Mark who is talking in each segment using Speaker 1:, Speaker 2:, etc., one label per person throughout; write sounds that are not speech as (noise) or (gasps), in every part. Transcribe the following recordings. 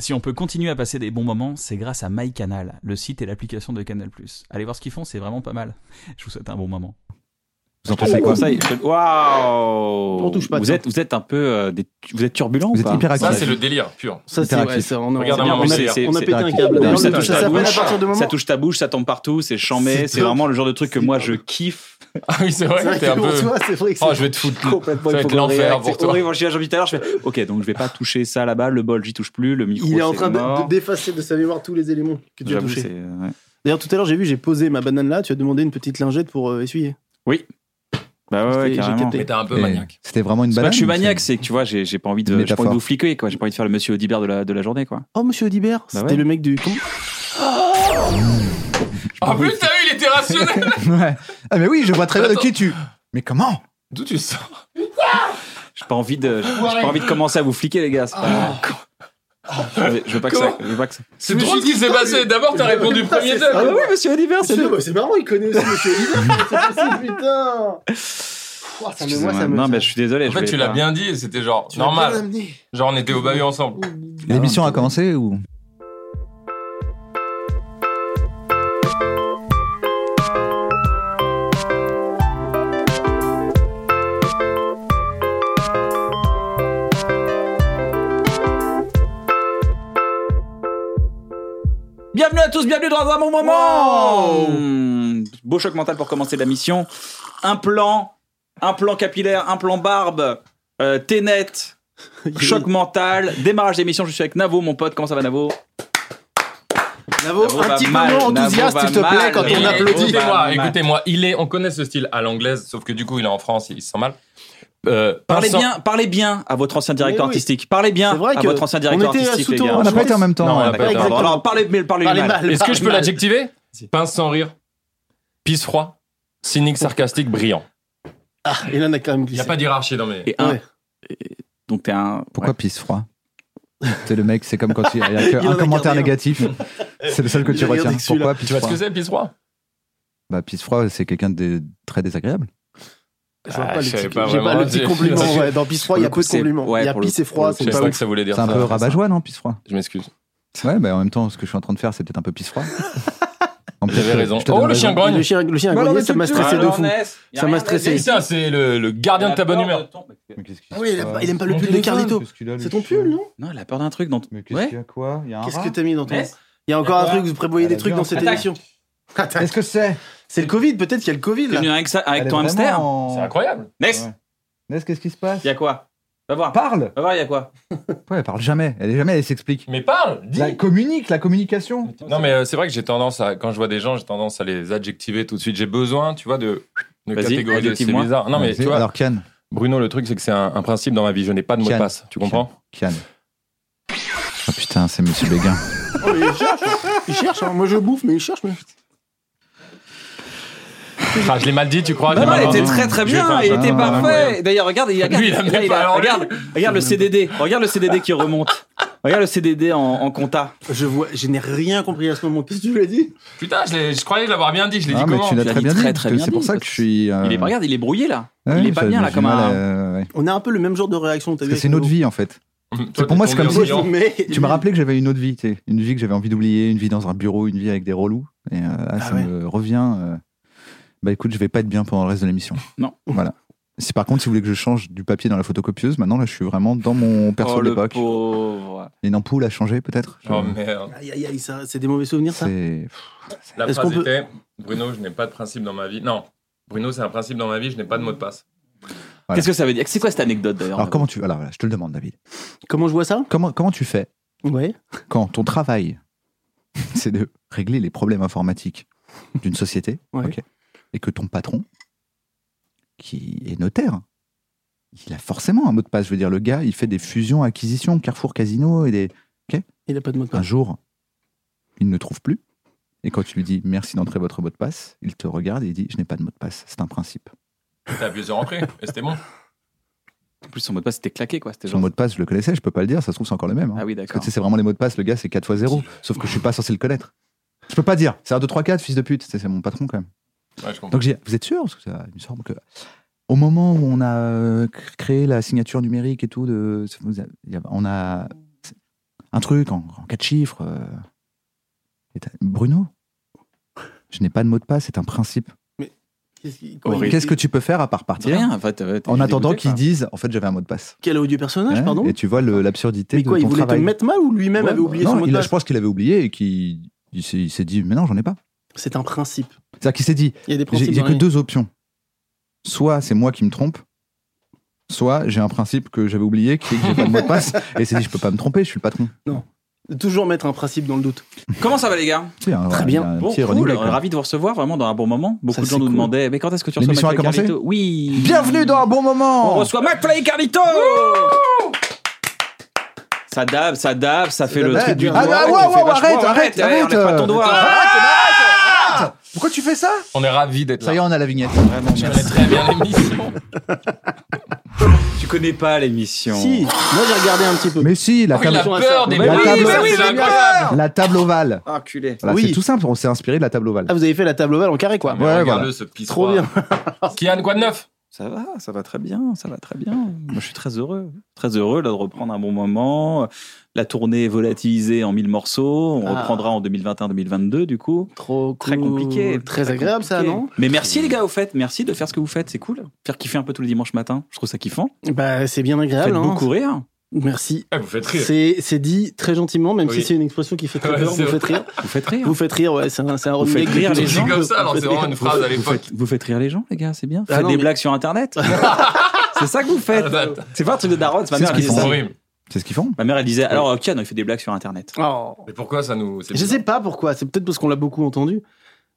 Speaker 1: Si on peut continuer à passer des bons moments, c'est grâce à MyCanal, le site et l'application de Canal+. Allez voir ce qu'ils font, c'est vraiment pas mal. (laughs) Je vous souhaite un bon moment.
Speaker 2: Vous en pensez quoi Oh, ça Je- Waouh
Speaker 3: On touche pas,
Speaker 2: Vous
Speaker 3: tiens.
Speaker 2: êtes, vous êtes un peu, euh, des- vous êtes turbulent.
Speaker 4: Vous
Speaker 2: ou
Speaker 4: êtes
Speaker 2: pas
Speaker 4: hyperactif.
Speaker 5: Ça, c'est le délire pur.
Speaker 3: Ça, c'est
Speaker 4: Interactif.
Speaker 3: ouais, ça, on, a,
Speaker 5: Regarde,
Speaker 3: on a-
Speaker 5: on a-
Speaker 3: on a-
Speaker 2: c'est-
Speaker 3: on a
Speaker 2: c'est-
Speaker 3: pété un
Speaker 4: c'est-
Speaker 3: câble.
Speaker 4: Non,
Speaker 3: Alors,
Speaker 4: ça
Speaker 3: ça
Speaker 4: touche
Speaker 3: ça
Speaker 5: ta
Speaker 3: s'appelle à
Speaker 5: bouche.
Speaker 3: partir du moment.
Speaker 2: Ça touche ta bouche, ça tombe partout, c'est
Speaker 5: C'est
Speaker 2: chambé, c'est
Speaker 5: top.
Speaker 2: vraiment le genre de truc que moi je kiffe.
Speaker 5: Ah oui, c'est
Speaker 3: C'est
Speaker 5: vrai
Speaker 3: vrai
Speaker 5: que t'es
Speaker 3: que
Speaker 5: un
Speaker 3: pour
Speaker 5: peu.
Speaker 3: toi, c'est vrai que
Speaker 5: Oh,
Speaker 3: c'est-
Speaker 5: je vais te
Speaker 2: (laughs)
Speaker 5: foutre.
Speaker 2: Complètement,
Speaker 5: Ça va
Speaker 2: il
Speaker 5: être
Speaker 2: faut qu'on
Speaker 5: l'enfer
Speaker 2: réacte.
Speaker 5: pour
Speaker 2: C'est
Speaker 5: toi.
Speaker 2: horrible, j'ai envie tout à l'heure, je fais OK, donc je vais pas toucher ça là-bas, le bol, j'y touche plus, le micro.
Speaker 3: Il est en
Speaker 2: c'est
Speaker 3: train de-
Speaker 2: mort.
Speaker 3: de- d'effacer de sa mémoire tous les éléments que tu as
Speaker 2: J'avoue,
Speaker 3: touchés.
Speaker 2: c'est ouais.
Speaker 3: D'ailleurs, tout à l'heure, j'ai vu, j'ai posé ma banane là. Tu as demandé une petite lingette pour euh, essuyer.
Speaker 2: Bah ouais, ouais,
Speaker 3: J'ai
Speaker 2: carrément.
Speaker 3: capté.
Speaker 5: Mais t'es un peu
Speaker 4: Et
Speaker 5: maniaque.
Speaker 4: C'était vraiment une
Speaker 2: C'est pas
Speaker 4: banane.
Speaker 2: que je suis
Speaker 4: ou c'est-
Speaker 2: maniaque, c'est que tu vois, j'ai j'ai pas envie de,
Speaker 4: Une
Speaker 2: j'ai pas envie de
Speaker 4: métaphore.
Speaker 2: vous fliquer, quoi. J'ai pas envie de faire le monsieur Audibert de la, de la journée, quoi.
Speaker 3: Oh, monsieur Audibert,
Speaker 2: Bah
Speaker 3: c'était
Speaker 2: ouais.
Speaker 3: le mec du. comment
Speaker 5: Ah putain, il était
Speaker 4: (laughs)
Speaker 5: rationnel
Speaker 4: Ouais. Ah mais oui, je vois très bien de qui tu. Mais comment
Speaker 5: D'où tu sors
Speaker 2: J'ai pas envie de, j'ai j'ai pas envie de commencer à vous fliquer, les gars. c'est
Speaker 3: Ah.
Speaker 2: pas- Je veux- je veux pas que ça, je veux pas que ça.
Speaker 5: C'est drôle ce qui s'est passé. D'abord, t'as répondu premier
Speaker 3: c'est ça.
Speaker 5: thème.
Speaker 3: bah oui,
Speaker 2: Ah monsieur Audibert,
Speaker 3: Monsieur- bah, C'est marrant, il connaît aussi monsieur Audibert. C'est possible, putain. Oh, ça me- moi, ça me-
Speaker 2: Non,
Speaker 3: ça-
Speaker 2: mais je suis désolé.
Speaker 5: En
Speaker 2: je
Speaker 5: fait,
Speaker 2: voulais
Speaker 5: tu l'as
Speaker 2: pas-
Speaker 5: bien dit et c'était genre
Speaker 3: tu m'as bien
Speaker 5: normal.
Speaker 3: amené.
Speaker 5: Genre, on était au bahut ensemble.
Speaker 4: L'émission a commencé ou
Speaker 2: Bienvenue à tous, bienvenue dans un bon moment. Mmh, Beau choc mental pour commencer la mission. Un plan, un plan capillaire, un plan barbe, euh, ténet,
Speaker 3: (laughs)
Speaker 2: choc mental, démarrage d'émission. Je suis avec Navo, mon pote. Comment ça va, Navo
Speaker 3: Navo,
Speaker 2: Navo
Speaker 3: un
Speaker 2: va
Speaker 3: petit peu
Speaker 2: mal,
Speaker 3: moins enthousiaste,
Speaker 2: Navo
Speaker 3: s'il te
Speaker 2: va
Speaker 3: plaît,
Speaker 2: mal.
Speaker 3: quand
Speaker 5: Et
Speaker 3: on
Speaker 2: Il-
Speaker 3: applaudit.
Speaker 5: Écoutez-moi,
Speaker 2: Bah,
Speaker 5: écoutez-moi. Il est, on connaît ce style à l'anglaise, sauf que du coup, il est en France, il se sent mal. Euh,
Speaker 2: Parlez
Speaker 5: Vincent-
Speaker 2: bien, parlez bien à votre ancien directeur
Speaker 3: Mais oui.
Speaker 2: artistique. Parlez bien
Speaker 3: C'est vrai
Speaker 2: à
Speaker 3: que
Speaker 2: votre ancien directeur
Speaker 3: on était
Speaker 2: artistique,
Speaker 3: sous
Speaker 2: les
Speaker 3: ton-
Speaker 2: gars. Ah, bah,
Speaker 4: On n'a pas été en même temps.
Speaker 5: Non, on
Speaker 4: ouais,
Speaker 5: n'a
Speaker 4: d'accord.
Speaker 5: pas été en
Speaker 2: D'accord.
Speaker 5: même temps.
Speaker 2: Alors, parlez, mais parlez,
Speaker 3: Parlez
Speaker 2: mal.
Speaker 3: mal.
Speaker 5: Est-ce que je peux
Speaker 3: Mal.
Speaker 5: l'adjectiver Pince sans rire, pisse froid, cynique, sarcastique, brillant.
Speaker 3: Ah, et là, on a quand même
Speaker 5: Il n'y
Speaker 3: glissé.
Speaker 5: a pas d'hierarchie dans mes.
Speaker 2: Et un.
Speaker 3: Ouais.
Speaker 2: et- Donc t'es un.
Speaker 4: Pourquoi pisse froid C'est le mec, c'est comme quand il y a que
Speaker 3: en a
Speaker 4: un commentaire
Speaker 3: gardé un.
Speaker 4: négatif. C'est le seul que
Speaker 3: Il
Speaker 4: tu
Speaker 3: a regardé
Speaker 4: retiens.
Speaker 3: que celui-là.
Speaker 4: Pourquoi pisse
Speaker 5: Tu vois ce
Speaker 4: froid
Speaker 5: que c'est, pisse froid
Speaker 4: Bah pisse froid, c'est quelqu'un de très désagréable.
Speaker 3: Je vois
Speaker 5: Ah,
Speaker 3: pas le
Speaker 5: je savais
Speaker 3: petit-
Speaker 5: pas
Speaker 3: J'ai pas
Speaker 5: vraiment.
Speaker 3: le petit
Speaker 5: J'ai-
Speaker 3: compliment. ouais. Dans Pisse Froid, il y a
Speaker 2: Pour le
Speaker 3: peu de
Speaker 2: coup, c'est-
Speaker 3: compliments.
Speaker 2: ouais,
Speaker 3: Il y a
Speaker 2: pour le-
Speaker 3: Pisse et Froid,
Speaker 2: pour
Speaker 3: c'est
Speaker 5: Je
Speaker 3: pas
Speaker 5: savais pas que
Speaker 3: ouf.
Speaker 5: ça voulait dire
Speaker 4: Oh, C'est un
Speaker 5: ça.
Speaker 4: peu rabat-joie, non, pisse froid
Speaker 5: Je m'excuse.
Speaker 4: Ouais, bah en même temps, ce que je suis en train de faire, c'est peut-être un peu pisse froid. En plus,
Speaker 5: J'avais
Speaker 4: je-
Speaker 5: raison.
Speaker 4: je te
Speaker 5: Oh,
Speaker 4: donne
Speaker 5: le chien
Speaker 4: raison.
Speaker 3: Le
Speaker 5: grogne
Speaker 3: chien, le chien
Speaker 4: Bah,
Speaker 3: grogné,
Speaker 4: non, mais
Speaker 3: ça
Speaker 4: tu-
Speaker 3: m'a
Speaker 4: tu-
Speaker 3: stressé de
Speaker 4: Alors,
Speaker 3: fou. Ça m'a stressé.
Speaker 5: Et ça, c'est le, le gardien de ta bonne humeur.
Speaker 4: Mais qu'est-ce
Speaker 3: Ah
Speaker 4: qu'il
Speaker 3: oui, il
Speaker 4: se
Speaker 3: aime
Speaker 4: passe
Speaker 3: pas- il aime pas le
Speaker 4: Mon
Speaker 3: pull de
Speaker 4: téléphone,
Speaker 3: Carlito.
Speaker 4: qu'est-ce qu'il a, le
Speaker 3: C'est ton
Speaker 4: chien
Speaker 3: pull, non
Speaker 2: Non, elle a peur d'un truc dans.
Speaker 4: Mais qu'est-ce
Speaker 2: Ouais.
Speaker 4: qu'il y a quoi Il y a un
Speaker 3: Qu'est-ce
Speaker 4: rat
Speaker 3: que t'as mis dans ton.
Speaker 2: Laisse.
Speaker 3: Il y a encore un
Speaker 2: Quoi
Speaker 3: truc, vous prévoyez
Speaker 4: Elle
Speaker 3: des
Speaker 4: a
Speaker 3: trucs
Speaker 4: bien
Speaker 3: dans cette
Speaker 2: attaque.
Speaker 4: (laughs)
Speaker 3: émission. Attends,
Speaker 4: Qu'est-ce que c'est
Speaker 3: C'est le Covid, peut-être qu'il y a le Covid
Speaker 2: T'es
Speaker 3: là.
Speaker 2: venu avec, ça, avec
Speaker 4: Elle est
Speaker 2: ton hamster
Speaker 4: vraiment en-
Speaker 5: C'est incroyable.
Speaker 2: Next
Speaker 4: Ouais. Ness, qu'est-ce qui se passe
Speaker 2: Y'a quoi Va voir.
Speaker 4: Parle
Speaker 2: Va voir, y'a quoi
Speaker 4: Ouais, elle parle jamais. Elle est jamais, elle s'explique.
Speaker 5: Mais parle, dis.
Speaker 4: La communique, la communication.
Speaker 5: Non, mais euh, c'est vrai que j'ai tendance à, quand je vois des gens, j'ai tendance à les adjectiver tout de suite. J'ai besoin, tu vois, de, de
Speaker 2: Vas-y,
Speaker 5: catégoriser. C'est
Speaker 2: adjective-moi.
Speaker 5: bizarre. Non, mais
Speaker 4: C'est-
Speaker 5: tu vois,
Speaker 4: Alors, Kian,
Speaker 5: Bruno, le truc, c'est que c'est un, un principe dans ma vie. Je n'ai pas de mot de
Speaker 4: Kian.
Speaker 5: passe. Tu comprends
Speaker 4: Kian. Oh putain, c'est Monsieur Béguin.
Speaker 3: Oh, mais il cherche, hein. il cherche. hein. Moi je bouffe, mais il cherche. mais-
Speaker 5: Ah, Je l'ai mal dit, tu crois
Speaker 2: Non,
Speaker 5: J'ai
Speaker 2: non,
Speaker 5: mal
Speaker 2: il
Speaker 5: entendu.
Speaker 2: était très très
Speaker 5: Je vais
Speaker 2: bien,
Speaker 5: faire
Speaker 2: il
Speaker 4: un
Speaker 2: était
Speaker 4: jardin
Speaker 2: parfait.
Speaker 5: incroyable.
Speaker 2: D'ailleurs, regarde, il y a
Speaker 5: Lui, il a
Speaker 2: regarde,
Speaker 5: même
Speaker 2: il
Speaker 5: pas
Speaker 2: a-
Speaker 5: enlevé.
Speaker 2: regarde, regarde le CDD, regarde le CDD qui remonte. Regarde le CDD en, en compta.
Speaker 3: Je vois, je n'ai rien compris à ce moment. Qu'est-ce que tu lui as dit
Speaker 5: Putain, je, l'ai- je croyais l'avoir bien dit. Je l'ai dit
Speaker 4: Ah, mais
Speaker 5: comment
Speaker 4: tu l'as
Speaker 2: Tu l'as
Speaker 4: très
Speaker 2: dit
Speaker 4: bien
Speaker 2: très,
Speaker 4: dit.
Speaker 2: très
Speaker 4: parce que
Speaker 2: bien
Speaker 4: C'est pour
Speaker 2: dit,
Speaker 4: ça
Speaker 2: parce
Speaker 4: que je suis. euh,
Speaker 2: Il est, regarde, il est brouillé là.
Speaker 4: ouais,
Speaker 2: il est pas
Speaker 4: ça-
Speaker 2: bien là
Speaker 4: j'ai
Speaker 2: comme
Speaker 4: mal
Speaker 2: un.
Speaker 4: à- ouais.
Speaker 3: On a un peu le même genre de réaction. t'as
Speaker 4: Parce
Speaker 3: vu,
Speaker 4: que c'est une autre vie en fait.
Speaker 5: Hum,
Speaker 4: C'est
Speaker 5: toi,
Speaker 4: pour moi, c'est
Speaker 5: t'es
Speaker 4: comme
Speaker 5: tombé
Speaker 4: si-
Speaker 5: au néant.
Speaker 3: (laughs) Mais
Speaker 4: Tu m'as rappelé que j'avais une autre vie, tu sais. une vie que j'avais envie d'oublier, une vie dans un bureau, une vie avec des relous. Et euh, là,
Speaker 3: Ah
Speaker 4: ça
Speaker 3: ouais.
Speaker 4: me revient. euh, Bah écoute, je vais pas être bien pendant le reste de l'émission.
Speaker 2: Non.
Speaker 4: (laughs) Voilà. Si par contre, si vous voulez que je change du papier dans la photocopieuse, maintenant là, je suis vraiment dans mon perso
Speaker 2: Oh,
Speaker 4: de
Speaker 2: le
Speaker 4: l'époque.
Speaker 2: pauvre.
Speaker 4: Une ampoule à changer peut-être. Je-
Speaker 5: Oh merde.
Speaker 3: Aïe aïe aïe, ça- c'est des mauvais souvenirs ça.
Speaker 4: C'est
Speaker 5: La
Speaker 3: Est-ce
Speaker 5: phrase
Speaker 3: qu'on peut-
Speaker 5: était Bruno, je n'ai pas de principe dans ma vie. Non, Bruno, c'est un principe dans ma vie, je n'ai pas de mot de passe.
Speaker 4: Voilà.
Speaker 2: Qu'est-ce que ça veut dire C'est quoi cette anecdote d'ailleurs
Speaker 4: Alors comment tu alors voilà, je te le demande David.
Speaker 3: Comment je vois ça
Speaker 4: Comment comment tu fais
Speaker 3: Ouais.
Speaker 4: quand ton travail (laughs) c'est de régler les problèmes informatiques d'une société
Speaker 3: (laughs) Ouais.
Speaker 4: ok, et que ton patron qui est notaire Il a forcément un mot de passe. Je veux dire, le gars, il fait des fusions, acquisitions, Carrefour, Casino et des.
Speaker 3: Il n'a pas de mot de
Speaker 4: Un
Speaker 3: passe.
Speaker 4: jour, il ne trouve plus. Et quand tu lui dis merci d'entrer votre mot de passe, il te regarde et il dit je n'ai pas de mot de passe. C'est un principe.
Speaker 5: T'as appuyé sur entrée, et c'était bon.
Speaker 2: En plus, son mot de passe, c'était claqué, quoi. C'était
Speaker 4: Son
Speaker 2: genre.
Speaker 4: mot de passe, je le connaissais, je peux pas le dire. Ça se trouve, c'est encore le même. hein.
Speaker 2: Ah oui,
Speaker 4: Parce que
Speaker 2: d'accord.
Speaker 4: tu sais, c'est vraiment les mots de passe, le gars, c'est 4 x 0. Sauf que je suis pas censé le connaître. Je peux pas dire. C'est un 2, 3, 4, fils de pute. Tu sais, C'est mon patron, quand même.
Speaker 5: Ouais, je comprends.
Speaker 4: Donc j'ai dit, vous êtes sûr Parce que ça, il me semble que au moment où on a euh, cr- créé la signature numérique et tout, de, vous avez- il y a- on a c'est un truc en, en quatre chiffres. euh. Et t'as- Bruno, je n'ai pas de mot de passe, c'est un principe.
Speaker 3: Qu'est-ce qui- quoi, il-
Speaker 4: Qu'est-ce que tu peux faire à part partir
Speaker 2: Rien, en fait. euh, t'es
Speaker 4: en
Speaker 2: dégoûté,
Speaker 4: attendant
Speaker 2: quoi.
Speaker 4: qu'ils disent en fait j'avais un mot de passe
Speaker 3: Quel odieux personnage,
Speaker 4: Hein
Speaker 3: Ah, pardon
Speaker 4: Et tu vois le- l'absurdité
Speaker 3: Mais
Speaker 4: de
Speaker 3: quoi, il
Speaker 4: ton
Speaker 3: voulait
Speaker 4: travail.
Speaker 3: te mettre mal ou lui-même
Speaker 4: Ouais,
Speaker 3: avait oublié
Speaker 4: non,
Speaker 3: son mot de
Speaker 4: il a-
Speaker 3: passe
Speaker 4: Je pense qu'il avait oublié et qu'il il s'est il s'est dit mais non j'en ai pas.
Speaker 3: C'est un principe.
Speaker 4: C'est-à-dire qu'il s'est dit
Speaker 3: Il y a des
Speaker 4: J'ai
Speaker 3: principes.
Speaker 4: j'ai
Speaker 3: dans
Speaker 4: que
Speaker 3: la vie.
Speaker 4: deux options. Soit c'est moi qui me trompe, soit j'ai un principe que j'avais oublié, qui est que j'ai pas de mot de passe, et c'est dit je peux pas me tromper, je suis le patron.
Speaker 3: De Toujours mettre un principe dans le doute.
Speaker 2: Comment ça va, les gars
Speaker 4: C'est un,
Speaker 3: Très
Speaker 4: un-
Speaker 3: bien.
Speaker 4: un
Speaker 2: Bon,
Speaker 4: petit running
Speaker 2: cool.
Speaker 4: gag, quoi.
Speaker 2: Ravi de vous recevoir, vraiment dans un bon moment. Beaucoup
Speaker 3: Ça,
Speaker 2: de gens
Speaker 3: c'est
Speaker 2: nous
Speaker 3: cool.
Speaker 2: demandaient, mais quand est-ce que tu reçois
Speaker 4: L'émission a
Speaker 2: McFly et
Speaker 4: commencé
Speaker 2: Carlito Oui.
Speaker 4: Bienvenue dans un bon moment.
Speaker 2: On reçoit McFly et Carlito Ça dab, ça dab, ça fait le
Speaker 4: dab.
Speaker 2: truc du doigt.
Speaker 4: Ah, bah, wow,
Speaker 2: tu fais
Speaker 4: wow,
Speaker 2: vachement-
Speaker 4: arrête, arrête,
Speaker 2: ouais,
Speaker 4: arrête,
Speaker 2: enlève pas
Speaker 4: euh,
Speaker 2: ton doigt.
Speaker 4: Pourquoi tu fais ça
Speaker 5: On est ravis d'être
Speaker 4: Ça y
Speaker 5: là.
Speaker 4: est, on a la vignette.
Speaker 5: Je connais très bien l'émission.
Speaker 2: Tu connais pas l'émission.
Speaker 3: Si, moi j'ai regardé un petit peu.
Speaker 4: Mais si, la
Speaker 5: Oh, il
Speaker 4: table,
Speaker 5: a peur des
Speaker 4: Mais
Speaker 5: bruits,
Speaker 4: oui,
Speaker 5: ça,
Speaker 4: mais oui,
Speaker 5: c'est
Speaker 4: mais
Speaker 5: incroyable.
Speaker 4: la table ovale.
Speaker 2: Ah, culé.
Speaker 4: Voilà,
Speaker 3: Oui.
Speaker 4: C'est tout simple, on s'est inspiré de la table ovale.
Speaker 3: Ah, vous avez fait la table ovale en carré, quoi.
Speaker 5: Mais
Speaker 4: Ouais,
Speaker 5: Regarde-le, ce petit
Speaker 3: Trop
Speaker 5: soir.
Speaker 3: bien.
Speaker 5: Kian, quoi de neuf
Speaker 2: Ça va, ça va très bien, ça va très bien. Moi, je suis très heureux, très heureux là, de reprendre un bon moment. La tournée est volatilisée en mille morceaux. On
Speaker 3: Ah.
Speaker 2: reprendra en 2021-2022, du coup.
Speaker 3: Trop
Speaker 2: Très
Speaker 3: cool.
Speaker 2: compliqué.
Speaker 3: Très, agréable, ça,
Speaker 2: compliqué.
Speaker 3: non
Speaker 2: Mais merci, les gars, au fait. Merci de faire ce que vous faites, c'est cool. Faire kiffer un peu tous les dimanches matin, je trouve ça kiffant.
Speaker 3: Bah, c'est bien agréable.
Speaker 2: Faites
Speaker 3: hein.
Speaker 2: beaucoup rire.
Speaker 3: Merci.
Speaker 5: Eh, Vous faites rire.
Speaker 3: C'est c'est dit très gentiment, même
Speaker 5: Oui.
Speaker 3: si c'est une expression qui fait très
Speaker 5: Ouais,
Speaker 3: peur.
Speaker 5: c'est
Speaker 3: Vous faites rire.
Speaker 2: Vous faites rire.
Speaker 3: Vous faites rire, ouais, c'est un, c'est un
Speaker 2: Vous faites
Speaker 3: running gag
Speaker 2: rire
Speaker 3: depuis
Speaker 2: les
Speaker 5: C'est
Speaker 3: tout
Speaker 2: gens.
Speaker 3: le temps.
Speaker 5: comme ça, alors
Speaker 3: Vous
Speaker 5: c'est
Speaker 3: faites rire.
Speaker 5: vraiment une phrase à
Speaker 2: Vous
Speaker 5: l'époque.
Speaker 2: faites, vous faites rire les gens, les gars, c'est bien. Vous
Speaker 3: Ah
Speaker 2: faites
Speaker 3: non,
Speaker 2: des
Speaker 3: mais-
Speaker 2: blagues sur Internet. c'est ça que vous faites.
Speaker 5: Date.
Speaker 2: C'est pas un truc de daronne. c'est Ma
Speaker 4: C'est
Speaker 2: mère,
Speaker 4: ce
Speaker 2: elle
Speaker 4: qu'ils
Speaker 2: disait
Speaker 4: font.
Speaker 5: C'est
Speaker 2: ça.
Speaker 5: horrible.
Speaker 4: C'est ce qu'ils font
Speaker 2: Ma mère, elle disait alors, euh, Kian, il fait des blagues sur Internet.
Speaker 3: Oh.
Speaker 5: Mais pourquoi ça nous. c'est
Speaker 3: Je
Speaker 5: bizarre.
Speaker 3: sais pas pourquoi, c'est peut-être parce qu'on l'a beaucoup entendu.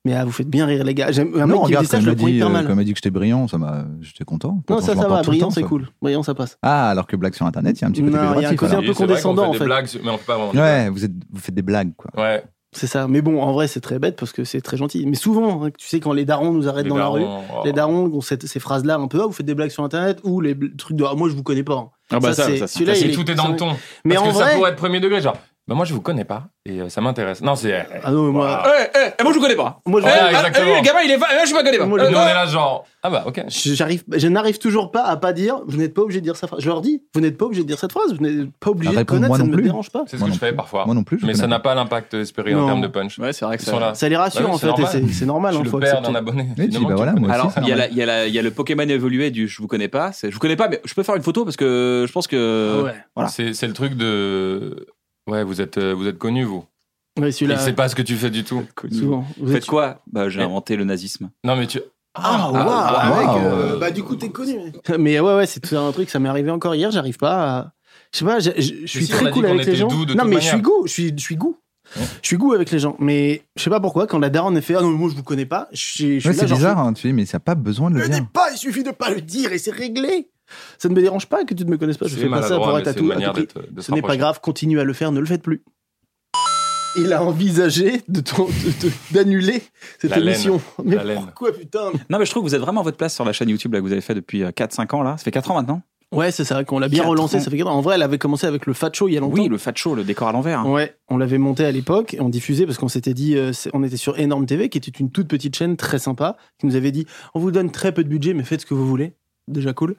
Speaker 3: Mais ah, vous faites bien rire, les gars. J'aime un
Speaker 4: Non,
Speaker 3: mec qui me
Speaker 4: regarde,
Speaker 3: dit ça,
Speaker 4: quand
Speaker 3: je
Speaker 4: il m'a
Speaker 3: le prends
Speaker 4: dit,
Speaker 3: hyper
Speaker 4: euh,
Speaker 3: mal.
Speaker 4: quand il m'a dit que j'étais brillant, ça m'a, j'étais content.
Speaker 3: Non,
Speaker 4: Pourtant,
Speaker 3: ça,
Speaker 4: je
Speaker 3: ça
Speaker 4: l'entends
Speaker 3: va,
Speaker 4: tout le
Speaker 3: brillant,
Speaker 4: temps,
Speaker 3: c'est
Speaker 4: ça.
Speaker 3: cool. Brillant, ça passe.
Speaker 4: Ah, alors que blague sur internet, il y a un petit peu
Speaker 3: Non, il y a un
Speaker 4: péjoratif,
Speaker 3: côté un
Speaker 4: alors.
Speaker 3: peu
Speaker 5: C'est vrai qu'on
Speaker 3: condescendant,
Speaker 5: fait
Speaker 3: en
Speaker 5: des
Speaker 3: fait.
Speaker 5: blagues, sur- mais on fait pas vraiment. des
Speaker 4: Ouais, vous êtes, vous faites des blagues quoi.
Speaker 5: blagues. Ouais.
Speaker 3: C'est ça. Mais bon, en vrai, c'est très bête parce que c'est très gentil. Mais souvent, hein, tu sais, quand les darons nous arrêtent
Speaker 5: Les
Speaker 3: dans la rue,
Speaker 5: darons, oh.
Speaker 3: les darons ont cette- ces phrases-là un peu Ah, vous faites des blagues sur Internet ou les bl- trucs de Ah, moi, je vous connais pas. hein.
Speaker 2: Ah bah ça,
Speaker 3: c'est-
Speaker 2: ça, ça.
Speaker 3: celui-là,
Speaker 5: Parce que
Speaker 3: il
Speaker 5: tout est dans le ton.
Speaker 3: Mais
Speaker 5: Parce
Speaker 3: en
Speaker 5: que ça
Speaker 3: vrai.
Speaker 5: pourrait être premier degré, genre. Bah moi je vous connais pas et euh, ça m'intéresse. Non c'est.
Speaker 3: Ah non, mais moi,
Speaker 2: Eh, eh, eh, moi je vous connais pas.
Speaker 3: moi, je-
Speaker 5: Ouais,
Speaker 2: Ah,
Speaker 5: exactement.
Speaker 2: lui, le gamin, il est. fa- eh, je me connais pas.
Speaker 3: Moi,
Speaker 5: Nous
Speaker 3: le-
Speaker 2: Euh,
Speaker 5: on est là genre. Ah bah ok.
Speaker 3: je- j'arrive, je n'arrive toujours pas à pas dire Vous n'êtes pas obligé de dire cette phrase. Je leur dis Vous n'êtes pas obligé de dire cette phrase. Vous n'êtes pas obligé de
Speaker 4: Réponds-moi
Speaker 3: connaître. Ça
Speaker 4: Ah, non
Speaker 3: ne me
Speaker 4: plus.
Speaker 3: dérange pas.
Speaker 5: C'est ce
Speaker 4: Moi
Speaker 5: que
Speaker 4: non
Speaker 5: je fais
Speaker 4: plus.
Speaker 5: parfois.
Speaker 4: Moi non plus, je
Speaker 5: Mais ça
Speaker 4: connais
Speaker 5: n'a
Speaker 4: pas.
Speaker 5: pas l'impact euh, espéré
Speaker 3: Non.
Speaker 5: en termes de punch.
Speaker 2: Ouais, c'est vrai que
Speaker 5: Ils sont là.
Speaker 3: Ça les rassure
Speaker 5: Bah oui,
Speaker 3: en
Speaker 5: c'est
Speaker 3: fait, et
Speaker 5: normal.
Speaker 3: c'est c'est normal.
Speaker 5: Je
Speaker 3: hein,
Speaker 5: suis
Speaker 3: faut
Speaker 5: le père d'un
Speaker 3: accepter.
Speaker 5: abonné.
Speaker 4: dis,
Speaker 5: Finalement,
Speaker 4: bah
Speaker 5: tu
Speaker 4: voilà,
Speaker 5: le
Speaker 4: moi
Speaker 5: connais.
Speaker 4: aussi.
Speaker 2: Alors,
Speaker 4: c'est
Speaker 2: il y, a la-
Speaker 4: normal.
Speaker 2: il y a la- Bah, il y a le Pokémon évolué du je vous connais pas. c'est Je vous connais pas, mais je peux faire une photo parce que je pense que.
Speaker 3: Ouais.
Speaker 2: Voilà.
Speaker 5: C'est c'est le truc de. Ouais, vous êtes, euh, vous êtes connu, vous.
Speaker 3: Ouais,
Speaker 5: Il
Speaker 3: celui-là.
Speaker 5: sait pas ce que tu fais du tout.
Speaker 3: Souvent. Vous
Speaker 2: Faites
Speaker 3: êtes-
Speaker 2: quoi Bah, j'ai inventé le nazisme.
Speaker 5: Non, mais tu.
Speaker 3: Ah, waouh,
Speaker 4: ah,
Speaker 3: mec,
Speaker 4: waouh.
Speaker 3: euh,
Speaker 6: Bah, du coup, t'es connu. mec.
Speaker 3: (laughs) Mais ouais, ouais, c'est tout un truc, ça m'est arrivé encore hier, j'arrive pas à. Je sais pas, je, je- je suis
Speaker 5: si, on a
Speaker 3: très
Speaker 5: dit
Speaker 3: cool
Speaker 5: qu'on
Speaker 3: avec les
Speaker 5: était
Speaker 3: gens.
Speaker 5: doux de
Speaker 3: non,
Speaker 5: toute
Speaker 3: mais je suis
Speaker 5: manière.
Speaker 3: goût, je suis, je suis goût. Je suis goût avec les gens. Mais je sais pas pourquoi, quand la daronne elle fait Ah non, mais moi je vous connais pas, je, suis- je suis
Speaker 4: Ouais,
Speaker 3: là,
Speaker 4: c'est
Speaker 3: genre,
Speaker 4: bizarre, hein, tu dis, mais ça n'a pas besoin de le
Speaker 5: hein,
Speaker 6: Ne le
Speaker 4: dire.
Speaker 6: dis pas, il suffit de pas le dire et c'est réglé.
Speaker 3: Ça ne me dérange pas que tu ne me connaisses pas, je
Speaker 5: C'est
Speaker 3: fais pas ça
Speaker 5: maladroit,
Speaker 3: pour
Speaker 5: mais
Speaker 3: être à
Speaker 5: c'est une
Speaker 3: tout. à
Speaker 5: manière
Speaker 3: tout prix.
Speaker 5: d'être- de se
Speaker 3: Ce n'est pas
Speaker 5: rapprocher.
Speaker 3: grave, continue à le faire, ne le faites plus. Il a envisagé de ton- de- de- d'annuler cette
Speaker 5: La laine.
Speaker 3: émission. Mais
Speaker 5: La laine.
Speaker 3: pourquoi putain
Speaker 2: Non, mais je trouve que vous êtes vraiment à votre place sur la chaîne YouTube là, que vous avez fait depuis euh, 4-5 ans là. Ça fait 4 ans maintenant.
Speaker 3: Ouais, c'est ça, qu'on l'a bien
Speaker 2: Quatre
Speaker 3: relancé,
Speaker 2: ans.
Speaker 3: ça fait quatre ans. En vrai, elle avait commencé avec le Fat Show il y a longtemps.
Speaker 2: Oui, le Fat Show, le décor à l'envers. hein.
Speaker 3: Ouais, on l'avait monté à l'époque et on diffusait parce qu'on s'était dit, euh, c'est- on était sur Enorme TV, qui était une toute petite chaîne très sympa, qui nous avait dit, on vous donne très peu de budget, mais faites ce que vous voulez. Déjà cool.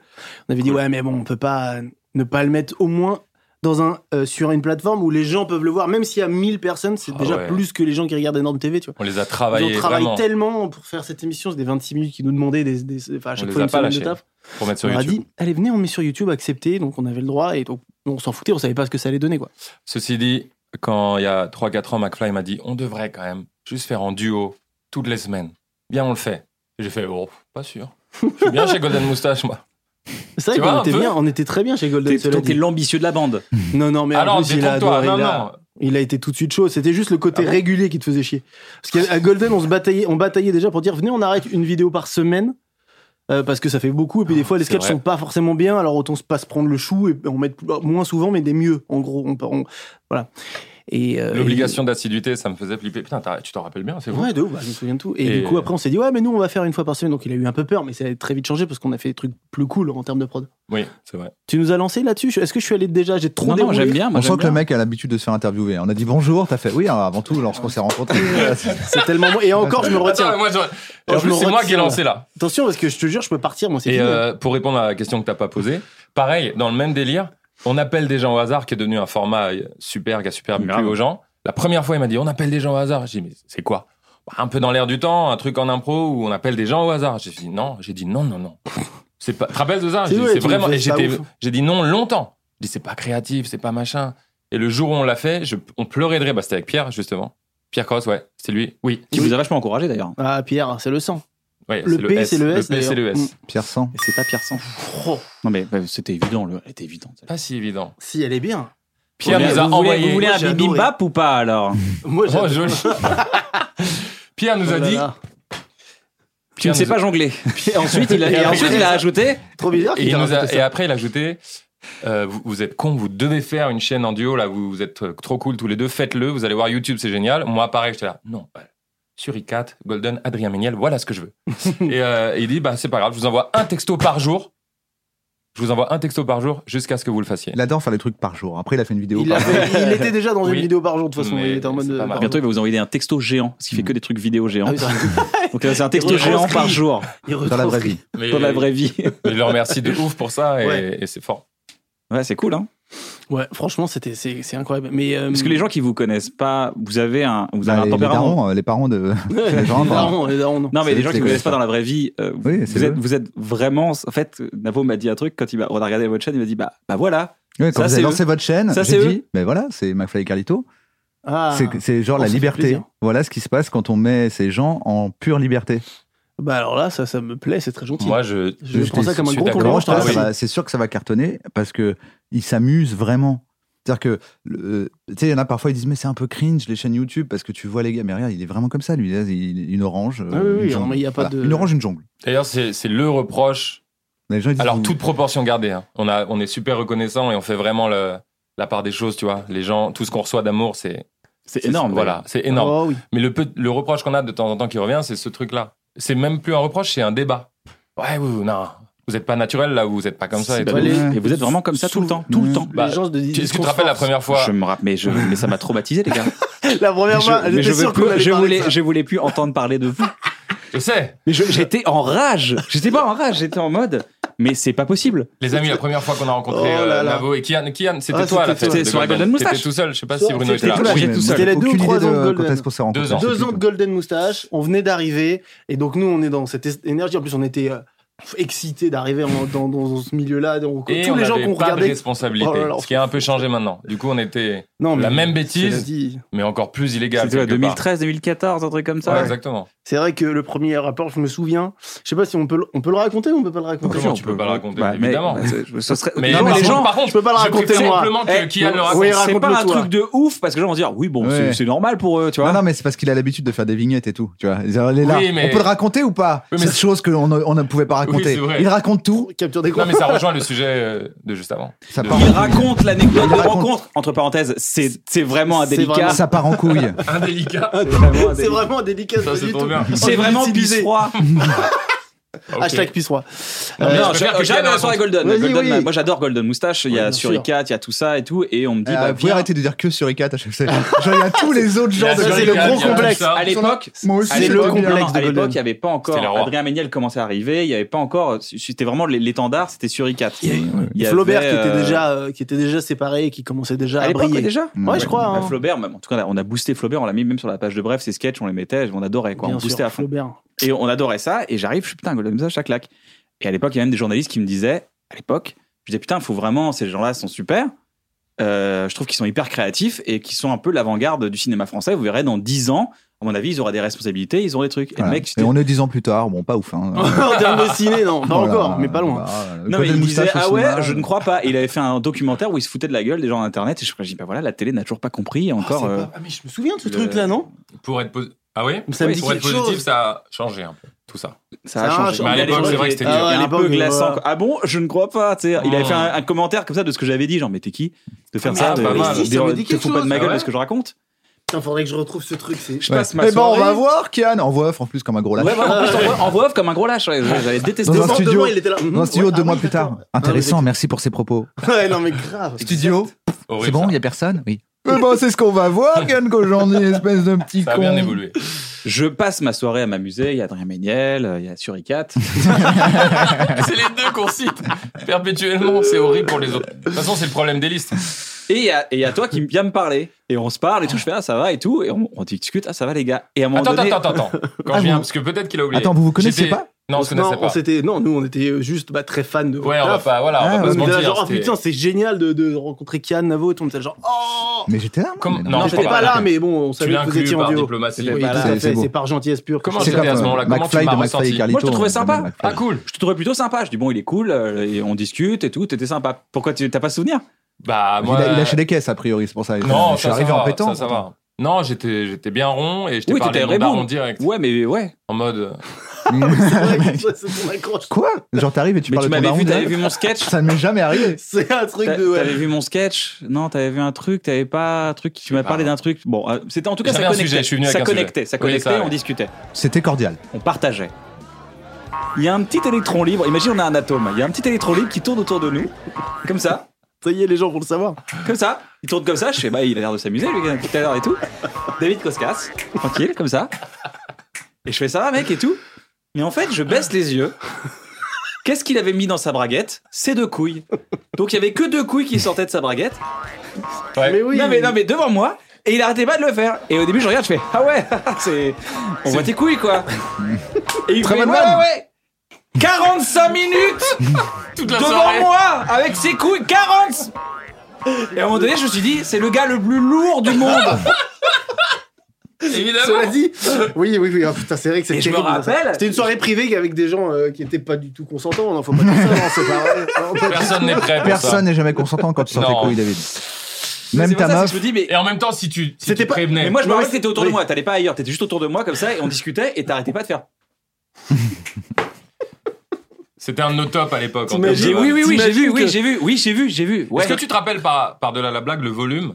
Speaker 3: On avait dit, ouais, mais bon, on peut pas euh, ne pas le mettre au moins dans un, euh, sur une plateforme où les gens peuvent le voir, même s'il y a 1000 personnes, c'est
Speaker 5: Ah
Speaker 3: déjà
Speaker 5: ouais.
Speaker 3: plus que les gens qui regardent Enorme TV, tu vois.
Speaker 5: On les a
Speaker 3: Ils ont
Speaker 5: travaillés
Speaker 3: travaillé
Speaker 5: vraiment
Speaker 3: tellement pour faire cette émission, c'est des 26 minutes qui nous demandaient des, des- enfin, à chaque
Speaker 5: les
Speaker 3: fois
Speaker 5: a
Speaker 3: une
Speaker 5: pas
Speaker 3: semaine de
Speaker 5: lâchés.
Speaker 3: taf
Speaker 5: pour mettre sur
Speaker 3: on a
Speaker 5: YouTube.
Speaker 3: dit, allez, venez, on met sur YouTube, acceptez. Donc, on avait le droit et donc, on s'en foutait, on savait pas ce que ça allait donner, quoi.
Speaker 5: Ceci dit, quand il y a 3-4 ans, McFly m'a dit on devrait quand même juste faire en duo toutes les semaines. Bien, on le fait. Et j'ai fait oh, pas sûr. Je suis bien chez Golden Moustache, moi.
Speaker 3: C'est vrai
Speaker 5: Tu vois,
Speaker 3: qu'on
Speaker 5: un
Speaker 3: était
Speaker 5: peu
Speaker 3: bien, on était très bien chez Golden
Speaker 2: T'es-
Speaker 3: cela
Speaker 2: Toi, t'es
Speaker 3: dit.
Speaker 2: l'ambitieux de la bande.
Speaker 3: Non, non, mais en
Speaker 5: Alors,
Speaker 3: plus, il a
Speaker 5: détrompe-toi.
Speaker 3: adoré,
Speaker 5: Non,
Speaker 3: il, a,
Speaker 5: non.
Speaker 3: il a été tout de suite chaud. C'était juste le côté
Speaker 5: Ah bon
Speaker 3: régulier qui te faisait chier. Parce qu'à à Golden, on se bataillait, on bataillait déjà pour dire venez, on arrête une vidéo par semaine. euh, parce que ça fait beaucoup. Et puis des fois, les
Speaker 5: Ah, c'est
Speaker 3: sketchs
Speaker 5: vrai.
Speaker 3: sont pas forcément bien. Alors autant se pas se prendre le chou et on met moins souvent, mais des mieux. En gros, on, on- voilà. Et euh,
Speaker 5: L'obligation d'assiduité, ça me faisait flipper. Putain, t'as- tu t'en rappelles bien, c'est vous
Speaker 3: Ouais, de ouf, bah, je me souviens de tout. Et,
Speaker 5: Et-
Speaker 3: du coup, après, on s'est dit, ouais, mais nous, on va faire une fois par semaine. Donc, il a eu un peu peur, mais ça a très vite changé parce qu'on a fait des trucs plus cool en termes de prod.
Speaker 5: Oui, c'est vrai.
Speaker 3: Tu nous as lancé là-dessus Je- Est-ce que je suis allé déjà J'ai trop
Speaker 7: Non, non,
Speaker 3: déroulé.
Speaker 7: j'aime bien. Moi,
Speaker 4: On sent
Speaker 7: j'aime
Speaker 4: que le
Speaker 7: bien.
Speaker 4: mec a l'habitude de se faire interviewer. On a dit bonjour, t'as fait oui, alors avant tout, lorsqu'on
Speaker 3: (laughs)
Speaker 4: s'est rencontrés. euh, c'est-
Speaker 3: (laughs) C'est tellement bon. Et encore, je me retiens. Oh,
Speaker 5: Attends, mais moi, je- En
Speaker 3: je
Speaker 5: plus,
Speaker 3: me
Speaker 5: c'est moi qui ai
Speaker 3: retiens,
Speaker 5: lancé là.
Speaker 3: Attention, parce que je te jure, je peux partir, moi, c'est
Speaker 5: Et
Speaker 3: fini. hein.
Speaker 5: euh, pour répondre à la question que t'as pas posée, pareil, dans le même délire, on appelle des gens au hasard, qui est devenu un format euh, super, qui a super plu
Speaker 2: Grave.
Speaker 5: aux gens. La première fois, il m'a dit, on appelle des gens au hasard. J'ai dit, mais c'est quoi Bah, Un peu dans l'air du temps, un truc en impro où on appelle des gens au hasard. J'ai dit, non, j'ai dit, non, non, non. C'est pas. Tu te rappelles de ça
Speaker 3: C'est
Speaker 5: J'ai dit,
Speaker 3: vrai,
Speaker 5: C'est
Speaker 3: tu
Speaker 5: vraiment.
Speaker 3: me
Speaker 5: Et
Speaker 3: disais, c'est
Speaker 5: j'étais-
Speaker 3: pas ouf.
Speaker 5: j'ai dit non longtemps. J'ai dit, c'est pas créatif, c'est pas machin. Et le jour où on l'a fait, je- on pleurait de rire. Bah, c'était avec Pierre, justement. Pierre Cross, ouais, c'est lui. Oui.
Speaker 2: Qui vous a vachement encouragé d'ailleurs.
Speaker 3: Ah, Pierre, c'est le sang.
Speaker 5: Ouais,
Speaker 3: Le P, c'est le S,
Speaker 5: Le P, c'est le
Speaker 3: d'ailleurs.
Speaker 5: S.
Speaker 4: Pierre Sang.
Speaker 2: Et c'est pas Pierre Sans. Non mais bah, c'était évident, le... elle était évidente.
Speaker 5: Pas si évident.
Speaker 3: Si, elle est bien.
Speaker 5: Pierre
Speaker 2: Vous
Speaker 5: nous
Speaker 2: voulez-
Speaker 5: a
Speaker 2: vous voulez-
Speaker 5: envoyé.
Speaker 2: Vous voulez
Speaker 3: Moi,
Speaker 2: un
Speaker 3: j'ai adoré.
Speaker 2: bibimbap ou pas alors
Speaker 3: Moi,
Speaker 5: Oh,
Speaker 3: j'adore.
Speaker 5: joli. (laughs) Pierre nous
Speaker 3: Oh
Speaker 5: a
Speaker 3: là
Speaker 5: dit.
Speaker 3: là.
Speaker 2: Tu ne
Speaker 5: Pierre
Speaker 2: sais
Speaker 5: nous a-
Speaker 2: pas (laughs) jongler. Et ensuite, il a,
Speaker 3: Et
Speaker 2: et ensuite,
Speaker 3: après,
Speaker 2: il a
Speaker 3: ça-
Speaker 2: ajouté.
Speaker 3: Trop bizarre qu'il
Speaker 5: Et, il
Speaker 3: t'a
Speaker 5: nous a-
Speaker 3: raconté
Speaker 5: et
Speaker 3: ça.
Speaker 5: après, il a ajouté. euh, vous, vous êtes cons, vous devez faire une chaîne en duo là. Vous, vous êtes euh, trop cool tous les deux. Faites-le. Vous allez voir YouTube, c'est génial. Moi, pareil, j'étais là. Non. ouais. Sur ICAT, Golden, Adrien Méniel, voilà ce que je veux. et euh, il dit bah c'est pas grave. Je vous envoie un texto par jour. Je vous envoie un texto par jour jusqu'à ce que vous le fassiez.
Speaker 4: Il adore faire les trucs par jour. Après, il a fait une vidéo.
Speaker 3: Il,
Speaker 4: par jour.
Speaker 3: avait-
Speaker 5: (laughs)
Speaker 3: il était déjà dans une
Speaker 5: Oui.
Speaker 3: vidéo par jour, de toute façon.
Speaker 5: Mais
Speaker 3: il était en mode.
Speaker 5: c'est pas mal.
Speaker 3: par jour.
Speaker 2: Bientôt, il va vous envoyer un texto géant, parce qu'il fait que des trucs vidéo
Speaker 3: Ah
Speaker 2: géants.
Speaker 3: oui, c'est vrai.
Speaker 2: Donc euh, c'est un texto
Speaker 3: Il
Speaker 2: géant
Speaker 3: retranscrit.
Speaker 2: par jour
Speaker 3: Il
Speaker 4: Dans la vraie
Speaker 3: retranscrit.
Speaker 4: vie.
Speaker 5: Mais
Speaker 2: dans la vraie vie. (laughs)
Speaker 5: mais je le remercie de ouf pour ça et,
Speaker 3: Ouais.
Speaker 5: et c'est fort.
Speaker 2: Ouais, c'est cool. Hein
Speaker 3: Ouais, franchement, c'était, c'est, c'est incroyable. Mais, euh,
Speaker 2: parce que les gens qui vous connaissent pas, vous avez un, vous
Speaker 4: Bah,
Speaker 2: avez un
Speaker 4: les, les
Speaker 2: tempérament.
Speaker 4: darons, euh, les parents de.
Speaker 3: (laughs) les
Speaker 4: gens, non.
Speaker 3: darons, les darons, non.
Speaker 2: Non, mais
Speaker 4: C'est-
Speaker 2: les gens
Speaker 4: c'est
Speaker 2: qui ne
Speaker 4: quoi,
Speaker 2: connaissent pas
Speaker 4: ça
Speaker 2: dans la vraie vie, euh,
Speaker 4: Oui, c'est
Speaker 2: vous, êtes,
Speaker 4: vrai.
Speaker 2: vous êtes vraiment. En fait, Navo m'a dit un truc quand il m'a on a regardé votre chaîne, il m'a dit Bah, bah voilà,
Speaker 4: Ouais, quand
Speaker 2: Ça,
Speaker 4: vous
Speaker 2: c'est
Speaker 4: avez lancé votre chaîne,
Speaker 2: Ça,
Speaker 4: j'ai
Speaker 2: c'est
Speaker 4: dit, mais voilà, c'est McFly et Carlito.
Speaker 3: Ah.
Speaker 4: C'est- c'est genre
Speaker 3: Oh,
Speaker 4: la
Speaker 3: ça fait
Speaker 4: liberté.
Speaker 3: plaisir.
Speaker 4: Voilà ce qui se passe quand on met ces gens en pure liberté.
Speaker 3: Bah alors là, ça, ça me plaît, c'est très gentil.
Speaker 5: Moi, je
Speaker 3: je
Speaker 4: je
Speaker 3: prends ça
Speaker 4: suis Ah
Speaker 3: comme un gros
Speaker 5: d'accord.
Speaker 3: compliment. Je te
Speaker 4: Ça, ça
Speaker 5: oui.
Speaker 3: remercie.
Speaker 4: va- c'est sûr que ça va cartonner parce que ils s'amusent vraiment. C'est-à-dire que, le- tu sais, il y en a parfois, ils disent, mais c'est un peu cringe les chaînes YouTube parce que tu vois les gars, mais regarde, il est vraiment comme ça, lui. Là, il- une orange.
Speaker 3: Ah
Speaker 4: euh,
Speaker 3: oui, oui,
Speaker 4: une jungle.
Speaker 3: mais il y a pas
Speaker 4: Voilà.
Speaker 3: de-
Speaker 4: Une orange, une jungle.
Speaker 5: d'ailleurs c'est c'est le reproche
Speaker 4: Les gens, ils disent,
Speaker 5: Alors,
Speaker 4: vous-
Speaker 5: toute proportion gardée. hein. On, a, on est super reconnaissant et on fait vraiment le- la part des choses, tu vois. Les gens, tout ce qu'on reçoit d'amour, c'est
Speaker 2: c'est
Speaker 5: c'est-
Speaker 2: énorme.
Speaker 5: Voilà, c'est énorme.
Speaker 3: Oh oui.
Speaker 5: Mais le, peu- le reproche qu'on a de temps en temps qui revient, c'est ce truc-là. C'est même plus un reproche, c'est un débat. Ouais, vous, non, vous n'êtes pas naturel là, vous n'êtes pas comme ça.
Speaker 2: C'est
Speaker 5: et
Speaker 2: bah
Speaker 5: tout.
Speaker 2: oui.
Speaker 4: Ouais.
Speaker 2: Et vous êtes vraiment comme ça tout le temps, tout le
Speaker 4: Ouais.
Speaker 2: temps.
Speaker 5: Bah,
Speaker 3: les gens se disent.
Speaker 5: Tu- Est-ce que tu te rappelles la première fois
Speaker 2: Je me rappelle, mais, je- mais ça m'a traumatisé, les gars.
Speaker 3: (laughs) La première
Speaker 2: je,
Speaker 3: fois,
Speaker 2: mais je
Speaker 3: bah, j'étais
Speaker 2: veux
Speaker 3: sûr
Speaker 2: plus-
Speaker 3: qu'on allait
Speaker 2: je
Speaker 3: parler de
Speaker 2: voulais,
Speaker 3: ça.
Speaker 2: je voulais plus entendre parler de vous.
Speaker 5: Je sais,
Speaker 2: Mais je- j'étais en rage. J'étais pas en rage, j'étais en mode. Mais c'est pas possible.
Speaker 5: les amis, la première fois qu'on a rencontré
Speaker 3: Oh là là.
Speaker 5: euh, Navo et Kian, Kian c'était
Speaker 3: Ah,
Speaker 5: toi à la
Speaker 3: c'était
Speaker 5: fête.
Speaker 3: toi.
Speaker 5: de
Speaker 2: Sur la Golden Moustache.
Speaker 5: T'étais tout seul, je sais pas
Speaker 3: Toi,
Speaker 5: si Bruno
Speaker 3: c'était
Speaker 5: était là.
Speaker 2: tout seul.
Speaker 4: Oui,
Speaker 2: j'étais
Speaker 4: mais
Speaker 2: tout
Speaker 4: vous
Speaker 2: seul.
Speaker 4: avez
Speaker 3: C'était les deux ou
Speaker 4: aucune
Speaker 3: trois
Speaker 4: idée
Speaker 3: ans
Speaker 4: de
Speaker 3: de Golden.
Speaker 4: Quand est-ce qu'on s'est rencontrés
Speaker 5: Deux ans.
Speaker 4: je sais
Speaker 3: Deux
Speaker 4: plus.
Speaker 3: ans de Golden Moustache, on venait d'arriver, et donc nous, on est dans cette es- énergie. En plus, on était euh, excités d'arriver en- dans, dans ce milieu-là. donc,
Speaker 5: Et
Speaker 3: tous
Speaker 5: on
Speaker 3: les gens
Speaker 5: n'avait
Speaker 3: qu'on
Speaker 5: pas de
Speaker 3: regardait.
Speaker 5: responsabilité,
Speaker 3: Oh là là, on
Speaker 5: ce qui a un peu changé maintenant. Du coup, on était,
Speaker 3: Non,
Speaker 5: la même
Speaker 3: cela
Speaker 5: bêtise.
Speaker 3: dit,
Speaker 5: mais encore plus illégal.
Speaker 2: C'était quoi,
Speaker 5: quelque part.
Speaker 2: 2013, 2014, un truc comme
Speaker 5: Ouais,
Speaker 2: ça.
Speaker 5: exactement.
Speaker 3: C'est vrai que le premier rapport, je me souviens. Je sais pas si on peut, le- on peut le raconter ou on peut pas le raconter.
Speaker 5: Comment tu peux pas le raconter,
Speaker 2: mais-
Speaker 5: évidemment.
Speaker 2: c'est- ce serait-
Speaker 5: Mais,
Speaker 2: non, mais
Speaker 5: par
Speaker 2: les
Speaker 5: contre-
Speaker 2: gens.
Speaker 5: par contre,
Speaker 3: je peux pas le
Speaker 5: je
Speaker 3: raconter,
Speaker 5: préfère
Speaker 3: moi.
Speaker 5: simplement
Speaker 2: Eh,
Speaker 5: que Kian le
Speaker 3: oui,
Speaker 5: raconte.
Speaker 3: oui,
Speaker 2: c'est
Speaker 3: raconte-le,
Speaker 2: pas un
Speaker 3: toi.
Speaker 2: truc de ouf parce que les gens vont dire oui bon c'est-
Speaker 4: Ouais.
Speaker 2: c'est normal pour eux tu vois
Speaker 4: Non, non, mais c'est parce qu'il a l'habitude de faire des vignettes et tout. Tu vois, Ils disent, elle est là.
Speaker 5: Oui, mais-
Speaker 4: On peut le raconter ou pas
Speaker 5: Oui, mais
Speaker 4: Cette
Speaker 5: c'est-
Speaker 4: chose qu'on ne- on ne pouvait pas raconter.
Speaker 5: c'est vrai.
Speaker 4: il raconte tout.
Speaker 3: Capture des
Speaker 5: Non,
Speaker 3: comptes.
Speaker 5: mais ça rejoint le sujet euh, de
Speaker 3: (laughs)
Speaker 5: juste avant.
Speaker 4: Ça
Speaker 5: De-
Speaker 4: part,
Speaker 2: il raconte l'anecdote
Speaker 4: Il
Speaker 2: de
Speaker 4: raconte.
Speaker 2: rencontre entre parenthèses c'est c'est vraiment un
Speaker 3: C'est
Speaker 2: délicat
Speaker 1: Ah.
Speaker 3: vraiment-
Speaker 4: ça part en couille.
Speaker 5: Indélicat.
Speaker 3: C'est vraiment délicat.
Speaker 5: Ça,
Speaker 3: pas
Speaker 5: c'est
Speaker 3: du
Speaker 5: trop
Speaker 3: tout. (laughs)
Speaker 5: bien.
Speaker 3: Oh, je
Speaker 2: c'est
Speaker 3: vais
Speaker 2: vraiment
Speaker 3: l'utiliser.
Speaker 2: pisse froid
Speaker 5: Ok.
Speaker 3: Hashtag Pissois.
Speaker 5: Non, mais
Speaker 2: non,
Speaker 5: je
Speaker 2: je-
Speaker 5: préfère que
Speaker 2: j'arrive
Speaker 5: Ken
Speaker 2: à la soirée
Speaker 5: raconte.
Speaker 2: Golden.
Speaker 3: Vas-y,
Speaker 2: Golden,
Speaker 3: oui.
Speaker 2: bah, Moi, j'adore Golden Moustache. Il y
Speaker 3: Ouais,
Speaker 2: a
Speaker 3: bien
Speaker 2: Suricat, il y a tout ça et tout. Et on me dit,
Speaker 4: Euh,
Speaker 2: bah,
Speaker 4: vous pouvez
Speaker 2: viens.
Speaker 4: arrêter de dire que sur ICAT, HFC. Genre, il y a tous les autres genres
Speaker 5: Il y
Speaker 4: de
Speaker 5: a
Speaker 3: ça, c'est
Speaker 4: gens.
Speaker 3: le
Speaker 5: Zodiac,
Speaker 3: gros
Speaker 5: il y a tout
Speaker 3: complexe.
Speaker 5: ça.
Speaker 2: à l'époque,
Speaker 4: Moi aussi,
Speaker 2: à
Speaker 3: C'est
Speaker 4: j'ai
Speaker 3: le
Speaker 4: pas
Speaker 2: l'époque,
Speaker 4: bien.
Speaker 3: complexe
Speaker 2: non,
Speaker 3: de
Speaker 2: hein. à l'époque,
Speaker 3: Golden.
Speaker 2: il n'y avait pas
Speaker 5: C'était le
Speaker 2: encore
Speaker 5: roi.
Speaker 2: Adrien Méniel commençait à arriver. Il n'y avait pas encore. C'était vraiment les- les tendards. C'était Suricat. Il y avait,
Speaker 3: Flaubert qui était
Speaker 2: euh,
Speaker 3: déjà, euh, qui était déjà séparé, et qui commençait déjà à,
Speaker 2: à l'époque
Speaker 3: briller.
Speaker 2: ouais, déjà.
Speaker 3: Ouais, je crois.
Speaker 2: Bah,
Speaker 3: hein.
Speaker 2: Flaubert, même, en tout cas, on a boosté Flaubert, on l'a mis même sur la page de Bref, ses sketchs, on les mettait, on adorait quoi,
Speaker 3: Bien
Speaker 2: on
Speaker 3: sûr,
Speaker 2: boostait à fond.
Speaker 3: Flaubert.
Speaker 2: Et on adorait ça, et j'arrive, je suis putain, Golden Moustache, ça claque. Et à l'époque, il y a même des journalistes qui me disaient, à l'époque, je disais putain, faut vraiment, ces gens-là sont super. Euh, je trouve qu'ils sont hyper créatifs et qu'ils sont un peu l'avant-garde du cinéma français. Vous verrez, dans 10 ans, à mon avis, ils auront des responsabilités, ils auront des trucs. Et
Speaker 4: Voilà.
Speaker 2: le mec,
Speaker 4: Et
Speaker 2: j'étais-
Speaker 4: on est dix ans plus tard, bon, pas ouf. Hein.
Speaker 3: en termes de ciné, non, (laughs) pas
Speaker 4: Voilà.
Speaker 3: encore, mais pas loin.
Speaker 4: Bah, le
Speaker 2: Non, mais
Speaker 4: Golden
Speaker 2: il me disait,
Speaker 4: Moustache au
Speaker 2: ah ouais,
Speaker 4: cinéma,
Speaker 2: je ne crois pas. Et il avait fait un documentaire où il se foutait de la gueule des gens à Internet. Et je me dis, bah voilà, la télé n'a toujours pas compris. et
Speaker 3: Oh,
Speaker 2: Encore,
Speaker 3: c'est
Speaker 2: euh,
Speaker 3: pas- Ah, mais je me souviens de ce
Speaker 5: le-
Speaker 3: truc-là, non
Speaker 5: Pour être pos- Ah oui
Speaker 3: Ça me
Speaker 5: Oui,
Speaker 3: dit
Speaker 5: Pour être
Speaker 3: quelque
Speaker 5: positif,
Speaker 3: chose.
Speaker 5: ça a changé un peu, tout ça.
Speaker 3: Ça a changé.
Speaker 5: Mais à
Speaker 2: Il y a
Speaker 5: l'époque,
Speaker 2: des
Speaker 5: c'est vrai
Speaker 2: gens
Speaker 5: que
Speaker 2: qui
Speaker 5: c'était
Speaker 3: étaient-
Speaker 5: dur.
Speaker 3: Ah, à
Speaker 2: Il est un
Speaker 3: l'époque,
Speaker 2: peu
Speaker 3: mais
Speaker 2: glaçant.
Speaker 3: voilà.
Speaker 2: quoi. Ah bon, je ne crois pas. tu sais. Il avait
Speaker 5: Mm.
Speaker 2: fait un, un commentaire comme ça de ce que j'avais dit. Genre, mais t'es qui de faire
Speaker 5: Ah,
Speaker 2: ça
Speaker 5: mais
Speaker 2: de,
Speaker 5: pas mal.
Speaker 2: de-
Speaker 6: Si, ça me
Speaker 2: de-
Speaker 6: dit
Speaker 2: Te
Speaker 6: quelque
Speaker 2: fous pas de
Speaker 6: chose.
Speaker 2: ma
Speaker 5: Ah
Speaker 2: gueule
Speaker 5: ouais
Speaker 2: de ce que je raconte.
Speaker 6: Putain, faudrait que je retrouve ce truc. C'est.
Speaker 2: Je
Speaker 4: Ouais.
Speaker 2: passe ma
Speaker 4: Eh ben, on
Speaker 2: soirée.
Speaker 4: va voir, Kian. On voit, en plus, comme un gros lâche.
Speaker 2: Ouais, voilà, en plus, en voix- en voix off comme un gros lâche. ouais, J'allais détester
Speaker 4: Dans un
Speaker 2: ça.
Speaker 4: studio.
Speaker 3: il était là.
Speaker 4: Dans un studio,
Speaker 3: Ouais,
Speaker 4: deux
Speaker 3: ah
Speaker 4: mois
Speaker 3: oui,
Speaker 4: plus tard.
Speaker 3: d'accord.
Speaker 4: Intéressant, merci pour ces propos.
Speaker 3: Ouais, non, mais grave.
Speaker 4: Studio, c'est
Speaker 5: Horrible,
Speaker 4: bon,
Speaker 5: ça.
Speaker 4: il n'y a personne Oui. Eh ben, c'est ce qu'on va voir, Kian, qu'aujourd'hui, espèce de petit
Speaker 5: Ça a
Speaker 4: con.
Speaker 5: bien évolué.
Speaker 2: (laughs) Je passe ma soirée à m'amuser. Il y a Adrien Méniel, euh, il y a Suricat.
Speaker 5: c'est les deux qu'on cite perpétuellement. C'est horrible pour les autres. De toute façon, c'est le problème des listes.
Speaker 2: Et il y a- et il y a toi qui viens me parler. Et on se parle et tout. Je fais, ah, ça va et tout. Et on, on discute, ah, ça va les gars. Et à un moment
Speaker 5: Attends,
Speaker 2: donné.
Speaker 5: attends, attends, attends. Quand
Speaker 4: Ah,
Speaker 5: je viens,
Speaker 4: vous-
Speaker 5: parce que peut-être qu'il a oublié.
Speaker 4: Attends, vous vous connaissez
Speaker 5: J'étais-
Speaker 4: pas
Speaker 5: Non, on se connaissait
Speaker 3: non, on
Speaker 5: pas.
Speaker 3: s'était, non, nous on était juste bah, très fans de.
Speaker 5: Ouais, on va
Speaker 3: Olaf.
Speaker 5: pas, voilà, on
Speaker 4: Ah,
Speaker 5: va
Speaker 3: On
Speaker 5: pas se
Speaker 3: était là,
Speaker 5: mentir.
Speaker 3: genre, ah,
Speaker 5: c'était-
Speaker 3: putain, c'est génial de, de rencontrer Kian, Navo et tout. On était là, genre, oh
Speaker 4: Mais j'étais là, moi.
Speaker 5: Comme-
Speaker 4: mais
Speaker 5: non,
Speaker 3: Non,
Speaker 5: j'étais
Speaker 3: j'étais
Speaker 5: pas
Speaker 3: pas
Speaker 5: là.
Speaker 3: là, mais bon, on
Speaker 5: Tu
Speaker 3: savait que vous
Speaker 5: l'inclus
Speaker 3: étiez en
Speaker 5: par
Speaker 3: duo.
Speaker 5: diplomatie.
Speaker 3: Oui, tout
Speaker 4: là.
Speaker 3: à
Speaker 4: C'est- c'est
Speaker 3: fait,
Speaker 4: beau.
Speaker 3: c'est par gentillesse pure.
Speaker 5: Comment
Speaker 4: C'est
Speaker 5: j'étais
Speaker 4: comme
Speaker 5: à ce moment-là
Speaker 4: euh,
Speaker 5: Comment tu
Speaker 4: McFly
Speaker 5: m'as
Speaker 4: de McFly et
Speaker 5: ressenti
Speaker 4: Carlito.
Speaker 2: Moi, je te trouvais
Speaker 4: on
Speaker 2: sympa.
Speaker 4: s'appelle
Speaker 5: Ah
Speaker 4: McFly.
Speaker 5: cool.
Speaker 2: Je te trouvais plutôt sympa. Je dis, bon, il est cool, euh, et on discute et tout, t'étais sympa. Pourquoi tu t'as pas souvenir
Speaker 5: Bah
Speaker 4: Il
Speaker 5: moi.
Speaker 4: a- il lâchait des caisses, a priori, c'est pour ça.
Speaker 5: Non,
Speaker 4: je suis
Speaker 5: ça, ça
Speaker 4: arrivé
Speaker 5: va,
Speaker 4: en pétant.
Speaker 5: Ça, ça va. Non, j'étais j'étais bien rond et je t'ai
Speaker 2: Oui,
Speaker 5: parlé
Speaker 2: t'étais
Speaker 5: de
Speaker 2: Raymond.
Speaker 5: rond direct.
Speaker 2: Ouais, mais ouais.
Speaker 5: En mode.
Speaker 3: C'est vrai que toi, c'est ton accroche.
Speaker 4: (laughs) Quoi Genre, t'arrives et tu
Speaker 2: mais
Speaker 4: parles
Speaker 2: tu
Speaker 4: de ton
Speaker 2: m'avais
Speaker 4: daron
Speaker 2: vu, t'avais
Speaker 4: direct
Speaker 2: vu mon sketch. (laughs)
Speaker 4: Ça ne m'est jamais arrivé.
Speaker 3: C'est un truc
Speaker 2: T'a-
Speaker 3: de.
Speaker 2: T'avais
Speaker 3: Ouais.
Speaker 2: vu mon sketch Non, t'avais vu un truc, t'avais pas un truc. Tu m'as
Speaker 5: pas
Speaker 2: parlé
Speaker 5: grave.
Speaker 2: d'un truc. Bon, euh, c'était en tout cas ça
Speaker 5: J'avais un
Speaker 2: connectait.
Speaker 5: sujet, je suis venu avec
Speaker 2: ça,
Speaker 5: un sujet.
Speaker 2: connectait, ça
Speaker 5: Oui,
Speaker 2: connectait,
Speaker 5: ça, ouais.
Speaker 2: on discutait,
Speaker 4: C'était cordial.
Speaker 2: on partageait. Il y a un petit électron libre. Imagine, on a un atome. Il y a un petit électron libre qui tourne autour de nous, comme ça,
Speaker 3: Ça y est, les gens vont le savoir.
Speaker 2: comme ça. Il tourne comme ça. Je sais, bah, il a l'air de s'amuser lui depuis tout à l'heure et tout. David Koskas, tranquille, comme ça. Et je fais ça, va, mec, et tout. Mais en fait, je baisse les yeux. Qu'est-ce qu'il avait mis dans sa braguette Ses deux couilles. Donc il y avait que deux couilles qui sortaient de sa braguette.
Speaker 5: Ouais.
Speaker 3: Mais oui.
Speaker 2: Non mais, non mais devant moi et il arrêtait pas de le faire. Et au début je regarde, je fais ah ouais, (laughs) c'est on voit tes couilles quoi. et il
Speaker 4: Très
Speaker 2: fait ouais
Speaker 4: bonne
Speaker 2: ouais
Speaker 4: vanne.
Speaker 2: ouais. 45 minutes
Speaker 5: Toute la
Speaker 2: devant
Speaker 5: soirée.
Speaker 2: moi avec ses couilles 40. Et à un moment donné je me suis dit c'est le gars le plus lourd du
Speaker 3: Ah,
Speaker 2: monde.
Speaker 5: Évidemment.
Speaker 3: Cela dit, oui, oui, oui, ah, putain, c'est vrai que c'est
Speaker 2: Et je me
Speaker 3: terrible, ça.
Speaker 2: rappelle-
Speaker 3: C'était une soirée privée avec des gens euh, qui étaient pas du tout consentants. Non, faut pas dire ça, non, c'est pas vrai. Non, pas du
Speaker 5: Personne n'est prêt. pour ça.
Speaker 4: Personne n'est jamais consentant quand tu sors tes
Speaker 5: Non.
Speaker 4: couilles, David.
Speaker 2: C'est
Speaker 4: Même
Speaker 2: pour
Speaker 4: ta
Speaker 2: ça que
Speaker 4: meuf.
Speaker 2: Je me dis mais
Speaker 5: Et en même temps, si tu, si
Speaker 3: C'était
Speaker 5: tu
Speaker 3: pas-
Speaker 5: prévenais.
Speaker 2: mais moi je me
Speaker 3: Non, mais
Speaker 2: rappelle que t'étais autour
Speaker 3: oui.
Speaker 2: de moi, t'allais pas ailleurs, t'étais juste autour de moi comme ça et on discutait et t'arrêtais pas de faire.
Speaker 5: C'était un de nos top à l'époque. en
Speaker 3: T'imagines-
Speaker 5: termes
Speaker 2: J'ai oui
Speaker 5: de-
Speaker 2: oui oui j'ai vu
Speaker 3: T'imagines
Speaker 2: oui
Speaker 3: que-
Speaker 2: j'ai vu oui j'ai vu j'ai vu. Ouais.
Speaker 5: Est-ce que tu te rappelles par, par-delà la blague le volume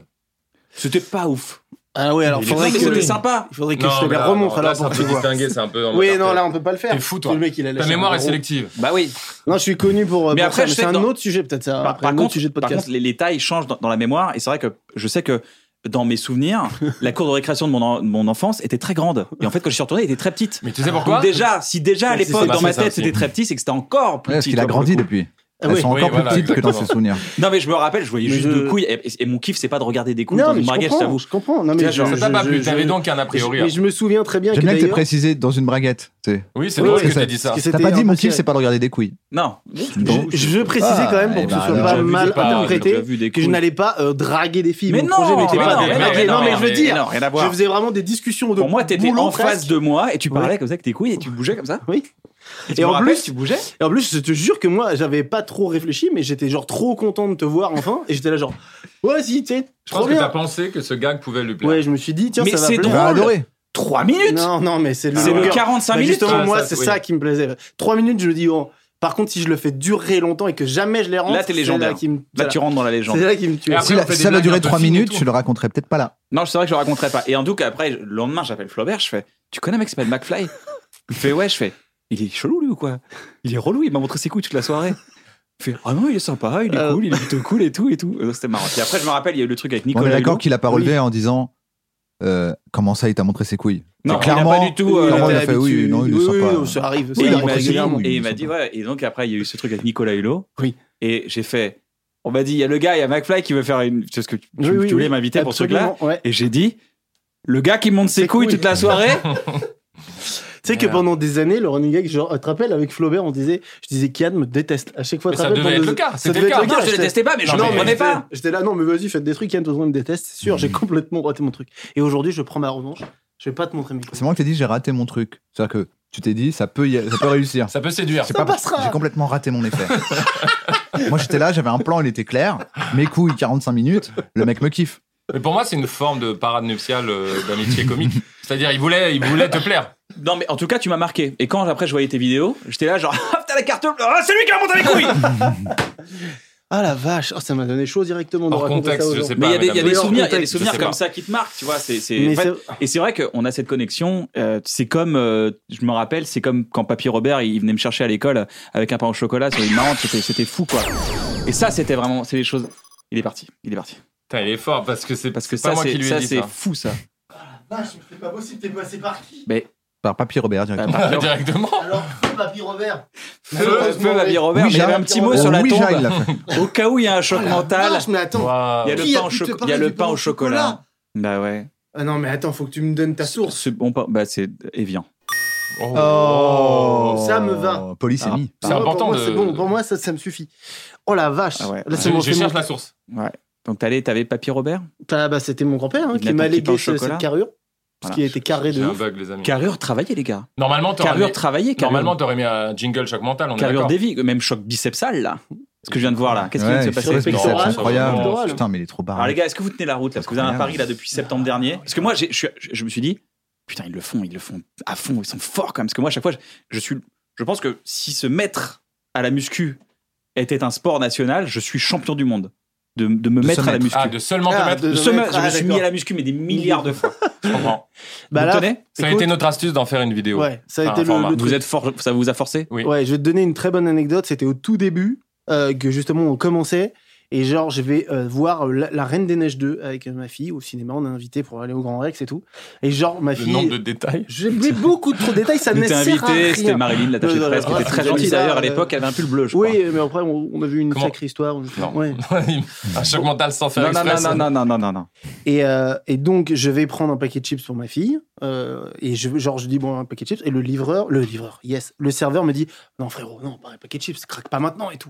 Speaker 2: C'était pas ouf.
Speaker 3: (laughs) Ah ouais, alors
Speaker 5: Il est
Speaker 2: Non,
Speaker 3: faudrait
Speaker 2: mais
Speaker 3: que
Speaker 2: c'était sympa.
Speaker 3: il faudrait que
Speaker 5: Non,
Speaker 3: je te
Speaker 5: mais
Speaker 3: la
Speaker 5: là,
Speaker 3: remontre
Speaker 5: non,
Speaker 3: alors
Speaker 5: là, c'est
Speaker 3: pour
Speaker 5: un
Speaker 3: que
Speaker 5: peu
Speaker 3: tu vois.
Speaker 5: distingué, c'est un peu. en
Speaker 3: Oui,
Speaker 5: mode
Speaker 3: non,
Speaker 5: cartel.
Speaker 3: là on peut pas le faire.
Speaker 5: T'es fou, toi.
Speaker 3: C'est Le mec, il a
Speaker 5: Ta
Speaker 3: lâché un
Speaker 5: mémoire est
Speaker 3: numéro.
Speaker 5: sélective.
Speaker 2: Bah oui.
Speaker 3: Non, je suis connu pour. euh,
Speaker 2: Mais
Speaker 3: pour
Speaker 2: après,
Speaker 3: ça,
Speaker 2: je sais
Speaker 3: c'est
Speaker 2: que
Speaker 3: un
Speaker 2: dans-
Speaker 3: autre sujet peut-être. ça,
Speaker 2: Par,
Speaker 3: après,
Speaker 2: par
Speaker 3: un autre
Speaker 2: contre,
Speaker 3: Ah, sujet de
Speaker 2: par
Speaker 3: podcast.
Speaker 2: contre, les, les tailles changent dans, dans la mémoire et c'est vrai que je sais que dans mes
Speaker 3: (laughs)
Speaker 2: souvenirs, la cour de récréation de mon, en- de mon enfance était très grande. Et en fait, quand je suis retourné, elle était très petite.
Speaker 5: Mais tu sais pourquoi
Speaker 2: Donc déjà, si déjà à
Speaker 3: Ouais, c'est
Speaker 2: l'époque
Speaker 3: ça,
Speaker 2: dans ma
Speaker 5: c'est ça
Speaker 2: tête
Speaker 5: aussi.
Speaker 2: c'était très petit, c'est que c'était encore plus
Speaker 4: Ouais, Parce
Speaker 2: petit.
Speaker 4: qu'il a
Speaker 2: quoi, pour
Speaker 4: grandi
Speaker 2: le coup.
Speaker 4: depuis.
Speaker 3: Ah
Speaker 4: Elles
Speaker 3: oui.
Speaker 4: sont
Speaker 5: Oui,
Speaker 4: encore plus
Speaker 5: voilà,
Speaker 4: petites que dans ses
Speaker 5: exactement.
Speaker 4: souvenirs.
Speaker 2: Non mais je me rappelle, je voyais
Speaker 3: Mais
Speaker 2: juste
Speaker 3: je-
Speaker 2: deux couilles et, et- et mon kiff c'est pas de regarder des couilles
Speaker 3: Non,
Speaker 2: dans
Speaker 3: mais
Speaker 2: une
Speaker 3: je
Speaker 2: braguette, je
Speaker 3: comprends,
Speaker 2: t'avoue.
Speaker 3: je comprends. Non, mais
Speaker 2: Tiens,
Speaker 3: je-
Speaker 2: genre,
Speaker 5: Ça t'a
Speaker 3: je-
Speaker 5: pas plu,
Speaker 3: je-
Speaker 5: t'avais
Speaker 3: je-
Speaker 5: donc un a priori.
Speaker 3: Mais je me souviens très bien que
Speaker 4: J'aime bien que t'aies
Speaker 3: d'ailleurs.
Speaker 4: précisé dans une braguette. tu sais.
Speaker 5: Oui, c'est
Speaker 3: Oui,
Speaker 5: drôle
Speaker 3: oui,
Speaker 5: que
Speaker 4: c'est-
Speaker 5: t'aies dit ça.
Speaker 3: parce que
Speaker 4: T'as
Speaker 3: c'était
Speaker 4: pas dit
Speaker 3: un
Speaker 4: mon
Speaker 3: petit-
Speaker 4: kiff, c'est pas de regarder des couilles.
Speaker 2: Non.
Speaker 3: Je, je veux préciser
Speaker 4: Ah,
Speaker 3: quand même pour
Speaker 4: eh
Speaker 3: que ce
Speaker 4: ben,
Speaker 3: soit
Speaker 4: alors,
Speaker 3: pas
Speaker 5: je
Speaker 3: mal
Speaker 5: dis pas,
Speaker 3: interprété
Speaker 2: j'ai vu des
Speaker 3: que je
Speaker 2: couilles.
Speaker 3: n'allais pas euh, draguer des filles.
Speaker 2: Mais
Speaker 3: Mon
Speaker 2: non,
Speaker 3: projet n'était
Speaker 2: mais
Speaker 3: pas
Speaker 2: non,
Speaker 3: de
Speaker 2: mais
Speaker 3: draguer.
Speaker 2: non,
Speaker 3: Non, mais je veux
Speaker 2: mais non,
Speaker 3: dire,
Speaker 2: rien à
Speaker 3: je
Speaker 2: voir.
Speaker 3: faisais vraiment des discussions de
Speaker 2: Pour moi, t'étais
Speaker 3: boulot
Speaker 2: en face
Speaker 3: presque.
Speaker 2: de moi et tu parlais
Speaker 3: Ouais.
Speaker 2: comme ça avec tes couilles et tu bougeais comme ça.
Speaker 3: Oui.
Speaker 2: Et,
Speaker 3: Et
Speaker 2: en
Speaker 3: en
Speaker 2: plus,
Speaker 3: plus-
Speaker 2: tu bougeais.
Speaker 3: Et en plus, je te jure que moi, j'avais pas trop réfléchi, mais j'étais genre trop content de te voir enfin. Et j'étais là genre, ouais, si, tu sais,
Speaker 5: Je
Speaker 3: trop
Speaker 5: pense que t'as
Speaker 3: bien.
Speaker 5: pensé que ce gag pouvait lui plaire.
Speaker 3: Ouais, je me suis dit, tiens,
Speaker 2: Mais
Speaker 3: ça va
Speaker 2: c'est
Speaker 4: Tu
Speaker 3: plaire. Bah,
Speaker 4: vas
Speaker 2: Drôle.
Speaker 4: adorer.
Speaker 2: Trois minutes.
Speaker 3: Non, non, mais c'est le
Speaker 2: C'est le
Speaker 3: longueur.
Speaker 2: 45
Speaker 3: Bah,
Speaker 2: minutes.
Speaker 3: Justement,
Speaker 5: Ah,
Speaker 3: moi,
Speaker 5: ça,
Speaker 3: c'est
Speaker 5: oui.
Speaker 3: ça qui me plaisait. Trois minutes, je me dis, bon, par contre, si je le fais durer longtemps et que jamais je les rentre,
Speaker 2: Là, t'es
Speaker 3: c'est
Speaker 2: légendaire.
Speaker 3: Là, qui me...
Speaker 2: Là, tu rentres dans la
Speaker 3: voilà.
Speaker 2: légende.
Speaker 3: C'est là qui me tue.
Speaker 5: Et après,
Speaker 4: Si
Speaker 5: on
Speaker 4: la-
Speaker 5: fait
Speaker 4: si
Speaker 5: des
Speaker 4: ça va
Speaker 5: blagues un
Speaker 4: durer
Speaker 5: peu
Speaker 4: 3
Speaker 5: fines et
Speaker 4: minutes,
Speaker 5: tout.
Speaker 4: tu le raconterais peut-être pas là.
Speaker 2: Non, c'est vrai que je le raconterai pas. Et en tout cas, après, le lendemain, j'appelle Flaubert, je fais Tu connais un mec qui s'appelle McFly Il fait Ouais, je fais Il est chelou, lui ou quoi Il est relou, il m'a montré ses couilles toute la soirée. Il fait Ah non, il est sympa, il est
Speaker 3: Euh.
Speaker 2: cool, il est plutôt cool et tout et tout. Donc, C'était marrant. Et après, je me rappelle, il y a eu le truc avec
Speaker 4: On est
Speaker 2: Nicolas.
Speaker 4: d'accord
Speaker 2: Hulot.
Speaker 4: qu'il a pas relevé en disant euh, comment ça il t'a montré ses couilles.
Speaker 2: Non,
Speaker 4: C'est
Speaker 2: il a
Speaker 4: clairement.
Speaker 2: pas du tout. euh,
Speaker 4: il a
Speaker 2: non,
Speaker 4: il a fait, oui,
Speaker 3: habitué.
Speaker 4: non, il est
Speaker 3: oui,
Speaker 4: sympa.
Speaker 3: oui, non, ça arrive. Ça
Speaker 2: Et il
Speaker 3: arrive
Speaker 2: m'a dit,
Speaker 3: régulièrement.
Speaker 2: et il
Speaker 4: il
Speaker 2: m'a
Speaker 4: est
Speaker 2: dit
Speaker 4: sympa.
Speaker 2: Ouais. Et donc, après, il y a eu ce truc avec Nicolas Hulot.
Speaker 3: Oui.
Speaker 2: Et j'ai fait On m'a dit Il y a le gars, il y a McFly qui veut faire une. Parce que tu,
Speaker 3: Oui,
Speaker 2: tu
Speaker 3: oui,
Speaker 2: voulais
Speaker 3: oui.
Speaker 2: m'inviter pour ce truc-là.
Speaker 3: Absolument, ouais.
Speaker 2: Et j'ai dit Le gars qui monte ses
Speaker 3: Ses
Speaker 2: couilles
Speaker 3: couilles.
Speaker 2: toute la soirée.
Speaker 3: Tu sais que pendant des années, le running gag, genre, tu te rappelles, avec Flaubert, on disait, je disais, Kian me déteste. À chaque fois,
Speaker 5: Mais
Speaker 3: tu te
Speaker 5: ça
Speaker 3: rappelles,
Speaker 5: devait
Speaker 3: pendant
Speaker 5: être
Speaker 3: des-
Speaker 5: le cas.
Speaker 3: ça
Speaker 5: C'était
Speaker 3: devait
Speaker 5: le
Speaker 3: être
Speaker 5: cas.
Speaker 3: le cas.
Speaker 2: Non, je le détestais pas, mais je
Speaker 5: Non,
Speaker 2: ne
Speaker 5: mais-
Speaker 2: comprenais
Speaker 3: j'étais-
Speaker 2: pas.
Speaker 3: J'étais là, non, mais vas-y, faites des trucs, Yann, tout le monde me déteste, c'est sûr, j'ai complètement raté mon truc. Et aujourd'hui, je prends ma revanche, je vais pas te montrer mes
Speaker 4: C'est moi qui t'ai dit j'ai raté mon truc. C'est-à-dire que tu t'es dit ça peut y- ça peut
Speaker 2: (laughs)
Speaker 4: réussir.
Speaker 5: Ça peut séduire.
Speaker 4: C'est
Speaker 3: Ça passera.
Speaker 4: J'ai complètement raté mon effet. (laughs) Moi j'étais là, j'avais un plan, il était clair. Mes couilles 45 minutes, le mec me kiffe.
Speaker 5: Mais pour moi, c'est une forme de parade nuptiale euh, d'amitié comique. C'est-à-dire, il voulait, il voulait te plaire.
Speaker 2: Non, mais en tout cas, tu m'as marqué. Et quand après je voyais tes vidéos, j'étais là genre, ah, putain, la carte bleue, ah, c'est lui qui m'a monté les couilles
Speaker 3: Ah la vache, oh, ça m'a donné chaud directement de
Speaker 5: Hors
Speaker 3: raconter
Speaker 5: contexte,
Speaker 3: ça aux
Speaker 5: je
Speaker 3: gens.
Speaker 5: sais pas.
Speaker 2: Mais il Bah, y a des, il y a
Speaker 5: mesdames
Speaker 2: des
Speaker 5: et
Speaker 3: hors
Speaker 2: souvenirs, il y a des
Speaker 3: contexte,
Speaker 2: souvenirs
Speaker 5: je sais
Speaker 2: comme
Speaker 5: pas.
Speaker 2: ça qui te marquent, tu vois. C'est, c'est-
Speaker 3: Mais
Speaker 2: en fait,
Speaker 3: c'est-
Speaker 2: et c'est vrai qu'on a cette connexion. euh, c'est comme, euh, je me rappelle, c'est comme quand Papy Robert il venait me chercher à l'école avec un pain au chocolat sur une marrante. C'était, c'était fou quoi. Et ça, c'était vraiment, c'est des choses. Il est parti, il est parti.
Speaker 5: Putain, il est fort parce
Speaker 2: (laughs)
Speaker 5: que c'est
Speaker 2: Parce que
Speaker 5: c'est pas
Speaker 2: ça,
Speaker 5: moi qui
Speaker 2: c'est,
Speaker 5: lui ai
Speaker 2: ça,
Speaker 5: dit
Speaker 2: c'est
Speaker 5: ça.
Speaker 2: fou
Speaker 5: (laughs)
Speaker 2: ça.
Speaker 6: Vache, mais c'est pas possible, t'es passé par qui
Speaker 4: Par papier Robert directement.
Speaker 2: Bah, Robert.
Speaker 5: Directement.
Speaker 6: Alors, feu, papy Robert
Speaker 2: Feu, feu, Papy Euh, Robert, Ah, mais
Speaker 4: Oui,
Speaker 2: il y avait
Speaker 4: Jacques.
Speaker 2: un petit mot
Speaker 6: Oh,
Speaker 2: sur la
Speaker 4: oui, Jacques, il
Speaker 2: tombe.
Speaker 4: l'a fait.
Speaker 2: Au cas où il y a un choc
Speaker 3: Ah,
Speaker 2: mental,
Speaker 6: Vache, mais attends
Speaker 5: Waouh.
Speaker 2: il y a
Speaker 6: Qui
Speaker 2: le
Speaker 6: a
Speaker 2: pain au
Speaker 6: pu te
Speaker 2: chocolat. Il y
Speaker 6: parler
Speaker 2: a le
Speaker 6: du
Speaker 2: pain au chocolat. Bah ouais.
Speaker 6: Ah non, mais attends, faut que tu me donnes ta source.
Speaker 2: Ce- bon pain- bah c'est Evian.
Speaker 5: Oh.
Speaker 2: Ah,
Speaker 3: Oh.
Speaker 6: Ça me va.
Speaker 4: Polysémie.
Speaker 3: Pour
Speaker 5: C'est
Speaker 3: moi,
Speaker 5: important
Speaker 3: pour moi,
Speaker 5: de-
Speaker 3: c'est bon, pour moi ça, ça me suffit. Oh la vache.
Speaker 2: Ah ouais.
Speaker 3: Là
Speaker 5: Je,
Speaker 3: c'est mon
Speaker 5: je
Speaker 3: c'est mon-
Speaker 5: cherche la source.
Speaker 2: Ouais. Donc t'allais, t'avais Papy Robert.
Speaker 3: Ah, bah, c'était mon grand-père hein,
Speaker 2: Il
Speaker 3: qui
Speaker 2: l'a
Speaker 3: m'a
Speaker 2: tapé
Speaker 3: légué
Speaker 2: par le
Speaker 3: ce-
Speaker 2: chocolat.
Speaker 3: cette carrure parce
Speaker 2: Voilà.
Speaker 3: qu'il était carré
Speaker 5: J'ai
Speaker 3: de
Speaker 5: un
Speaker 3: ouf.
Speaker 5: bug, les amis.
Speaker 2: Carrure travaillait les gars.
Speaker 5: Normalement, t'aurais
Speaker 2: Carrure
Speaker 5: mis,
Speaker 2: travaillait. carrure.
Speaker 5: normalement, t'aurais mis un jingle choc mental. On est
Speaker 2: Carrure
Speaker 5: d'accord. Ah,
Speaker 2: d'évi, même choc bicepsal là. Ce que je viens de voir là. Qu'est-ce qui
Speaker 4: Ouais,
Speaker 2: vient de se
Speaker 4: il fait
Speaker 2: passer
Speaker 4: des biceps,
Speaker 3: pectorales,
Speaker 4: incroyable.
Speaker 3: pectorales.
Speaker 4: Putain, mais il est trop barré.
Speaker 2: Alors les gars, est-ce que vous tenez la route là Parce que vous avez un pari là depuis septembre dernier. Parce que moi, j'ai- je, suis- je- je me suis dit, putain, ils le font, ils le font à fond, ils sont forts quand même. Parce que moi, à chaque fois, je, je suis, je pense que si se mettre à la muscu était un sport national, je suis champion du monde de, de me
Speaker 4: De se
Speaker 2: mettre à la
Speaker 4: mettre.
Speaker 2: muscu.
Speaker 5: Ah, de seulement
Speaker 3: Ah,
Speaker 5: te mettre.
Speaker 3: de-
Speaker 2: De se mettre, je
Speaker 3: Ah,
Speaker 2: me suis
Speaker 3: d'accord.
Speaker 2: mis à la muscu mais des milliards de fois.
Speaker 5: Je comprends.
Speaker 3: Bah
Speaker 2: vous
Speaker 3: là,
Speaker 2: tenez
Speaker 5: Ça a
Speaker 3: écoute,
Speaker 5: été notre astuce d'en faire une vidéo.
Speaker 3: Ouais, ça a
Speaker 5: Enfin,
Speaker 3: été
Speaker 5: un
Speaker 3: le-
Speaker 5: format.
Speaker 3: le,
Speaker 2: Ah, bah, Vous
Speaker 3: truc.
Speaker 2: êtes fort, ça vous a forcé
Speaker 5: Oui.
Speaker 3: Ouais, je vais te donner une très bonne anecdote. C'était au tout début euh, que justement on commençait. Et genre, je vais euh, voir la, la Reine des Neiges 2 avec euh, ma fille au cinéma. On est invité pour aller au Grand Rex et tout. Et genre, ma
Speaker 5: Le
Speaker 3: fille.
Speaker 5: nombre de détails.
Speaker 3: J'ai
Speaker 5: (laughs)
Speaker 3: mis beaucoup trop de détails, ça
Speaker 2: Nous
Speaker 3: ne
Speaker 2: t'es
Speaker 3: sert à rien.
Speaker 2: invité, c'était Marilyn, l'attachée
Speaker 3: Non,
Speaker 2: de
Speaker 3: non,
Speaker 2: presse, qui
Speaker 3: non,
Speaker 2: était
Speaker 3: non,
Speaker 2: très
Speaker 3: non,
Speaker 2: gentille
Speaker 3: non,
Speaker 2: d'ailleurs
Speaker 3: non,
Speaker 2: à l'époque,
Speaker 3: non.
Speaker 2: elle avait un pull bleu, je crois.
Speaker 3: Oui, mais après, on, on a vu une
Speaker 5: Comment
Speaker 3: sacrée histoire. je-
Speaker 5: Non.
Speaker 3: Ouais.
Speaker 5: un choc mental sans
Speaker 2: Non,
Speaker 5: faire
Speaker 2: non,
Speaker 5: exprès.
Speaker 2: non, non, non, non, non, non.
Speaker 3: Et, euh, et donc, je vais prendre un paquet de chips pour ma fille. euh, et je, genre, je dis, bon, un paquet de chips. Et le livreur, le livreur, yes, le serveur me dit, non, frérot, non, pas un paquet de chips, craque pas maintenant et tout.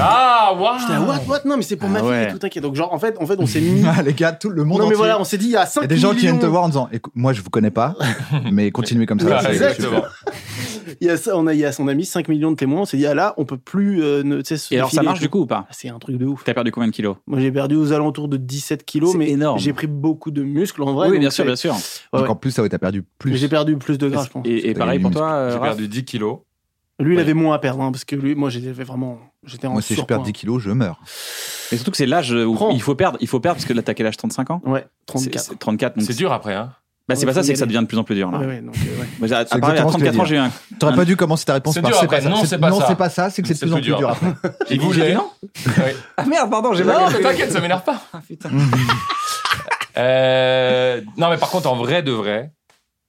Speaker 5: Ah, waouh.
Speaker 3: J'étais là, what, what, non, mais c'est pour
Speaker 2: Ah
Speaker 3: ma fille
Speaker 2: ouais.
Speaker 3: et tout, t'inquiète. Donc, genre, en fait, en fait on s'est
Speaker 4: (laughs)
Speaker 3: mis.
Speaker 4: Ah, les gars, tout le monde
Speaker 3: non, mais
Speaker 4: entier.
Speaker 3: voilà, on s'est dit, il y a 5
Speaker 4: Il y a des gens qui viennent te voir en disant Écoute, Moi, je vous connais pas, mais continuez comme ça.
Speaker 5: Ouais,
Speaker 4: c'est
Speaker 5: exactement.
Speaker 4: super.
Speaker 3: Il y a ça, on a, il y a, on a mis 5 millions de témoins. On s'est dit, ah là, on peut plus. euh, ne, tu sais, se
Speaker 2: Et alors ça
Speaker 3: défiler
Speaker 2: marche
Speaker 3: et
Speaker 2: du
Speaker 3: tout.
Speaker 2: coup ou pas
Speaker 3: Ah, C'est un truc de ouf.
Speaker 2: T'as perdu combien de kilos
Speaker 3: Moi, j'ai perdu aux alentours de 17 kilos,
Speaker 2: C'est
Speaker 3: mais
Speaker 2: énorme.
Speaker 3: j'ai pris beaucoup de muscles en vrai.
Speaker 2: Oui,
Speaker 3: donc
Speaker 2: bien sûr,
Speaker 3: c'est-
Speaker 2: bien sûr.
Speaker 3: Ouais,
Speaker 4: Donc
Speaker 3: ouais.
Speaker 4: en plus, ça ouais, t'as perdu plus.
Speaker 3: Mais J'ai perdu plus de gras, je pense.
Speaker 2: Et, et
Speaker 4: T'as
Speaker 2: pareil
Speaker 4: eu
Speaker 2: pour
Speaker 4: une
Speaker 2: toi, euh,
Speaker 5: J'ai
Speaker 2: Raph
Speaker 5: perdu 10 kilos.
Speaker 3: Lui, il
Speaker 5: Ouais.
Speaker 3: avait moins à perdre, hein, parce que lui, moi, j'étais vraiment. J'étais en
Speaker 4: Moi, si je
Speaker 3: surpoids.
Speaker 4: perds 10 kilos, je meurs.
Speaker 2: Mais surtout que c'est l'âge où
Speaker 3: Prends.
Speaker 2: il faut perdre, il faut perdre parce que là t'as quel âge 35 ans
Speaker 3: Ouais,
Speaker 2: C'est-
Speaker 3: 34.
Speaker 2: c'est 34, donc
Speaker 5: C'est dur après. Hein.
Speaker 2: Bah, c'est
Speaker 3: Ouais,
Speaker 2: pas ça,
Speaker 3: faut y
Speaker 2: c'est que ça
Speaker 3: aller.
Speaker 2: devient de plus en plus dur là.
Speaker 3: Ouais, ouais, donc, euh, ouais.
Speaker 2: Moi, j'ai- à,
Speaker 4: C'est
Speaker 2: pareil, à
Speaker 4: exactement ce que
Speaker 2: 34 ans,
Speaker 4: je
Speaker 2: j'ai eu un.
Speaker 4: T'aurais pas dû commencer ta réponse
Speaker 5: C'est
Speaker 4: par
Speaker 5: dur après.
Speaker 4: Ah. ça.
Speaker 5: Non, c'est pas
Speaker 4: non,
Speaker 5: ça.
Speaker 4: c'est pas ça, c'est que c'est de plus en plus dur après.
Speaker 5: Il
Speaker 2: dit- j'ai dit
Speaker 5: voulait.
Speaker 2: non
Speaker 5: Ouais.
Speaker 2: Ah merde, pardon, j'ai Ah,
Speaker 5: Non,
Speaker 2: pas
Speaker 5: mais t'inquiète, ça m'énerve pas. (laughs) Euh, non, mais par contre, en vrai de vrai,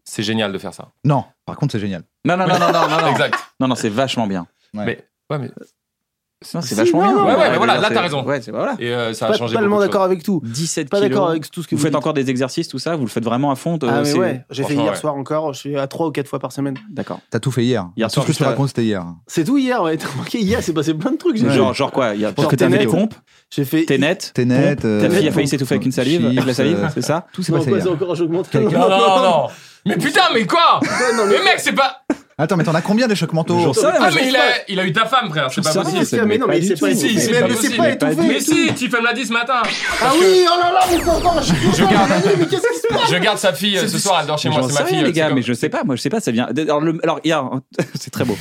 Speaker 5: c'est génial de faire ça.
Speaker 4: Non, par contre, c'est génial.
Speaker 2: Non, Ah, non, non, non, non, non, non.
Speaker 5: (laughs) Exact.
Speaker 2: Non, non, c'est vachement bien.
Speaker 5: Ouais, mais,
Speaker 2: Non, c'est
Speaker 3: Si,
Speaker 2: vachement
Speaker 3: non,
Speaker 2: bien.
Speaker 3: non,
Speaker 5: ouais, mais voilà,
Speaker 2: c'est-
Speaker 5: là, t'as raison.
Speaker 2: Ouais, c'est voilà.
Speaker 5: et euh, ça a
Speaker 3: Pas
Speaker 5: changé
Speaker 3: totalement
Speaker 5: beaucoup de
Speaker 3: d'accord
Speaker 5: choses.
Speaker 3: avec tout.
Speaker 2: 17
Speaker 3: Pas
Speaker 2: kilos.
Speaker 3: d'accord avec tout ce que
Speaker 2: Vous
Speaker 3: vous
Speaker 2: faites
Speaker 3: dites.
Speaker 2: encore des exercices, tout ça Vous le faites vraiment à fond euh,
Speaker 3: Ah, mais
Speaker 2: c'est-
Speaker 3: ouais, j'ai fait
Speaker 5: franchement,
Speaker 3: hier
Speaker 5: ouais.
Speaker 3: soir encore, je suis à 3 ou 4 fois par semaine.
Speaker 2: D'accord.
Speaker 4: T'as tout fait hier.
Speaker 2: Hier
Speaker 4: tout
Speaker 2: soir,
Speaker 4: ce que je
Speaker 2: juste
Speaker 4: te
Speaker 2: à-
Speaker 4: raconte, c'était hier.
Speaker 3: C'est tout hier, ouais. T'as remarqué, hier, c'est passé plein de trucs. j'ai-
Speaker 2: Genre, genre quoi Il y a
Speaker 3: Genre
Speaker 2: que t'as fait
Speaker 3: Tenet.
Speaker 2: des pompes,
Speaker 3: J'ai fait.
Speaker 2: t'es net,
Speaker 4: T'es net. euh,
Speaker 2: ta fille a failli
Speaker 4: pompe,
Speaker 2: s'étouffer avec une salive, avec la
Speaker 4: chips,
Speaker 2: salive,
Speaker 4: euh,
Speaker 2: c'est ça
Speaker 4: Tout s'est
Speaker 3: Non,
Speaker 4: passé
Speaker 3: quoi,
Speaker 4: hier.
Speaker 3: c'est encore augmenté.
Speaker 4: Quelqu'un-
Speaker 5: Non, non, non. Mais putain,
Speaker 3: (laughs)
Speaker 5: mais quoi Mais mec, c'est pas.
Speaker 4: Attends, mais t'en as combien des chocs mentaux
Speaker 2: J'en sais rien,
Speaker 5: Ah,
Speaker 2: moi,
Speaker 5: mais
Speaker 2: je-
Speaker 5: il a, il a eu ta femme, frère. C'est
Speaker 2: J'en
Speaker 5: pas
Speaker 2: sais
Speaker 5: possible.
Speaker 2: rien.
Speaker 3: Ah, mais non, mais
Speaker 2: Pas
Speaker 3: il
Speaker 2: du
Speaker 3: s'est
Speaker 2: tout.
Speaker 3: pas étouffé.
Speaker 5: Si, si,
Speaker 3: mais
Speaker 5: pas
Speaker 3: mais c'est
Speaker 5: possible.
Speaker 3: pas
Speaker 5: Mais
Speaker 3: étouffé.
Speaker 5: si, tu me l'a dit ce matin.
Speaker 3: Ah oui, oh là là, mais c'est encore un chien.
Speaker 5: Je garde,
Speaker 3: Mais qu'est-ce qui se passe
Speaker 5: je garde sa fille euh, ce soir, elle dort chez moi,
Speaker 2: J'en
Speaker 5: c'est
Speaker 2: sais
Speaker 5: ma
Speaker 2: rien,
Speaker 5: fille.
Speaker 2: les
Speaker 5: c'est
Speaker 2: gars,
Speaker 5: comme-
Speaker 2: mais je sais pas, moi je sais pas, ça vient. Alors, le- alors, il y a un- c'est très beau.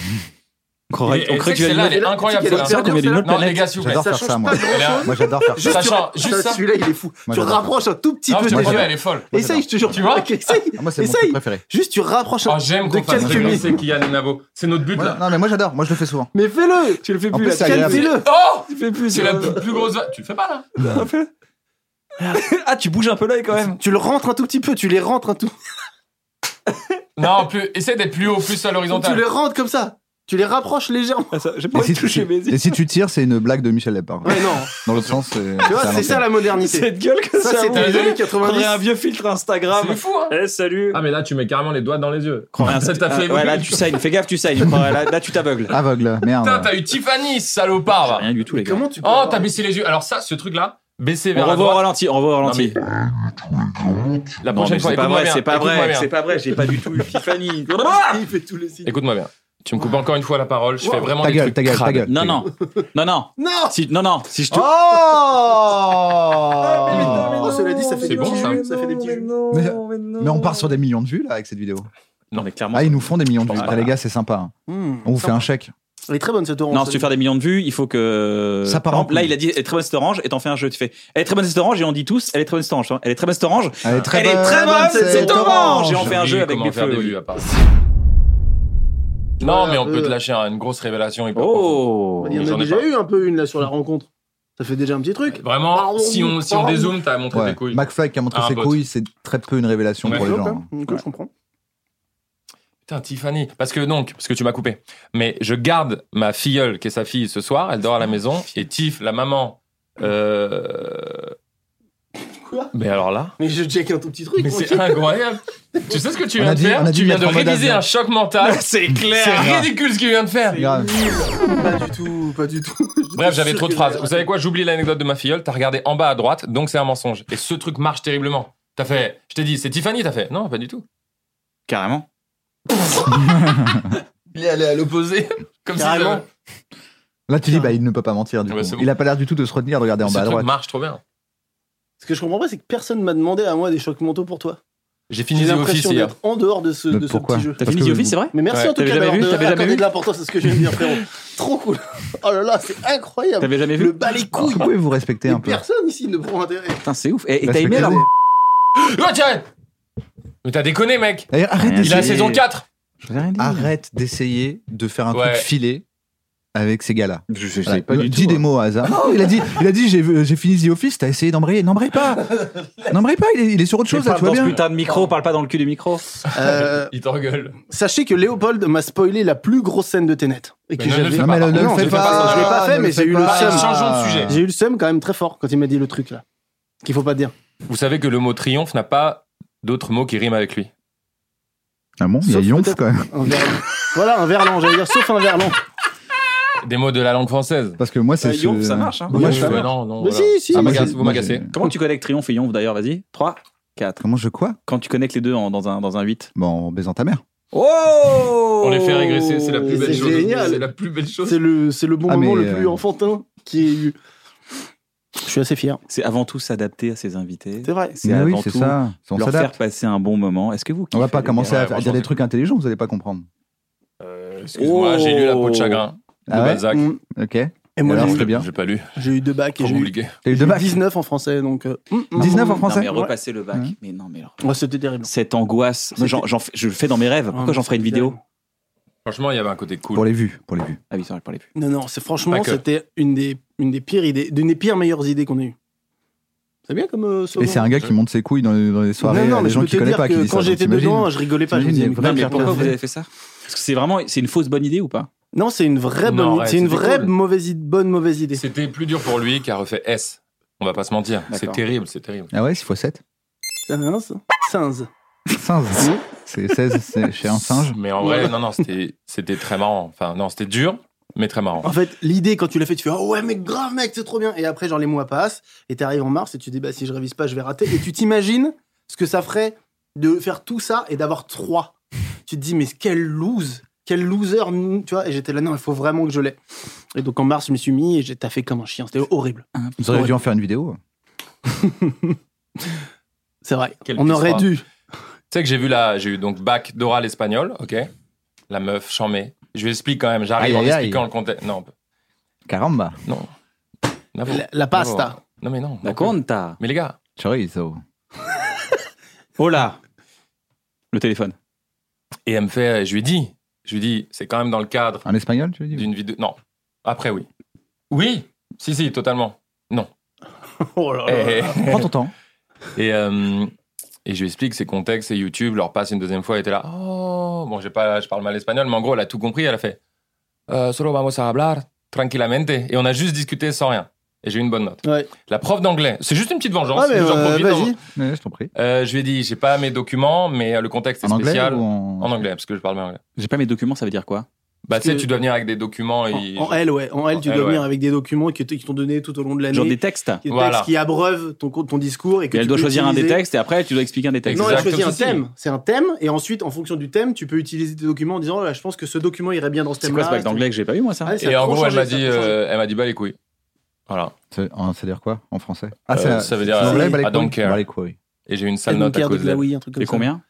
Speaker 2: On
Speaker 5: Et-
Speaker 2: croirait-
Speaker 5: et
Speaker 2: on croirait
Speaker 5: tu sais
Speaker 2: que tu
Speaker 5: que
Speaker 2: vas
Speaker 5: celle-là, elle
Speaker 2: dire-
Speaker 5: est incroyable.
Speaker 2: C'est
Speaker 5: celle-là.
Speaker 2: vrai qu'on vient d'une autre
Speaker 5: Non, les
Speaker 2: planète.
Speaker 5: gars, s'il vous plaît.
Speaker 4: J'adore
Speaker 6: Ça
Speaker 4: faire
Speaker 6: change
Speaker 4: ça, moi.
Speaker 6: pas grand-chose.
Speaker 5: Elle a-
Speaker 4: Moi, j'adore faire ça.
Speaker 5: Ça change,
Speaker 3: Putain,
Speaker 5: juste ça.
Speaker 3: Celui-là, il est fou.
Speaker 4: Moi,
Speaker 3: tu
Speaker 4: j'adore ça.
Speaker 3: rapproches un tout petit
Speaker 5: Non,
Speaker 3: peu
Speaker 5: je te
Speaker 3: de
Speaker 5: jure,
Speaker 3: ça.
Speaker 5: elle est folle.
Speaker 3: Essaye, je te jure.
Speaker 5: Tu vois
Speaker 3: Essaye.
Speaker 4: Ah, Moi, c'est mon
Speaker 3: Essaye.
Speaker 4: truc préféré.
Speaker 3: Juste, tu rapproches un.
Speaker 5: Oh, j'aime qu'on
Speaker 3: De
Speaker 5: fasse
Speaker 3: quelques
Speaker 5: référencer Kylian et Navo. C'est notre but,
Speaker 4: Moi,
Speaker 5: là.
Speaker 4: Non, mais moi, j'adore. Moi, je le fais souvent.
Speaker 3: Mais fais-le
Speaker 2: Tu le fais
Speaker 4: En
Speaker 2: plus
Speaker 4: plus,
Speaker 2: là.
Speaker 4: ça
Speaker 2: tu-
Speaker 4: y est.
Speaker 3: Fais-le
Speaker 5: Oh
Speaker 2: Tu le fais plus.
Speaker 5: C'est la
Speaker 2: là.
Speaker 5: plus plus grosse. va- Tu le fais pas, là
Speaker 2: Ah, tu bouges un peu l'œil quand même.
Speaker 3: Tu le rentres un tout petit peu, tu les rentres un tout.
Speaker 5: Non, plus, essaie d'être plus haut, plus à
Speaker 3: Tu
Speaker 5: l'horizontale.
Speaker 3: les rentres comme ça. Tu les rapproches légèrement.
Speaker 2: Ah, ça- J'ai pas
Speaker 4: Et
Speaker 2: envie
Speaker 4: si,
Speaker 2: de toucher
Speaker 4: tu,
Speaker 2: mes yeux.
Speaker 4: et si tu tires, c'est une blague de Michel Lepard.
Speaker 3: Ouais, non.
Speaker 4: Dans l'autre sens, c'est.
Speaker 3: Tu vois, c'est ça la modernité.
Speaker 2: Cette gueule que
Speaker 3: Ça,
Speaker 2: ça
Speaker 3: c'était
Speaker 2: a.
Speaker 3: les années
Speaker 2: On dirait un
Speaker 3: 90.
Speaker 2: vieux filtre Instagram.
Speaker 5: C'est fou, hein
Speaker 2: Eh, salut.
Speaker 5: Ah, mais là, tu mets carrément les doigts dans les yeux.
Speaker 2: Crois-moi,
Speaker 5: Ça t'a
Speaker 2: Ah,
Speaker 5: fait
Speaker 2: ouais, là,
Speaker 5: évoluer.
Speaker 2: tu saignes. Fais gaffe, tu saignes. Crois-moi, Là, là, tu
Speaker 4: (laughs)
Speaker 2: t'aveugles.
Speaker 4: Aveugle,
Speaker 5: Putain,
Speaker 4: merde.
Speaker 5: t'as eu Tiffany, salopard. va.
Speaker 2: Rien du tout, les gars.
Speaker 3: Comment tu peux
Speaker 5: Oh,
Speaker 3: avoir-
Speaker 5: t'as baissé les yeux. Alors ça, ce truc-là, baisser
Speaker 2: On
Speaker 5: vers la
Speaker 2: revoit au
Speaker 5: droite.
Speaker 2: ralenti, on revoit au ralenti.
Speaker 5: La
Speaker 2: Non, mais
Speaker 5: prochaine fois,
Speaker 2: c'est pas
Speaker 5: écoute-moi
Speaker 2: vrai,
Speaker 5: bien.
Speaker 2: c'est pas
Speaker 5: écoute-moi
Speaker 2: vrai,
Speaker 5: bien.
Speaker 2: c'est pas vrai, j'ai pas du tout eu Tiffany.
Speaker 3: Il fait tous les signes.
Speaker 5: Écoute-moi bien. Tu me coupes encore une fois la parole. Je fais vraiment
Speaker 4: Ta
Speaker 5: des
Speaker 4: gueule,
Speaker 5: trucs
Speaker 4: ta gueule, ta
Speaker 5: crades.
Speaker 4: gueule.
Speaker 2: Non, non, non, non,
Speaker 3: Non
Speaker 2: si, non, non, si je te.
Speaker 4: Oh
Speaker 8: (laughs)
Speaker 3: Oh, cela dit, ça fait
Speaker 5: c'est
Speaker 3: des
Speaker 5: bon,
Speaker 3: petits
Speaker 5: ça.
Speaker 3: vues, ça fait des petits vues.
Speaker 4: Mais on part sur des millions de vues là avec cette vidéo.
Speaker 2: Non, mais clairement.
Speaker 4: Ah, ils nous font des millions de vues.
Speaker 2: Ah.
Speaker 4: Ah, les gars, c'est sympa. hein.
Speaker 3: Hmm.
Speaker 4: On vous fait un chèque.
Speaker 3: Elle est très bonne cette orange.
Speaker 2: Non, si tu veux faire des millions de vues, il faut que.
Speaker 4: Ça part
Speaker 2: Par
Speaker 4: en
Speaker 2: exemple, Là,
Speaker 4: couille.
Speaker 2: il a dit, elle est très bonne cette orange, et t'en fais un jeu. Tu fais, elle est très bonne cette orange, et on dit tous, elle est très bonne cette orange. hein. Elle est très bonne cette orange.
Speaker 4: Elle est très
Speaker 2: elle
Speaker 4: bonne,
Speaker 2: est très bonne cette, cette orange. Et on
Speaker 5: J'ai
Speaker 2: fait un
Speaker 5: oublié
Speaker 2: jeu avec
Speaker 5: comment
Speaker 2: des
Speaker 5: faire
Speaker 2: feux.
Speaker 5: vues,
Speaker 2: oui.
Speaker 5: à part.
Speaker 3: Ouais,
Speaker 5: Non, mais
Speaker 3: un
Speaker 5: on peut
Speaker 3: peu.
Speaker 5: te lâcher hein, une grosse révélation. hyper profonde.
Speaker 2: Oh.
Speaker 3: Il y en
Speaker 5: J'en
Speaker 3: a
Speaker 5: ai
Speaker 3: déjà
Speaker 5: pas.
Speaker 3: eu un peu une là sur la rencontre. Ça fait déjà un petit truc.
Speaker 5: Vraiment,
Speaker 3: Pardon,
Speaker 5: si Bah, on, si on
Speaker 3: pardon.
Speaker 5: dézoome, t'as montré
Speaker 4: Ouais.
Speaker 5: tes couilles.
Speaker 4: McFly qui a montré
Speaker 5: Ah, un
Speaker 4: ses
Speaker 5: bot.
Speaker 4: couilles, c'est très peu une révélation
Speaker 5: Ouais.
Speaker 4: pour les
Speaker 3: Ok,
Speaker 4: gens.
Speaker 3: ok, hein. je comprends.
Speaker 5: Putain, Tiffany. Parce que donc, parce que tu m'as coupé. Mais je garde ma filleule, qui est sa fille, ce soir. Elle dort à la maison. Et Tiff, la maman. euh,
Speaker 3: Quoi
Speaker 5: Mais alors là.
Speaker 3: Mais je check un tout petit truc.
Speaker 5: Mais
Speaker 3: moi.
Speaker 5: c'est incroyable. tu sais ce que tu
Speaker 4: On
Speaker 5: viens
Speaker 4: a
Speaker 5: de
Speaker 4: dit- on
Speaker 5: faire
Speaker 4: a dit
Speaker 5: Tu viens de
Speaker 4: mettre en mode
Speaker 5: réviser
Speaker 4: avion.
Speaker 5: un choc mental. (laughs)
Speaker 2: C'est clair.
Speaker 5: C'est ridicule ce qu'il vient de faire.
Speaker 3: C'est
Speaker 4: Grave.
Speaker 3: nul. Pas du tout, pas du tout. J'étais
Speaker 5: Bref, j'avais
Speaker 3: sûr
Speaker 5: trop de
Speaker 3: que
Speaker 5: phrases.
Speaker 3: j'avais
Speaker 5: Vous savez quoi J'oublie l'anecdote de ma filleule. T'as regardé en bas à droite, donc c'est un mensonge. Et ce truc marche terriblement. T'as fait. Je t'ai dit, c'est Tiffany. T'as fait. Non, pas du tout.
Speaker 2: Carrément.
Speaker 5: Il est allé à l'opposé. (laughs) Comme si. euh,
Speaker 3: Carrément.
Speaker 5: ça-
Speaker 4: Là, tu dis, bah, il ne peut pas mentir. Du
Speaker 5: Ah,
Speaker 4: coup.
Speaker 5: bah, c'est bon.
Speaker 4: Il a pas l'air du tout de se retenir de regarder en
Speaker 5: Ce
Speaker 4: bas à
Speaker 5: truc
Speaker 4: droite.
Speaker 5: marche trop bien.
Speaker 3: Ce que je comprends pas, c'est que personne m'a demandé à moi des chocs mentaux pour toi.
Speaker 5: J'ai fini
Speaker 3: J'ai
Speaker 5: The Office
Speaker 3: l'impression
Speaker 5: hier.
Speaker 3: d'être en dehors de ce,
Speaker 4: Mais
Speaker 3: de ce
Speaker 4: pourquoi
Speaker 3: petit jeu.
Speaker 2: T'as
Speaker 4: Parce
Speaker 2: fini
Speaker 4: que-
Speaker 2: The Office, c'est vrai
Speaker 3: Mais merci
Speaker 2: Ouais,
Speaker 3: en tout
Speaker 2: t'avais
Speaker 3: cas
Speaker 2: jamais
Speaker 3: d'avoir
Speaker 2: vu,
Speaker 3: de-
Speaker 2: t'avais jamais
Speaker 3: accordé
Speaker 2: vu
Speaker 3: de l'importance à ce que je viens de dire, frérot. Trop cool. Oh là là, c'est incroyable.
Speaker 2: T'avais jamais
Speaker 3: Le
Speaker 2: vu
Speaker 3: bas les couilles.
Speaker 4: Vous pouvez vous respecter
Speaker 3: Mais
Speaker 4: un peu.
Speaker 3: personne ici ne prend intérêt.
Speaker 2: Putain, c'est ouf. Eh, Et et t'as
Speaker 4: Respectez-les.
Speaker 2: aimé alors
Speaker 5: Oh, tiens Mais t'as déconné, mec.
Speaker 4: D'ailleurs, arrête
Speaker 5: Il a la
Speaker 4: d'essayer-
Speaker 5: saison 4.
Speaker 7: Je vous ai rien dit.
Speaker 4: Arrête d'essayer de faire un
Speaker 5: Ouais.
Speaker 4: truc filé avec ces gars-là.
Speaker 2: Je sais
Speaker 4: Voilà. Dis des mots au hasard. Non, il a dit, il a dit j'ai vu- j'ai fini The Office, t'as essayé d'embrayer. N'embraye pas N'embraye pas, il est, il est sur autre chose, là,
Speaker 2: Parle
Speaker 4: tu vois
Speaker 2: dans ce
Speaker 4: bien.
Speaker 2: putain de micro, parle pas dans le cul du micro.
Speaker 3: Euh,
Speaker 5: Il t'engueule.
Speaker 3: sachez que Léopold m'a spoilé la plus grosse scène de Tenet. Et que
Speaker 5: Mais ne le
Speaker 3: j'avais-
Speaker 5: fais
Speaker 4: Non, mais
Speaker 5: pas.
Speaker 4: ne
Speaker 5: Non,
Speaker 4: le
Speaker 5: je
Speaker 4: fais
Speaker 5: le fais pas,
Speaker 4: pas.
Speaker 5: je l'ai
Speaker 3: pas
Speaker 4: ne
Speaker 3: fait,
Speaker 4: le
Speaker 3: mais
Speaker 4: fais
Speaker 3: j'ai eu le
Speaker 4: pas. euh,
Speaker 3: seum.
Speaker 5: Changeons de sujet.
Speaker 3: J'ai eu le seum quand même très fort quand il m'a dit le truc là. Qu'il faut pas dire.
Speaker 5: Vous savez que le mot triomphe n'a pas d'autres mots qui riment avec lui.
Speaker 4: Ah bon, il y a
Speaker 3: Sauf
Speaker 4: Yonf
Speaker 3: peut-être-
Speaker 4: quand même.
Speaker 3: Un (laughs) verlan. voilà, un verlan, j'allais dire, sauf un verlan.
Speaker 5: Des mots de la langue française.
Speaker 4: Parce que moi, c'est.
Speaker 2: Euh,
Speaker 4: ce-
Speaker 2: Yonf, ça marche, hein.
Speaker 4: Moi,
Speaker 5: Ouais,
Speaker 4: je-
Speaker 5: ouais, non, non.
Speaker 3: Mais
Speaker 5: voilà.
Speaker 3: si, si,
Speaker 5: Ah,
Speaker 3: mais
Speaker 5: m'agace,
Speaker 4: j'ai-
Speaker 5: vous
Speaker 4: moi,
Speaker 5: m'agacez.
Speaker 4: j'ai-
Speaker 2: Comment tu connectes Triomphe et Yonf d'ailleurs, vas-y 3, 4.
Speaker 4: Comment je quoi
Speaker 2: Quand tu connectes les deux en- dans un, dans un 8.
Speaker 4: Bon, en baisant ta mère.
Speaker 2: Oh
Speaker 5: On les fait régresser, c'est la plus
Speaker 3: Mais
Speaker 5: belle
Speaker 3: c'est
Speaker 5: chose.
Speaker 3: génial.
Speaker 5: C'est la plus belle chose.
Speaker 3: C'est le, c'est le bon
Speaker 4: Ah,
Speaker 3: moment
Speaker 4: mais,
Speaker 3: le plus
Speaker 4: euh,
Speaker 3: enfantin qui ait eu. Je suis assez fier.
Speaker 2: C'est avant tout s'adapter à ses invités.
Speaker 3: C'est vrai.
Speaker 2: C'est
Speaker 4: Mais oui,
Speaker 2: avant
Speaker 4: c'est
Speaker 2: tout
Speaker 4: ça. On
Speaker 2: leur faire
Speaker 4: s'adapte.
Speaker 2: passer un bon moment. Est-ce que vous
Speaker 4: On va
Speaker 2: kiffez,
Speaker 4: pas
Speaker 2: les
Speaker 4: commencer
Speaker 5: gars.
Speaker 4: à,
Speaker 5: Ouais,
Speaker 4: à dire des
Speaker 5: franchement.
Speaker 4: trucs intelligents, vous allez pas comprendre.
Speaker 5: Euh, Excuse-moi, j'ai lu La peau de chagrin de
Speaker 4: Ah ouais
Speaker 5: Balzac.
Speaker 3: Mm.
Speaker 4: Ok. Et
Speaker 3: Et moi,
Speaker 4: alors,
Speaker 3: j'ai
Speaker 4: je
Speaker 3: eu-
Speaker 4: l'ai bien.
Speaker 5: J'ai pas lu.
Speaker 3: j'ai eu deux bacs et
Speaker 5: Trop
Speaker 3: j'ai eu,
Speaker 5: compliqué.
Speaker 4: T'as eu
Speaker 3: j'ai
Speaker 4: deux
Speaker 3: eu
Speaker 4: bacs
Speaker 3: 19 en français. Donc, euh, mm, mm,
Speaker 4: 19 en
Speaker 3: mm.
Speaker 2: Non,
Speaker 4: français
Speaker 2: mais repasser le bac.
Speaker 4: Ouais.
Speaker 2: Mais non, mais alors.
Speaker 3: Ouais, C'était terrible.
Speaker 2: Cette angoisse,
Speaker 3: C'était-
Speaker 2: j'en- j'en fais- je le fais dans mes rêves.
Speaker 3: Ah,
Speaker 2: Pourquoi
Speaker 3: mais
Speaker 2: j'en ferais une
Speaker 3: c'était
Speaker 2: vidéo
Speaker 3: terrible.
Speaker 5: Franchement, il y avait un côté
Speaker 4: Pour
Speaker 5: cool.
Speaker 4: les vues, pour les vues.
Speaker 2: Ah oui, ça, je parlais plus.
Speaker 3: Non, non, c'est franchement,
Speaker 5: Pas
Speaker 4: E.
Speaker 5: que.
Speaker 3: c'était une des, une des pires idées, d'une des pires meilleures idées qu'on ait eues. C'est bien comme euh, slogan.
Speaker 4: Et c'est un gars qui monte ses couilles dans les, dans les soirées, euh,
Speaker 3: non, non, mais
Speaker 4: les
Speaker 3: je
Speaker 4: gens
Speaker 3: peux
Speaker 4: qui
Speaker 3: te
Speaker 4: connaissent
Speaker 3: dire
Speaker 4: pas. qui
Speaker 3: que
Speaker 4: disent
Speaker 3: quand
Speaker 4: ça,
Speaker 3: j'étais
Speaker 4: donc t'imagines.
Speaker 3: dedans, je rigolais pas. je me
Speaker 4: T'imagines,
Speaker 3: disais,
Speaker 4: il y
Speaker 3: mais
Speaker 4: a
Speaker 2: Non, mais
Speaker 3: putain,
Speaker 2: pourquoi
Speaker 3: putain,
Speaker 2: vous avez fait ça Parce que c'est vraiment, c'est une fausse bonne idée ou pas
Speaker 3: Non, c'est une vraie,
Speaker 5: Non,
Speaker 3: bonne,
Speaker 5: ouais,
Speaker 3: c'est une
Speaker 5: c'était
Speaker 3: vraie
Speaker 5: cool.
Speaker 3: mauvaise, id- bonne mauvaise idée.
Speaker 5: C'était plus dur pour lui qui a refait S. On va pas se mentir. C'est
Speaker 2: D'accord.
Speaker 5: terrible, c'est terrible.
Speaker 4: Ah ouais, 6 x 7
Speaker 3: C'est un singe. Singe.
Speaker 4: Singe.
Speaker 3: Mmh.
Speaker 4: C'est 16 c'est chez un singe.
Speaker 5: Mais en vrai, non, non, c'était c'était très marrant. Enfin, non, c'était dur, mais très marrant.
Speaker 3: En fait, l'idée, quand tu l'as fait, tu fais Oh ouais, mais grave, mec, c'est trop bien. Et après, genre, les mois passent, et t'arrives en mars, et tu dis Bah, si je révise pas, je vais rater. Et tu t'imagines ce que ça ferait de faire tout ça et d'avoir trois. Tu te dis Mais quelle lose Quel loser mm, Tu vois, et j'étais là, non, il faut vraiment que je l'aie. Et donc, en mars, je me suis mis et j'ai taffé comme un chien. C'était horrible.
Speaker 4: Vous auriez dû en faire une vidéo.
Speaker 3: C'est vrai.
Speaker 5: Quel
Speaker 3: On
Speaker 5: pisse
Speaker 3: aurait
Speaker 5: froid.
Speaker 3: dû.
Speaker 5: Tu sais que j'ai vu là, j'ai eu donc bac d'oral espagnol, ok La meuf, chamée. Je lui explique quand même, j'arrive en
Speaker 4: Aïe, aïe, aïe.
Speaker 5: expliquant le contexte. Non,
Speaker 4: Caramba.
Speaker 5: non. Navo,
Speaker 3: La, la
Speaker 5: Navo.
Speaker 3: pasta.
Speaker 5: Non, mais non.
Speaker 2: La conta.
Speaker 5: Mais les gars,
Speaker 4: Chorizo.
Speaker 2: Oh là Le téléphone.
Speaker 5: et elle me fait, je lui dis, je lui dis, c'est quand même dans le cadre
Speaker 4: En espagnol, tu veux dire
Speaker 5: d'une vidéo. Non, après oui. Oui, si, si, totalement.
Speaker 3: Oh là là.
Speaker 5: (laughs) Et,
Speaker 4: (laughs) Prends ton temps.
Speaker 5: et, euh, et je lui explique ses contextes et YouTube, leur passe une deuxième fois, elle était là, oh, bon, j'ai pas, je parle mal espagnol, mais en gros, elle a tout compris, elle a fait, Euh, solo vamos a hablar tranquillamente. Et on a juste discuté sans rien. Et j'ai eu une bonne note.
Speaker 3: Ouais.
Speaker 5: La prof d'anglais, c'est juste une petite vengeance.
Speaker 3: Ouais, mais
Speaker 5: j'en
Speaker 3: euh,
Speaker 5: profite. hein.
Speaker 3: vas-y.
Speaker 4: Ouais, je t'en prie.
Speaker 5: Euh, je lui ai dit, j'ai pas mes documents, mais euh, le contexte est
Speaker 4: En anglais
Speaker 5: spécial.
Speaker 4: ou
Speaker 5: En
Speaker 4: en.
Speaker 5: anglais, parce que je parle bien anglais.
Speaker 2: J'ai pas mes documents, ça veut dire quoi
Speaker 5: Bah,
Speaker 3: Parce
Speaker 5: tu sais,
Speaker 3: que-
Speaker 5: tu dois venir avec des documents. Et...
Speaker 3: En, en L, ouais. En L, tu
Speaker 5: En
Speaker 3: dois
Speaker 5: L,
Speaker 3: venir
Speaker 5: ouais.
Speaker 3: avec des documents qui t- qui t'ont donné tout au long de l'année.
Speaker 2: Genre des textes.
Speaker 3: Des textes
Speaker 5: Voilà.
Speaker 3: qui abreuvent ton, co- ton discours. Et que
Speaker 2: Et elle
Speaker 3: tu
Speaker 2: doit
Speaker 3: peux
Speaker 2: choisir un des
Speaker 3: utiliser.
Speaker 2: textes et après tu dois expliquer un des textes.
Speaker 3: Non,
Speaker 5: Exact,
Speaker 3: elle choisit
Speaker 5: comme
Speaker 3: un
Speaker 5: ceci.
Speaker 3: thème. C'est un thème, et ensuite, en fonction du thème, tu peux utiliser tes documents en disant, oh là, je pense que ce document irait bien dans ce
Speaker 2: C'est
Speaker 3: thème-là.
Speaker 2: quoi ce bac d'anglais que j'ai pas eu moi ça
Speaker 3: Ah, ça
Speaker 5: Et
Speaker 3: a
Speaker 5: en
Speaker 3: trop
Speaker 5: gros, elle
Speaker 3: changé,
Speaker 5: m'a
Speaker 3: ça a
Speaker 5: dit,
Speaker 3: trop changé.
Speaker 5: euh, elle m'a dit, bah les couilles. Voilà.
Speaker 4: C'est- en- Ça veut dire quoi en français
Speaker 5: Euh,
Speaker 4: Ah, c'est la-
Speaker 5: ça veut dire,
Speaker 4: c'est
Speaker 5: euh,
Speaker 4: l'anglais, bah, les
Speaker 5: I don't
Speaker 4: couilles.
Speaker 5: care.
Speaker 4: Bah, les couilles.
Speaker 5: Et j'ai eu une sale note à
Speaker 3: Edmund Pierre
Speaker 5: cause
Speaker 3: de
Speaker 5: d'elle.
Speaker 3: Glaoui, un truc comme
Speaker 7: Et
Speaker 3: ça.
Speaker 7: combien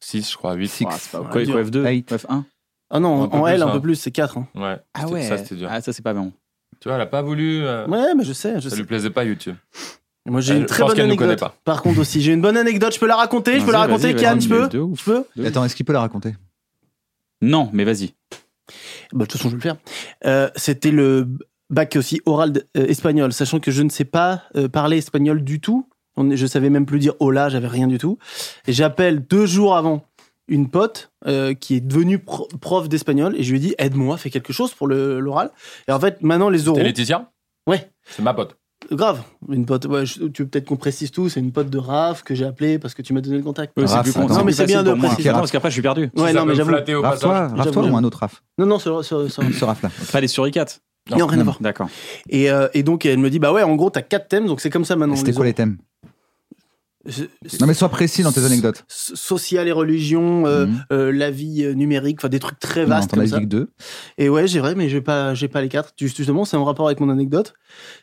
Speaker 5: 6, je crois, 8.
Speaker 4: Six.
Speaker 3: Ah, c'est pas
Speaker 7: Quoi,
Speaker 3: mal. Dur.
Speaker 7: quoi, F2
Speaker 4: Eight.
Speaker 7: F1
Speaker 3: Ah non,
Speaker 5: Un peu
Speaker 3: en
Speaker 5: plus,
Speaker 3: L, un
Speaker 5: hein.
Speaker 3: peu plus, c'est 4. hein.
Speaker 5: Ouais.
Speaker 7: Ah
Speaker 5: C'était-
Speaker 7: ouais
Speaker 5: Ça, c'était dur.
Speaker 7: Ah, ça, c'est pas bon.
Speaker 5: Tu vois, elle a pas voulu. euh,
Speaker 3: Ouais, mais je sais, je
Speaker 5: Ça
Speaker 3: sais.
Speaker 5: lui plaisait pas, YouTube.
Speaker 3: Moi, j'ai
Speaker 5: Elle-
Speaker 3: une
Speaker 5: je
Speaker 3: très
Speaker 5: pense
Speaker 3: bonne
Speaker 5: qu'elle nous connaît
Speaker 3: anecdote.
Speaker 5: pas.
Speaker 3: Par contre, aussi, j'ai une bonne anecdote, je peux la raconter, je peux la
Speaker 7: Vas-y,
Speaker 3: raconter,
Speaker 7: vas-y,
Speaker 3: Kian,
Speaker 7: vas-y,
Speaker 3: tu peux
Speaker 7: de
Speaker 3: Je
Speaker 7: ouf.
Speaker 3: peux
Speaker 4: Attends, est-ce qu'il peut la raconter
Speaker 7: Non, mais vas-y.
Speaker 3: Bah, de toute façon, je vais le faire. Euh, C'était le bac aussi oral d- euh, espagnol, sachant que je ne sais pas euh, parler espagnol du tout. On est- je savais même plus dire hola, j'avais rien du tout. Et j'appelle deux jours avant une pote euh, qui est devenue pro- prof d'espagnol et je lui dis aide-moi, fais quelque chose pour le- l'oral. Et en fait, maintenant les oraux.
Speaker 5: T'es Laetitia
Speaker 3: Ouais.
Speaker 5: C'est ma pote.
Speaker 3: Grave, une pote. ouais, je- tu veux peut-être qu'on précise tout. C'est une pote de Raph que j'ai appelée parce que tu m'as donné le contact.
Speaker 7: Ouais, c'est
Speaker 4: Raph,
Speaker 7: plus
Speaker 4: attends.
Speaker 7: con-
Speaker 3: Non, mais c'est
Speaker 7: plus
Speaker 3: bien
Speaker 7: facile
Speaker 3: de
Speaker 7: pour moi.
Speaker 3: préciser.
Speaker 7: Non, parce qu'après, je suis perdu.
Speaker 3: Ouais,
Speaker 5: Si
Speaker 3: non,
Speaker 5: ça
Speaker 3: mais
Speaker 5: peut
Speaker 3: j'avoue.
Speaker 5: flatter au
Speaker 4: Raph-toi
Speaker 5: passage.
Speaker 4: Raph-toi
Speaker 3: J'avoue.
Speaker 4: ou un autre Raph
Speaker 3: Non, non, sur, sur, sur-
Speaker 4: Ce Raph-là. ok.
Speaker 7: Pas des suricates.
Speaker 5: Non.
Speaker 3: Non, rien
Speaker 2: Hmm,
Speaker 3: à voir.
Speaker 7: D'accord.
Speaker 3: Et, euh, et donc elle me dit bah ouais, en gros t'as quatre thèmes, donc c'est comme ça maintenant.
Speaker 4: C'était
Speaker 3: les
Speaker 4: quoi les thèmes
Speaker 3: Je-
Speaker 4: Non, mais sois précis dans tes anecdotes.
Speaker 3: so- social et religion, euh,
Speaker 4: Mhm.
Speaker 3: euh, la vie euh, numérique, enfin des trucs très
Speaker 4: Non,
Speaker 3: vastes
Speaker 4: T'en
Speaker 3: comme
Speaker 4: as
Speaker 3: ça.
Speaker 4: dit que deux.
Speaker 3: Et ouais, j'ai vrai, mais j'ai pas, j'ai pas les quatre. Juste- Justement, c'est en rapport avec mon anecdote.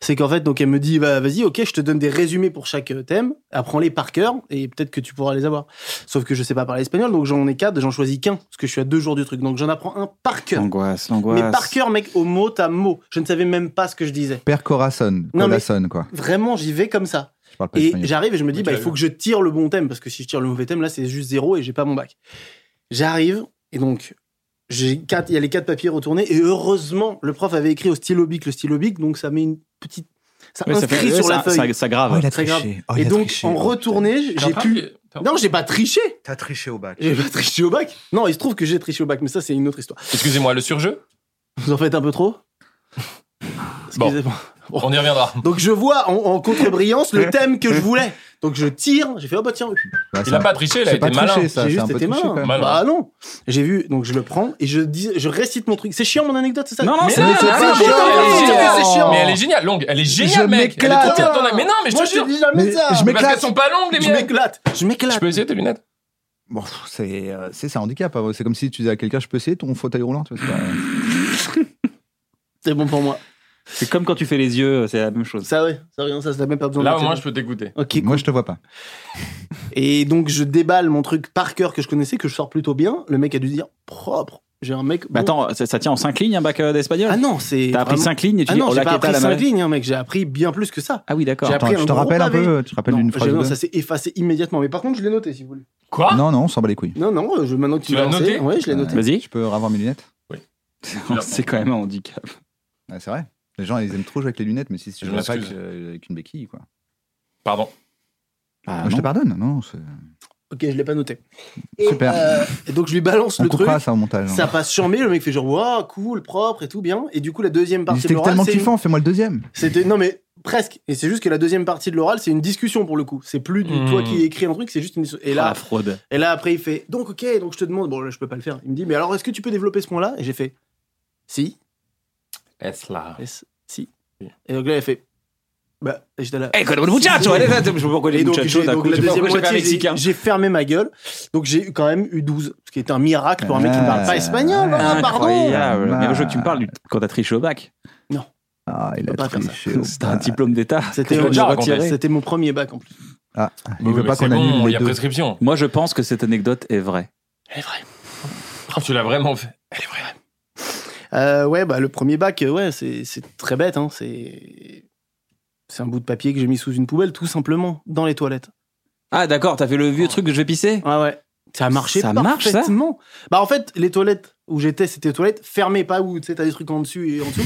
Speaker 3: C'est qu'en fait, donc elle me dit, bah, vas-y, ok, je te donne des résumés pour chaque euh, thème, apprends-les par cœur et peut-être que tu pourras les avoir. Sauf que je sais pas parler espagnol, donc j'en ai quatre, j'en choisis qu'un parce que je suis à deux jours du truc, donc j'en apprends un par cœur.
Speaker 7: L'angoisse, l'angoisse.
Speaker 3: Mais par cœur, mec, au mot à mot. Je ne savais même pas ce que je disais.
Speaker 4: Père Corazon.
Speaker 3: Non, mais-
Speaker 4: Corazon, quoi.
Speaker 3: Vraiment, j'y vais comme ça.
Speaker 4: Je parle pas
Speaker 3: Et
Speaker 4: espagnol.
Speaker 3: j'arrive et je me dis,
Speaker 5: Ok.
Speaker 3: bah, il faut que je tire le bon thème, parce que si je tire le mauvais thème, là, c'est juste zéro et j'ai pas mon bac. J'arrive, et donc, j'ai quatre, il y a les quatre papiers retournés, et heureusement, le prof avait écrit au stylo bic le stylo bic, donc ça met une petite. Ça
Speaker 7: Ouais, ça
Speaker 3: inscrit
Speaker 7: fait- ouais,
Speaker 3: sur la
Speaker 7: ça-
Speaker 3: feuille.
Speaker 7: Ça, ça grave.
Speaker 4: Oh, il a
Speaker 3: très grave.
Speaker 4: triché. Oh, il
Speaker 3: et
Speaker 4: a
Speaker 3: donc,
Speaker 4: triché.
Speaker 3: en
Speaker 7: hein.
Speaker 3: retourné, j'ai pu. Non, j'ai pas triché
Speaker 4: T'as triché au bac.
Speaker 3: J'ai pas triché au bac Non, il se trouve que j'ai triché au bac, mais ça, c'est une autre histoire.
Speaker 5: Excusez-moi, le surjeu
Speaker 3: Vous en faites un peu trop
Speaker 5: Bon.
Speaker 3: Excusez-moi.
Speaker 5: On y reviendra.
Speaker 3: Donc, je vois en, en
Speaker 7: (laughs)
Speaker 3: contre-brillance le thème que je voulais. Donc, je tire, j'ai fait, oh bah tiens,
Speaker 5: Il a pas triché, il a
Speaker 4: C'est pas
Speaker 5: été malin.
Speaker 4: triché, ça.
Speaker 3: J'ai
Speaker 4: C'est
Speaker 3: juste
Speaker 4: un peu
Speaker 3: été
Speaker 4: triché,
Speaker 3: malin.
Speaker 4: quand même.
Speaker 5: Malin.
Speaker 3: Bah non. J'ai vu, donc je le prends et je dis, je récite mon truc. C'est chiant mon anecdote, c'est ça
Speaker 7: Non, non,
Speaker 5: Mais
Speaker 7: c'est
Speaker 5: non,
Speaker 7: c'est
Speaker 5: mais
Speaker 7: pas
Speaker 5: c'est
Speaker 7: chiant.
Speaker 5: chiant.
Speaker 3: C'est chiant.
Speaker 5: Mais elle est géniale, longue. Elle est
Speaker 4: Je
Speaker 5: géniale, mec. Elle est
Speaker 4: m'éclate.
Speaker 5: trop bien, ton âme. Mais non, mais je
Speaker 3: Moi
Speaker 5: te jure.
Speaker 3: dis jamais ça.
Speaker 4: Mais je
Speaker 5: Parce qu'elles
Speaker 4: m'éclate.
Speaker 5: sont pas longues, les
Speaker 3: Je
Speaker 5: miennes.
Speaker 3: m'éclate. Je
Speaker 5: Je
Speaker 3: m'éclate.
Speaker 5: peux essayer tes lunettes
Speaker 4: Bon, pff, c'est euh, c'est ça, un handicap. hein. C'est comme si tu disais à quelqu'un, je peux essayer ton fauteuil roulant. Tu vois, c'est pas-
Speaker 3: C'est bon pour moi.
Speaker 7: C'est comme quand tu fais les yeux, c'est la même chose.
Speaker 3: Ça ouais, ça rien, ça ça n'a même pas besoin.
Speaker 5: Là,
Speaker 3: de-
Speaker 5: au moins, je peux t'écouter.
Speaker 3: Ok.
Speaker 4: Moi, je te vois pas.
Speaker 3: Et donc je déballe mon truc par cœur que je connaissais, que je sors plutôt bien. Le mec a dû dire propre. J'ai un mec.
Speaker 7: Bah
Speaker 3: bon.
Speaker 7: attends, ça, ça tient en 5 lignes un bac euh, d'espagnol
Speaker 3: Ah non, c'est.
Speaker 7: T'as appris
Speaker 3: vraiment-
Speaker 7: 5 lignes et tu
Speaker 3: Ah
Speaker 7: dis
Speaker 3: non,
Speaker 7: oh
Speaker 3: j'ai
Speaker 7: la
Speaker 3: pas
Speaker 7: quête à
Speaker 3: appris
Speaker 7: la
Speaker 3: 5
Speaker 7: manette.
Speaker 3: lignes, hein, mec. J'ai appris bien plus que ça.
Speaker 7: Ah oui, d'accord.
Speaker 3: J'ai
Speaker 4: Attends,
Speaker 3: appris
Speaker 4: je
Speaker 3: un
Speaker 4: te
Speaker 3: gros
Speaker 4: rappelle un
Speaker 3: pavé.
Speaker 4: peu. Tu te rappelles
Speaker 3: Non,
Speaker 4: d'une
Speaker 3: j'ai-
Speaker 4: phrase
Speaker 3: non,
Speaker 4: ou deux
Speaker 3: ça s'est effacé immédiatement. Mais par contre, je l'ai noté si vous voulez.
Speaker 5: Quoi
Speaker 4: Non, non, on s'en bat les couilles.
Speaker 3: Non, non, je, maintenant que tu,
Speaker 5: Tu l'as
Speaker 3: lancé,
Speaker 5: noté
Speaker 3: Ouais, je l'ai
Speaker 4: Ouais.
Speaker 3: noté.
Speaker 7: Vas-y.
Speaker 4: Je peux avoir mes lunettes
Speaker 7: C'est quand même un handicap.
Speaker 4: Ouais, C'est vrai. Les gens, ils aiment trop jouer avec les lunettes, mais si tu
Speaker 5: Je
Speaker 4: joues pas avec,
Speaker 5: m'excuse.
Speaker 4: euh, avec une béquille, quoi.
Speaker 5: Pardon.
Speaker 7: Ah,
Speaker 4: Moi, je te
Speaker 7: non.
Speaker 4: pardonne. Non, c'est-
Speaker 3: Ok, je l'ai pas noté.
Speaker 4: Super.
Speaker 3: Euh, et donc je lui balance
Speaker 4: on
Speaker 3: le truc.
Speaker 4: coupera ça au montage. hein.
Speaker 3: Ça passe sur mais le mec fait genre waouh cool propre et tout bien et du coup la deuxième
Speaker 4: Mais
Speaker 3: partie de
Speaker 4: C'était
Speaker 3: l'oral
Speaker 4: tellement
Speaker 3: c'est une-
Speaker 4: kiffant, fais-moi le deuxième.
Speaker 3: c'était non mais presque et c'est juste que la deuxième partie de l'oral c'est une discussion pour le coup c'est plus du
Speaker 5: Mmh.
Speaker 3: toi qui écris un truc c'est juste une et
Speaker 7: Ah,
Speaker 3: là
Speaker 7: la fraude.
Speaker 3: et là après il fait donc ok donc je te demande bon là, je peux pas le faire il me dit mais alors est-ce que tu peux développer ce point là et j'ai fait si
Speaker 5: Est-ce là
Speaker 3: est-ce- si et donc là il fait bah et j'étais
Speaker 2: Eh,
Speaker 3: là
Speaker 7: Je vois qu'on est
Speaker 3: Et donc,
Speaker 7: muchacho
Speaker 3: j'ai-
Speaker 7: d'un
Speaker 3: donc
Speaker 7: coup,
Speaker 3: la
Speaker 7: je sais pas
Speaker 3: deuxième
Speaker 7: pourquoi j'ai fait
Speaker 3: moitié, j'ai
Speaker 7: mexicain.
Speaker 3: j'ai fermé ma gueule. Donc j'ai eu quand même eu 12, ce qui est un miracle pour un mec qui ne
Speaker 4: Ah.
Speaker 3: parle pas espagnol. hein, pardon
Speaker 7: Incroyable. Mais
Speaker 4: Ah.
Speaker 7: le jeu que tu me parles du- quand t'as triché au bac,
Speaker 4: Ah, il
Speaker 3: peut
Speaker 4: a
Speaker 3: pas faire ça.
Speaker 4: triché. au
Speaker 7: c'était un
Speaker 4: bac.
Speaker 7: diplôme d'État. que
Speaker 3: C'était
Speaker 7: je
Speaker 3: mon-
Speaker 7: dois
Speaker 5: déjà raconté.
Speaker 7: retirer.
Speaker 3: C'était mon premier bac en plus.
Speaker 4: Ah, il
Speaker 5: Oui,
Speaker 4: veut
Speaker 5: mais
Speaker 4: pas
Speaker 5: c'est
Speaker 4: qu'on
Speaker 5: bon,
Speaker 4: annule
Speaker 5: Il y
Speaker 4: les
Speaker 5: a
Speaker 4: deux.
Speaker 5: prescription.
Speaker 7: Moi, je pense que cette anecdote est vraie.
Speaker 3: Elle est vraie.
Speaker 5: Oh, Tu l'as vraiment fait. Elle est vraie.
Speaker 3: Euh, ouais, bah, le premier bac, euh, ouais, c'est c'est très bête. Hein, c'est c'est un bout de papier que j'ai mis sous une poubelle, tout simplement, dans les toilettes.
Speaker 7: Ah, d'accord, t'as fait le
Speaker 1: Oh.
Speaker 7: vieux truc que je vais pisser
Speaker 3: Ouais, ouais. Ça a marché
Speaker 7: Ça marche, ça
Speaker 3: parfaitement. bah, en fait, les toilettes où j'étais, c'était des toilettes fermées, pas où tu sais, t'as des trucs en dessus et en
Speaker 4: (laughs)
Speaker 3: dessous.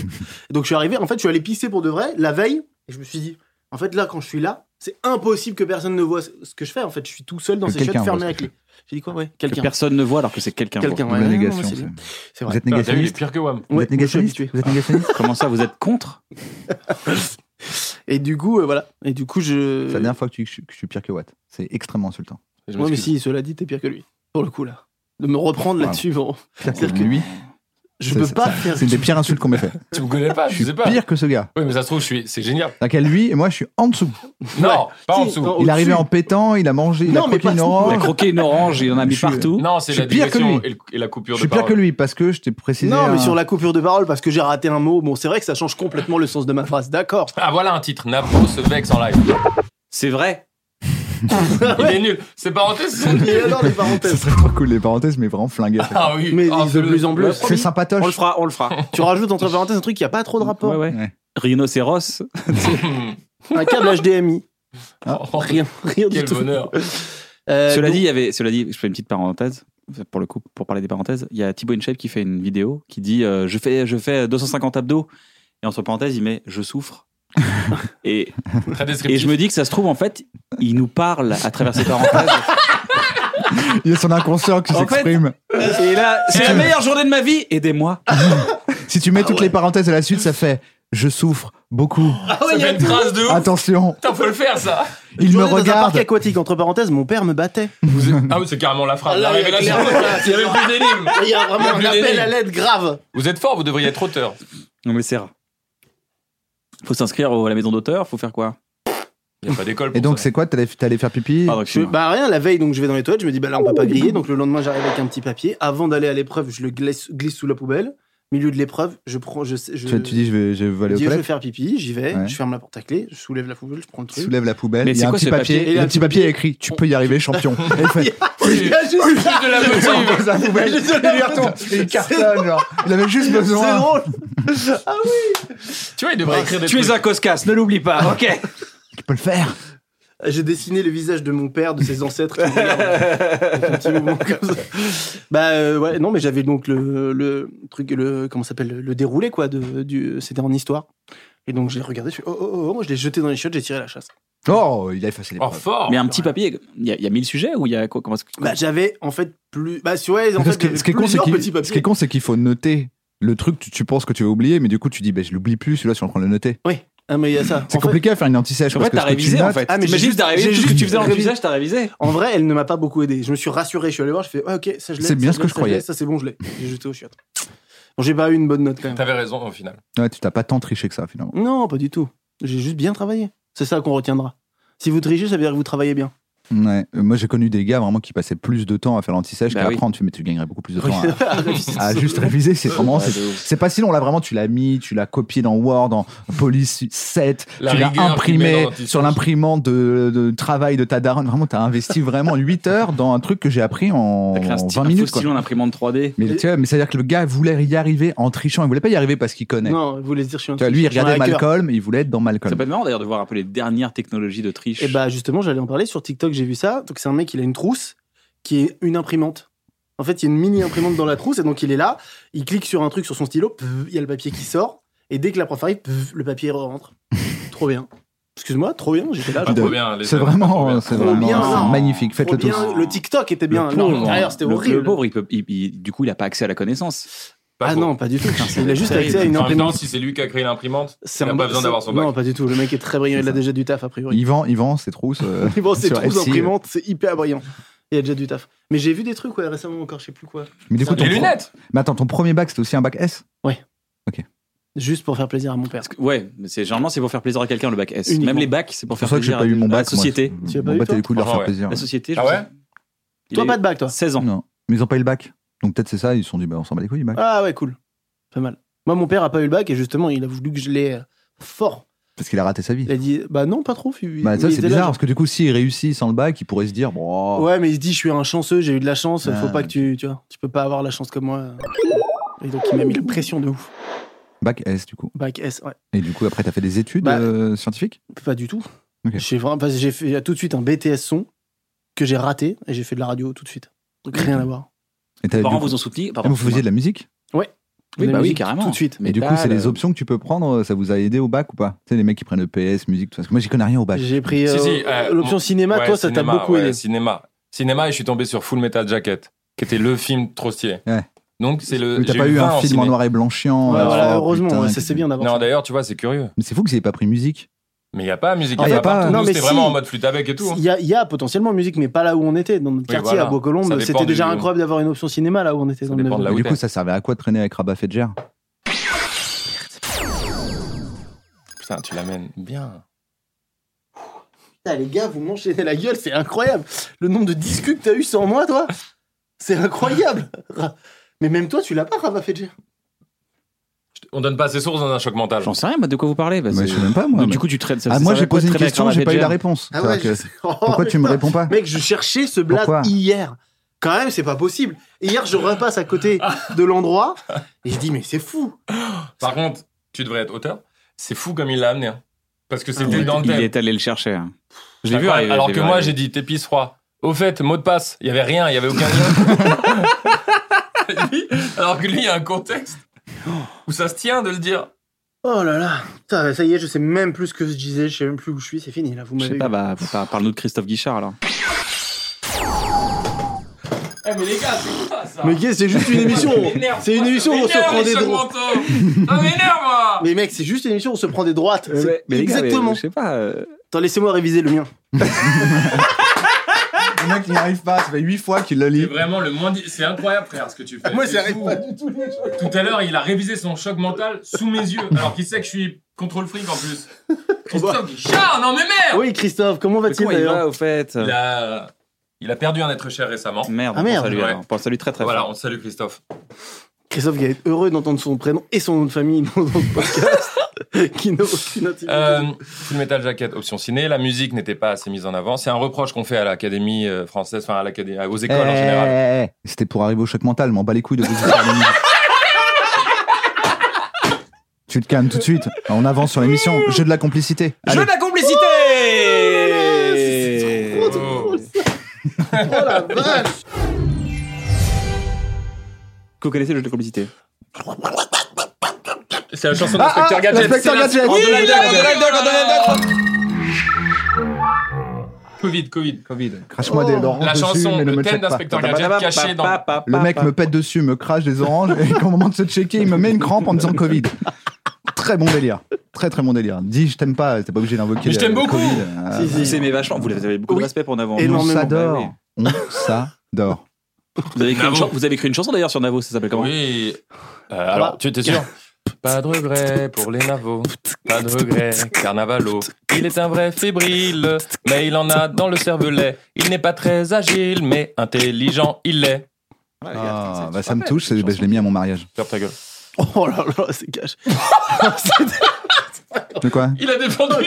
Speaker 3: Donc, je suis arrivé, en fait, je suis allé pisser pour de vrai la veille, et je me suis dit, en fait, là, quand je suis là, c'est impossible que personne ne voit ce ce que je fais. En fait, je suis tout seul dans
Speaker 4: Que
Speaker 3: ces chiottes
Speaker 4: quelqu'un voit
Speaker 3: fermées
Speaker 4: ce
Speaker 3: à
Speaker 4: que tu
Speaker 3: clé. J'ai dit quoi, ouais
Speaker 7: Que
Speaker 3: Quelqu'un.
Speaker 7: personne ne voit alors que c'est quelqu'un.
Speaker 3: Quelqu'un,
Speaker 7: voit.
Speaker 3: ouais.
Speaker 4: Double
Speaker 3: non,
Speaker 4: négation,
Speaker 3: mais c'est
Speaker 4: c'est-
Speaker 3: bien. C'est
Speaker 4: Vous
Speaker 3: vrai.
Speaker 4: êtes
Speaker 5: Putain, T'as vu, il
Speaker 4: négationniste
Speaker 5: est pire que WAM.
Speaker 4: Vous
Speaker 3: Ouais,
Speaker 4: êtes
Speaker 3: moi, je suis
Speaker 4: négationniste
Speaker 3: habitué.
Speaker 4: Vous êtes négationniste
Speaker 7: Comment ça, vous êtes contre
Speaker 3: (laughs) Et du coup, euh, voilà. Et du coup, je.
Speaker 4: C'est la dernière fois que, tu, que je suis pire que Watt. C'est extrêmement insultant.
Speaker 5: Je
Speaker 3: Ouais, mais
Speaker 5: m'excuse.
Speaker 3: si, cela dit, t'es pire que lui. Pour le coup, là. De me reprendre
Speaker 4: Wow.
Speaker 3: là-dessus, bon.
Speaker 4: Pire que
Speaker 3: C'est-à-dire que-
Speaker 4: lui.
Speaker 3: Je
Speaker 4: C'est-
Speaker 3: peux
Speaker 4: c'est-
Speaker 3: pas faire.
Speaker 4: C'est une des pires insultes qu'on m'ait fait.
Speaker 5: Tu me connais pas,
Speaker 4: Je
Speaker 5: je
Speaker 4: suis
Speaker 5: sais pas.
Speaker 4: pire que ce gars.
Speaker 5: Oui, mais ça se trouve, je suis... c'est génial.
Speaker 4: C'est-à-dire qu'à lui et moi, je suis en dessous.
Speaker 5: Non, pas en
Speaker 3: Si,
Speaker 5: dessous.
Speaker 3: non,
Speaker 4: Il est arrivé
Speaker 3: au-dessus.
Speaker 4: en pétant, il a mangé, il
Speaker 3: Non,
Speaker 4: a
Speaker 3: mais
Speaker 4: croqué
Speaker 3: pas
Speaker 4: une
Speaker 3: à ce niveau.
Speaker 2: Il a
Speaker 4: orange.
Speaker 2: croqué une orange, il en a mis
Speaker 4: Oh. Je suis-
Speaker 2: partout.
Speaker 5: Non, c'est
Speaker 4: Je suis
Speaker 5: la
Speaker 4: pire que
Speaker 5: digression
Speaker 4: lui.
Speaker 5: et, le- et la coupure
Speaker 4: Je
Speaker 5: de
Speaker 4: suis pire
Speaker 5: parole.
Speaker 4: que lui parce que je t'ai précisé.
Speaker 3: Non, mais
Speaker 4: un-
Speaker 3: sur la coupure de parole, parce que j'ai raté un mot. Bon, c'est vrai que ça change complètement le sens de ma phrase. D'accord.
Speaker 5: Ah, voilà un titre. Napo se vexe en live.
Speaker 2: C'est vrai.
Speaker 5: Il est nul. Ses parenthèses sont
Speaker 3: Il
Speaker 5: nulles.
Speaker 3: adore les
Speaker 4: Ce
Speaker 3: parenthèses.
Speaker 4: serait trop cool, les parenthèses, mais vraiment flingué.
Speaker 5: Ah oui.
Speaker 3: (laughs) Mais
Speaker 5: Ah,
Speaker 3: de plus en plus.
Speaker 4: C'est
Speaker 2: On le
Speaker 4: sympatoche.
Speaker 2: fera, on le fera.
Speaker 3: Tu rajoutes entre parenthèses un truc qui a pas trop de rapport.
Speaker 2: Ouais, ouais.
Speaker 4: Ouais.
Speaker 2: Rhinocéros.
Speaker 3: Un câble HDMI.
Speaker 5: Hmm. Oh,
Speaker 3: Rien, rien du
Speaker 5: Quel
Speaker 3: tout.
Speaker 5: bonheur.
Speaker 3: Euh,
Speaker 2: Cela
Speaker 3: donc-
Speaker 2: dit, il y avait, cela dit, je fais une petite parenthèse pour le coup, pour parler des parenthèses. Il y a Thibaut InShape qui fait une vidéo qui dit euh, je fais, je fais 250 abdos et entre parenthèses il met je (laughs) souffre. et,
Speaker 5: Très descriptif.
Speaker 2: et je me dis que ça se trouve en fait il nous parle à travers ses (laughs) parenthèses.
Speaker 4: Il y a son inconscient qui
Speaker 2: En fait-
Speaker 4: s'exprime.
Speaker 2: et là c'est la meilleure journée de ma vie. Aidez-moi.
Speaker 4: Si tu mets toutes les parenthèses à la suite, ça fait je souffre beaucoup.
Speaker 5: Ça fait une trace de
Speaker 4: Ah.
Speaker 5: ouf.
Speaker 4: Attention,
Speaker 5: Putain, faut le faire, ça.
Speaker 3: une
Speaker 4: il me
Speaker 3: journée dans un parc
Speaker 4: regarde.
Speaker 3: aquatique, entre parenthèses, mon père me battait.
Speaker 5: Vous êtes- Ah oui, c'est carrément la phrase.
Speaker 3: Ah là,
Speaker 5: la
Speaker 3: il y a
Speaker 5: révélation.
Speaker 3: clairement-
Speaker 5: Il y avait plus d'énigmes.
Speaker 3: Il y a vraiment
Speaker 5: un appel à
Speaker 3: l'aide grave.
Speaker 5: Vous êtes fort, vous devriez être auteur.
Speaker 2: Non mais c'est rare. Faut s'inscrire au- à la maison d'auteur. Faut faire quoi
Speaker 5: Il n'y a pas d'école pour
Speaker 4: Et donc,
Speaker 5: ça.
Speaker 4: c'est quoi T'allais t'allais faire pipi
Speaker 2: Pardon,
Speaker 3: Je,
Speaker 2: excuse-moi.
Speaker 3: bah rien, la veille, donc je vais dans les toilettes, je me dis, bah là on peut pas griller, donc le lendemain j'arrive avec un petit papier. Avant d'aller à l'épreuve, je le glisse, glisse sous la poubelle. Milieu de l'épreuve, je prends, je, sais- je,
Speaker 4: tu, tu dis, je vais, je vais
Speaker 3: je
Speaker 4: aller aux
Speaker 3: dis, je vais
Speaker 4: toilettes.
Speaker 3: faire pipi, j'y vais,
Speaker 4: Ouais.
Speaker 3: je ferme la porte à clé, je soulève la poubelle, je prends le truc.
Speaker 4: Soulève la poubelle.
Speaker 2: Mais
Speaker 4: Il y
Speaker 2: c'est
Speaker 4: a un
Speaker 2: quoi
Speaker 4: petit
Speaker 2: ce
Speaker 4: papier.
Speaker 2: papier
Speaker 4: Et le petit papier est écrit Tu peux y (laughs) arriver, champion. Et il fait (laughs)
Speaker 3: Il y a juste ça.
Speaker 5: de la
Speaker 4: Il
Speaker 5: motive.
Speaker 4: pose la poubelle, (laughs) il lui retourne, et il cartonne, genre. Il avait juste
Speaker 3: C'est
Speaker 4: besoin.
Speaker 3: drôle.
Speaker 5: Tu vois, il devrait écrire des
Speaker 2: Tu es
Speaker 5: trucs.
Speaker 2: un coscasse, ne l'oublie pas. Ok.
Speaker 4: Tu peux le faire.
Speaker 3: J'ai dessiné le visage de mon père, de ses ancêtres. qui me regardent. Avec un petit (laughs) mouvement comme ça. Bah euh, ouais, non, mais j'avais donc le, le truc, le comment ça s'appelle, le, le déroulé quoi. De, du, c'était en histoire. Et donc je l'ai regardé, je fais oh oh oh, oh, je l'ai jeté dans les chiottes, j'ai tiré la chasse.
Speaker 4: Oh, il a effacé les
Speaker 5: Oh,
Speaker 4: preuves.
Speaker 5: fort.
Speaker 2: Mais un petit papier. Il y, a- il y a mille sujets ou il y a quoi comment, est-ce que-
Speaker 3: Bah j'avais en fait plus, bah si ouais, en
Speaker 4: Parce
Speaker 3: fait,
Speaker 4: que-
Speaker 3: j'avais
Speaker 4: ce qui est con, c'est
Speaker 3: plusieurs
Speaker 4: qu'il-
Speaker 3: petits papiers.
Speaker 4: ce qui est con, c'est qu'il faut noter le truc que tu, tu penses que tu vas oublier, mais du coup, tu dis, ben, je l'oublie plus, celui-là, je suis en train de le noter.
Speaker 3: Ah mais il y a ça.
Speaker 4: C'est
Speaker 3: En fait,
Speaker 4: compliqué à faire une anti-sèche.
Speaker 2: En
Speaker 4: parce
Speaker 2: fait,
Speaker 4: que
Speaker 2: t'as
Speaker 4: ce que tu
Speaker 2: révisé en
Speaker 4: notes-
Speaker 2: fait.
Speaker 3: Ah, mais j'ai
Speaker 2: T'imagines
Speaker 3: juste-
Speaker 2: t'as révisé
Speaker 3: j'ai
Speaker 2: tout ce que
Speaker 3: juste
Speaker 2: tu faisais dans le
Speaker 3: révisé.
Speaker 2: visage, t'as révisé.
Speaker 3: En vrai, elle ne m'a pas beaucoup aidé. Je me suis rassuré, je suis allé voir, je fais ouais, ok, ça je l'ai.
Speaker 4: C'est bien
Speaker 3: ça,
Speaker 4: ce que
Speaker 3: l'ai,
Speaker 4: je
Speaker 3: ça, l'ai,
Speaker 4: croyais.
Speaker 3: Ça c'est bon, je l'ai. J'ai jeté aux chiottes. Bon, j'ai pas eu une bonne note quand même.
Speaker 5: T'avais raison au final.
Speaker 4: Ouais, tu t'as pas tant triché que ça, finalement.
Speaker 3: Non, pas du tout. J'ai juste bien travaillé. C'est ça qu'on retiendra. Si vous trichez, ça veut dire que vous travaillez bien.
Speaker 4: Ouais. Euh, Moi, j'ai connu des gars vraiment qui passaient plus de temps à faire l'anti-sèche
Speaker 2: Bah
Speaker 4: qu'à
Speaker 2: oui.
Speaker 4: apprendre. Tu fais, mais tu gagnerais beaucoup plus
Speaker 3: (laughs)
Speaker 4: de temps à, à
Speaker 3: Ah,
Speaker 4: juste réviser. C'est vraiment. c'est- C'est pas si long, là vraiment tu l'as mis, tu l'as copié dans Word, en Police 7,
Speaker 5: La
Speaker 4: tu l'as
Speaker 5: rigueur qu'il met
Speaker 4: imprimé
Speaker 5: dans l'anti-sèche.
Speaker 4: sur l'imprimante de, de travail de ta daronne. Vraiment, t'as investi vraiment 8 heures dans un truc que j'ai appris en
Speaker 2: T'as créé un,
Speaker 4: 20
Speaker 2: stylo
Speaker 4: minutes. quoi.
Speaker 2: stylo en imprimante 3D.
Speaker 4: Mais, tu vois, mais c'est-à-dire que le gars voulait y arriver en trichant, il voulait pas y arriver parce qu'il connaît.
Speaker 3: Non, vous voulez dire, je suis un
Speaker 4: Tu vois, lui, il
Speaker 3: tricheur, je suis un
Speaker 4: regardait
Speaker 3: hacker.
Speaker 4: Malcolm, il voulait être dans
Speaker 2: Ça
Speaker 4: Malcolm.
Speaker 2: peut être marrant d'ailleurs de voir un peu les dernières technologies de triche.
Speaker 4: Eh ben,
Speaker 3: Et bah justement, j'allais en parler sur TikTok, j'ai vu ça. Donc c'est un mec, il a une trousse qui est une imprimante. En fait, il y a une mini imprimante dans la trousse et donc il est là, il clique sur un truc sur son stylo, pff, il y a le papier qui sort et dès que la prof arrive, pff, le papier rentre. trop bien. Excuse-moi, trop bien, j'étais là.
Speaker 5: Pas
Speaker 3: genre,
Speaker 5: trop bien. les
Speaker 4: C'est
Speaker 5: amis, pas trop bien.
Speaker 4: vraiment, c'est
Speaker 3: Trop
Speaker 4: vraiment
Speaker 3: bien.
Speaker 4: c'est magnifique,
Speaker 3: trop
Speaker 4: faites-le tous.
Speaker 3: bien. Le TikTok était bien.
Speaker 2: Le
Speaker 3: Non,
Speaker 2: pauvre,
Speaker 3: l'intérieur, c'était
Speaker 2: le-
Speaker 3: horrible.
Speaker 2: Le pauvre, il peut, il- il- du coup, il n'a pas accès à la connaissance.
Speaker 5: Pas
Speaker 3: ah
Speaker 5: trop.
Speaker 3: non, pas du tout. Il a juste
Speaker 2: terrible.
Speaker 3: accès à une
Speaker 5: En même temps,
Speaker 3: imprimante.
Speaker 5: si c'est lui qui a créé l'imprimante,
Speaker 3: C'est
Speaker 5: il a pas besoin
Speaker 3: c'est-
Speaker 5: d'avoir son bac.
Speaker 3: Non, pas du tout. Le mec est très brillant. Il a déjà du taf, a priori.
Speaker 4: Il vend, il vend ses trousses. euh,
Speaker 3: (laughs) Il vend ses
Speaker 4: sur
Speaker 3: trous
Speaker 4: Etsy.
Speaker 3: imprimantes. C'est hyper brillant. Il a déjà du taf. Mais j'ai vu des trucs ouais, récemment encore, je sais plus quoi.
Speaker 4: Mais du coup,
Speaker 3: Les
Speaker 4: ton
Speaker 5: les
Speaker 3: Attends,
Speaker 5: lunettes.
Speaker 4: Mais attends, ton premier bac, c'était aussi un bac S
Speaker 3: Juste pour faire plaisir à mon père.
Speaker 2: Parce que, ouais, mais c'est généralement c'est pour faire plaisir à quelqu'un le bac S.
Speaker 3: Uniquement.
Speaker 2: Même les bacs, c'est pour
Speaker 4: C'est
Speaker 2: faire
Speaker 4: pour ça que j'ai
Speaker 2: plaisir
Speaker 4: pas eu mon
Speaker 2: à la
Speaker 4: bac. moi.
Speaker 2: société.
Speaker 3: Tu as pas
Speaker 4: Mon
Speaker 3: eu,
Speaker 4: bac,
Speaker 3: toi
Speaker 4: les couilles de leur
Speaker 5: Enfin,
Speaker 4: faire
Speaker 5: ouais.
Speaker 4: plaisir.
Speaker 2: La société.
Speaker 5: Ah
Speaker 2: je
Speaker 5: ouais
Speaker 2: sais. Il
Speaker 3: Toi,
Speaker 2: est
Speaker 3: pas de bac, toi.
Speaker 2: 16 ans.
Speaker 4: Non, mais ils ont pas eu le bac. Donc peut-être c'est ça, ils se sont dit, bah, on s'en bat les couilles du bac.
Speaker 3: Ah ouais, cool. Pas mal. Moi, mon père a pas eu le bac et justement, il a voulu que je l'aie euh, fort.
Speaker 4: Parce qu'il a raté sa vie.
Speaker 3: Il a dit, bah non, pas trop. il-
Speaker 4: Bah, ça,
Speaker 3: il
Speaker 4: c'est
Speaker 3: était là,
Speaker 4: bizarre,
Speaker 3: genre,
Speaker 4: parce que du coup, s'il réussit sans le bac, il pourrait se dire, bon. oh.
Speaker 3: Ouais, mais il se dit, je suis un chanceux, j'ai eu de la chance, faut
Speaker 4: Ah.
Speaker 3: pas que tu, tu vois, tu peux pas avoir la chance comme moi. Et donc, il m'a mis la pression de ouf.
Speaker 4: Bac S, du coup.
Speaker 3: Bac S, ouais.
Speaker 4: Et du coup, après, t'as fait des études
Speaker 3: Bah,
Speaker 4: euh, scientifiques
Speaker 3: Pas du tout.
Speaker 4: Ok.
Speaker 3: J'ai vraiment, parce que j'ai fait tout de suite un BTS son que j'ai raté et j'ai fait de la radio tout de suite. Donc, rien à voir.
Speaker 4: Et
Speaker 2: Tes
Speaker 4: t'as- du
Speaker 2: parents
Speaker 4: coup-
Speaker 2: vous ont soutenu.
Speaker 4: Ah,
Speaker 2: Pardon,
Speaker 4: vous faisiez de la musique
Speaker 2: Oui,
Speaker 3: De la
Speaker 2: bah oui,
Speaker 3: musique,
Speaker 2: carrément.
Speaker 3: Tout de suite.
Speaker 4: Et du coup,
Speaker 2: Métal,
Speaker 4: c'est les
Speaker 2: euh,
Speaker 4: options que tu peux prendre, ça vous a aidé au bac ou pas Tu sais, les mecs qui prennent le PS, musique, tout ça. Parce que moi, j'y connais rien au bac.
Speaker 3: J'ai pris
Speaker 5: Si,
Speaker 3: euh,
Speaker 5: si, euh,
Speaker 3: l'option
Speaker 5: mon-
Speaker 3: cinéma,
Speaker 5: Ouais,
Speaker 3: toi, ça t'a
Speaker 5: cinéma,
Speaker 3: beaucoup
Speaker 5: ouais,
Speaker 3: aidé.
Speaker 5: Cinéma. Cinéma, et je suis tombé sur Full Metal Jacket, qui était le film trop stylé.
Speaker 4: Ouais.
Speaker 5: Donc, c'est le.
Speaker 4: Mais T'as
Speaker 5: j'ai
Speaker 4: pas eu un
Speaker 5: vingt
Speaker 4: film
Speaker 5: ciné.
Speaker 4: en noir et blanc chiant
Speaker 3: Ouais,
Speaker 4: euh,
Speaker 3: voilà,
Speaker 4: oh,
Speaker 3: heureusement,
Speaker 4: putain,
Speaker 3: ouais, ça
Speaker 4: putain.
Speaker 3: c'est bien d'avoir.
Speaker 5: Non,
Speaker 3: ça.
Speaker 5: d'ailleurs, tu vois, c'est curieux.
Speaker 4: Mais c'est fou que vous ayez pas pris musique.
Speaker 5: Mais il n'y a pas musique
Speaker 4: Ah,
Speaker 5: à
Speaker 4: y a
Speaker 5: pas
Speaker 4: pas-
Speaker 5: partout.
Speaker 3: non,
Speaker 5: Nous,
Speaker 3: mais
Speaker 5: C'était
Speaker 3: si.
Speaker 5: vraiment en mode flûte avec et tout. hein.
Speaker 3: Il y a, il y a potentiellement musique, mais pas là où on était. Dans notre
Speaker 5: Oui,
Speaker 3: quartier
Speaker 5: voilà.
Speaker 3: à Bois-Colombes,
Speaker 5: Ça dépend
Speaker 3: c'était déjà
Speaker 5: du-
Speaker 3: incroyable d'avoir une option cinéma là où on était. Dans le
Speaker 5: dépend de
Speaker 3: neuf.
Speaker 5: là où
Speaker 4: Mais du
Speaker 5: t'es.
Speaker 4: coup, ça servait à quoi de traîner avec Rabat Fedger
Speaker 5: Putain, tu l'amènes bien.
Speaker 3: Putain, les gars, vous m'enchaînez la gueule, c'est incroyable. Le nombre de disques que t'as eu sans moi, toi, c'est incroyable. Ra- Mais même toi, tu l'as pas, Rabat Fedger.
Speaker 5: On donne pas assez sources dans un choc mental.
Speaker 1: J'en sais rien, moi, de quoi vous parlez bah,
Speaker 4: Mais
Speaker 1: c'est-
Speaker 4: je sais même pas, moi.
Speaker 1: Donc,
Speaker 4: mais-
Speaker 1: Du coup, tu traites ça.
Speaker 4: Ah,
Speaker 1: ça
Speaker 4: moi,
Speaker 1: va
Speaker 4: j'ai
Speaker 1: quoi de
Speaker 4: posé une
Speaker 1: traîner
Speaker 4: question,
Speaker 1: avec
Speaker 4: j'ai pas eu la
Speaker 1: Rabat
Speaker 4: réponse.
Speaker 3: Ah
Speaker 4: C'est-à-dire
Speaker 3: ouais,
Speaker 4: que-
Speaker 3: je- (laughs) Oh,
Speaker 4: Pourquoi tu me
Speaker 3: putain.
Speaker 4: réponds pas
Speaker 3: Mec, je cherchais ce blaze
Speaker 4: Pourquoi
Speaker 3: hier. Quand même, c'est pas possible. Hier, je repasse à côté de l'endroit et je dis, mais c'est fou.
Speaker 5: Par contre, tu devrais être auteur. C'est fou comme il l'a amené. hein. Parce que c'était
Speaker 1: Fedger
Speaker 5: dans le thème.
Speaker 1: Il est allé le chercher. hein. Je l'ai
Speaker 5: D'accord,
Speaker 1: vu arriver.
Speaker 5: Alors
Speaker 1: je l'ai
Speaker 5: que
Speaker 1: vu
Speaker 5: moi,
Speaker 1: arriver.
Speaker 5: j'ai dit Tépis froid. Au fait, mot de passe, il y avait rien, il y avait aucun lien. (laughs) Lui, alors que lui, il y a un contexte où ça se tient de le dire.
Speaker 3: Oh là là. Putain, ça y est, je sais même plus ce que je disais, je sais même plus où je suis, c'est fini là. Vous
Speaker 1: Je
Speaker 3: m'avez.
Speaker 1: sais pas, bah, bah, parle-nous de Christophe Guichard alors.
Speaker 5: Eh, mais les gars, c'est quoi ça
Speaker 3: Mais gars, c'est juste une
Speaker 5: (laughs)
Speaker 3: émission. C'est une émission où on se prend des droits.
Speaker 5: Ça m'énerve, moi
Speaker 3: Mais mec, c'est juste une émission où on se prend des droites. C'est
Speaker 1: Euh, Mais les gars, mais
Speaker 3: exactement.
Speaker 1: Je sais pas. euh,
Speaker 3: Attends, laissez-moi réviser le mien.
Speaker 4: Le mec, il n'y arrive pas. Ça fait 8 fois qu'il le lit.
Speaker 5: vraiment le moins. di- C'est incroyable, frère, ce que tu fais.
Speaker 3: Moi,
Speaker 5: C'est
Speaker 3: j'y arrive
Speaker 5: fou.
Speaker 3: pas du tout. les gens.
Speaker 5: Tout à l'heure, il a révisé son choc mental sous mes yeux, alors qu'il sait que je suis contrôle fric en
Speaker 3: (laughs)
Speaker 5: plus. Christophe Guichard, non mais merde
Speaker 3: Oui, Christophe, comment
Speaker 1: mais
Speaker 3: va-t-il
Speaker 1: Comment il
Speaker 3: d'ailleurs
Speaker 1: va au fait
Speaker 5: il a... il a perdu un être cher récemment.
Speaker 1: Merde,
Speaker 3: Ah,
Speaker 1: on pense
Speaker 3: merde.
Speaker 1: à lui,
Speaker 5: Ouais.
Speaker 1: alors. on pense à lui très très
Speaker 5: Voilà,
Speaker 1: fort.
Speaker 5: on te salue Christophe.
Speaker 3: Christophe qui va être heureux d'entendre son prénom et son nom de famille dans notre podcast, (laughs) qui n'a aucune intimité.
Speaker 5: Euh, Full Metal Jacket, option ciné. La musique n'était pas assez mise en avant. C'est un reproche qu'on fait à l'Académie euh, française, enfin à l'Académie, aux écoles en
Speaker 4: Eh,
Speaker 5: général.
Speaker 4: eh, eh, C'était pour arriver au choc mental, m'en bats les couilles de vous faire la musique. Tu te calmes tout de suite. On avance sur l'émission. Jeu de la complicité. Allez.
Speaker 1: Jeu de la complicité
Speaker 3: Oh, c'est trop drôle, ça. Oh la vache
Speaker 1: Que vous connaissez le jeu de la complicité
Speaker 5: C'est la chanson
Speaker 4: Ah, ah, l'inspecteur Gadget. Oui,
Speaker 5: Covid, Covid.
Speaker 4: Covid. Crache-moi des oranges
Speaker 5: La
Speaker 4: dessus,
Speaker 5: chanson,
Speaker 4: mais ne
Speaker 5: le
Speaker 4: me
Speaker 5: thème
Speaker 4: check pas.
Speaker 5: d'Inspecteur Gadget caché dans.
Speaker 4: Le mec me pète dessus, me crache des oranges, et au moment de se checker, il me met une crampe en disant Covid. Très bon délire. Très très bon délire. Dis, je t'aime pas, t'es pas obligé d'invoquer.
Speaker 5: Mais je
Speaker 4: le-
Speaker 5: t'aime
Speaker 4: le
Speaker 5: beaucoup.
Speaker 4: Covid. Euh,
Speaker 3: Si, si.
Speaker 1: Ah, Vous aimez vachement, vous avez beaucoup
Speaker 3: Oui.
Speaker 1: de respect pour Navo.
Speaker 3: Et
Speaker 4: on
Speaker 3: énormément.
Speaker 4: s'adore.
Speaker 1: Bah
Speaker 4: On s'adore.
Speaker 1: Vous avez, écrit une
Speaker 5: Navo.
Speaker 1: chan- vous avez écrit une chanson d'ailleurs sur Navo, ça s'appelle comment
Speaker 5: Oui. Euh, alors, tu étais sûr (laughs) Pas de regret pour les navos, pas de regret, Carnavalo. Il est un vrai fébrile, mais il en a dans le cervelet. Il n'est pas très agile, mais intelligent, il l'est.
Speaker 4: Ah, bah, ça me touche, c'est- bah, je l'ai mis à mon mariage.
Speaker 5: Ferme ta gueule.
Speaker 3: Oh là là, c'est cash.
Speaker 4: De quoi
Speaker 5: Il a défendu,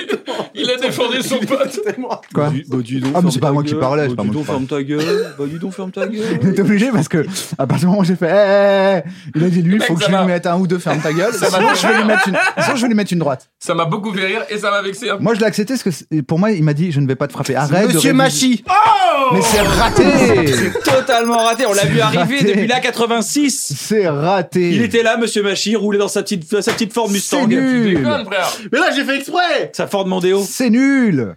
Speaker 5: il a défendu son pote.
Speaker 3: Tellement-
Speaker 4: Quoi
Speaker 1: Bah dis donc,
Speaker 4: Ah, mais c'est
Speaker 1: ferme
Speaker 4: pas
Speaker 1: ta
Speaker 4: moi qui
Speaker 1: gueule.
Speaker 4: parlais, c'est
Speaker 1: Bah
Speaker 4: pas
Speaker 1: dis
Speaker 4: moi
Speaker 1: donc,
Speaker 4: qui
Speaker 1: ferme
Speaker 4: parlais.
Speaker 1: ta gueule. Bah dis donc, ferme ta
Speaker 4: (laughs) Il était
Speaker 1: gueule.
Speaker 4: obligé parce que à partir du moment où j'ai fait, Eh, eh, eh il a dit lui,
Speaker 5: Mec,
Speaker 4: faut que
Speaker 5: ça
Speaker 4: je lui
Speaker 5: va.
Speaker 4: mette un ou deux, ferme ta
Speaker 5: (laughs)
Speaker 4: gueule.
Speaker 5: Ça va.
Speaker 4: Sinon je vais lui mettre une, sinon, je vais lui mettre une droite.
Speaker 5: Ça m'a beaucoup fait rire et ça m'a vexé hein. un peu.
Speaker 4: Moi je l'ai accepté parce que c'est- pour moi il m'a dit, je ne vais pas te frapper. Arrête. de
Speaker 3: Monsieur
Speaker 4: réviser.
Speaker 3: Machi
Speaker 5: Oh
Speaker 4: Mais c'est raté.
Speaker 1: C'est totalement raté, on l'a vu arriver
Speaker 4: raté.
Speaker 1: depuis la 86
Speaker 4: C'est raté.
Speaker 1: Il était là, monsieur Machi, roulé dans sa petite, sa petite Ford
Speaker 4: C'est
Speaker 1: Mustang.
Speaker 4: nul.
Speaker 5: Déconne, frère.
Speaker 3: Mais là, j'ai fait exprès
Speaker 1: Sa Ford Mondeo.
Speaker 4: C'est nul.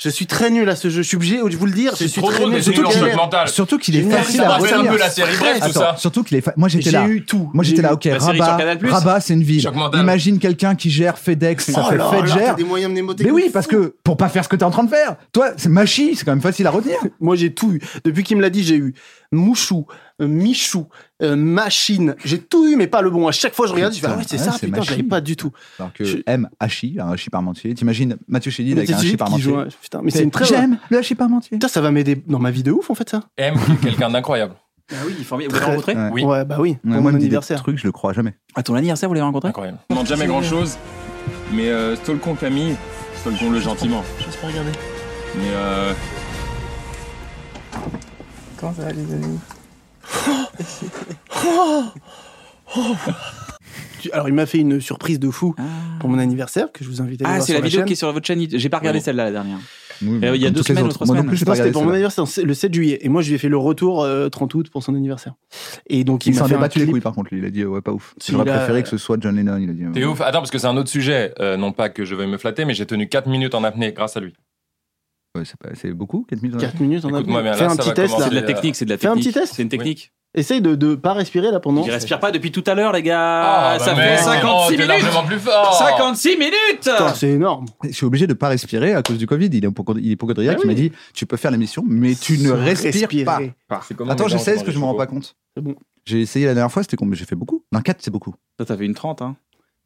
Speaker 3: Je suis très nul à ce jeu, je suis obligé de vous le dire. Je
Speaker 5: C'est
Speaker 3: suis
Speaker 5: trop
Speaker 3: très
Speaker 5: drôle
Speaker 3: nul.
Speaker 5: d'être nul en
Speaker 3: Surtout
Speaker 5: choc
Speaker 3: qu'elle-
Speaker 5: mental.
Speaker 4: Surtout qu'il est
Speaker 3: Génial,
Speaker 4: facile
Speaker 5: Ah, Ça
Speaker 4: à
Speaker 5: rappelle un
Speaker 4: retenir.
Speaker 5: peu la série Bref, tout
Speaker 4: Attends,
Speaker 5: ça.
Speaker 4: surtout qu'il est. fa- Moi
Speaker 3: J'ai
Speaker 4: j'étais là.
Speaker 3: eu tout.
Speaker 4: Moi
Speaker 3: J'ai
Speaker 4: j'étais là.
Speaker 3: eu-
Speaker 4: Ok,
Speaker 1: La série sur
Speaker 4: Rabat.
Speaker 1: Canal+.
Speaker 4: Rabat, c'est une ville.
Speaker 5: Choc mental.
Speaker 4: Imagine quelqu'un qui gère FedEx, ça
Speaker 3: Oh
Speaker 4: fait
Speaker 3: là là,
Speaker 4: FedGer.
Speaker 3: t'as des moyens
Speaker 4: Mais
Speaker 3: mnémotechniques
Speaker 4: oui, parce que pour pas faire ce que t'es en train de faire, toi, c'est machi, c'est quand même facile à retenir.
Speaker 3: Moi, j'ai tout eu. Depuis qu'il me l'a dit, j'ai eu Mouchou, euh, Michou, euh, Machine. J'ai tout eu, mais pas le bon. À chaque fois, je regarde, je fais
Speaker 4: Putain,
Speaker 3: ah ouais, c'est
Speaker 4: ouais,
Speaker 3: ça,
Speaker 4: c'est
Speaker 3: putain, j'avais
Speaker 4: Machine.
Speaker 3: pas du tout.
Speaker 4: Alors que
Speaker 3: Je-
Speaker 4: M, euh, Hachi, un Hachi parmentier. T'imagines Mathieu Chédid
Speaker 3: Mais
Speaker 4: avec un
Speaker 3: c'est
Speaker 4: Hachi
Speaker 3: Gilles qui
Speaker 4: parmentier.
Speaker 3: joue, hein. Putain, mais c'est une très.
Speaker 4: J'aime le Hachi parmentier.
Speaker 3: Putain, ça va m'aider dans ma vie de ouf, en fait, ça.
Speaker 5: M, quelqu'un d'incroyable.
Speaker 1: Ah oui, formidable. Vous l'avez rencontré
Speaker 4: Ouais.
Speaker 5: Oui.
Speaker 3: Ouais, bah oui.
Speaker 4: Ouais,
Speaker 3: pour
Speaker 4: moi,
Speaker 3: mon
Speaker 4: il me dit des
Speaker 3: anniversaire.
Speaker 4: trucs, je le crois jamais.
Speaker 1: À ton anniversaire, vous l'avez rencontré
Speaker 5: Incroyable. On demande jamais grand chose, mais euh, stalkons Camille, stalkons-le gentiment. Je pas regarder. Mais euh,
Speaker 3: Tu- Alors, il m'a fait une surprise de fou pour mon anniversaire que je vous invite à aller
Speaker 1: Ah,
Speaker 3: voir
Speaker 1: c'est
Speaker 3: sur
Speaker 1: la vidéo
Speaker 3: chaîne.
Speaker 1: qui est sur votre chaîne. J'ai pas regardé
Speaker 5: Oui.
Speaker 1: celle-là la dernière.
Speaker 4: Oui,
Speaker 1: il y a
Speaker 4: comme
Speaker 1: deux
Speaker 4: toutes les
Speaker 1: semaines ou
Speaker 4: autres.
Speaker 1: trois
Speaker 4: Moi non
Speaker 1: semaines.
Speaker 4: plus, j'ai pas
Speaker 3: Non, c'était
Speaker 4: regardé.
Speaker 3: pour mon
Speaker 4: celle-là.
Speaker 3: anniversaire, c'est le 7 juillet. Et moi, je lui ai fait le retour euh, 30 août pour son anniversaire. Et donc, il,
Speaker 4: Il
Speaker 3: m'a
Speaker 4: s'en
Speaker 3: fait
Speaker 4: est
Speaker 3: un
Speaker 4: battu les
Speaker 3: clip.
Speaker 4: couilles par contre, lui, il a dit ouais, pas ouf.
Speaker 3: Si,
Speaker 4: J'aurais
Speaker 3: il a-
Speaker 4: préféré que ce soit John Lennon, il a dit.
Speaker 5: t'es
Speaker 4: ouais.
Speaker 5: ouf. Attends, parce que c'est un autre sujet. euh, non pas que je veuille me flatter, mais j'ai tenu 4 minutes en apnée grâce à lui.
Speaker 4: Ouais, c'est pas- C'est beaucoup, 4000
Speaker 3: 4 minutes, on a
Speaker 5: Écoute-moi bien,
Speaker 3: fait
Speaker 5: là,
Speaker 3: un
Speaker 5: ça va
Speaker 3: petit test
Speaker 5: commencer.
Speaker 3: là.
Speaker 1: C'est de la
Speaker 5: euh,
Speaker 1: technique, c'est de la
Speaker 3: fais un
Speaker 1: technique.
Speaker 3: petit test.
Speaker 1: C'est une technique.
Speaker 3: Essaye de ne pas respirer là pendant.
Speaker 2: Il respire pas depuis tout à l'heure, les
Speaker 3: Ah,
Speaker 5: Ah,
Speaker 2: gars. Ah,
Speaker 5: bah
Speaker 2: ça fait 56
Speaker 5: t'es
Speaker 2: minutes.
Speaker 5: largement plus
Speaker 2: Oh.
Speaker 5: fort.
Speaker 2: 56 minutes
Speaker 3: Putain, C'est énorme.
Speaker 4: Je suis obligé de pas respirer à cause du Covid. Il est hypoco- il est hypochondriaque.
Speaker 3: Ah
Speaker 4: Il
Speaker 3: oui.
Speaker 4: m'a dit Tu peux faire la mission, mais tu ne
Speaker 3: Sans
Speaker 4: respires
Speaker 3: respirer.
Speaker 4: pas.
Speaker 5: C'est comment
Speaker 4: Attends,
Speaker 5: les gens
Speaker 4: j'essaie,
Speaker 5: dans
Speaker 4: est-ce que
Speaker 5: les
Speaker 4: je me rends
Speaker 5: chevaux
Speaker 4: pas compte
Speaker 3: C'est bon.
Speaker 4: J'ai essayé la dernière fois, c'était combien J'ai fait beaucoup Non, 4, c'est beaucoup.
Speaker 2: Toi, t'avais une 30, hein.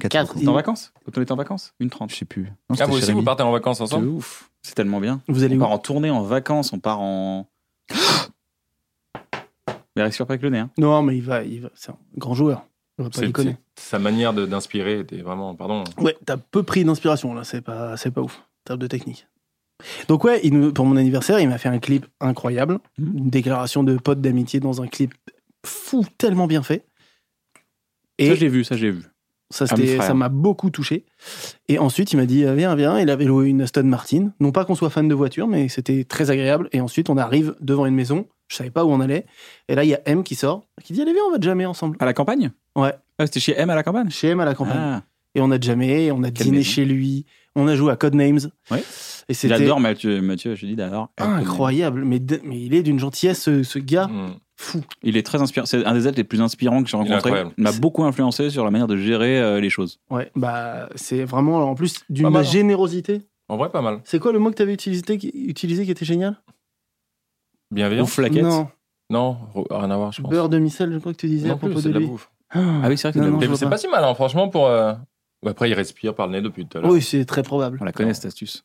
Speaker 4: Quatre,
Speaker 3: Quatre,
Speaker 4: c'est
Speaker 2: T'es en
Speaker 4: beaucoup.
Speaker 2: vacances Quand on était en vacances Une 30.
Speaker 4: Je sais plus. Non,
Speaker 5: Ah,
Speaker 4: c'était
Speaker 5: vous
Speaker 4: chez
Speaker 5: aussi, vous
Speaker 4: Rémi.
Speaker 5: partez en vacances
Speaker 2: C'est
Speaker 5: ensemble
Speaker 2: ouf. C'est tellement bien.
Speaker 3: Vous allez
Speaker 2: On
Speaker 3: où
Speaker 2: part en tournée, en vacances, on
Speaker 1: (gasps)
Speaker 2: part en. Mais respire pas avec le nez, hein.
Speaker 3: Non, mais il va, il va. C'est un grand joueur. On va pas
Speaker 5: C'est-
Speaker 3: le connaître.
Speaker 5: c'est- Sa manière de- d'inspirer était vraiment. Pardon.
Speaker 3: Ouais, t'as peu pris d'inspiration là, c'est pas, c'est pas ouf. en termes de technique. Donc ouais, il nous- pour mon anniversaire, il m'a fait un clip incroyable,
Speaker 4: Mmh.
Speaker 2: Mhm.
Speaker 3: une déclaration de pote d'amitié dans un clip fou, tellement bien fait.
Speaker 2: Ça,
Speaker 3: Et
Speaker 2: j'ai vu, ça, j'ai vu.
Speaker 3: ça,
Speaker 5: Ah,
Speaker 2: mes
Speaker 3: c'était,
Speaker 2: frères.
Speaker 3: ça m'a beaucoup touché. Et ensuite, il m'a dit, euh, viens, viens, il avait loué une Aston Martin. Non pas qu'on soit fan de voiture, mais c'était très agréable. Et ensuite, on arrive devant une maison, je savais pas où on allait. Et là, il y a M qui sort, qui dit, allez, viens, on va jamais ensemble.
Speaker 2: À la campagne
Speaker 3: Ouais.
Speaker 2: Ah, c'était chez M à la campagne
Speaker 3: Chez M à la campagne.
Speaker 2: Ah.
Speaker 3: Et on a jamais, on a
Speaker 2: Quelle
Speaker 3: dîné
Speaker 2: maison.
Speaker 3: chez lui, on a joué à Codenames.
Speaker 2: Ouais.
Speaker 3: Et c'était
Speaker 2: J'adore Mathieu, Mathieu, je dis d'adore.
Speaker 3: incroyable. Mais, de- mais il est d'une gentillesse, ce, ce gars.
Speaker 5: Hmm.
Speaker 3: Fou.
Speaker 2: Il est très inspirant. C'est un des êtres les plus inspirants que j'ai
Speaker 5: Il est
Speaker 2: rencontré.
Speaker 5: incroyable.
Speaker 2: Il m'a beaucoup influencé sur la manière de gérer euh, les choses.
Speaker 3: Ouais, bah, c'est vraiment, en plus, d'une
Speaker 5: Mm. Pas mal, hein.
Speaker 3: générosité.
Speaker 5: En vrai, pas mal.
Speaker 3: C'est quoi le mot que tu avais utilisé qui, utilisé qui était génial
Speaker 5: Bienveillant.
Speaker 2: Ouf, flaquette.
Speaker 3: Non,
Speaker 5: Non, rien à voir, je pense.
Speaker 3: beurre de micelle, je crois que tu disais à
Speaker 5: non
Speaker 3: propos
Speaker 5: plus,
Speaker 3: de
Speaker 5: c'est de la
Speaker 3: lui.
Speaker 5: bouffe.
Speaker 2: Ah oui, c'est vrai que
Speaker 3: Non,
Speaker 2: c'est de la
Speaker 3: non, je
Speaker 2: bouffe.
Speaker 5: Mais
Speaker 3: vois
Speaker 5: c'est
Speaker 3: pas.
Speaker 5: pas si mal, hein, franchement, pour. euh, Après, il respire par le nez depuis tout à l'heure.
Speaker 3: Oui, c'est très probable.
Speaker 2: On la connaît, cette astuce.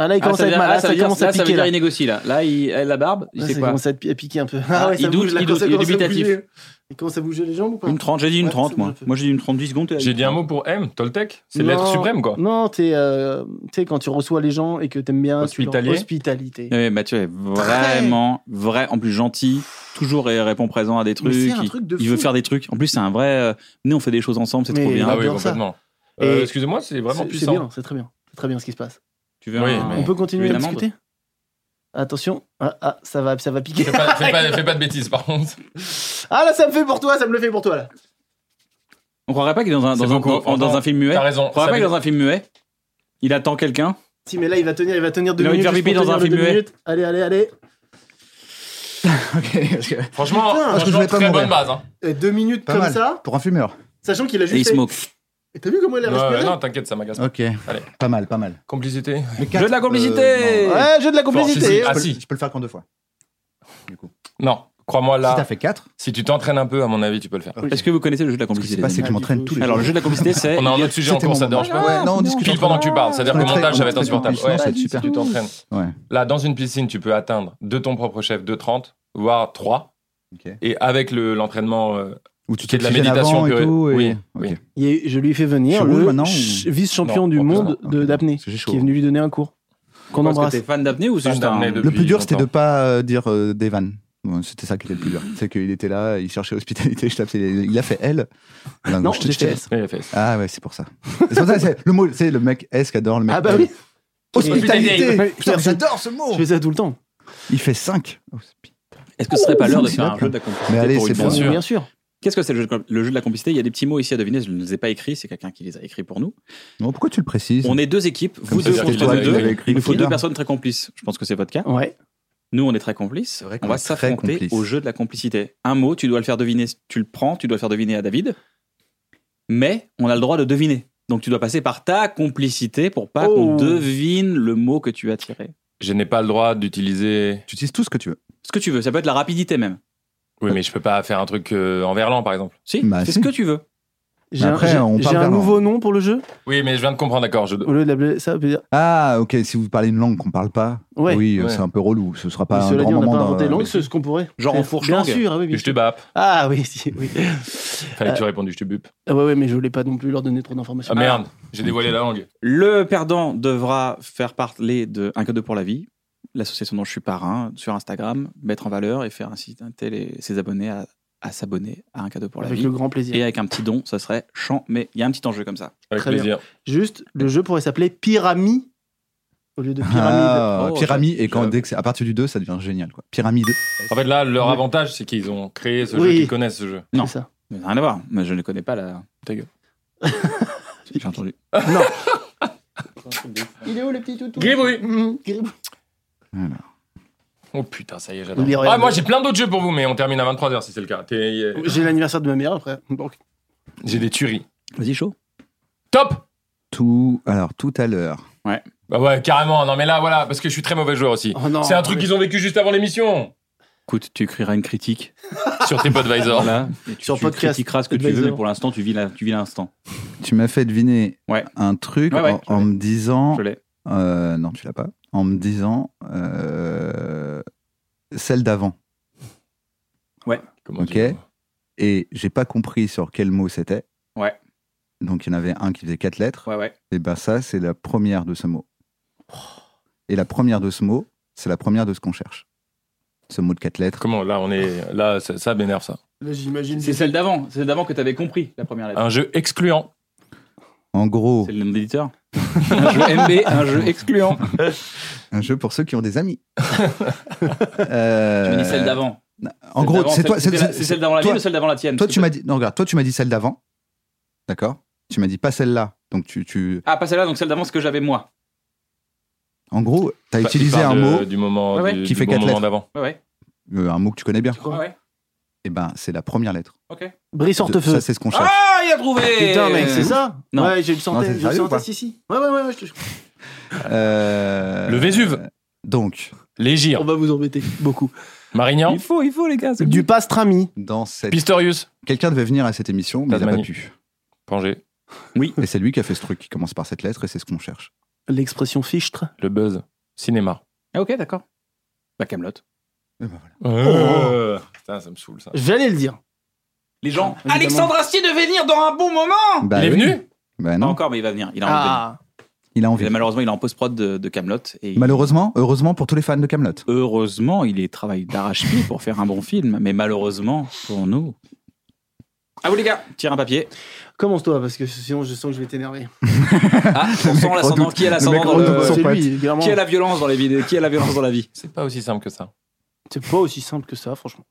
Speaker 3: Ah là, il commence
Speaker 2: ça
Speaker 3: à
Speaker 2: veut
Speaker 3: être
Speaker 2: dire-
Speaker 3: mal,
Speaker 2: ah,
Speaker 3: là, ça
Speaker 2: veut dire-
Speaker 3: commence à
Speaker 2: là, ça veut
Speaker 3: piquer.
Speaker 2: dire,
Speaker 3: Là, Ah,
Speaker 2: il négocie, là. Là, il, elle, la barbe, il
Speaker 3: Là,
Speaker 2: sait
Speaker 3: ça
Speaker 2: quoi
Speaker 3: commence à pi- à piquer un peu.
Speaker 2: Ah, il
Speaker 3: ça
Speaker 2: doute,
Speaker 3: bouge, là,
Speaker 2: il
Speaker 3: quand
Speaker 2: doute,
Speaker 3: ça
Speaker 2: il est
Speaker 3: commence à
Speaker 2: dubitatif.
Speaker 3: bouger. Il commence à bouger les jambes ou pas
Speaker 2: Une 30, j'ai dit une
Speaker 3: Ouais,
Speaker 2: 30,
Speaker 3: c'est
Speaker 2: moi.
Speaker 3: bon, je-
Speaker 2: Moi, j'ai dit une 30, 10 secondes. et elle-
Speaker 5: J'ai dit un mot pour M, Toltec. C'est
Speaker 3: Non.
Speaker 5: l'être suprême, quoi.
Speaker 3: Non, t'es, euh, tu sais, quand tu reçois les gens et que t'aimes bien. tu leur-
Speaker 5: Hospitalier.
Speaker 3: Hospitalité.
Speaker 2: Ouais, Eh, Mathieu est vraiment, vrai, en plus gentil, toujours et répond présent à des trucs.
Speaker 3: Mais c'est un
Speaker 2: il,
Speaker 3: truc de
Speaker 2: il veut
Speaker 3: fou.
Speaker 2: faire des trucs. En plus, c'est un vrai. euh, nous, on fait des choses ensemble, c'est trop
Speaker 3: Mais- bah
Speaker 2: bien.
Speaker 5: Ah oui,
Speaker 3: J'adore ça.
Speaker 5: complètement. Euh,
Speaker 3: Et-
Speaker 5: Excusez-moi, c'est vraiment
Speaker 3: C'est-
Speaker 5: puissant.
Speaker 3: C'est bien, c'est très bien. C'est très bien ce qui se passe.
Speaker 2: Tu veux
Speaker 5: Oui,
Speaker 2: un-
Speaker 5: mais-
Speaker 3: On peut continuer
Speaker 2: Une
Speaker 3: à
Speaker 2: amende
Speaker 3: discuter Attention, ah, ah, ça va, ça va piquer. (laughs)
Speaker 5: Fais pas, fais pas- fais pas de bêtises, par contre.
Speaker 3: Ah là, ça me fait pour toi, ça me le fait pour toi là.
Speaker 2: On croirait pas qu'il est dans un,
Speaker 5: C'est
Speaker 2: dans, un,
Speaker 5: beaucoup,
Speaker 2: dans- dans un
Speaker 5: franchement.
Speaker 2: film muet.
Speaker 5: T'as
Speaker 2: On
Speaker 5: raison.
Speaker 2: croirait
Speaker 5: ça
Speaker 2: pas qu'il est
Speaker 5: veut-
Speaker 2: dans un film muet. Il attend quelqu'un.
Speaker 3: Si, mais là, il va tenir, il va tenir deux
Speaker 2: Il a envie
Speaker 3: minutes.
Speaker 2: de faire
Speaker 3: juste
Speaker 2: pipi
Speaker 3: pour
Speaker 2: dans un
Speaker 3: tenir le
Speaker 2: film
Speaker 3: deux
Speaker 2: muet.
Speaker 3: minutes. Allez, allez, allez.
Speaker 4: Ok, parce que-
Speaker 5: Franchement,
Speaker 3: Putain,
Speaker 4: parce
Speaker 5: franchement,
Speaker 4: que je voulais pas
Speaker 5: très
Speaker 4: mourir.
Speaker 5: bonne base. hein.
Speaker 3: Et Euh, deux minutes
Speaker 4: Pas
Speaker 3: comme
Speaker 4: mal.
Speaker 3: ça,
Speaker 4: Pour un fumeur.
Speaker 3: sachant qu'il a
Speaker 2: Et il
Speaker 3: juste. fait-
Speaker 2: smoke.
Speaker 3: Et T'as vu comment il a
Speaker 5: Ouais, ouais,
Speaker 3: respiré
Speaker 5: non, t'inquiète, ça m'agace. pas.
Speaker 4: Ok. Pas mal, pas mal.
Speaker 5: Complicité.
Speaker 2: Jeu de la complicité
Speaker 4: euh,
Speaker 3: Ouais, j'ai de la
Speaker 5: Fort, si, si.
Speaker 3: complicité. hein.
Speaker 5: Ah,
Speaker 4: je, peux,
Speaker 5: si.
Speaker 4: je peux le faire qu'en deux fois. Du coup.
Speaker 5: Non, crois-moi
Speaker 4: Si t'as
Speaker 5: là.
Speaker 4: fait 4,
Speaker 5: Si tu t'entraînes un peu peu, à mon avis, tu peux le faire.
Speaker 2: Est-ce que vous connaissez le jeu de la
Speaker 4: ce qui
Speaker 2: complicité
Speaker 4: se passe,
Speaker 2: les
Speaker 4: c'est que je
Speaker 3: amis.
Speaker 4: m'entraîne tous les
Speaker 2: amis Alors,
Speaker 4: jours.
Speaker 2: le jeu de la complicité, c'est.
Speaker 5: On a un autre sujet en
Speaker 4: C'était
Speaker 5: cours,
Speaker 4: mon
Speaker 5: ça te dérange
Speaker 4: moment.
Speaker 5: pas
Speaker 4: Ouais, non, on discute.
Speaker 5: Pile pendant que tu parles, c'est-à-dire que
Speaker 4: On est très-
Speaker 5: montage, ça va être
Speaker 4: on est très
Speaker 5: insupportable.
Speaker 4: confiants,
Speaker 5: Ouais,
Speaker 4: ça va être
Speaker 5: si
Speaker 4: super.
Speaker 5: tu t'entraînes.
Speaker 4: Ouais.
Speaker 5: Là, dans une piscine, tu peux atteindre de ton propre chef 2,30, voire 3.
Speaker 4: Ok.
Speaker 5: Et avec le- l'entraînement, euh,
Speaker 4: Ou tu
Speaker 5: fais
Speaker 4: fais
Speaker 5: de la méditation
Speaker 4: et
Speaker 5: purée.
Speaker 4: tout. et-
Speaker 5: Oui,
Speaker 4: Ok.
Speaker 5: oui.
Speaker 3: Il y a eu- je lui ai fait
Speaker 4: Je
Speaker 3: venir
Speaker 4: roule
Speaker 3: le
Speaker 4: maintenant ou-
Speaker 3: ch- vice-champion
Speaker 5: Non,
Speaker 3: du
Speaker 5: pas
Speaker 3: monde
Speaker 4: plus, non.
Speaker 3: de
Speaker 4: Ok.
Speaker 3: d'apnée,
Speaker 4: Parce que j'ai
Speaker 3: qui
Speaker 4: chaud.
Speaker 3: est venu lui donner un cours. Qu'on
Speaker 2: Parce que
Speaker 3: embrasse.
Speaker 2: t'es fan d'apnée ou c'est
Speaker 5: Fan
Speaker 2: juste un.
Speaker 5: d'apnée de-
Speaker 4: Le plus
Speaker 5: Depuis
Speaker 4: dur, c'était de
Speaker 5: longtemps.
Speaker 4: pas euh, dire euh, des vannes. Bon, C'était ça qui était le plus dur. C'est qu'il était là, il cherchait hospitalité, je tapais. Il a fait L. Voilà,
Speaker 3: Non,
Speaker 4: donc je te-
Speaker 3: j'ai
Speaker 4: je te-
Speaker 3: fait S.
Speaker 5: les fesses.
Speaker 4: Ah ouais, c'est pour ça. C'est pour ça, c'est le mot, c'est le mec S qui adore le mec.
Speaker 3: Ah bah
Speaker 4: L.
Speaker 3: oui,
Speaker 4: Hospitalité.
Speaker 3: Oui.
Speaker 4: Putain, J'adore ce
Speaker 3: je
Speaker 4: mot.
Speaker 3: fais ça tout le temps.
Speaker 4: Il fait Oh, 5.
Speaker 2: Est-ce que ce serait pas l'heure de
Speaker 4: C'est
Speaker 2: faire
Speaker 4: bien
Speaker 2: un
Speaker 4: plein.
Speaker 2: jeu de la complicité
Speaker 4: Mais allez,
Speaker 2: pour
Speaker 4: c'est
Speaker 2: une
Speaker 4: bien
Speaker 2: fois
Speaker 5: sûr.
Speaker 3: Bien sûr.
Speaker 2: Qu'est-ce que c'est le jeu, de- le jeu de la complicité Il y a des petits mots ici à deviner, je ne les ai pas écrits, c'est quelqu'un qui les a écrits pour nous.
Speaker 4: Non, pourquoi tu le précises
Speaker 2: On est deux équipes, vous
Speaker 4: ça,
Speaker 2: deux
Speaker 4: c'était
Speaker 2: contre
Speaker 4: toi
Speaker 2: nous
Speaker 4: qui l'avais
Speaker 2: deux.
Speaker 4: écrit
Speaker 2: Il nous faut
Speaker 4: tout à
Speaker 2: deux
Speaker 4: l'heure.
Speaker 2: personnes très complices. Je pense que c'est votre cas.
Speaker 3: Ouais.
Speaker 2: Nous, on est très complices.
Speaker 4: vrai qu'on
Speaker 2: On va
Speaker 4: est très
Speaker 2: s'affronter
Speaker 4: complices.
Speaker 2: au jeu de la complicité. Un mot, tu dois le faire deviner. Tu le prends, tu dois le faire deviner à David. Mais on a le droit de deviner. Donc tu dois passer par ta complicité pour pas qu'on
Speaker 3: Oh.
Speaker 2: devine le mot que tu as tiré.
Speaker 5: Je n'ai pas le droit d'utiliser.
Speaker 4: Tu utilises tout ce que tu veux.
Speaker 2: Ce que tu veux, ça peut être la rapidité même.
Speaker 5: Oui, mais je peux pas faire un truc euh, en verlan, par exemple.
Speaker 2: Si,
Speaker 4: Bah,
Speaker 2: c'est
Speaker 4: si.
Speaker 2: ce que tu veux.
Speaker 3: J'ai un,
Speaker 4: après,
Speaker 3: j'ai-
Speaker 4: on
Speaker 3: j'ai
Speaker 4: parle
Speaker 3: un
Speaker 4: vers
Speaker 3: nouveau nom pour le jeu.
Speaker 5: Oui, mais je viens de comprendre, d'accord. Je...
Speaker 3: Au lieu de l'appeler ça, on peut dire.
Speaker 4: Ah, ok, si vous parlez une langue qu'on parle pas,
Speaker 3: Ouais.
Speaker 4: oui, euh,
Speaker 5: Ouais.
Speaker 4: c'est un peu relou. Ce sera pas
Speaker 3: Mais
Speaker 4: un
Speaker 3: cela
Speaker 4: grand
Speaker 3: dit, on n'a
Speaker 4: moment.
Speaker 3: pas inventé
Speaker 4: dans- euh,
Speaker 3: langue, c'est ce qu'on pourrait.
Speaker 2: Genre en
Speaker 3: faire.
Speaker 2: fourchlangue.
Speaker 3: Bien sûr, ah oui, bien
Speaker 5: Je te
Speaker 3: sûr.
Speaker 5: bappe.
Speaker 3: Ah oui, (laughs) si, oui.
Speaker 5: Fallait que
Speaker 4: Euh,
Speaker 5: tu répondes, je te bupe.
Speaker 3: Ah ouais, ouais, mais je voulais pas non plus leur donner trop d'informations.
Speaker 5: Ah merde, j'ai dévoilé la langue.
Speaker 2: Le perdant devra faire parler de Un cadeau pour la vie, l'association dont je suis parrain, sur Instagram, mettre en valeur et faire inciter télé ses abonnés à, à s'abonner à Un cadeau pour la
Speaker 3: Avec
Speaker 2: vie.
Speaker 3: le grand plaisir.
Speaker 2: Et avec un petit don, ça serait chant, mais il y a un petit enjeu comme ça.
Speaker 5: Avec
Speaker 3: Très
Speaker 5: plaisir.
Speaker 3: Juste, le jeu pourrait s'appeler Pyramide au lieu de Pyramide.
Speaker 4: Ah,
Speaker 2: Oh,
Speaker 4: pyramide, et quand,
Speaker 5: j'avoue.
Speaker 4: dès que c'est à partir du 2, ça devient génial. Quoi. Pyramide.
Speaker 5: En fait, là, leur
Speaker 3: Oui.
Speaker 5: avantage, c'est qu'ils ont créé ce
Speaker 3: Oui.
Speaker 5: jeu, qu'ils connaissent ce jeu.
Speaker 2: non.
Speaker 3: C'est ça.
Speaker 2: Mais rien à voir, mais je ne connais pas la. Ta
Speaker 4: (laughs)
Speaker 2: gueule. J'ai entendu.
Speaker 3: (laughs) Il est où le petit toutou
Speaker 5: Gribouille.
Speaker 3: Mmh, Gribouille.
Speaker 4: Alors.
Speaker 5: Oh putain, ça y est, j'adore.
Speaker 3: Oublie rien.
Speaker 5: Ah, moi j'ai plein d'autres jeux pour vous, mais on termine à 23h si c'est le cas. T'es- euh,
Speaker 3: J'ai l'anniversaire de ma mère après. Donc,
Speaker 5: J'ai des tueries.
Speaker 4: Vas-y, chaud.
Speaker 5: Top
Speaker 4: Tout, alors, tout à l'heure.
Speaker 5: Bah ouais, carrément. Non mais là, voilà, parce que je suis très mauvais joueur aussi.
Speaker 3: Oh non.
Speaker 5: c'est un truc qu'ils ont vécu juste avant l'émission.
Speaker 1: Écoute, tu écriras une critique.
Speaker 5: Sur TripAdvisor.
Speaker 4: (laughs)
Speaker 1: Voilà. Et tu,
Speaker 3: Sur
Speaker 1: tu
Speaker 3: podcast,
Speaker 1: critiqueras ce que tu
Speaker 3: advisor.
Speaker 1: veux, mais pour l'instant, tu vis la- tu vis l'instant.
Speaker 4: Tu m'as fait deviner
Speaker 1: Ouais.
Speaker 4: un truc
Speaker 1: Ouais, ouais,
Speaker 4: en- en, me disant.
Speaker 1: Je l'ai.
Speaker 4: euh, non, tu l'as pas. En me disant. euh, celle d'avant.
Speaker 5: Comment
Speaker 4: Ok.
Speaker 5: dire
Speaker 4: Et j'ai pas compris sur quel mot c'était.
Speaker 1: Ouais.
Speaker 4: Donc il y en avait un qui faisait quatre lettres.
Speaker 1: Ouais, ouais.
Speaker 4: Et ben ça, c'est la première de ce mot. Et la première de ce mot, c'est la première de ce qu'on cherche. Ce mot de quatre lettres.
Speaker 5: Comment là on est là ça, ça m'énerve ça.
Speaker 3: là, j'imagine.
Speaker 1: C'est celle d'avant. C'est celle d'avant que tu avais compris, la première lettre.
Speaker 5: Un jeu excluant.
Speaker 4: En gros,
Speaker 1: C'est le nom de
Speaker 2: (laughs)
Speaker 1: l'éditeur. un jeu MB, un jeu excluant.
Speaker 4: un jeu pour ceux qui ont des
Speaker 1: (laughs)
Speaker 4: amis. Euh,
Speaker 1: Tu m'as dit celle d'avant.
Speaker 4: En
Speaker 1: Celle
Speaker 4: gros,
Speaker 1: d'avant,
Speaker 4: c'est toi.
Speaker 1: c'était
Speaker 4: c'est-
Speaker 1: la- C'est celle d'avant la
Speaker 4: toi-
Speaker 1: mienne ou celle d'avant la tienne
Speaker 4: Toi, tu m'as dit. Non, regarde, toi, tu m'as dit celle d'avant. D'accord Tu m'as dit pas celle-là. Donc, tu. tu...
Speaker 1: Ah, pas celle-là, donc celle d'avant, ce que j'avais moi.
Speaker 4: En gros, tu as
Speaker 1: Bah,
Speaker 5: Enfin, il
Speaker 4: utilisé
Speaker 5: parle
Speaker 4: un
Speaker 5: de-
Speaker 4: mot,
Speaker 5: du moment
Speaker 1: Ouais, ouais.
Speaker 5: du-
Speaker 4: Qui
Speaker 5: du
Speaker 4: fait
Speaker 5: bon
Speaker 4: quatre
Speaker 5: moment
Speaker 4: lettres.
Speaker 5: d'avant.
Speaker 1: Ouais, ouais.
Speaker 4: euh, un mot que tu connais bien.
Speaker 1: Ouais, ouais.
Speaker 4: Et ben, c'est la première lettre.
Speaker 3: Brice
Speaker 4: De-
Speaker 3: Hortefeux.
Speaker 4: Ça, c'est ce qu'on cherche.
Speaker 1: Ah, il a trouvé
Speaker 3: Putain, mec, c'est ça
Speaker 1: non.
Speaker 3: Ouais, j'ai le
Speaker 4: Non, c'est
Speaker 3: sentais. J'ai le
Speaker 4: sérieux ou
Speaker 3: sentais,
Speaker 4: pas
Speaker 3: si, si. Ouais, ouais, ouais. ouais, je te-
Speaker 4: Euh,
Speaker 5: Le Vésuve.
Speaker 4: Donc,
Speaker 5: Les
Speaker 3: On
Speaker 5: gires.
Speaker 3: va vous embêter beaucoup.
Speaker 5: Marignan.
Speaker 1: Il faut, il faut, les gars. c'est
Speaker 3: Du
Speaker 1: bon.
Speaker 3: pastrami.
Speaker 4: dans cette.
Speaker 5: Pistorius.
Speaker 4: Quelqu'un devait venir à cette émission, mais il n'a pas
Speaker 5: Tasmanie.
Speaker 4: pu.
Speaker 5: Pangé.
Speaker 4: Et c'est lui qui a fait ce truc qui commence par cette lettre et c'est ce qu'on cherche.
Speaker 3: L'expression fichtre.
Speaker 5: Le buzz. Cinéma.
Speaker 1: Ah, ok, d'accord. Bah, Camelot.
Speaker 3: Eh
Speaker 4: Et ben voilà.
Speaker 5: Euh, Putain, ça me saoule ça.
Speaker 3: Je vais aller le dire.
Speaker 1: Les gens.
Speaker 3: Évidemment.
Speaker 1: Alexandre Astier de venir dans un bon moment.
Speaker 4: Bah
Speaker 5: il est
Speaker 4: oui.
Speaker 5: venu
Speaker 4: Bah
Speaker 1: Pas
Speaker 4: non,
Speaker 1: encore, mais il va venir. Il a envie de venir.
Speaker 3: Ah,
Speaker 4: il a envie.
Speaker 1: Il a- malheureusement, il est en post-prod de, de Camelot. Et il-
Speaker 4: Malheureusement, heureusement pour tous les fans de Camelot.
Speaker 1: Heureusement, il est travail d'arrache-pied (laughs) pour faire un bon film, mais malheureusement pour nous. À vous les gars, tire un papier.
Speaker 3: commence-toi, parce que sinon, je sens que je vais t'énerver.
Speaker 1: Ah, on
Speaker 4: (laughs)
Speaker 1: sent l'ascendant. Qui a l'ascendant dans
Speaker 3: Euh,
Speaker 1: le...
Speaker 3: c'est lui, clairement.
Speaker 1: Qui a la violence dans les vidéos Qui a la violence dans la vie
Speaker 5: C'est pas aussi simple que ça.
Speaker 3: C'est pas aussi simple que ça, franchement.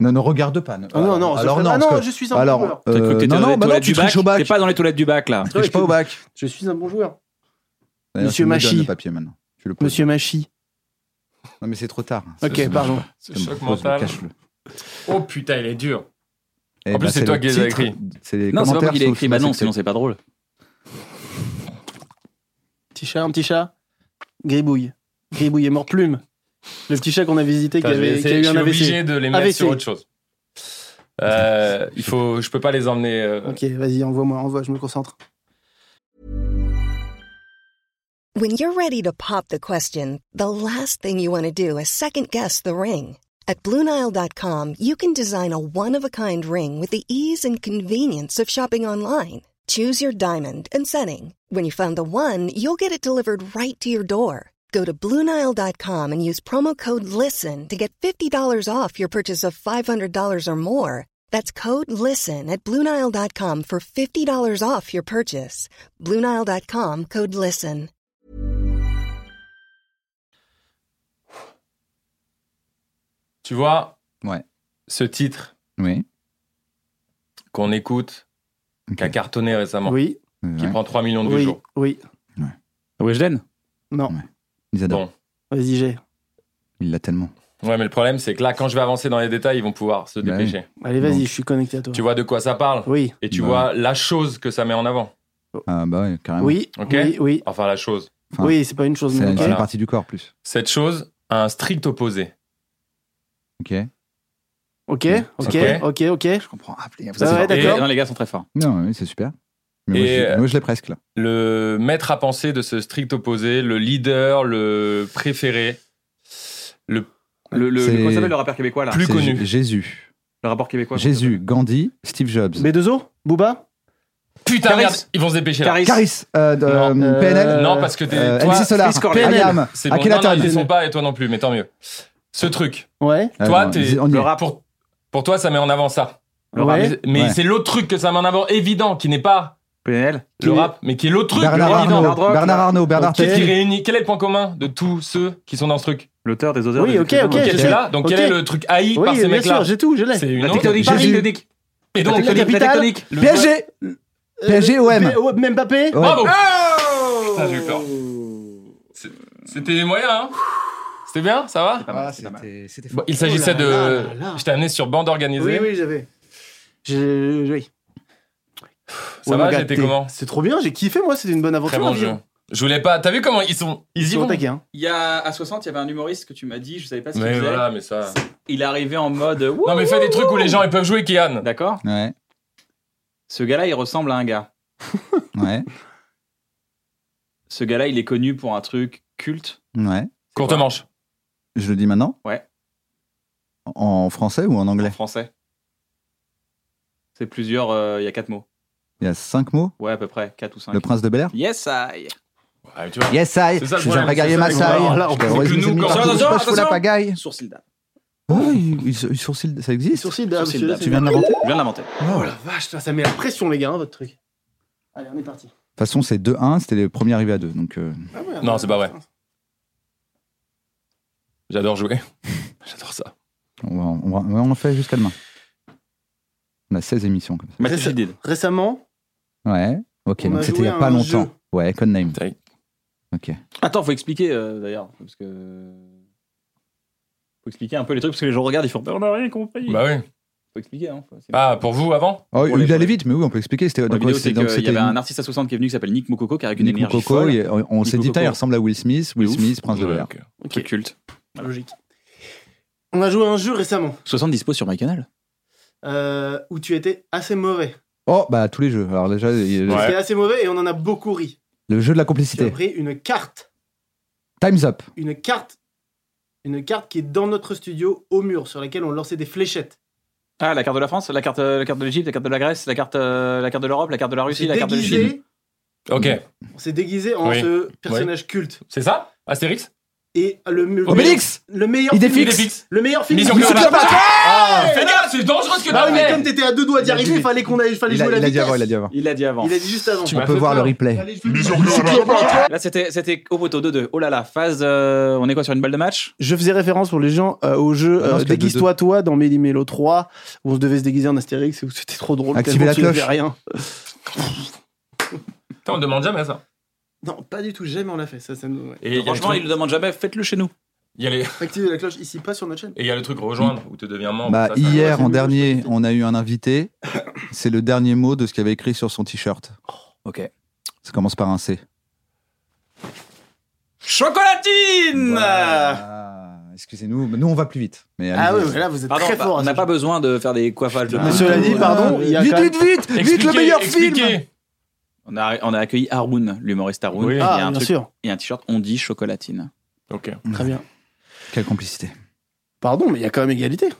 Speaker 4: Ne, ne regarde pas. ne-
Speaker 3: Ah non, non, c'est
Speaker 4: alors
Speaker 3: pas-
Speaker 4: non,
Speaker 3: ah
Speaker 4: parce
Speaker 3: non,
Speaker 4: que-
Speaker 3: je suis un bon
Speaker 4: alors,
Speaker 3: joueur.
Speaker 1: T'as cru que
Speaker 4: euh,
Speaker 1: t'étais
Speaker 4: non,
Speaker 1: dans les
Speaker 4: non, bah non,
Speaker 1: toilettes
Speaker 4: tu
Speaker 1: du
Speaker 4: triches au
Speaker 1: bac. T'es
Speaker 4: bac.
Speaker 1: pas dans les toilettes du bac là.
Speaker 4: Tu triches pas au bac.
Speaker 3: Je suis un bon joueur.
Speaker 4: D'ailleurs,
Speaker 3: Monsieur
Speaker 4: tu me le donnes,
Speaker 3: Machi.
Speaker 4: le papier maintenant. Tu le poses.
Speaker 3: Monsieur Machi.
Speaker 4: Non, mais c'est trop tard.
Speaker 3: Ok, pardon.
Speaker 5: Ce
Speaker 4: Ça me
Speaker 5: choc
Speaker 4: pose,
Speaker 5: mental.
Speaker 4: Cache-le.
Speaker 5: Oh putain, il est dur.
Speaker 4: Eh
Speaker 5: En plus,
Speaker 4: bah,
Speaker 5: c'est toi
Speaker 4: le
Speaker 5: qui les as
Speaker 4: titre,
Speaker 5: écrits.
Speaker 4: C'est les
Speaker 1: Non, c'est pas
Speaker 4: commentaires
Speaker 1: moi qui l'ai
Speaker 4: sous-
Speaker 1: écrit.
Speaker 4: sous
Speaker 1: Bah
Speaker 4: la
Speaker 1: non,
Speaker 4: section.
Speaker 1: sinon c'est pas drôle.
Speaker 3: Petit chat, un petit chat. Gribouille. Gribouille est mort plume. Le petit chat qu'on a visité qui
Speaker 5: Putain, je vais
Speaker 3: avait, qui a
Speaker 5: essayer-
Speaker 3: eu
Speaker 5: je
Speaker 3: un
Speaker 5: suis
Speaker 3: AVC.
Speaker 5: obligé de les mettre
Speaker 3: AVC.
Speaker 5: sur autre chose. Euh, il faut, je peux pas les emmener. euh,
Speaker 3: Ok, vas-y, envoie-moi, envoie, je me concentre.
Speaker 9: When you're ready to pop the question, the last thing you want to do is second guess the ring. At Bluenile.com, you can design a one of a kind ring with the ease and convenience of shopping online. Choose your diamond and setting. When you find the one, you'll get it delivered right to your door. Go to Bluenile.com and use promo code LISTEN to get $50 off your purchase of $500 or more. That's code LISTEN at Bluenile.com for $50 off your purchase. Bluenile.com code LISTEN.
Speaker 5: Tu vois,
Speaker 4: Ouais.
Speaker 5: ce titre
Speaker 4: Oui.
Speaker 5: qu'on écoute, qui a
Speaker 4: Ok.
Speaker 5: cartonné récemment,
Speaker 3: Oui,
Speaker 5: qui
Speaker 4: Ouais.
Speaker 5: prend 3 millions de vues
Speaker 3: oui,
Speaker 5: jour.
Speaker 3: oui.
Speaker 1: Weshden
Speaker 3: Non,
Speaker 4: Ils adorent.
Speaker 5: Bon.
Speaker 3: vas-y, j'ai.
Speaker 4: Il l'a tellement.
Speaker 5: Ouais, mais le problème, c'est que là, quand je vais avancer dans les détails, ils vont pouvoir se
Speaker 4: Bah oui.
Speaker 5: dépêcher.
Speaker 3: Allez, vas-y,
Speaker 4: Donc.
Speaker 3: je suis connecté à toi.
Speaker 5: Tu vois de quoi ça parle
Speaker 3: Oui,
Speaker 5: et tu
Speaker 4: Bah
Speaker 5: vois la chose que ça met en avant.
Speaker 4: Ah bah ouais, carrément.
Speaker 3: oui,
Speaker 5: Ok.
Speaker 3: oui, oui.
Speaker 5: Enfin, la chose.
Speaker 4: Enfin,
Speaker 3: oui, c'est pas une chose,
Speaker 4: C'est
Speaker 3: mais
Speaker 4: c'est
Speaker 3: ok.
Speaker 4: une
Speaker 5: Voilà.
Speaker 4: partie du corps plus.
Speaker 5: Cette chose a un strict opposé.
Speaker 4: Ok.
Speaker 3: Ok, ok,
Speaker 5: Ok.
Speaker 3: ok, ok.
Speaker 4: Je comprends. Ah,
Speaker 3: Ah
Speaker 4: putain, vous êtes
Speaker 3: ouais,
Speaker 4: fort.
Speaker 5: Et-
Speaker 3: d'accord.
Speaker 1: Non, les gars sont très forts.
Speaker 4: Non, oui, c'est super. Mais moi,
Speaker 5: Et,
Speaker 4: je-
Speaker 5: euh,
Speaker 4: moi, je l'ai presque là.
Speaker 5: Le maître à penser de ce strict opposé, le leader, le préféré, le
Speaker 1: Le, le,
Speaker 4: C'est-
Speaker 1: le- comment s'appelle le rappeur québécois là
Speaker 5: plus
Speaker 4: C'est
Speaker 5: connu.
Speaker 4: J- Jésus.
Speaker 1: Le rappeur québécois.
Speaker 4: Jésus, Gandhi, Steve Jobs.
Speaker 3: B2O Booba
Speaker 5: Putain,
Speaker 1: Caris.
Speaker 5: merde, ils vont se dépêcher là.
Speaker 1: Caris.
Speaker 4: Caris, euh, de-
Speaker 5: Non.
Speaker 4: euh, PNL.
Speaker 5: Non, parce que t'es-
Speaker 4: euh,
Speaker 5: toi,
Speaker 4: MC Solar,
Speaker 1: Chris Cornell.
Speaker 4: Ayam,
Speaker 5: c'est bon. Non, non,
Speaker 4: Akhenaton.
Speaker 5: ils y sont pas et toi non plus, mais tant mieux. Ce truc,
Speaker 3: Ouais.
Speaker 4: Euh,
Speaker 5: toi,
Speaker 4: non,
Speaker 5: t'es-
Speaker 4: ils- on y
Speaker 5: le
Speaker 4: est.
Speaker 5: rap pour, pour toi, ça met en avant ça.
Speaker 3: ouais.
Speaker 5: Mais, mais
Speaker 4: Ouais.
Speaker 5: c'est l'autre truc que ça met en avant évident, qui n'est pas
Speaker 1: PNL.
Speaker 5: le rap, mais qui est l'autre truc
Speaker 4: Bernard
Speaker 5: le
Speaker 4: Arnault,
Speaker 5: évident.
Speaker 4: Bernard Arnault, Bernard,
Speaker 3: Ok.
Speaker 5: Qu'est-ce qui
Speaker 4: Tapie.
Speaker 5: réunit Quel est le point commun de tous ceux qui sont dans ce truc
Speaker 1: L'auteur des auteurs.
Speaker 3: Oui,
Speaker 1: des-
Speaker 3: ok,
Speaker 1: des-
Speaker 3: ok.
Speaker 5: Ok,
Speaker 3: je
Speaker 5: c'est
Speaker 3: sais.
Speaker 5: là. Donc quel
Speaker 3: Ok.
Speaker 5: est le truc haï par
Speaker 3: Oui,
Speaker 5: ces
Speaker 3: bien
Speaker 5: mecs-là
Speaker 3: sûr, j'ai tout, je l'ai.
Speaker 5: C'est une
Speaker 1: La
Speaker 5: honte.
Speaker 1: tectonique. Paris,
Speaker 4: Jésus.
Speaker 1: le dic.
Speaker 5: Et
Speaker 1: La
Speaker 5: donc
Speaker 1: tectonique. La
Speaker 3: capitale.
Speaker 1: tectonique.
Speaker 5: le-
Speaker 4: PSG
Speaker 3: Euh,
Speaker 4: PSG, OM.
Speaker 3: B- Même Mbappé
Speaker 4: Ouais.
Speaker 5: Oh Bravo Putain, j'ai eu peur. C'est- C'était les moyens, hein C'était bien Ça va
Speaker 4: Ah, c'était c'était
Speaker 5: Bon,
Speaker 4: fort.
Speaker 5: Il s'agissait
Speaker 3: Oh là là
Speaker 5: de.
Speaker 3: là là.
Speaker 5: Je t'ai amené sur bande organisée.
Speaker 3: Oui, oui, j'avais. J'ai- Oui.
Speaker 5: Ça
Speaker 3: Ouais,
Speaker 5: va,
Speaker 3: mon gars,
Speaker 5: j'étais
Speaker 3: t'es-
Speaker 5: comment
Speaker 3: C'est trop bien, j'ai kiffé, moi, c'était une bonne aventure.
Speaker 5: Très bon
Speaker 3: à
Speaker 5: jeu.
Speaker 3: vivre.
Speaker 5: Je voulais pas. T'as vu comment ils sont. Ils y
Speaker 3: Ils sont
Speaker 5: vont.
Speaker 3: au taquet, hein.
Speaker 2: Il y a à 60, il y avait un humoriste que tu m'as dit, je savais pas ce qu'il
Speaker 5: Mais
Speaker 2: faisait.
Speaker 5: voilà, mais ça.
Speaker 2: Il est arrivé en mode. wouh,
Speaker 5: Non, mais fais des trucs où les gens ils peuvent jouer, Kian.
Speaker 2: D'accord.
Speaker 4: Ouais,
Speaker 2: Ce gars-là, il ressemble à un gars.
Speaker 4: ouais,
Speaker 2: Ce gars-là, il est connu pour un truc culte.
Speaker 4: ouais.
Speaker 5: Courte manche.
Speaker 4: Je le dis maintenant
Speaker 2: Ouais.
Speaker 4: En français ou en
Speaker 2: En
Speaker 4: anglais
Speaker 2: français. C'est plusieurs. euh, Il y a quatre mots.
Speaker 4: Il y a cinq mots.
Speaker 2: Ouais, à peu près. Quatre ou cinq.
Speaker 4: Le prince de Bel Air
Speaker 2: Yes, I.
Speaker 5: Ouais, tu vois.
Speaker 4: Yes, I
Speaker 5: C'est
Speaker 4: Je
Speaker 5: ça le
Speaker 4: suis
Speaker 5: problème,
Speaker 4: un
Speaker 5: c'est
Speaker 4: régalé
Speaker 5: ça,
Speaker 4: ma
Speaker 5: c'est que-
Speaker 4: saille.
Speaker 5: alors, c'est que nous, quand-
Speaker 4: Je
Speaker 2: Attention,
Speaker 4: passe sous la
Speaker 2: attention.
Speaker 4: pagaille.
Speaker 2: Sourcil d'âme.
Speaker 4: Oh, il- il- il- sourcil, ça existe
Speaker 3: Sourcils d'âme,
Speaker 2: Sourcils
Speaker 3: celui-là,
Speaker 2: d'âme.
Speaker 3: c'est-
Speaker 4: Tu viens de l'inventer De
Speaker 2: Je viens de l'inventer.
Speaker 3: Oh la vache, putain, ça met la pression, les gars, hein, votre truc. Allez, on est parti.
Speaker 4: toute façon, c'est 2-1, c'était les premiers arrivés à 2. Donc, euh,
Speaker 3: Ah ouais,
Speaker 5: Non,
Speaker 3: ouais,
Speaker 5: c'est pas
Speaker 3: ouais.
Speaker 5: vrai. J'adore jouer. J'adore ça.
Speaker 4: on, va, on, va- ouais, on en fait jusqu'à demain. On a 16 émissions comme ça.
Speaker 2: Mathieu
Speaker 3: ça.
Speaker 2: Fidid.
Speaker 3: Récemment,
Speaker 4: Ouais, ok,
Speaker 3: On a
Speaker 4: donc c'était il n'y
Speaker 3: joué
Speaker 4: a
Speaker 3: à
Speaker 4: pas
Speaker 3: un
Speaker 4: longtemps.
Speaker 3: jeu.
Speaker 4: Ouais, Codename.
Speaker 5: Tac.
Speaker 4: Ok.
Speaker 2: Attends, faut expliquer euh, d'ailleurs. Parce que. Faut expliquer un peu les trucs parce que les gens regardent, ils font. On a rien compris.
Speaker 5: Bah oui.
Speaker 2: Faut expliquer, hein. faut- c'est-
Speaker 5: Ah, pour vous avant
Speaker 4: Oh,
Speaker 2: Pour les-
Speaker 4: il allait vite, mais oui, on peut expliquer. C'était
Speaker 2: La
Speaker 4: donc, ouais,
Speaker 2: vidéo,
Speaker 4: c'est-
Speaker 2: c'est qu'il
Speaker 4: donc,
Speaker 2: y avait
Speaker 4: c'était
Speaker 2: un artiste à 60 qui est venu qui s'appelle Nick Mokoko qui a une
Speaker 4: Nick
Speaker 2: énergie
Speaker 4: Mokoko,
Speaker 2: folle.
Speaker 4: et on on
Speaker 2: Nick
Speaker 4: s'est dit,
Speaker 2: Mokoko.
Speaker 4: il ressemble à Will Smith. Will
Speaker 2: ouf.
Speaker 4: Smith, prince de Bel Air.
Speaker 5: Ok.
Speaker 2: Truc culte.
Speaker 3: logique. On a joué à un jeu récemment
Speaker 1: 60 dispo sur MyCanal.
Speaker 3: euh, où tu étais assez mauvais.
Speaker 4: Oh, bah, tous les jeux. Alors, déjà, il-
Speaker 5: Ouais.
Speaker 3: C'était assez mauvais et on en a beaucoup ri.
Speaker 4: le jeu de la
Speaker 3: Tu as
Speaker 4: complicité.
Speaker 3: pris une carte,
Speaker 4: Time's Up.
Speaker 3: une carte, une carte qui est dans notre studio au mur sur laquelle on lançait des fléchettes.
Speaker 2: Ah, la carte de la France, la carte, euh, la carte de l'Égypte, la carte de la Grèce, la carte, euh, la carte de l'Europe, la carte de la
Speaker 3: On
Speaker 2: Russie,
Speaker 3: s'est
Speaker 2: la carte de la Chine.
Speaker 3: déguisé,
Speaker 5: Ok.
Speaker 3: on s'est déguisé en
Speaker 5: Oui.
Speaker 3: ce personnage culte.
Speaker 5: C'est ça Astérix
Speaker 3: Et le, le
Speaker 4: Obélix
Speaker 3: le meilleur
Speaker 4: Il
Speaker 3: film-
Speaker 4: défixe.
Speaker 5: Défixe.
Speaker 3: le meilleur film.
Speaker 5: Mission
Speaker 3: du-
Speaker 5: Ah Cléopâtre.
Speaker 4: Ah
Speaker 5: Fais gaffe, c'est dangereux ce que
Speaker 3: Bah
Speaker 5: t'as
Speaker 3: oui, mais comme
Speaker 5: fait
Speaker 3: t'étais à deux doigts d'y
Speaker 4: Il a
Speaker 3: arriver,
Speaker 4: dit-
Speaker 3: il fallait qu'on aille, il fallait
Speaker 4: Il
Speaker 3: jouer
Speaker 4: a
Speaker 3: la
Speaker 4: il a dit avant, il a
Speaker 3: vitesse.
Speaker 4: dit avant.
Speaker 2: Il a dit avant.
Speaker 3: Il a dit juste avant.
Speaker 5: Tu m'as
Speaker 4: On peut
Speaker 5: fait
Speaker 4: voir le
Speaker 5: peur.
Speaker 4: replay.
Speaker 3: Fallait jouer-
Speaker 2: Là, c'était, c'était au poteau 2-2. Oh là là, phase. euh, on est quoi sur une balle de match
Speaker 3: Je faisais référence pour les gens euh, au jeu
Speaker 4: Ah non,
Speaker 3: euh,
Speaker 4: parce qu'il y a
Speaker 3: Déguise-toi toi dans Méli-Mélo 3 où on se devait se déguiser en Astérix et où c'était trop drôle. tellement
Speaker 4: Activez la
Speaker 3: tu ne
Speaker 4: cloche.
Speaker 3: fais rien.
Speaker 5: Putain, on demande jamais ça.
Speaker 3: Non, pas du tout, jamais on l'a fait. Ça, ça nous... ouais.
Speaker 5: Et il y a le
Speaker 2: Franchement,
Speaker 5: truc-
Speaker 2: il ne demande jamais, faites-le chez nous.
Speaker 5: il y a les-
Speaker 3: Activez la cloche ici, pas sur notre chaîne.
Speaker 5: Et il y a le truc rejoindre où tu deviens membre.
Speaker 4: Bah,
Speaker 5: Oh, ça, ça-
Speaker 4: hier,
Speaker 3: Ouais,
Speaker 4: en
Speaker 3: c'est mieux,
Speaker 4: dernier,
Speaker 3: je
Speaker 4: on a eu un invité. C'est le dernier mot de ce qu'il avait écrit sur son t-shirt.
Speaker 1: Ok.
Speaker 4: Ça commence par un C.
Speaker 2: Chocolatine
Speaker 4: Voilà. Excusez-nous, mais nous on va plus vite. Mais
Speaker 3: Ah oui,
Speaker 4: allez-y.
Speaker 3: mais là vous êtes
Speaker 2: Pardon,
Speaker 3: très
Speaker 2: bah,
Speaker 3: fort. à Euh,
Speaker 2: on
Speaker 3: ce
Speaker 2: n'a
Speaker 3: jeu.
Speaker 2: pas besoin de faire des coiffages de
Speaker 3: Mais cela dit, pardon, il y a
Speaker 4: vite,
Speaker 3: quand même-
Speaker 4: vite, vite, vite, le
Speaker 5: Expliquez,
Speaker 4: meilleur film.
Speaker 5: expliquez.
Speaker 2: On a, on a accueilli Haroun, l'humoriste Haroun.
Speaker 5: Oui.
Speaker 2: Il, y
Speaker 3: Ah,
Speaker 2: a un
Speaker 3: bien
Speaker 2: truc-
Speaker 3: sûr.
Speaker 2: il y a un t-shirt, on dit chocolatine.
Speaker 5: Ok.
Speaker 3: Très bien.
Speaker 4: Quelle complicité.
Speaker 3: Pardon, mais il y a quand même égalité.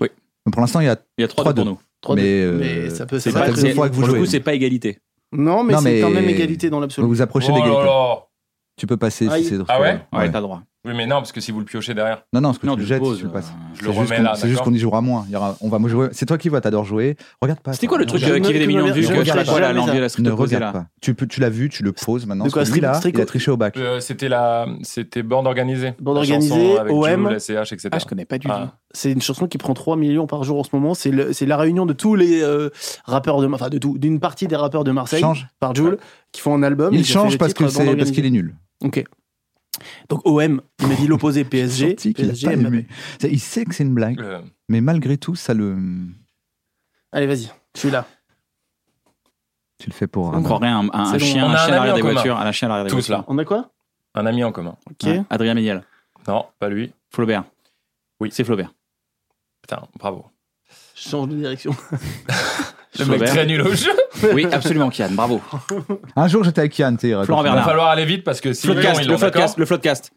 Speaker 4: Mais Pour l'instant, il y a.
Speaker 2: Il y a 3
Speaker 4: Trois,
Speaker 2: pour
Speaker 4: deux.
Speaker 2: nous.
Speaker 3: 3
Speaker 4: Mais, euh,
Speaker 3: mais ça peut
Speaker 4: c'est
Speaker 3: ça
Speaker 4: pas
Speaker 3: va
Speaker 4: la
Speaker 3: être-
Speaker 4: deuxième fois que vous
Speaker 2: Pour le
Speaker 4: jouez.
Speaker 2: coup, c'est pas égalité.
Speaker 3: Non, mais
Speaker 4: Non,
Speaker 3: c'est
Speaker 4: mais-
Speaker 3: quand même égalité dans l'absolu.
Speaker 4: Vous vous approchez
Speaker 5: Oh
Speaker 4: de l'égalité.
Speaker 5: là là.
Speaker 4: Tu peux passer
Speaker 3: Aïe.
Speaker 4: si c'est drôle.
Speaker 5: Ah ouais
Speaker 2: Ouais, t'as droit.
Speaker 5: Oui, mais non, parce que si vous le piochez derrière,
Speaker 4: Non, non, ce que
Speaker 2: Non,
Speaker 4: tu
Speaker 2: tu
Speaker 4: jettes,
Speaker 2: poses,
Speaker 4: tu le passes.
Speaker 2: euh,
Speaker 5: je
Speaker 4: C'est
Speaker 5: le
Speaker 4: juste
Speaker 5: remets
Speaker 4: qu'on-
Speaker 5: là.
Speaker 4: C'est juste
Speaker 5: d'accord
Speaker 4: qu'on y jouera moins. Il y aura- on va jouer. C'est toi qui vas, t'adores jouer. Regarde pas.
Speaker 2: C'était
Speaker 4: toi.
Speaker 2: quoi le
Speaker 4: Ne
Speaker 2: truc
Speaker 3: jamais-
Speaker 2: euh, qui
Speaker 4: regarde-
Speaker 2: avait des
Speaker 3: ne
Speaker 2: millions de vues
Speaker 4: regarde
Speaker 2: que je
Speaker 4: pas.
Speaker 2: crois la langue de la
Speaker 4: Ne
Speaker 2: stricte
Speaker 4: regarde
Speaker 2: Cousella
Speaker 4: pas. Tu peux- tu l'as vu, tu le poses maintenant.
Speaker 3: De quoi,
Speaker 4: parce que lui, là,
Speaker 3: Stricto-
Speaker 4: il a triché au bac.
Speaker 5: Euh, C'était la, c'était bande organisée.
Speaker 3: Bande
Speaker 5: La chanson
Speaker 3: organisée,
Speaker 5: avec
Speaker 3: OM.
Speaker 5: Jules, la CH, etc.
Speaker 1: Ah, je connais pas du
Speaker 5: Ah.
Speaker 1: tout.
Speaker 3: C'est une chanson qui prend 3 millions par jour en ce moment. C'est le- c'est la réunion de tous les euh, rappeurs de enfin de tout, d'une partie des rappeurs de Marseille
Speaker 4: Change.
Speaker 3: par Joule qui font un album. et qui
Speaker 4: Il
Speaker 3: a fait
Speaker 4: change
Speaker 3: le
Speaker 4: parce
Speaker 3: titre
Speaker 4: que
Speaker 3: Bande
Speaker 4: c'est parce
Speaker 3: Organisée.
Speaker 4: qu'il est nul.
Speaker 3: Ok. Donc OM, il m'a dit l'opposé PSG.
Speaker 4: Sorti qu'il a
Speaker 3: PSG,
Speaker 4: pas
Speaker 3: Mbappé.
Speaker 4: aimé. C'est- Il sait que c'est une blague,
Speaker 5: Le-
Speaker 4: mais malgré tout, ça le.
Speaker 3: Allez, vas-y, je suis là.
Speaker 4: Tu le fais pour.
Speaker 2: On
Speaker 4: un-
Speaker 2: croirait un, un- un
Speaker 5: C'est bon,
Speaker 2: chien,
Speaker 5: on
Speaker 2: un
Speaker 5: a un
Speaker 2: chien à
Speaker 5: ami
Speaker 2: l'arrière
Speaker 5: en
Speaker 2: des
Speaker 5: commun.
Speaker 2: voitures. Un chien à l'arrière des
Speaker 5: Tous là.
Speaker 3: On a quoi
Speaker 5: Un ami en commun.
Speaker 3: Ok.
Speaker 2: voitures. Ouais. Adrien Méniel,
Speaker 5: Non, pas lui.
Speaker 2: Flaubert.
Speaker 5: Oui.
Speaker 2: C'est Flaubert.
Speaker 5: Putain, bravo.
Speaker 3: Je change de direction.
Speaker 5: Le mec
Speaker 2: Flaubert.
Speaker 5: très nul au jeu.
Speaker 2: Oui, absolument, Kian, bravo.
Speaker 4: Un jour, j'étais avec Yann, tu sais, il raconte-
Speaker 2: Florent
Speaker 5: Il va
Speaker 2: Bernard.
Speaker 5: falloir aller vite parce que si
Speaker 2: Floodcast,
Speaker 5: ils
Speaker 2: le
Speaker 5: l'ont, d'accord
Speaker 2: Floodcast, le Floodcast.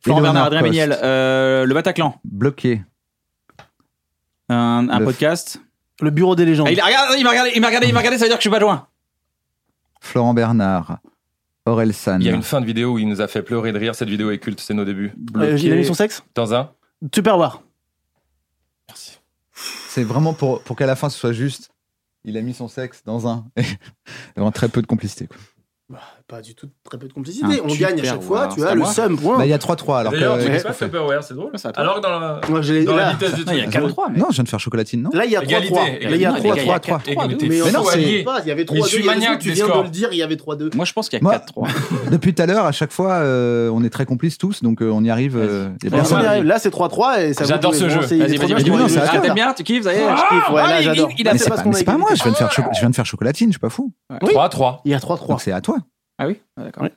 Speaker 2: Florent
Speaker 4: Eleanor
Speaker 2: Bernard, Adrien
Speaker 4: Post.
Speaker 2: Méniel, euh, le Bataclan,
Speaker 4: Bloqué.
Speaker 2: un, un
Speaker 4: Le-
Speaker 2: podcast.
Speaker 3: Le bureau des légendes.
Speaker 2: Ah, il, a- regarde, il m'a regardé, il m'a regardé, il m'a regardé, ça veut dire que je suis pas loin.
Speaker 4: Florent Bernard. Aurel San.
Speaker 5: Il y a une fin de vidéo où il nous a fait pleurer de rire. Cette vidéo est culte, c'est nos débuts.
Speaker 3: Euh, il a mis son sexe
Speaker 5: Dans un.
Speaker 3: Tupperware.
Speaker 5: Merci.
Speaker 4: C'est vraiment pour, pour qu'à la (laughs) fin, ce soit juste. Il a mis son sexe dans un. Et Vraiment très peu de complicité. quoi.
Speaker 3: pas du tout très peu de complicité.
Speaker 4: Un
Speaker 3: On gagne à
Speaker 4: super
Speaker 3: chaque fois,
Speaker 4: war,
Speaker 3: tu
Speaker 4: c'est
Speaker 3: vois,
Speaker 4: à
Speaker 3: le
Speaker 4: moi
Speaker 3: seum, point.
Speaker 4: Bah, il y a 3-3. Alors
Speaker 5: D'ailleurs,
Speaker 4: que...
Speaker 5: tu
Speaker 4: qu'est-ce
Speaker 5: dis
Speaker 4: qu'on
Speaker 5: pas
Speaker 4: fait
Speaker 5: Tupperware, c'est drôle.
Speaker 3: C'est à toi.
Speaker 5: Alors que dans la,
Speaker 3: Moi, je l'ai-
Speaker 5: dans la
Speaker 3: là.
Speaker 5: vitesse du
Speaker 3: Non, il y a
Speaker 5: truc,
Speaker 3: quatre-
Speaker 5: c'est-
Speaker 3: trois, mais-
Speaker 4: Non, je viens de faire chocolatine, non
Speaker 3: Là, il y a 3-3.
Speaker 5: Égalité,
Speaker 3: Là, il y a 3-3.
Speaker 5: égalité. Il y a
Speaker 3: trois,
Speaker 5: quatre-
Speaker 3: trois,
Speaker 5: égalité.
Speaker 3: deux.
Speaker 5: Mais
Speaker 3: on
Speaker 5: non,
Speaker 3: s'en
Speaker 5: c'est-
Speaker 3: dit pas, Il y avait 3-2.
Speaker 5: suis
Speaker 3: il y avait
Speaker 5: maniaque
Speaker 3: deux, Tu
Speaker 5: des
Speaker 3: viens de
Speaker 5: scores.
Speaker 3: le dire, il y avait 3-2.
Speaker 1: Moi, je pense qu'il y a
Speaker 4: Moi-
Speaker 1: 4-3.
Speaker 4: Depuis tout à l'heure, à chaque fois, euh, on est très complices tous, donc euh, on y arrive. euh, y
Speaker 3: Personne
Speaker 4: a personne.
Speaker 3: n'y arrive. Là, c'est 3-3 et ça
Speaker 5: J'adore
Speaker 3: vaut-
Speaker 5: ce
Speaker 3: bon,
Speaker 5: jeu.
Speaker 3: c'est- il est
Speaker 1: Vas-y, vas-y,
Speaker 3: trop bien,
Speaker 1: vas-y.
Speaker 4: mais
Speaker 3: je
Speaker 4: non,
Speaker 3: trouve.
Speaker 4: c'est à
Speaker 1: Ah,
Speaker 4: toi,
Speaker 1: t'aimes
Speaker 4: là.
Speaker 1: bien, tu kiffes, ça y est.
Speaker 3: Ah, je kiffe, ouais, là,
Speaker 1: il- il-
Speaker 3: j'adore.
Speaker 1: Il
Speaker 4: Mais
Speaker 1: a
Speaker 4: c'est
Speaker 1: fait
Speaker 3: pas
Speaker 4: pas,
Speaker 3: ce qu'on
Speaker 4: mais
Speaker 3: a
Speaker 4: c'est pas
Speaker 3: dit.
Speaker 4: moi, je viens, de faire cho- je viens de faire chocolatine, je suis pas fou.
Speaker 5: 3-3.
Speaker 3: Il y a 3-3.
Speaker 4: Donc c'est à toi.
Speaker 1: Ah oui Ah, D'accord.
Speaker 3: Ouais.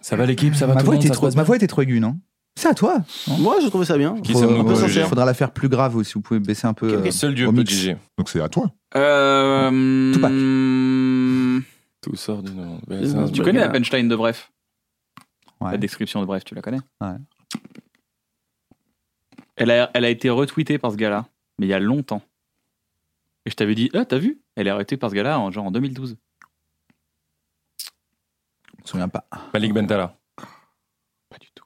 Speaker 5: Ça va l'équipe, ça va
Speaker 4: Ma
Speaker 5: tout
Speaker 4: voix,
Speaker 5: le monde,
Speaker 4: était
Speaker 5: ça se
Speaker 4: trop,
Speaker 5: passe
Speaker 4: ma
Speaker 5: bien.
Speaker 4: voix était trop aiguë, non C'est à toi.
Speaker 3: Moi, je trouvais ça bien.
Speaker 5: Qui
Speaker 4: Faut-
Speaker 5: sommes-nous
Speaker 3: peu
Speaker 4: euh,
Speaker 5: pour
Speaker 3: sincère.
Speaker 5: juger
Speaker 4: faudra la faire plus grave aussi. Vous pouvez baisser un peu. euh,
Speaker 5: Seul Dieu
Speaker 4: au
Speaker 5: peut
Speaker 4: mix.
Speaker 5: juger.
Speaker 8: Donc c'est à toi.
Speaker 1: Euh,
Speaker 4: Tupac.
Speaker 1: hum,
Speaker 5: Tout sort du nom.
Speaker 1: Tu connais la punchline de Bref
Speaker 4: Ouais.
Speaker 1: La description de Bref, tu la connais
Speaker 4: Ouais.
Speaker 1: Elle a, elle a été retweetée par ce gars-là, mais il y a longtemps. Et je t'avais dit, ah, t'as vu Elle est arrêtée par ce gars-là, en, genre en 2012.
Speaker 4: Je me souviens pas.
Speaker 5: Malik Bentala.
Speaker 1: Pas du tout.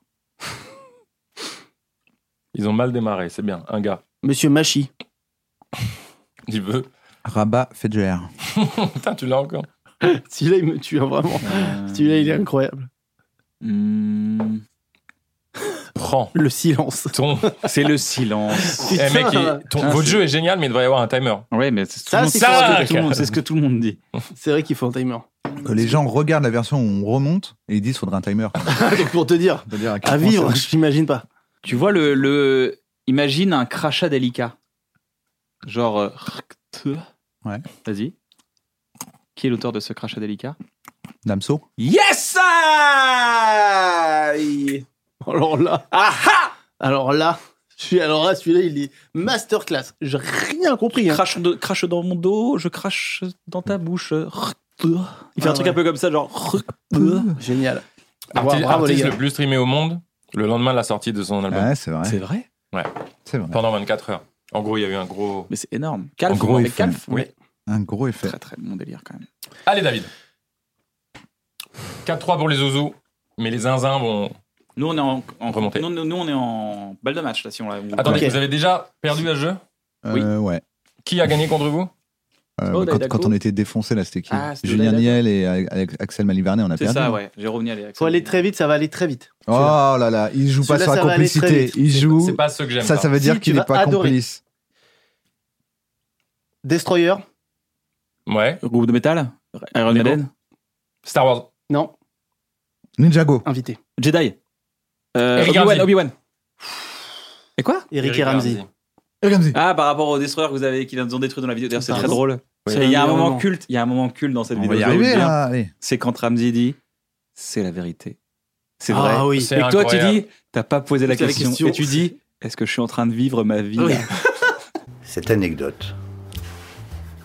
Speaker 5: Ils ont mal démarré, c'est bien. Un gars,
Speaker 3: Monsieur Machi.
Speaker 5: il veut. (laughs)
Speaker 4: Rabat Fedger.
Speaker 5: Putain, tu l'as encore.
Speaker 3: Celui-là, il me tue, hein, vraiment.
Speaker 1: Euh,
Speaker 3: Celui-là, il est incroyable.
Speaker 1: hum,
Speaker 5: Prends
Speaker 3: Le silence.
Speaker 5: ton.
Speaker 1: C'est le silence.
Speaker 5: Eh, mec, il- ton-
Speaker 1: Putain,
Speaker 5: votre
Speaker 1: c'est- Ah,
Speaker 5: jeu est génial, mais il devrait y avoir un timer.
Speaker 1: Ouais, mais c'est
Speaker 3: Ça,
Speaker 1: tout le monde-
Speaker 3: c'est
Speaker 1: c'est ce
Speaker 5: correct.
Speaker 1: que tout le monde- c'est ce que tout le monde dit.
Speaker 3: C'est vrai qu'il faut un timer. (laughs)
Speaker 4: Que les gens regardent la version où on remonte et ils disent faudra un timer.
Speaker 3: Donc, pour te dire,
Speaker 4: (laughs) Faut dire quel
Speaker 3: à
Speaker 4: point
Speaker 3: vivre,
Speaker 4: c'est-
Speaker 3: je t'imagine pas.
Speaker 1: Tu vois le, le- imagine un crachat délicat. Genre euh,
Speaker 4: Ouais.
Speaker 1: Vas-y. Qui est l'auteur de ce crachat délicat
Speaker 4: Damso.
Speaker 2: Yes! aïe
Speaker 3: (laughs) Alors là.
Speaker 2: Ah ah
Speaker 3: Alors là. je suis- Alors là, celui-là, il est masterclass. J'ai rien compris. hein.
Speaker 2: crache, de- crache dans mon dos, je crache dans ta bouche. Il fait
Speaker 3: Ah
Speaker 2: un truc
Speaker 3: ouais.
Speaker 2: un peu comme ça, genre.
Speaker 1: euh.
Speaker 3: Génial.
Speaker 5: Arti-
Speaker 3: Bravo, bravo, les
Speaker 5: artiste
Speaker 3: gars.
Speaker 5: le plus streamé au monde, le lendemain de la sortie de son album.
Speaker 4: Ouais, c'est vrai.
Speaker 1: vrai
Speaker 4: C'est vrai.
Speaker 5: Pendant 24 heures. En gros, il y a eu un gros.
Speaker 1: Mais c'est énorme. Calf,
Speaker 4: En gros,
Speaker 1: avec
Speaker 4: il faut-
Speaker 1: Calf,
Speaker 5: Oui.
Speaker 1: mais
Speaker 4: Un gros effet.
Speaker 1: Très très bon délire quand même.
Speaker 5: Allez, David. 4-3 pour les zouzous, mais les zinzins vont.
Speaker 1: Nous on est en, en
Speaker 5: Remonter.
Speaker 1: Nous, nous- nous, on est en balle de match là si on l'a. on-
Speaker 5: Attendez,
Speaker 3: Ok.
Speaker 5: vous avez déjà perdu à ce jeu
Speaker 4: Euh, ouais.
Speaker 5: Qui a gagné contre vous
Speaker 4: Euh,
Speaker 1: Oh,
Speaker 4: quand,
Speaker 1: Daidaco.
Speaker 4: quand on était défoncé là, c'était qui
Speaker 1: Ah, c'était
Speaker 4: Julien
Speaker 1: Daidaco.
Speaker 4: Niel et euh, avec Axel Malivernet, on a
Speaker 1: C'est
Speaker 4: perdu.
Speaker 1: ça
Speaker 4: non
Speaker 1: ouais. Jérôme Niel et
Speaker 3: Faut aller très vite, ça va aller très vite.
Speaker 4: Oh là là, il joue pas
Speaker 3: Celui-là,
Speaker 4: sur la
Speaker 3: ça va aller très
Speaker 4: complicité.
Speaker 3: vite.
Speaker 4: Il joue.
Speaker 5: C'est pas ceux que j'aime. hein.
Speaker 4: Ça,
Speaker 5: pas.
Speaker 4: ça veut
Speaker 3: Si,
Speaker 4: dire
Speaker 3: tu
Speaker 4: qu'il
Speaker 3: vas
Speaker 4: n'est pas
Speaker 3: adorer.
Speaker 4: complice.
Speaker 3: Destroyer
Speaker 5: Ouais.
Speaker 1: Groupe de métal Iron
Speaker 5: Lego.
Speaker 1: Maiden
Speaker 5: Star Wars.
Speaker 3: Non,
Speaker 4: Ninjago.
Speaker 3: invité.
Speaker 1: Jedi Euh,
Speaker 5: Eric
Speaker 1: Obi-Wan
Speaker 5: Ramsey.
Speaker 1: Obi-Wan. Et quoi
Speaker 3: Eric, et Ramsey.
Speaker 4: Ramsey.
Speaker 1: Ah, par rapport aux destroyers que vous avez, qui nous ont détruit dans la vidéo. D'ailleurs, c'est
Speaker 3: Pardon
Speaker 1: très drôle.
Speaker 5: Oui.
Speaker 1: C'est- Il y a un
Speaker 3: Énormément.
Speaker 1: moment culte. Il y a un moment culte dans cette
Speaker 4: On va
Speaker 1: vidéo.
Speaker 4: y
Speaker 1: je vais vous
Speaker 8: hein.
Speaker 4: arriver hein.
Speaker 1: le dire.
Speaker 4: là. Allez.
Speaker 1: C'est quand Ramsey dit, c'est la vérité. C'est vrai.
Speaker 3: Ah oui.
Speaker 5: C'est
Speaker 1: Et que toi, tu
Speaker 5: incroyable.
Speaker 1: dis, t'as pas posé la
Speaker 3: C'est la
Speaker 1: question.
Speaker 3: question.
Speaker 1: Et tu dis, est-ce que je suis en train de vivre ma vie
Speaker 3: Oui.
Speaker 1: là
Speaker 8: Cette anecdote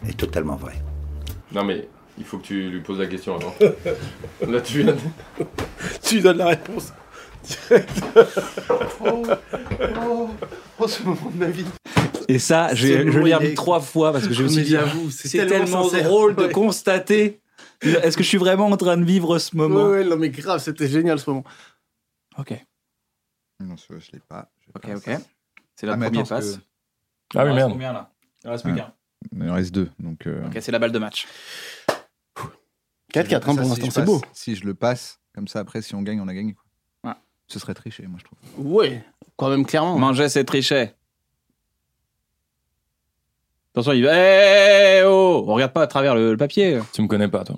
Speaker 8: est totalement vraie.
Speaker 5: Non, mais il faut que tu lui poses la question (laughs) avant. Là, tu viens de-
Speaker 3: Tu lui donnes la
Speaker 6: (laughs)
Speaker 3: réponse.
Speaker 6: Oh, oh, ce moment de ma vie.
Speaker 1: Et ça, j'ai-
Speaker 3: C'est
Speaker 1: je
Speaker 3: bon,
Speaker 1: l'ai
Speaker 3: il
Speaker 1: remis
Speaker 3: est-
Speaker 1: trois fois parce que je me suis
Speaker 3: Mais
Speaker 1: dit,
Speaker 3: j'avoue, c'est
Speaker 1: c'est
Speaker 3: tellement
Speaker 1: tellement
Speaker 3: sincère.
Speaker 1: drôle de
Speaker 3: Ouais.
Speaker 1: constater. Est-ce que je suis vraiment en train de vivre ce
Speaker 3: Ouais,
Speaker 1: moment
Speaker 3: ouais, non mais grave, c'était génial ce moment.
Speaker 1: Ok,
Speaker 4: Non, celui-là, je l'ai pas. Je
Speaker 1: ok,
Speaker 4: vais
Speaker 1: ok.
Speaker 4: faire ça.
Speaker 1: C'est la
Speaker 4: Ah, mais
Speaker 1: première
Speaker 4: attends, parce
Speaker 1: passe.
Speaker 4: que-
Speaker 5: Ah oui,
Speaker 1: Il en reste
Speaker 5: merde.
Speaker 1: Combien là Il en reste plus
Speaker 4: Ouais.
Speaker 1: qu'un.
Speaker 4: Il en reste deux. Donc, euh,
Speaker 1: Ok, c'est la balle de match.
Speaker 3: 4-4 hein,
Speaker 4: ça,
Speaker 3: pour
Speaker 4: si
Speaker 3: l'instant,
Speaker 4: je
Speaker 3: c'est
Speaker 4: passe-
Speaker 3: beau.
Speaker 4: Si je le passe, comme ça, après, si on gagne, on a gagné. Quoi.
Speaker 1: Ouais.
Speaker 4: Ce serait triché, moi, je trouve.
Speaker 3: Ouais, quand même clairement.
Speaker 1: Manger, c'est tricher. Attention, il va. Eh oh On regarde pas à travers le, le papier.
Speaker 5: Tu me connais pas, toi.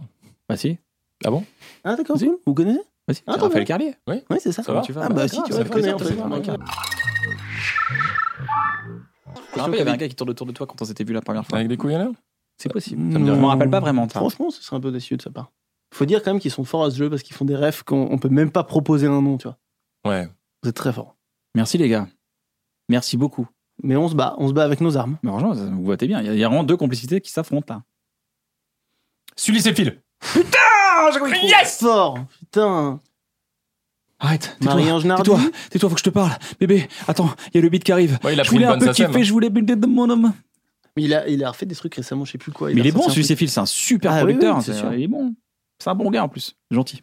Speaker 1: Bah si.
Speaker 5: Ah bon
Speaker 3: Ah d'accord, cool. Vous connaissez
Speaker 1: Bah si.
Speaker 3: Ah,
Speaker 1: C'est
Speaker 3: t'en
Speaker 1: Raphaël
Speaker 3: veux
Speaker 1: Carlier.
Speaker 3: Oui, c'est ça.
Speaker 1: Ça va, tu vas
Speaker 3: Ah bah
Speaker 1: Bah,
Speaker 3: si,
Speaker 1: grave,
Speaker 3: tu
Speaker 1: ça
Speaker 3: vois,
Speaker 1: fait plaisir,
Speaker 3: connais, en
Speaker 1: ça
Speaker 3: fait.
Speaker 1: fait plaisir. Tu te rappelles, il y avait un gars qui tourne autour de toi quand on s'était vu la première fois.
Speaker 5: Avec des couilles à l'air
Speaker 1: C'est possible.
Speaker 3: Non.
Speaker 1: Ça me dit- Je m'en rappelle pas vraiment. ça.
Speaker 3: Franchement, ce serait un peu déçu de sa part. Faut dire quand même qu'ils sont forts à ce jeu parce qu'ils font des rêves qu'on on peut même pas proposer un nom, tu vois.
Speaker 5: Ouais.
Speaker 3: Vous êtes très forts.
Speaker 1: Merci les gars. Merci beaucoup.
Speaker 3: Mais on se bat, on se bat avec nos armes.
Speaker 1: Mais franchement, ça- vous votez bien. Il y a- il y a vraiment deux complicités qui s'affrontent là.
Speaker 5: Sully Sephil.
Speaker 3: Yes Fort Putain
Speaker 1: Arrête. tais-toi.
Speaker 3: Marie-Ange Nardi
Speaker 1: Tais-toi, tais-toi, faut que je te parle. Bébé, attends, il y a le beat qui arrive.
Speaker 5: Ouais, il a
Speaker 1: je
Speaker 5: pris
Speaker 1: voulais
Speaker 5: une
Speaker 1: un
Speaker 5: bonne hein.
Speaker 1: peu
Speaker 5: SACEM.
Speaker 1: kiffer, je voulais builder de mon homme.
Speaker 3: Mais il a, il a refait des trucs récemment, je sais plus quoi.
Speaker 1: Mais il
Speaker 3: a
Speaker 1: est bon,
Speaker 3: sorti un
Speaker 1: celui
Speaker 3: truc.
Speaker 1: Phil, c'est un super
Speaker 3: Ah oui,
Speaker 1: producteur.
Speaker 3: oui, c'est
Speaker 1: c'est-
Speaker 3: sûr.
Speaker 1: Il est bon. C'est un bon gars en plus. Gentil.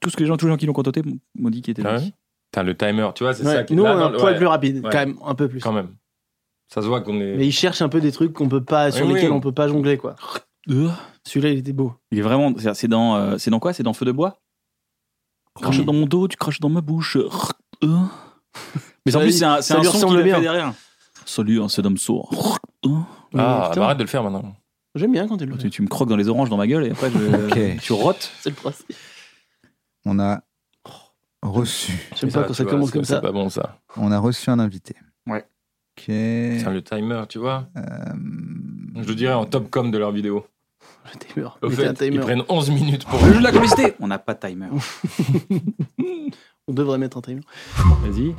Speaker 1: Tout ce que les gens, tous les gens qui l'ont contenté m'ont dit qu'il était
Speaker 5: Ah
Speaker 1: gentil.
Speaker 5: ouais T'as le timer, tu vois, c'est ça
Speaker 3: Ouais,
Speaker 5: qui
Speaker 3: Nous, on
Speaker 5: là,
Speaker 3: est un
Speaker 5: dans le-
Speaker 3: poil
Speaker 5: ouais,
Speaker 3: plus rapide,
Speaker 5: Ouais.
Speaker 3: quand même, un peu plus.
Speaker 5: Quand même. Ça se voit qu'on est.
Speaker 3: Mais il cherche un peu des trucs qu'on peut pas, sur
Speaker 5: Oui,
Speaker 3: lesquels
Speaker 5: oui.
Speaker 3: on peut pas jongler, quoi.
Speaker 1: Euh,
Speaker 3: Celui-là, il était beau.
Speaker 1: Il est vraiment. c'est- C'est dans, euh, c'est dans quoi C'est dans Feu de bois Crache dans mon dos, tu craches dans ma bouche. Euh. (laughs) Mais en
Speaker 3: Ça
Speaker 1: plus,
Speaker 3: lui-
Speaker 1: c'est un, c'est
Speaker 3: ça
Speaker 1: un
Speaker 3: lui
Speaker 1: son
Speaker 3: ressemble
Speaker 1: qu'il a
Speaker 3: bien.
Speaker 1: fait derrière. Salut, hein, c'est Dom euh. sourd.
Speaker 5: Ah,
Speaker 3: putain.
Speaker 5: bah, arrête de le faire maintenant.
Speaker 3: J'aime bien quand il le
Speaker 1: Tu, tu me croques dans les oranges dans ma gueule et après, (laughs) je,
Speaker 4: Ok.
Speaker 1: tu rotes.
Speaker 3: C'est le principe.
Speaker 4: On a reçu.
Speaker 3: J'aime pas quand ça
Speaker 5: tu vois,
Speaker 3: commence
Speaker 5: c'est-
Speaker 3: comme ça.
Speaker 5: C'est pas bon ça.
Speaker 4: On a reçu un invité. euh,
Speaker 5: Ouais.
Speaker 4: Qui est-
Speaker 5: C'est le timer, tu vois. Je le dirais en top com de leur vidéo.
Speaker 3: Le timer.
Speaker 5: Au
Speaker 3: Mettez
Speaker 5: fait,
Speaker 3: un timer.
Speaker 5: ils prennent 11 minutes pour.
Speaker 1: Le jeu de la complicité On n'a pas de timer.
Speaker 3: On devrait mettre un timer.
Speaker 1: Vas-y.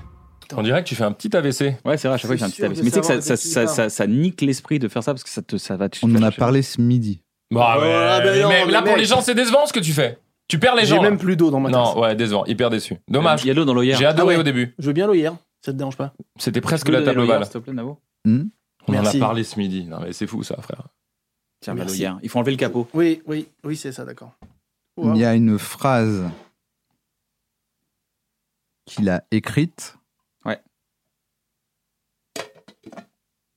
Speaker 5: On dirait que tu fais un petit AVC.
Speaker 1: Ouais, c'est vrai, à chaque fois,
Speaker 3: Je
Speaker 1: j'ai un
Speaker 3: suis
Speaker 1: petit
Speaker 3: sûr
Speaker 1: avis.
Speaker 3: de
Speaker 1: Mais tu sais que
Speaker 3: savoir
Speaker 1: ça, ça,
Speaker 3: de qui il
Speaker 1: ça,
Speaker 3: parle.
Speaker 1: ça- ça nique l'esprit de faire ça parce que ça, te, ça va te.
Speaker 4: On en a parlé ce midi.
Speaker 5: Bah ouais,
Speaker 3: Ah, bah
Speaker 5: mais
Speaker 3: non,
Speaker 5: mais
Speaker 3: mais
Speaker 5: là pour
Speaker 3: mec.
Speaker 5: les gens, c'est décevant ce que tu fais. Tu perds les
Speaker 3: J'ai
Speaker 5: gens. là.
Speaker 3: même plus d'eau dans ma tasse.
Speaker 5: Non, ouais, décevant, hyper déçu. Dommage.
Speaker 1: Il y a l'eau dans l'oeillère.
Speaker 5: J'ai adoré
Speaker 3: Ah ouais.
Speaker 5: au début.
Speaker 3: Je veux bien l'eau hier. Ça te dérange pas
Speaker 5: C'était presque
Speaker 1: Tu peux
Speaker 5: la
Speaker 1: donner
Speaker 5: table
Speaker 1: l'oeillère,
Speaker 5: ovale.
Speaker 1: S'il te plaît, Navo.
Speaker 4: Hmm
Speaker 5: On en a
Speaker 3: Merci.
Speaker 5: parlé ce midi. Non mais c'est fou ça, frère.
Speaker 1: Tiens,
Speaker 3: Merci.
Speaker 1: l'oeillère. Il faut enlever le capot.
Speaker 3: Oui, oui, oui, c'est ça, d'accord. Wow.
Speaker 4: Il y a une phrase qu'il a écrite.
Speaker 1: Ouais.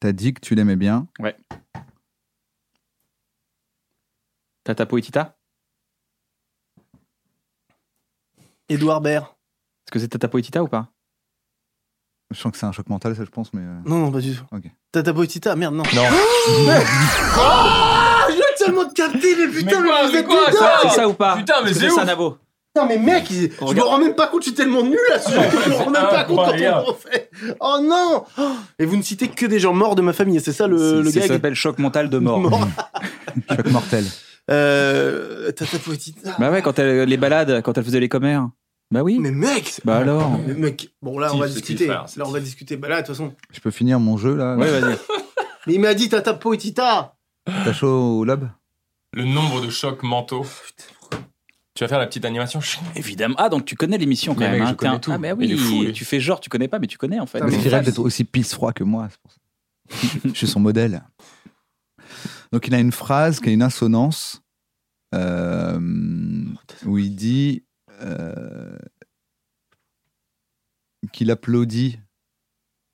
Speaker 4: T'as dit que tu l'aimais bien.
Speaker 1: Tata Poetita
Speaker 3: Edouard Baird.
Speaker 1: Est-ce que c'est Tata Poetita ou pas
Speaker 4: Je sens que c'est un choc mental, ça, je pense, mais. euh,
Speaker 3: Non, non, pas du tout.
Speaker 4: Ok.
Speaker 3: Tata Poetita, merde, non.
Speaker 6: (laughs)
Speaker 5: Non.
Speaker 6: Ah, je l'ai seulement capté, mais putain,
Speaker 5: Mais
Speaker 6: mais,
Speaker 5: quoi,
Speaker 6: vous
Speaker 5: mais
Speaker 6: êtes
Speaker 5: quoi,
Speaker 6: des
Speaker 5: ça
Speaker 6: dingues
Speaker 1: C'est ça ou pas
Speaker 5: Oh, Putain, mais
Speaker 1: Est-ce que
Speaker 5: c'est
Speaker 1: ça,
Speaker 5: ouf.
Speaker 1: Navo.
Speaker 6: Putain, mais mec, il- je me
Speaker 1: Regarde.
Speaker 6: rends même pas compte, je suis tellement nul à ce jeu que je me rends même pas compte quand on le refait. Oh non Oh, Et vous ne citez que des gens morts de ma famille, c'est ça le, le
Speaker 1: C'est- Ça
Speaker 3: gag
Speaker 1: s'appelle choc mental de mort.
Speaker 3: Mort.
Speaker 4: Choc mortel.
Speaker 3: Euh, Tata Poetita.
Speaker 1: Bah ouais, quand elle les balades, quand elle faisait les commères. Bah oui.
Speaker 6: Mais mec
Speaker 1: Bah alors.
Speaker 6: Mais mec,
Speaker 3: Bon, là, on
Speaker 5: Steve,
Speaker 3: va
Speaker 5: c'est
Speaker 3: discuter.
Speaker 5: Steve, frère,
Speaker 3: Là,
Speaker 5: hein, c'est
Speaker 3: on va discuter. Bah là, de toute façon.
Speaker 4: Je peux finir mon jeu, là
Speaker 1: Ouais, vas-y.
Speaker 3: Mais il m'a dit Tata Poetita. (laughs)
Speaker 4: T'as chaud au lobe
Speaker 5: Le nombre de chocs mentaux. Tu vas faire la petite animation. Chut.
Speaker 1: Évidemment. Ah donc tu connais l'émission quand
Speaker 5: Mais
Speaker 1: même.
Speaker 5: mec,
Speaker 1: hein.
Speaker 5: je
Speaker 1: T'es un-
Speaker 5: connais tout.
Speaker 1: Ah mais
Speaker 5: Il est fou,
Speaker 1: oui.
Speaker 5: lui.
Speaker 1: Tu fais genre tu connais pas mais tu connais en fait.
Speaker 3: Putain, mais
Speaker 4: Je
Speaker 3: c'est
Speaker 4: dirais
Speaker 3: ça,
Speaker 4: peut-être aussi pisse-froid que moi. c'est pour ça. (laughs) je suis son modèle. Donc il a une phrase qui a une insonance euh, où il dit euh, qu'il applaudit.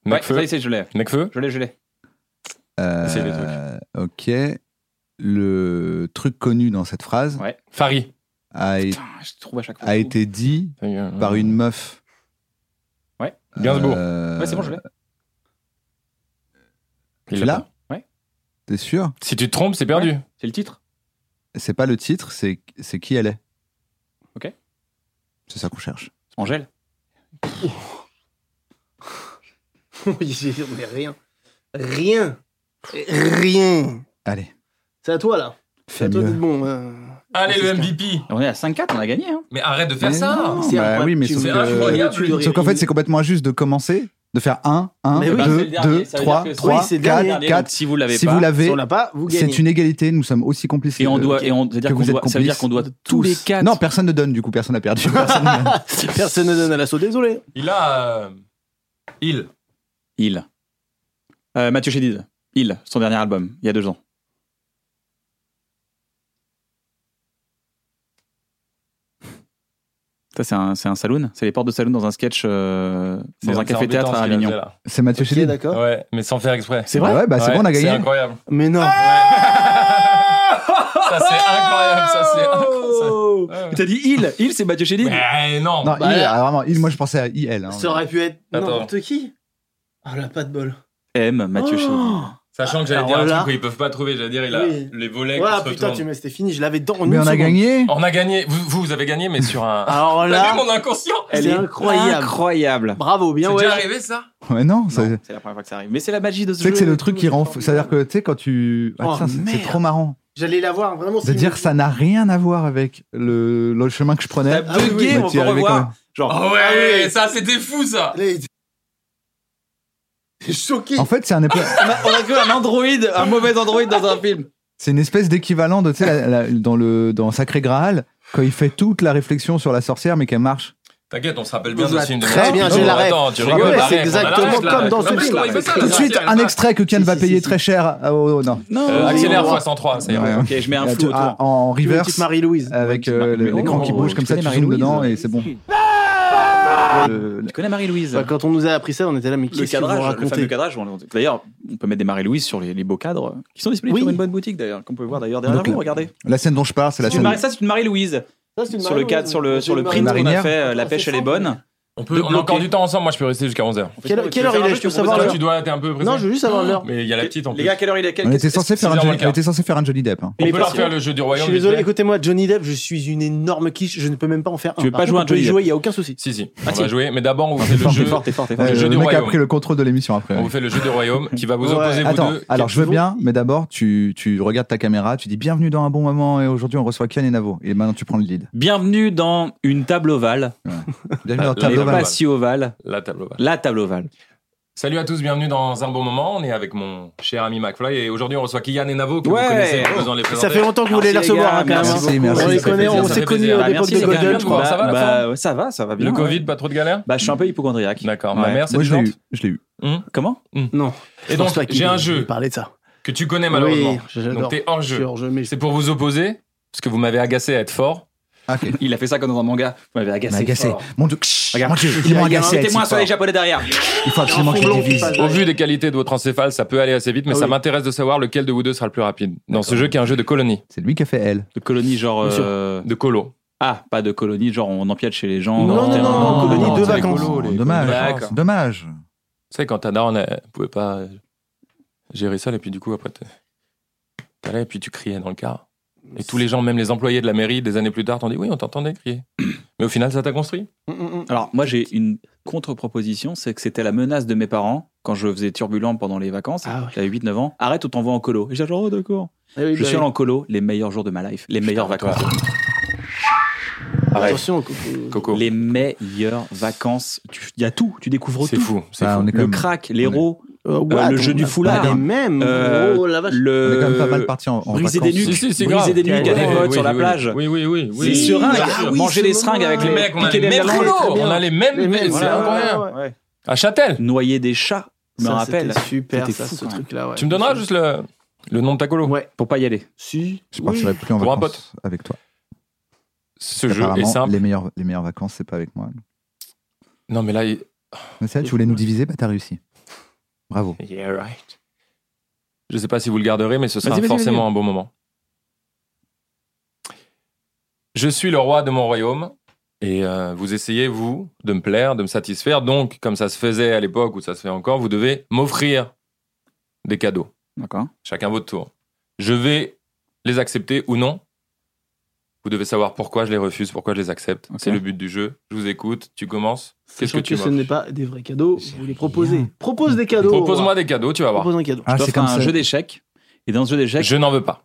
Speaker 1: Ouais,
Speaker 5: Necfeu.
Speaker 1: ça y est, c'est- je l'ai.
Speaker 5: Necfeu.
Speaker 1: Je l'ai, je l'ai.
Speaker 4: euh,
Speaker 5: C'est les
Speaker 4: Ok. Le truc connu dans cette phrase
Speaker 1: Ouais.
Speaker 5: Farid.
Speaker 4: a,
Speaker 1: Putain, Ah, je trouve à chaque fois.
Speaker 4: a
Speaker 1: fou.
Speaker 4: été dit par une meuf.
Speaker 1: Ouais.
Speaker 5: Gainsbourg.
Speaker 4: Euh,
Speaker 1: Ouais, c'est bon, je l'ai.
Speaker 5: Il l'a
Speaker 4: Tu l'as
Speaker 1: Ouais.
Speaker 4: T'es sûr
Speaker 5: Si tu te trompes, c'est perdu.
Speaker 1: C'est le titre.
Speaker 4: C'est pas le titre, c'est c'est qui elle est.
Speaker 1: Ok.
Speaker 4: C'est ça qu'on cherche.
Speaker 1: Angèle.
Speaker 3: mais rien. Rien. Rien.
Speaker 4: Allez.
Speaker 3: C'est à toi, là. C'est à toi d'être bon. euh.
Speaker 5: Allez, le
Speaker 3: Franciscain.
Speaker 5: MVP.
Speaker 1: On est à 5-4, on a gagné. Hein.
Speaker 5: Mais arrête de faire
Speaker 4: Mais
Speaker 5: ça.
Speaker 4: non.
Speaker 3: C'est
Speaker 4: Bah
Speaker 3: incroyable.
Speaker 4: oui, mais
Speaker 3: Tu
Speaker 4: sauf
Speaker 3: me
Speaker 5: C'est
Speaker 3: fais
Speaker 5: incroyable.
Speaker 3: tu le rires.
Speaker 4: Sauf qu'en fait, c'est complètement injuste de commencer, de faire 1, 1,
Speaker 3: Mais oui,
Speaker 1: c'est le
Speaker 4: 2,
Speaker 1: dernier,
Speaker 4: 2,
Speaker 1: ça veut
Speaker 4: 3,
Speaker 1: dire que
Speaker 4: 3,
Speaker 3: c'est le
Speaker 4: 4,
Speaker 3: dernier.
Speaker 1: Regardez, donc,
Speaker 4: 4.
Speaker 1: si vous l'avez
Speaker 4: Si
Speaker 1: pas.
Speaker 4: vous
Speaker 3: Si
Speaker 4: l'avez,
Speaker 3: on l'a pas, vous gagnez.
Speaker 4: c'est une égalité, nous sommes aussi complices.
Speaker 1: Et on
Speaker 4: que-
Speaker 1: doit, et on veut dire qu'on
Speaker 4: que vous êtes
Speaker 1: doit, ça veut dire
Speaker 4: complices.
Speaker 1: qu'on doit tous les quatre.
Speaker 4: Non, personne ne donne, du coup, personne n'a perdu. Personne n'a-
Speaker 3: Personne ne donne à l'assaut, désolé.
Speaker 5: Il a. euh, Il.
Speaker 1: Il. Euh, Mathieu Chédid. Il, son dernier album, il y a deux ans. Ça, c'est un, c'est un saloon C'est les portes de saloon dans un sketch, euh, dans un
Speaker 5: C'est
Speaker 1: café-théâtre
Speaker 5: embêtant
Speaker 1: à
Speaker 5: ce qu'il a
Speaker 1: Avignon.
Speaker 5: fait, là.
Speaker 4: C'est Mathieu
Speaker 3: Ok,
Speaker 4: Chédid.
Speaker 3: d'accord.
Speaker 5: Ouais, mais sans faire exprès.
Speaker 1: C'est vrai
Speaker 4: Ouais, bah c'est
Speaker 5: Ouais,
Speaker 4: bon, on a
Speaker 5: C'est
Speaker 4: gagné.
Speaker 5: incroyable.
Speaker 3: Mais non.
Speaker 5: (laughs) Ça c'est incroyable, ça c'est incroyable.
Speaker 1: Oh
Speaker 5: Ouais, ouais.
Speaker 1: T'as dit il Il, c'est Mathieu Chédid
Speaker 5: Mais non,
Speaker 4: Non,
Speaker 3: Bah,
Speaker 4: il,
Speaker 3: là-
Speaker 4: ah, vraiment, il, moi je pensais à IL. hein.
Speaker 3: Ça aurait pu être
Speaker 5: Attends. Ah,
Speaker 3: n'importe qui. Oh là, pas de bol. Oh.
Speaker 1: M, Mathieu Chédid.
Speaker 5: sachant que j'allais
Speaker 3: Alors
Speaker 5: dire un
Speaker 3: là-
Speaker 5: truc qu'ils peuvent pas trouver, j'allais dire il a
Speaker 3: Oui.
Speaker 5: les volets
Speaker 3: Voilà,
Speaker 5: qui se
Speaker 3: putain,
Speaker 5: retournent.
Speaker 3: tu m'as, c'était fini. Je l'avais dans une
Speaker 4: Mais on a
Speaker 3: seconde.
Speaker 4: gagné.
Speaker 5: On a gagné, vous, vous vous avez gagné mais sur un
Speaker 3: Alors
Speaker 5: T'as vu
Speaker 3: Ah, là,
Speaker 5: mon inconscient
Speaker 3: c'est incroyable.
Speaker 1: Incroyable.
Speaker 3: Bravo, bien
Speaker 5: C'est
Speaker 3: ouais.
Speaker 5: déjà arrivé ça
Speaker 4: Ouais, non, ça-
Speaker 1: Non, C'est la première fois que ça arrive. Mais c'est la magie de ce
Speaker 4: tu
Speaker 1: jeu.
Speaker 4: sais que c'est le truc qui rend. fou. C'est-à-dire que, tu sais, quand tu. Ah,
Speaker 3: Oh,
Speaker 4: putain, c'est- c'est
Speaker 3: merde.
Speaker 4: trop marrant.
Speaker 3: J'allais la voir vraiment.
Speaker 4: De
Speaker 3: c'est-
Speaker 4: dire ça n'a rien à voir avec le, le chemin que je prenais.
Speaker 1: T'as
Speaker 3: Ah oui,
Speaker 1: bugué,
Speaker 3: oui,
Speaker 1: on
Speaker 4: t'y es
Speaker 1: peut
Speaker 4: arrivé quand même.
Speaker 1: revoir. Genre,
Speaker 5: Oh ouais,
Speaker 3: Ah oui.
Speaker 5: ça c'était fou ça.
Speaker 3: Allez. T'es choqué.
Speaker 4: En fait, c'est un épa-
Speaker 1: on a, on a cru un androïde, un mauvais androïde dans un film.
Speaker 4: C'est une espèce d'équivalent de, tu sais, la- la- dans, le, dans Sacré Graal, quand il fait toute la réflexion sur la sorcière, mais qu'elle marche.
Speaker 5: T'inquiète, on se rappelle bien
Speaker 3: Vous
Speaker 5: de
Speaker 3: êtes
Speaker 5: ce film. de
Speaker 3: très
Speaker 5: Martin.
Speaker 3: bien, j'ai
Speaker 5: Non,
Speaker 3: la ref.
Speaker 5: Attends, tu
Speaker 3: Je
Speaker 5: rigoles,
Speaker 3: rappelle, c'est
Speaker 5: la ref, on a la
Speaker 3: exactement
Speaker 5: ref, là.
Speaker 3: comme dans
Speaker 5: Non,
Speaker 3: ce
Speaker 5: mais
Speaker 3: film.
Speaker 5: comment il fait ça,
Speaker 4: Tout de
Speaker 5: la
Speaker 4: suite,
Speaker 5: ref,
Speaker 4: un
Speaker 5: là
Speaker 4: extrait que Ken
Speaker 3: Si,
Speaker 4: va
Speaker 3: si,
Speaker 4: payer
Speaker 3: si,
Speaker 4: très
Speaker 3: si.
Speaker 4: cher. Ah, Oh, oh, non.
Speaker 1: Non.
Speaker 5: Euh, accélère
Speaker 3: Oh.
Speaker 5: x 103, c'est
Speaker 4: Ouais.
Speaker 1: Ok, je mets un
Speaker 4: Ah,
Speaker 1: flou
Speaker 4: tu- ah,
Speaker 1: autour.
Speaker 4: en
Speaker 3: Tu veux une
Speaker 4: reverse,
Speaker 3: petite Marie-Louise.
Speaker 4: avec
Speaker 1: Ouais,
Speaker 4: euh,
Speaker 1: tu- mais-
Speaker 4: l'écran
Speaker 1: oh,
Speaker 4: qui bouge
Speaker 1: tu
Speaker 4: comme ça,
Speaker 1: connais
Speaker 4: tu zoomes
Speaker 1: Marie-Louise
Speaker 4: dedans et c'est bon.
Speaker 1: Tu connais Marie-Louise
Speaker 3: Quand on nous a appris ça, on était là, mais
Speaker 1: le
Speaker 3: qu'est-ce que vous
Speaker 1: cadrage, le fameux
Speaker 3: racontez
Speaker 1: cadrage. on- D'ailleurs, on peut mettre des Marie-Louise sur les, les beaux cadres qui sont disponibles
Speaker 3: Oui.
Speaker 1: sur une bonne boutique d'ailleurs, qu'on peut voir d'ailleurs derrière
Speaker 4: Donc,
Speaker 1: vous. Regardez.
Speaker 4: La scène dont je parle, c'est la
Speaker 1: C'est une
Speaker 4: scène.
Speaker 1: Marie- ça, c'est une Marie-Louise. Sur le cadre, sur le, sur le print qu'on a
Speaker 4: marinière.
Speaker 1: fait, euh, la pêche elle est bonne.
Speaker 5: On, peut, on a encore du temps ensemble, moi je peux rester jusqu'à 11h.
Speaker 3: Quelle- quelle heure il est Je peux savoir l'heure
Speaker 5: Tu dois, t'es un peu pressé.
Speaker 3: Non, je veux juste savoir l'heure.
Speaker 5: Mais il y a la petite en plus.
Speaker 2: Les gars, quelle heure il est
Speaker 4: On était censé faire un Johnny- on était censé faire un Johnny Depp. hein.
Speaker 5: On peut leur
Speaker 3: parce-
Speaker 5: faire le jeu du
Speaker 3: Je
Speaker 5: royaume.
Speaker 3: suis
Speaker 5: vite
Speaker 3: désolé,
Speaker 5: fait.
Speaker 3: écoutez-moi, Johnny Depp, je suis une énorme quiche, je ne peux même pas en faire un.
Speaker 1: veux
Speaker 3: Par
Speaker 1: pas
Speaker 3: contre,
Speaker 1: jouer à
Speaker 3: on peut y
Speaker 1: Johnny
Speaker 3: jouer, il n'y a aucun souci.
Speaker 5: Si, si, on
Speaker 1: Ah,
Speaker 5: va
Speaker 1: si.
Speaker 5: jouer. Mais d'abord, on vous fait le
Speaker 4: fort,
Speaker 5: jeu.
Speaker 1: T'es fort, t'es fort, t'es fort.
Speaker 5: Le
Speaker 4: Euh,
Speaker 5: jeu du
Speaker 4: le mec a
Speaker 5: royaume.
Speaker 4: pris le contrôle de l'émission après.
Speaker 5: On vous fait le jeu du royaume qui va vous
Speaker 3: Ouais,
Speaker 5: opposer vous
Speaker 4: Attends,
Speaker 5: deux.
Speaker 4: alors je veux
Speaker 3: Vous-
Speaker 4: bien, mais d'abord tu, tu regardes ta caméra, tu dis bienvenue dans un bon moment et aujourd'hui on reçoit Kian et Navo et maintenant tu prends le lead.
Speaker 1: Bah, Bienvenue dans une table ovale,
Speaker 4: Bienvenue
Speaker 5: Ah,
Speaker 4: dans
Speaker 5: là, il
Speaker 4: ta
Speaker 5: y a
Speaker 1: mais
Speaker 4: globale.
Speaker 1: pas si ovale,
Speaker 5: La table ovale.
Speaker 1: la table ovale.
Speaker 5: Salut à tous, bienvenue dans un bon moment. On est avec mon cher ami McFly et aujourd'hui on reçoit Kian et Navo que
Speaker 1: Ouais.
Speaker 5: vous connaissez. pas besoin de les
Speaker 3: Ça
Speaker 5: présenter.
Speaker 3: fait longtemps que vous voulez les
Speaker 1: Merci,
Speaker 3: recevoir,
Speaker 1: les
Speaker 3: hein, quand
Speaker 1: gars,
Speaker 3: même.
Speaker 1: merci
Speaker 3: hein.
Speaker 4: beaucoup.
Speaker 3: on les
Speaker 4: Ça fait
Speaker 3: connaît,
Speaker 5: plaisir,
Speaker 3: on
Speaker 5: ça
Speaker 3: s'est
Speaker 5: fait
Speaker 3: connus
Speaker 5: plaisir.
Speaker 3: au
Speaker 5: Ah,
Speaker 3: dépôt
Speaker 1: merci
Speaker 3: de
Speaker 1: les gars,
Speaker 3: Golden,
Speaker 5: bien
Speaker 3: je
Speaker 5: de voir.
Speaker 3: crois.
Speaker 5: ça va, la
Speaker 1: bah, ouais, ça va, ça va bien.
Speaker 5: Le
Speaker 1: ouais.
Speaker 5: Covid, pas trop de galère
Speaker 1: Bah, je suis un peu hypochondriaque.
Speaker 5: D'accord,
Speaker 1: Ouais.
Speaker 5: ma mère c'est
Speaker 4: Moi je l'ai eu,
Speaker 5: vivante.
Speaker 4: je l'ai eu.
Speaker 1: Comment
Speaker 3: Non.
Speaker 5: Et donc
Speaker 3: C'est toi qui
Speaker 5: j'ai un
Speaker 3: voulais
Speaker 5: jeu
Speaker 3: Parler de ça.
Speaker 5: que tu connais malheureusement.
Speaker 3: Oui, j'adore.
Speaker 5: Donc t'es hors
Speaker 3: Je suis
Speaker 5: jeu.
Speaker 3: hors jeu, mais je-
Speaker 5: C'est pour vous opposer, parce que vous m'avez agacé à être fort.
Speaker 4: Ah, Ok.
Speaker 1: Il a fait ça comme dans un manga. Vous m'avez
Speaker 4: Il m'a
Speaker 1: agacé.
Speaker 4: agacé.
Speaker 1: fort.
Speaker 4: Mon dieu,
Speaker 1: Regarde.
Speaker 4: mon dieu, ils m'ont agacé. à être
Speaker 2: Mettez-moi
Speaker 4: si
Speaker 2: sur les
Speaker 4: fort.
Speaker 2: japonais derrière.
Speaker 4: Il faut absolument que je les divise.
Speaker 5: Au vu des qualités de votre encéphale, ça peut aller assez vite, mais
Speaker 3: Ah
Speaker 5: ça
Speaker 3: oui.
Speaker 5: m'intéresse de savoir lequel de vous deux sera le plus rapide. Dans ce jeu qui est un jeu de colonie,
Speaker 4: C'est lui qui a fait elle.
Speaker 1: De colonie genre.
Speaker 3: Bien sûr.
Speaker 1: euh,
Speaker 5: de colo.
Speaker 1: Ah, pas de colonie genre on empiète chez les gens.
Speaker 3: Non,
Speaker 1: dans le
Speaker 3: non,
Speaker 1: terrain.
Speaker 3: non, non, colonie de
Speaker 4: Ah, c'est les
Speaker 3: vacances.
Speaker 4: colos, les-
Speaker 5: D'accord.
Speaker 4: Dommage. Dommage.
Speaker 5: Tu sais, quand ta daronne, elle pouvait pas euh, gérer ça, et puis du coup, après, t'es- t'allais, et puis tu criais dans le car. Et tous les gens, même les employés de la mairie, des années plus tard, t'ont dit oui, on t'entendait crier. Mais au final, ça t'a construit.
Speaker 1: Alors, moi, j'ai une contre-proposition, c'est que c'était la menace de mes parents quand je faisais turbulent pendant les vacances.
Speaker 3: Ah ouais.
Speaker 1: J'avais 8-9 ans. Arrête ou t'envoies en colo. Et j'ai genre, oh, d'accord.
Speaker 3: Eh oui,
Speaker 1: Je
Speaker 3: bah
Speaker 1: suis allé
Speaker 3: oui.
Speaker 1: en colo, les meilleurs jours de ma life, les meilleures vacances.
Speaker 3: Attention, Coco.
Speaker 5: Coco,
Speaker 1: Les meilleures vacances. Tu- Il y a tout, tu découvres
Speaker 5: c'est
Speaker 1: tout.
Speaker 5: fou. c'est
Speaker 4: Bah,
Speaker 5: fou.
Speaker 4: on est quand
Speaker 1: Le
Speaker 4: même-
Speaker 1: crack,
Speaker 4: on est-
Speaker 1: l'héros,
Speaker 3: Euh,
Speaker 1: euh,
Speaker 3: what,
Speaker 1: le jeu
Speaker 3: on
Speaker 1: du
Speaker 3: a
Speaker 1: foulard.
Speaker 3: pas les mêmes.
Speaker 1: euh,
Speaker 3: Oh la vache.
Speaker 4: On est quand même pas mal
Speaker 1: le
Speaker 4: parti en, en
Speaker 1: briser des
Speaker 4: vacances.
Speaker 1: nuques,
Speaker 5: Si, si, c'est grave.
Speaker 1: briser des nuques à des
Speaker 5: Oui,
Speaker 1: potes
Speaker 5: oui,
Speaker 1: sur la
Speaker 5: oui.
Speaker 1: plage.
Speaker 5: Oui, oui, oui.
Speaker 1: C'est
Speaker 5: oui.
Speaker 1: seringue,
Speaker 5: Bien
Speaker 3: Ah
Speaker 5: sûr.
Speaker 1: manger des seringues avec les
Speaker 5: Les mecs, on a
Speaker 1: piquer
Speaker 5: les
Speaker 1: des
Speaker 5: mêmes
Speaker 1: merdes.
Speaker 5: colos. On a les mêmes.
Speaker 3: Les mêmes,
Speaker 5: C'est
Speaker 3: voilà,
Speaker 5: incroyable.
Speaker 3: ouais, ouais.
Speaker 1: Ouais.
Speaker 5: À Châtel.
Speaker 1: Noyer des chats, je me
Speaker 3: Ça,
Speaker 1: rappelle.
Speaker 3: c'était Super,
Speaker 1: C'était
Speaker 3: ça,
Speaker 1: fou, hein.
Speaker 3: ce
Speaker 1: quand même.
Speaker 3: truc-là. ouais.
Speaker 5: Tu me donneras juste le, le nom de ta colo.
Speaker 3: Ouais.
Speaker 1: Pour pas y aller.
Speaker 3: Si.
Speaker 4: Je partirai plus en
Speaker 5: Pour un
Speaker 4: vacances avec toi.
Speaker 5: Ce jeu est
Speaker 4: Apparemment,
Speaker 5: simple.
Speaker 4: les meilleures, les meilleures vacances, c'est pas avec moi.
Speaker 5: Non, mais là. il-
Speaker 4: Mais c'est vrai, tu voulais nous diviser, bah t'as réussi. Bravo.
Speaker 5: Yeah, right. Je sais pas si vous le garderez, mais ce sera
Speaker 1: Vas-y, vas-y,
Speaker 5: forcément un bon moment. Je suis le roi de mon royaume et euh, vous essayez, vous, de me plaire, de me satisfaire. Donc, comme ça se faisait à l'époque ou ça se fait encore, vous devez m'offrir des cadeaux,
Speaker 1: D'accord.
Speaker 5: chacun votre tour. Je vais les accepter ou non. Vous devez savoir pourquoi je les refuse, pourquoi je les accepte.
Speaker 1: Ok.
Speaker 5: C'est le but du jeu. Je vous écoute, tu commences. Qu'est-ce
Speaker 3: Sachant
Speaker 5: que
Speaker 3: que,
Speaker 5: tu
Speaker 3: ce
Speaker 5: veux
Speaker 3: n'est pas des vrais cadeaux,
Speaker 4: J'ai
Speaker 3: vous les
Speaker 4: rien.
Speaker 3: proposez. Propose des cadeaux.
Speaker 5: Propose-moi des cadeaux, tu vas voir.
Speaker 3: Propose un cadeau.
Speaker 4: Ah,
Speaker 1: je dois
Speaker 4: c'est
Speaker 1: faire
Speaker 4: comme
Speaker 1: un
Speaker 4: ça.
Speaker 1: jeu d'échecs. Et dans ce jeu d'échecs,
Speaker 5: Je n'en veux pas.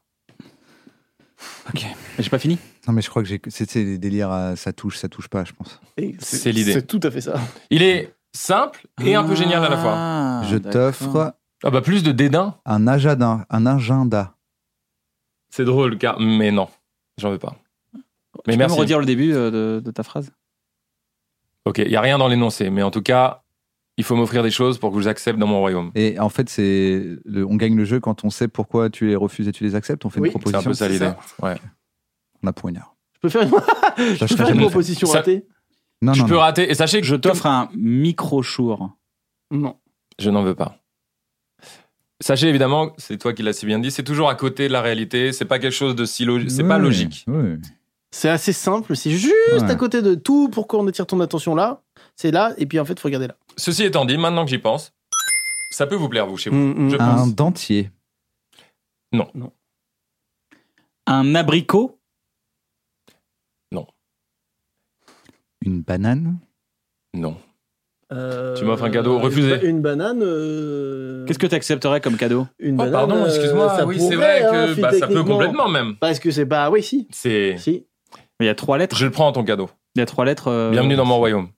Speaker 1: j'ai pas fini.
Speaker 4: Non, mais je crois que j'ai- c'est c'est des délires, à ça touche, ça touche pas, je pense.
Speaker 3: Et
Speaker 5: c'est l'idée.
Speaker 3: C'est tout à fait ça.
Speaker 5: Il est simple et un peu génial à la fois.
Speaker 1: Ah,
Speaker 4: je t'offre
Speaker 5: Ah bah plus de dédain.
Speaker 4: un agenda. Un agenda.
Speaker 5: C'est drôle car mais non, j'en veux pas. Mais
Speaker 1: tu
Speaker 5: merci.
Speaker 1: peux me redire le début euh, de, de ta phrase
Speaker 5: Ok, il y a rien dans l'énoncé, mais en tout cas, il faut m'offrir des choses pour que j'accepte dans mon royaume.
Speaker 4: Et en fait, c'est le- on gagne le jeu quand on sait pourquoi tu les refuses et tu les acceptes. On fait
Speaker 3: Oui,
Speaker 4: une
Speaker 5: C'est
Speaker 4: proposition.
Speaker 5: un peu ça
Speaker 3: c'est
Speaker 5: l'idée.
Speaker 3: ça.
Speaker 5: Ouais.
Speaker 4: On a pour une heure.
Speaker 3: Je peux faire une, je peux
Speaker 4: serais
Speaker 3: faire une
Speaker 4: jamais
Speaker 3: proposition
Speaker 5: fait. Ça-
Speaker 3: ratée
Speaker 4: Non,
Speaker 5: tu
Speaker 4: non,
Speaker 5: peux
Speaker 4: non.
Speaker 5: rater et sachez que
Speaker 1: Je t'offre un micro-chour.
Speaker 3: Non.
Speaker 5: je n'en veux pas. Sachez évidemment, c'est toi qui l'as si bien dit, c'est toujours à côté de la réalité, c'est pas quelque chose de si logique, c'est pas
Speaker 4: Oui,
Speaker 5: logique.
Speaker 4: oui.
Speaker 3: C'est assez simple, c'est juste
Speaker 4: Ouais.
Speaker 3: à côté de tout. Pourquoi on attire ton attention là C'est là, et puis en fait, faut regarder là.
Speaker 5: Ceci étant dit, maintenant que j'y pense, ça peut vous plaire vous chez vous.
Speaker 3: Mm, mm.
Speaker 5: Je
Speaker 4: Un
Speaker 1: Ah.
Speaker 5: pense.
Speaker 4: dentier.
Speaker 1: Un abricot
Speaker 4: Une banane.
Speaker 5: Non.
Speaker 3: Euh,
Speaker 5: Tu m'offres un cadeau,
Speaker 3: une-
Speaker 5: refusé.
Speaker 3: Une, banane. euh,
Speaker 1: Qu'est-ce que tu accepterais comme cadeau
Speaker 3: Une
Speaker 5: Oh,
Speaker 3: banane,
Speaker 5: pardon,
Speaker 3: euh,
Speaker 5: excuse-moi.
Speaker 3: ça
Speaker 5: Oui,
Speaker 3: pourrait,
Speaker 5: c'est vrai
Speaker 3: hein,
Speaker 5: que bah, ça peut
Speaker 3: techniquement.
Speaker 5: complètement Eh. même.
Speaker 3: Parce que c'est pas. Oui, si.
Speaker 5: C'est
Speaker 3: Si.
Speaker 1: Il y a trois lettres.
Speaker 5: je le prends en ton cadeau.
Speaker 1: Il y a trois lettres. euh,
Speaker 5: Bienvenue dans mon royaume.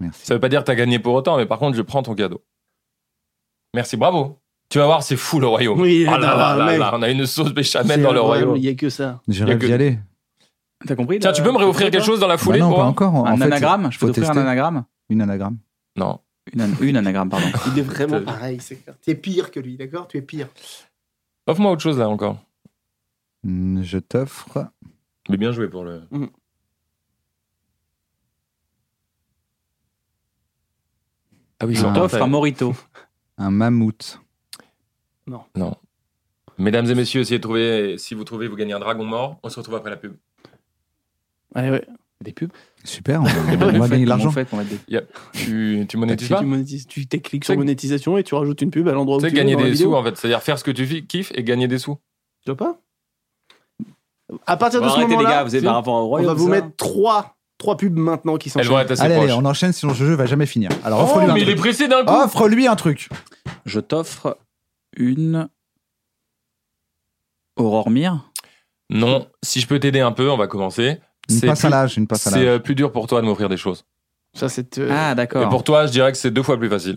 Speaker 4: Merci.
Speaker 5: Ça veut pas dire que t'as gagné pour autant, mais par contre, je prends ton cadeau. Merci, bravo. Tu vas voir, c'est fou le royaume.
Speaker 3: Oui,
Speaker 5: Ah là là
Speaker 3: bah,
Speaker 5: là
Speaker 3: mec.
Speaker 5: là, on a une sauce béchamel
Speaker 3: C'est
Speaker 5: dans le
Speaker 3: incroyable, Il
Speaker 5: royaume.
Speaker 3: n'y a que ça.
Speaker 4: J'irai
Speaker 5: que-
Speaker 4: d'y aller.
Speaker 1: T'as compris
Speaker 5: Tiens,
Speaker 1: là
Speaker 5: tu peux me réoffrir quelque chose dans la
Speaker 4: Bah
Speaker 5: foulée
Speaker 4: non,
Speaker 5: pour
Speaker 4: pas
Speaker 5: hein. un-
Speaker 4: encore. En
Speaker 1: Un
Speaker 4: fait,
Speaker 1: anagramme Je peux
Speaker 4: faut
Speaker 1: t'offrir un
Speaker 4: tester.
Speaker 1: anagramme
Speaker 4: Une anagramme.
Speaker 5: Non.
Speaker 1: une, an- une anagramme, pardon.
Speaker 3: Il est vraiment
Speaker 5: (laughs) Te-
Speaker 3: pareil, c'est clair. Tu es pire que lui, d'accord Tu es pire.
Speaker 5: Offre-moi autre chose là encore.
Speaker 4: Mm, Je t'offre.
Speaker 5: Mais bien joué pour le. Ah oui,
Speaker 1: je
Speaker 5: un-
Speaker 1: t'offre un morito.
Speaker 4: Un mammouth.
Speaker 5: Non. Mesdames et messieurs, essayez de trouver. Si vous trouvez, vous gagnez un dragon mort. On se retrouve après la pub.
Speaker 3: Ouais, ouais.
Speaker 5: Des pubs (laughs)
Speaker 4: Super, on, on va gagner de l'argent.
Speaker 5: tu, tu monétises
Speaker 3: Si
Speaker 5: pas
Speaker 3: tu, monétises, tu t'es- cliques sur monétisation et tu rajoutes une pub à l'endroit où
Speaker 5: Tu
Speaker 3: tu
Speaker 5: sais,
Speaker 3: veux.
Speaker 5: gagner
Speaker 3: dans la
Speaker 5: des
Speaker 3: vidéo.
Speaker 5: sous en fait. C'est-à-dire faire ce que tu vis- kiffes et gagner des sous.
Speaker 3: Tu vois pas À partir
Speaker 5: Bon,
Speaker 3: de ce
Speaker 5: arrêtez, les
Speaker 3: moment-là,
Speaker 5: gars, vous êtes
Speaker 3: si,
Speaker 5: par rapport au
Speaker 3: on va
Speaker 5: royaume,
Speaker 3: vous
Speaker 5: ça.
Speaker 3: mettre trois, trois pubs maintenant qui sont
Speaker 4: allez, allez, on enchaîne, sinon ce jeu va jamais finir. Alors
Speaker 1: Oh,
Speaker 4: offre-lui un
Speaker 1: mais il
Speaker 4: truc.
Speaker 1: est pressé d'un coup.
Speaker 4: Offre-lui un truc.
Speaker 1: Je t'offre une. Aurore Mire
Speaker 5: Non. Si je peux t'aider un peu, on va commencer.
Speaker 4: Une
Speaker 5: C'est
Speaker 4: passe à
Speaker 5: plus-
Speaker 4: l'âge, une passe à
Speaker 5: C'est
Speaker 4: l'âge.
Speaker 5: euh, plus dur pour toi de m'offrir des choses.
Speaker 3: Ça, c'est. euh,
Speaker 1: Ah,
Speaker 5: Et
Speaker 1: d'accord.
Speaker 5: pour toi, je dirais que c'est deux fois plus facile.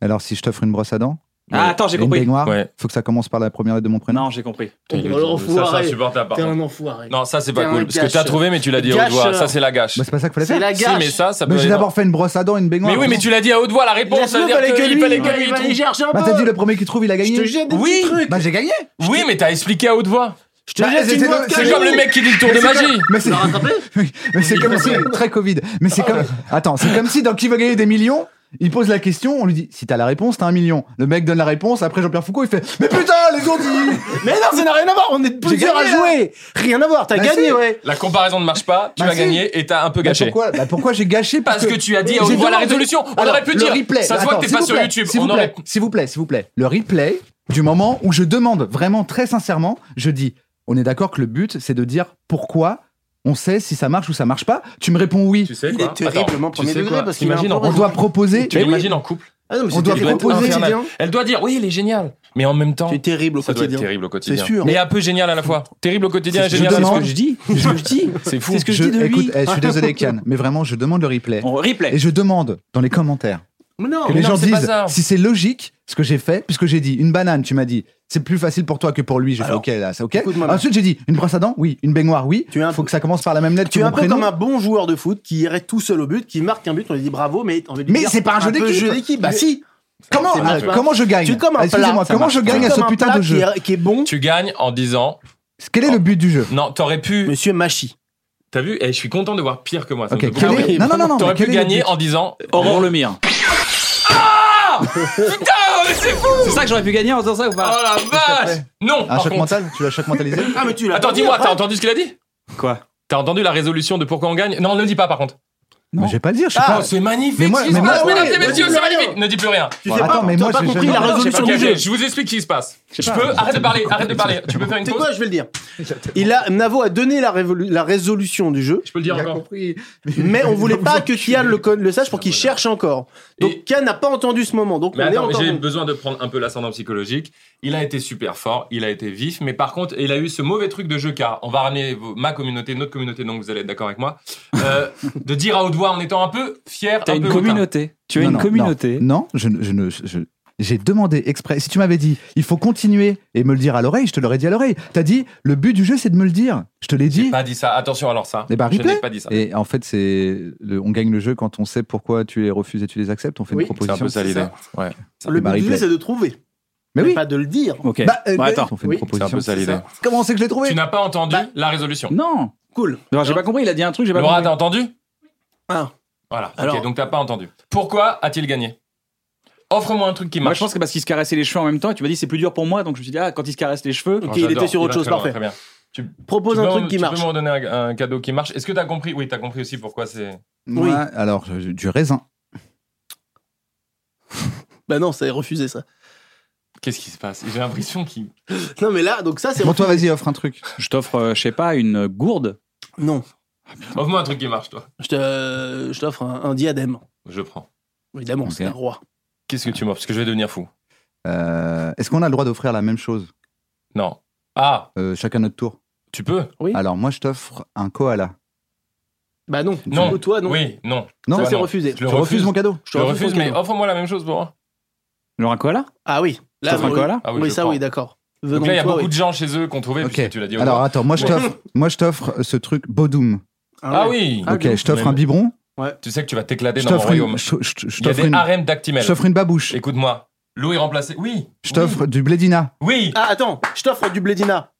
Speaker 4: Alors si je t'offre une brosse à dents.
Speaker 5: euh, Ah, attends, j'ai
Speaker 4: et une
Speaker 5: compris.
Speaker 4: baignoire,
Speaker 5: Ouais.
Speaker 4: faut que ça commence par la première lettre de mon prénom.
Speaker 1: Non, j'ai compris.
Speaker 5: Putain, il est- ça, c'est insupportable, par
Speaker 3: T'es un
Speaker 5: contre.
Speaker 3: enfoiré.
Speaker 5: Non, ça c'est
Speaker 3: T'es
Speaker 5: pas
Speaker 3: un
Speaker 5: cool. Parce que t'as
Speaker 3: gâcheur.
Speaker 5: trouvé, mais tu l'as dit au
Speaker 3: Gâcheur.
Speaker 5: doigt. Ça c'est la gâche.
Speaker 4: Bah, c'est pas ça qu'il fallait
Speaker 3: C'est
Speaker 4: faire.
Speaker 3: la
Speaker 5: Si,
Speaker 3: gâche.
Speaker 5: mais ça, ça peut
Speaker 4: Mais j'ai
Speaker 5: aller dans-
Speaker 4: d'abord fait une brosse à dents, une baignoire.
Speaker 5: Mais oui, mais tu l'as dit à haute voix, la réponse, ça
Speaker 3: Laisse-le,
Speaker 5: veut dire
Speaker 3: fallait que
Speaker 5: qu'il
Speaker 3: lui,
Speaker 5: fallait que
Speaker 3: il
Speaker 5: lui
Speaker 3: va aller
Speaker 5: trouve.
Speaker 3: chercher un
Speaker 4: Bah t'as
Speaker 3: peu.
Speaker 4: dit le premier qui trouve, il a
Speaker 3: Je
Speaker 4: gagné.
Speaker 3: te jette des
Speaker 5: Oui.
Speaker 3: petits trucs.
Speaker 4: Bah j'ai gagné.
Speaker 5: Oui, mais t'as expliqué à haute voix.
Speaker 3: Je te
Speaker 4: Bah,
Speaker 3: jette une
Speaker 4: c'était-
Speaker 3: boîte
Speaker 5: C'est
Speaker 3: cadeau.
Speaker 5: comme le mec qui dit le tour de magie.
Speaker 4: Mais c'est Oui, (laughs) mais c'est comme si très Covid. Mais c'est comme attends, c'est comme si dans qui veut gagner des millions, il pose la question, on lui dit si t'as la réponse, t'as un million. Le mec donne la réponse, après Jean-Pierre Foucault, il fait mais putain les autres
Speaker 5: (laughs)
Speaker 4: ils-
Speaker 3: Mais non, ça n'a rien à voir. On est plusieurs à
Speaker 4: gagné, là.
Speaker 3: jouer. Rien à voir. T'as
Speaker 4: Bah,
Speaker 3: gagné,
Speaker 4: si.
Speaker 3: ouais.
Speaker 5: La comparaison ne marche pas, tu
Speaker 4: Bah,
Speaker 5: as
Speaker 4: si.
Speaker 5: gagné et t'as un peu
Speaker 4: Bah,
Speaker 5: gâché.
Speaker 4: pourquoi bah, pourquoi j'ai gâché
Speaker 5: Parce que tu as dit à haute
Speaker 4: J'ai
Speaker 5: voix la
Speaker 4: demandé-
Speaker 5: résolution. On
Speaker 4: Alors,
Speaker 5: aurait pu
Speaker 4: le
Speaker 5: dire.
Speaker 4: replay.
Speaker 5: Ça se voit
Speaker 4: Attends,
Speaker 5: que t'es
Speaker 4: s'il
Speaker 5: pas
Speaker 4: vous
Speaker 5: sur
Speaker 4: plaît,
Speaker 5: YouTube.
Speaker 4: S'il vous,
Speaker 5: On aurait-
Speaker 4: plaît, s'il vous plaît, s'il vous plaît. Le replay du moment où je demande vraiment très sincèrement, je dis, on est d'accord que le but, c'est de dire pourquoi on sait si ça marche ou ça marche pas. Tu me réponds oui.
Speaker 5: Tu sais
Speaker 3: Il
Speaker 5: quoi
Speaker 3: est terriblement
Speaker 5: Attends, tu
Speaker 3: premier
Speaker 5: sais
Speaker 3: degré
Speaker 5: quoi
Speaker 3: parce qu'il a un
Speaker 5: T'imagines
Speaker 3: peu
Speaker 5: en
Speaker 4: On doit proposer.
Speaker 5: Tu
Speaker 4: Mais oui.
Speaker 5: l'imagines en couple
Speaker 3: Ah non, mais
Speaker 4: On
Speaker 3: c'est
Speaker 4: doit
Speaker 3: terrible au
Speaker 4: proposer,
Speaker 3: quotidien.
Speaker 5: infernal. Elle doit dire oui, il est génial. Mais en même temps,
Speaker 3: C'est terrible au
Speaker 5: ça doit être
Speaker 3: quotidien.
Speaker 5: terrible au quotidien.
Speaker 3: C'est sûr.
Speaker 5: Mais un peu génial à la fois. Terrible au quotidien et
Speaker 4: Je
Speaker 5: génial. c'est ce
Speaker 4: demande-
Speaker 5: que je dis.
Speaker 1: C'est ce que je
Speaker 3: (laughs)
Speaker 1: dis.
Speaker 5: C'est fou.
Speaker 1: C'est ce que je, dis de
Speaker 4: écoute,
Speaker 1: lui.
Speaker 4: eh, je suis
Speaker 1: (laughs)
Speaker 4: désolé, Kian, mais vraiment, je demande le replay.
Speaker 1: On replay.
Speaker 4: Et je demande dans les commentaires
Speaker 3: Mais non.
Speaker 4: que les
Speaker 5: non,
Speaker 4: gens
Speaker 5: c'est pas
Speaker 4: disent
Speaker 5: ça.
Speaker 4: si c'est logique ce que j'ai fait, puisque j'ai dit une banane, tu m'as dit c'est plus facile pour toi que pour lui. J'ai fait ok, là, c'est ok.
Speaker 3: écoute-moi bien.
Speaker 4: Ensuite, j'ai dit une brosse à dents, oui, une baignoire, oui.
Speaker 3: Tu es un
Speaker 4: faut
Speaker 3: peu-
Speaker 4: que ça commence par la même lettre
Speaker 3: Tu
Speaker 4: que
Speaker 3: es
Speaker 4: mon
Speaker 3: un peu
Speaker 4: prénom.
Speaker 3: comme un bon joueur de foot qui irait tout seul au but, qui marque un but, on lui dit bravo, mais on lui dit
Speaker 4: Mais
Speaker 3: dire,
Speaker 4: c'est pas un jeu
Speaker 3: peu
Speaker 4: d'équipe.
Speaker 3: jeu d'équipe. Bah
Speaker 4: Mais-
Speaker 3: si.
Speaker 4: Comment,
Speaker 3: C'est marche
Speaker 4: euh,
Speaker 3: pas.
Speaker 4: comment je gagne
Speaker 3: Tu es comme un
Speaker 4: Excusez-moi,
Speaker 3: plat, ça
Speaker 4: comment
Speaker 3: marche
Speaker 4: je
Speaker 3: pas.
Speaker 4: gagne
Speaker 3: Tu
Speaker 4: à
Speaker 3: es
Speaker 4: ce
Speaker 3: comme un
Speaker 4: putain
Speaker 3: plat
Speaker 4: de jeu
Speaker 3: qui est, qui est bon,
Speaker 5: Tu gagnes en disant
Speaker 4: Quel est le but du jeu
Speaker 5: non, t'aurais pu.
Speaker 3: Monsieur Machi.
Speaker 5: T'as vu Et je suis content de voir pire que moi. ça
Speaker 4: Ok,
Speaker 5: me fait
Speaker 4: quel
Speaker 5: beaucoup
Speaker 4: est...
Speaker 5: rire.
Speaker 4: Non, non, non, non.
Speaker 5: T'aurais
Speaker 4: mais quel
Speaker 5: pu
Speaker 4: est le
Speaker 5: gagner
Speaker 4: but
Speaker 5: en disant
Speaker 1: Aurore Le Mire.
Speaker 5: Putain, mais c'est fou
Speaker 1: C'est ça que j'aurais pu gagner en faisant ça ou
Speaker 5: Oh
Speaker 1: pas
Speaker 5: la vache Non,
Speaker 4: Un
Speaker 5: par
Speaker 4: choc
Speaker 5: contre.
Speaker 4: mental Tu l'as choc mentalisé
Speaker 3: Ah mais tu l'as.
Speaker 5: Attends, dis-moi, t'as entendu ce qu'il a dit
Speaker 1: Quoi
Speaker 5: T'as entendu la résolution de pourquoi on gagne Non, ne le dis pas par contre.
Speaker 4: Non, je vais pas le dire, je sais
Speaker 5: Ah,
Speaker 4: pas.
Speaker 5: c'est magnifique
Speaker 4: Mais moi-
Speaker 5: ce qui se
Speaker 4: mais moi-
Speaker 5: passe,
Speaker 4: ouais,
Speaker 5: mesdames et
Speaker 4: ouais,
Speaker 5: messieurs,
Speaker 3: ouais,
Speaker 5: c'est
Speaker 3: ouais.
Speaker 5: magnifique Ne dis plus rien
Speaker 3: Tu sais
Speaker 4: Attends,
Speaker 3: pas,
Speaker 4: mais
Speaker 3: t'as
Speaker 4: moi,
Speaker 3: pas
Speaker 4: j'ai-
Speaker 3: compris
Speaker 4: j'ai-
Speaker 3: la
Speaker 4: Non,
Speaker 3: résolution
Speaker 5: Ok,
Speaker 3: du jeu.
Speaker 5: ok, je vous explique ce qui se passe. Je peux Arrête de parler, arrête de parler. Tu peux faire une
Speaker 3: C'est quoi
Speaker 5: pause
Speaker 3: Je vais le dire. Il a Navo a donné la, révolu- la résolution du jeu,
Speaker 5: Je peux le dire encore.
Speaker 3: mais on voulait pas que Kian le, con- le sache pour qu'il cherche encore. Donc
Speaker 5: Et-
Speaker 3: Kian n'a pas entendu ce moment. Donc
Speaker 5: Mais
Speaker 3: on est
Speaker 5: attends, mais
Speaker 3: encore.
Speaker 5: j'ai
Speaker 3: bon.
Speaker 5: besoin de prendre un peu l'ascendant psychologique. Il a été super fort, il a été vif, mais par contre, il a eu ce mauvais truc de jeu car on va ramener vos- ma communauté, notre communauté, donc vous allez être d'accord avec moi, euh, de dire à haute voix en étant un peu fier,
Speaker 1: T'as
Speaker 5: un
Speaker 1: une
Speaker 5: peu hautain.
Speaker 1: communauté. Tu as
Speaker 4: Non,
Speaker 1: une
Speaker 4: non,
Speaker 1: communauté.
Speaker 4: Non, non, je ne. je ne- je- J'ai demandé exprès. Si tu m'avais dit, il faut continuer et me le dire à l'oreille, je te l'aurais dit à l'oreille. T'as dit, le but du jeu, c'est de me le dire. Je te l'ai
Speaker 5: J'ai
Speaker 4: dit.
Speaker 5: pas dit ça. Attention alors ça.
Speaker 4: Eh ben,
Speaker 5: je
Speaker 4: replay.
Speaker 5: n'ai pas dit ça.
Speaker 4: Et en fait, c'est le- on gagne le jeu quand on sait pourquoi tu les refuses et tu les acceptes. On fait
Speaker 3: Oui,
Speaker 4: une
Speaker 5: C'est un
Speaker 4: proposition.
Speaker 5: peu ça l'idée. Ouais.
Speaker 3: Le but
Speaker 4: Marie
Speaker 3: du jeu,
Speaker 4: Play.
Speaker 3: c'est de trouver,
Speaker 4: Mais
Speaker 3: mais
Speaker 4: oui.
Speaker 3: pas de le dire.
Speaker 1: Ok.
Speaker 4: Bah, euh,
Speaker 1: Bon, attends.
Speaker 4: on fait une
Speaker 3: oui,
Speaker 5: C'est un
Speaker 4: proposition.
Speaker 5: peu ça l'idée.
Speaker 4: Comment c'est que je l'ai trouvé
Speaker 5: Tu n'as pas entendu
Speaker 3: Bah-
Speaker 5: la résolution.
Speaker 1: Non.
Speaker 3: Cool.
Speaker 1: Non, j'ai pas compris. Il a dit un truc. J'ai pas
Speaker 5: Laura,
Speaker 1: compris.
Speaker 5: t'as entendu
Speaker 3: Ah.
Speaker 5: Voilà.
Speaker 3: Alors-
Speaker 5: ok, donc t'as pas entendu. Pourquoi a-t-il gagné Offre-moi un truc qui
Speaker 1: Moi, je
Speaker 5: marche.
Speaker 1: pense que parce qu'il se caressait les cheveux en même temps, et tu m'as dit c'est plus dur pour moi, donc je me suis dit ah quand il se caresse les cheveux.
Speaker 5: Oh,
Speaker 3: Ok, il
Speaker 5: j'adore.
Speaker 3: était sur autre
Speaker 5: va
Speaker 3: chose,
Speaker 5: très loin,
Speaker 3: parfait.
Speaker 5: très bien.
Speaker 3: Propose
Speaker 5: Tu
Speaker 3: un
Speaker 5: peux-
Speaker 3: truc qui
Speaker 5: tu
Speaker 3: marche.
Speaker 5: peux me donner un, un cadeau qui marche Est-ce que t'as compris Oui, t'as compris aussi pourquoi c'est.
Speaker 4: Moi, alors je- je- du raisin.
Speaker 3: Bah non, c'est refusé ça.
Speaker 5: (laughs) Qu'est-ce qui se passe J'ai l'impression qu'il.
Speaker 3: Non mais là, donc ça c'est
Speaker 4: Bon, toi, vas-y, offre un truc.
Speaker 1: Je t'offre, euh, je sais pas, une gourde.
Speaker 3: non.
Speaker 5: (laughs) Offre-moi un truc qui marche, toi.
Speaker 3: Je te- je t'offre un, un diadème.
Speaker 5: Je prends.
Speaker 3: Évidemment,
Speaker 4: Ok.
Speaker 3: c'est un roi.
Speaker 5: Qu'est-ce que tu m'offres Parce que je vais devenir fou.
Speaker 4: Euh, Est-ce qu'on a le droit d'offrir la même chose
Speaker 5: Non. Ah,
Speaker 4: euh, chacun notre tour
Speaker 5: tu peux
Speaker 3: Oui.
Speaker 4: Alors moi, je t'offre un koala.
Speaker 3: Bah non.
Speaker 5: Non.
Speaker 3: Ou toi non.
Speaker 5: Oui, non.
Speaker 4: Non,
Speaker 3: ça
Speaker 5: Toi,
Speaker 3: c'est
Speaker 5: non.
Speaker 3: refusé.
Speaker 5: Je le
Speaker 4: Tu refuses
Speaker 5: refuse.
Speaker 4: mon cadeau
Speaker 5: Je le refuse,
Speaker 3: ton
Speaker 5: mais
Speaker 3: cadeau.
Speaker 5: offre-moi la même chose pour moi.
Speaker 1: Laura Koala
Speaker 3: Ah oui.
Speaker 1: Je t'offre un
Speaker 3: oui.
Speaker 1: koala
Speaker 5: Ah oui,
Speaker 3: oui,
Speaker 5: je
Speaker 3: ça
Speaker 5: prends.
Speaker 3: oui, d'accord. Venons
Speaker 5: Donc là, il y a
Speaker 3: de toi,
Speaker 5: beaucoup
Speaker 3: oui.
Speaker 5: de gens chez eux qu'on trouvait,
Speaker 4: Ok.
Speaker 5: puisque tu l'as dit au
Speaker 4: Alors
Speaker 5: doigt.
Speaker 4: attends, moi je
Speaker 5: Ouais.
Speaker 4: t'offre, moi je t'offre ce truc Bodum.
Speaker 5: Ah oui
Speaker 4: ok, je t'offre
Speaker 5: Mais-
Speaker 4: un biberon.
Speaker 5: Tu sais que tu vas t'éclater
Speaker 4: Je
Speaker 5: dans mon
Speaker 4: t'offre
Speaker 5: royaume.
Speaker 4: une, je, je- je
Speaker 5: Il y a
Speaker 4: t'offre
Speaker 5: des
Speaker 4: une,
Speaker 5: harems
Speaker 4: je
Speaker 5: dactymels.
Speaker 4: t'offre une babouche.
Speaker 5: Écoute-moi. L'eau est remplacée. Oui
Speaker 4: Je t'offre du blédina.
Speaker 5: Oui
Speaker 3: Ah attends, je t'offre du blédina.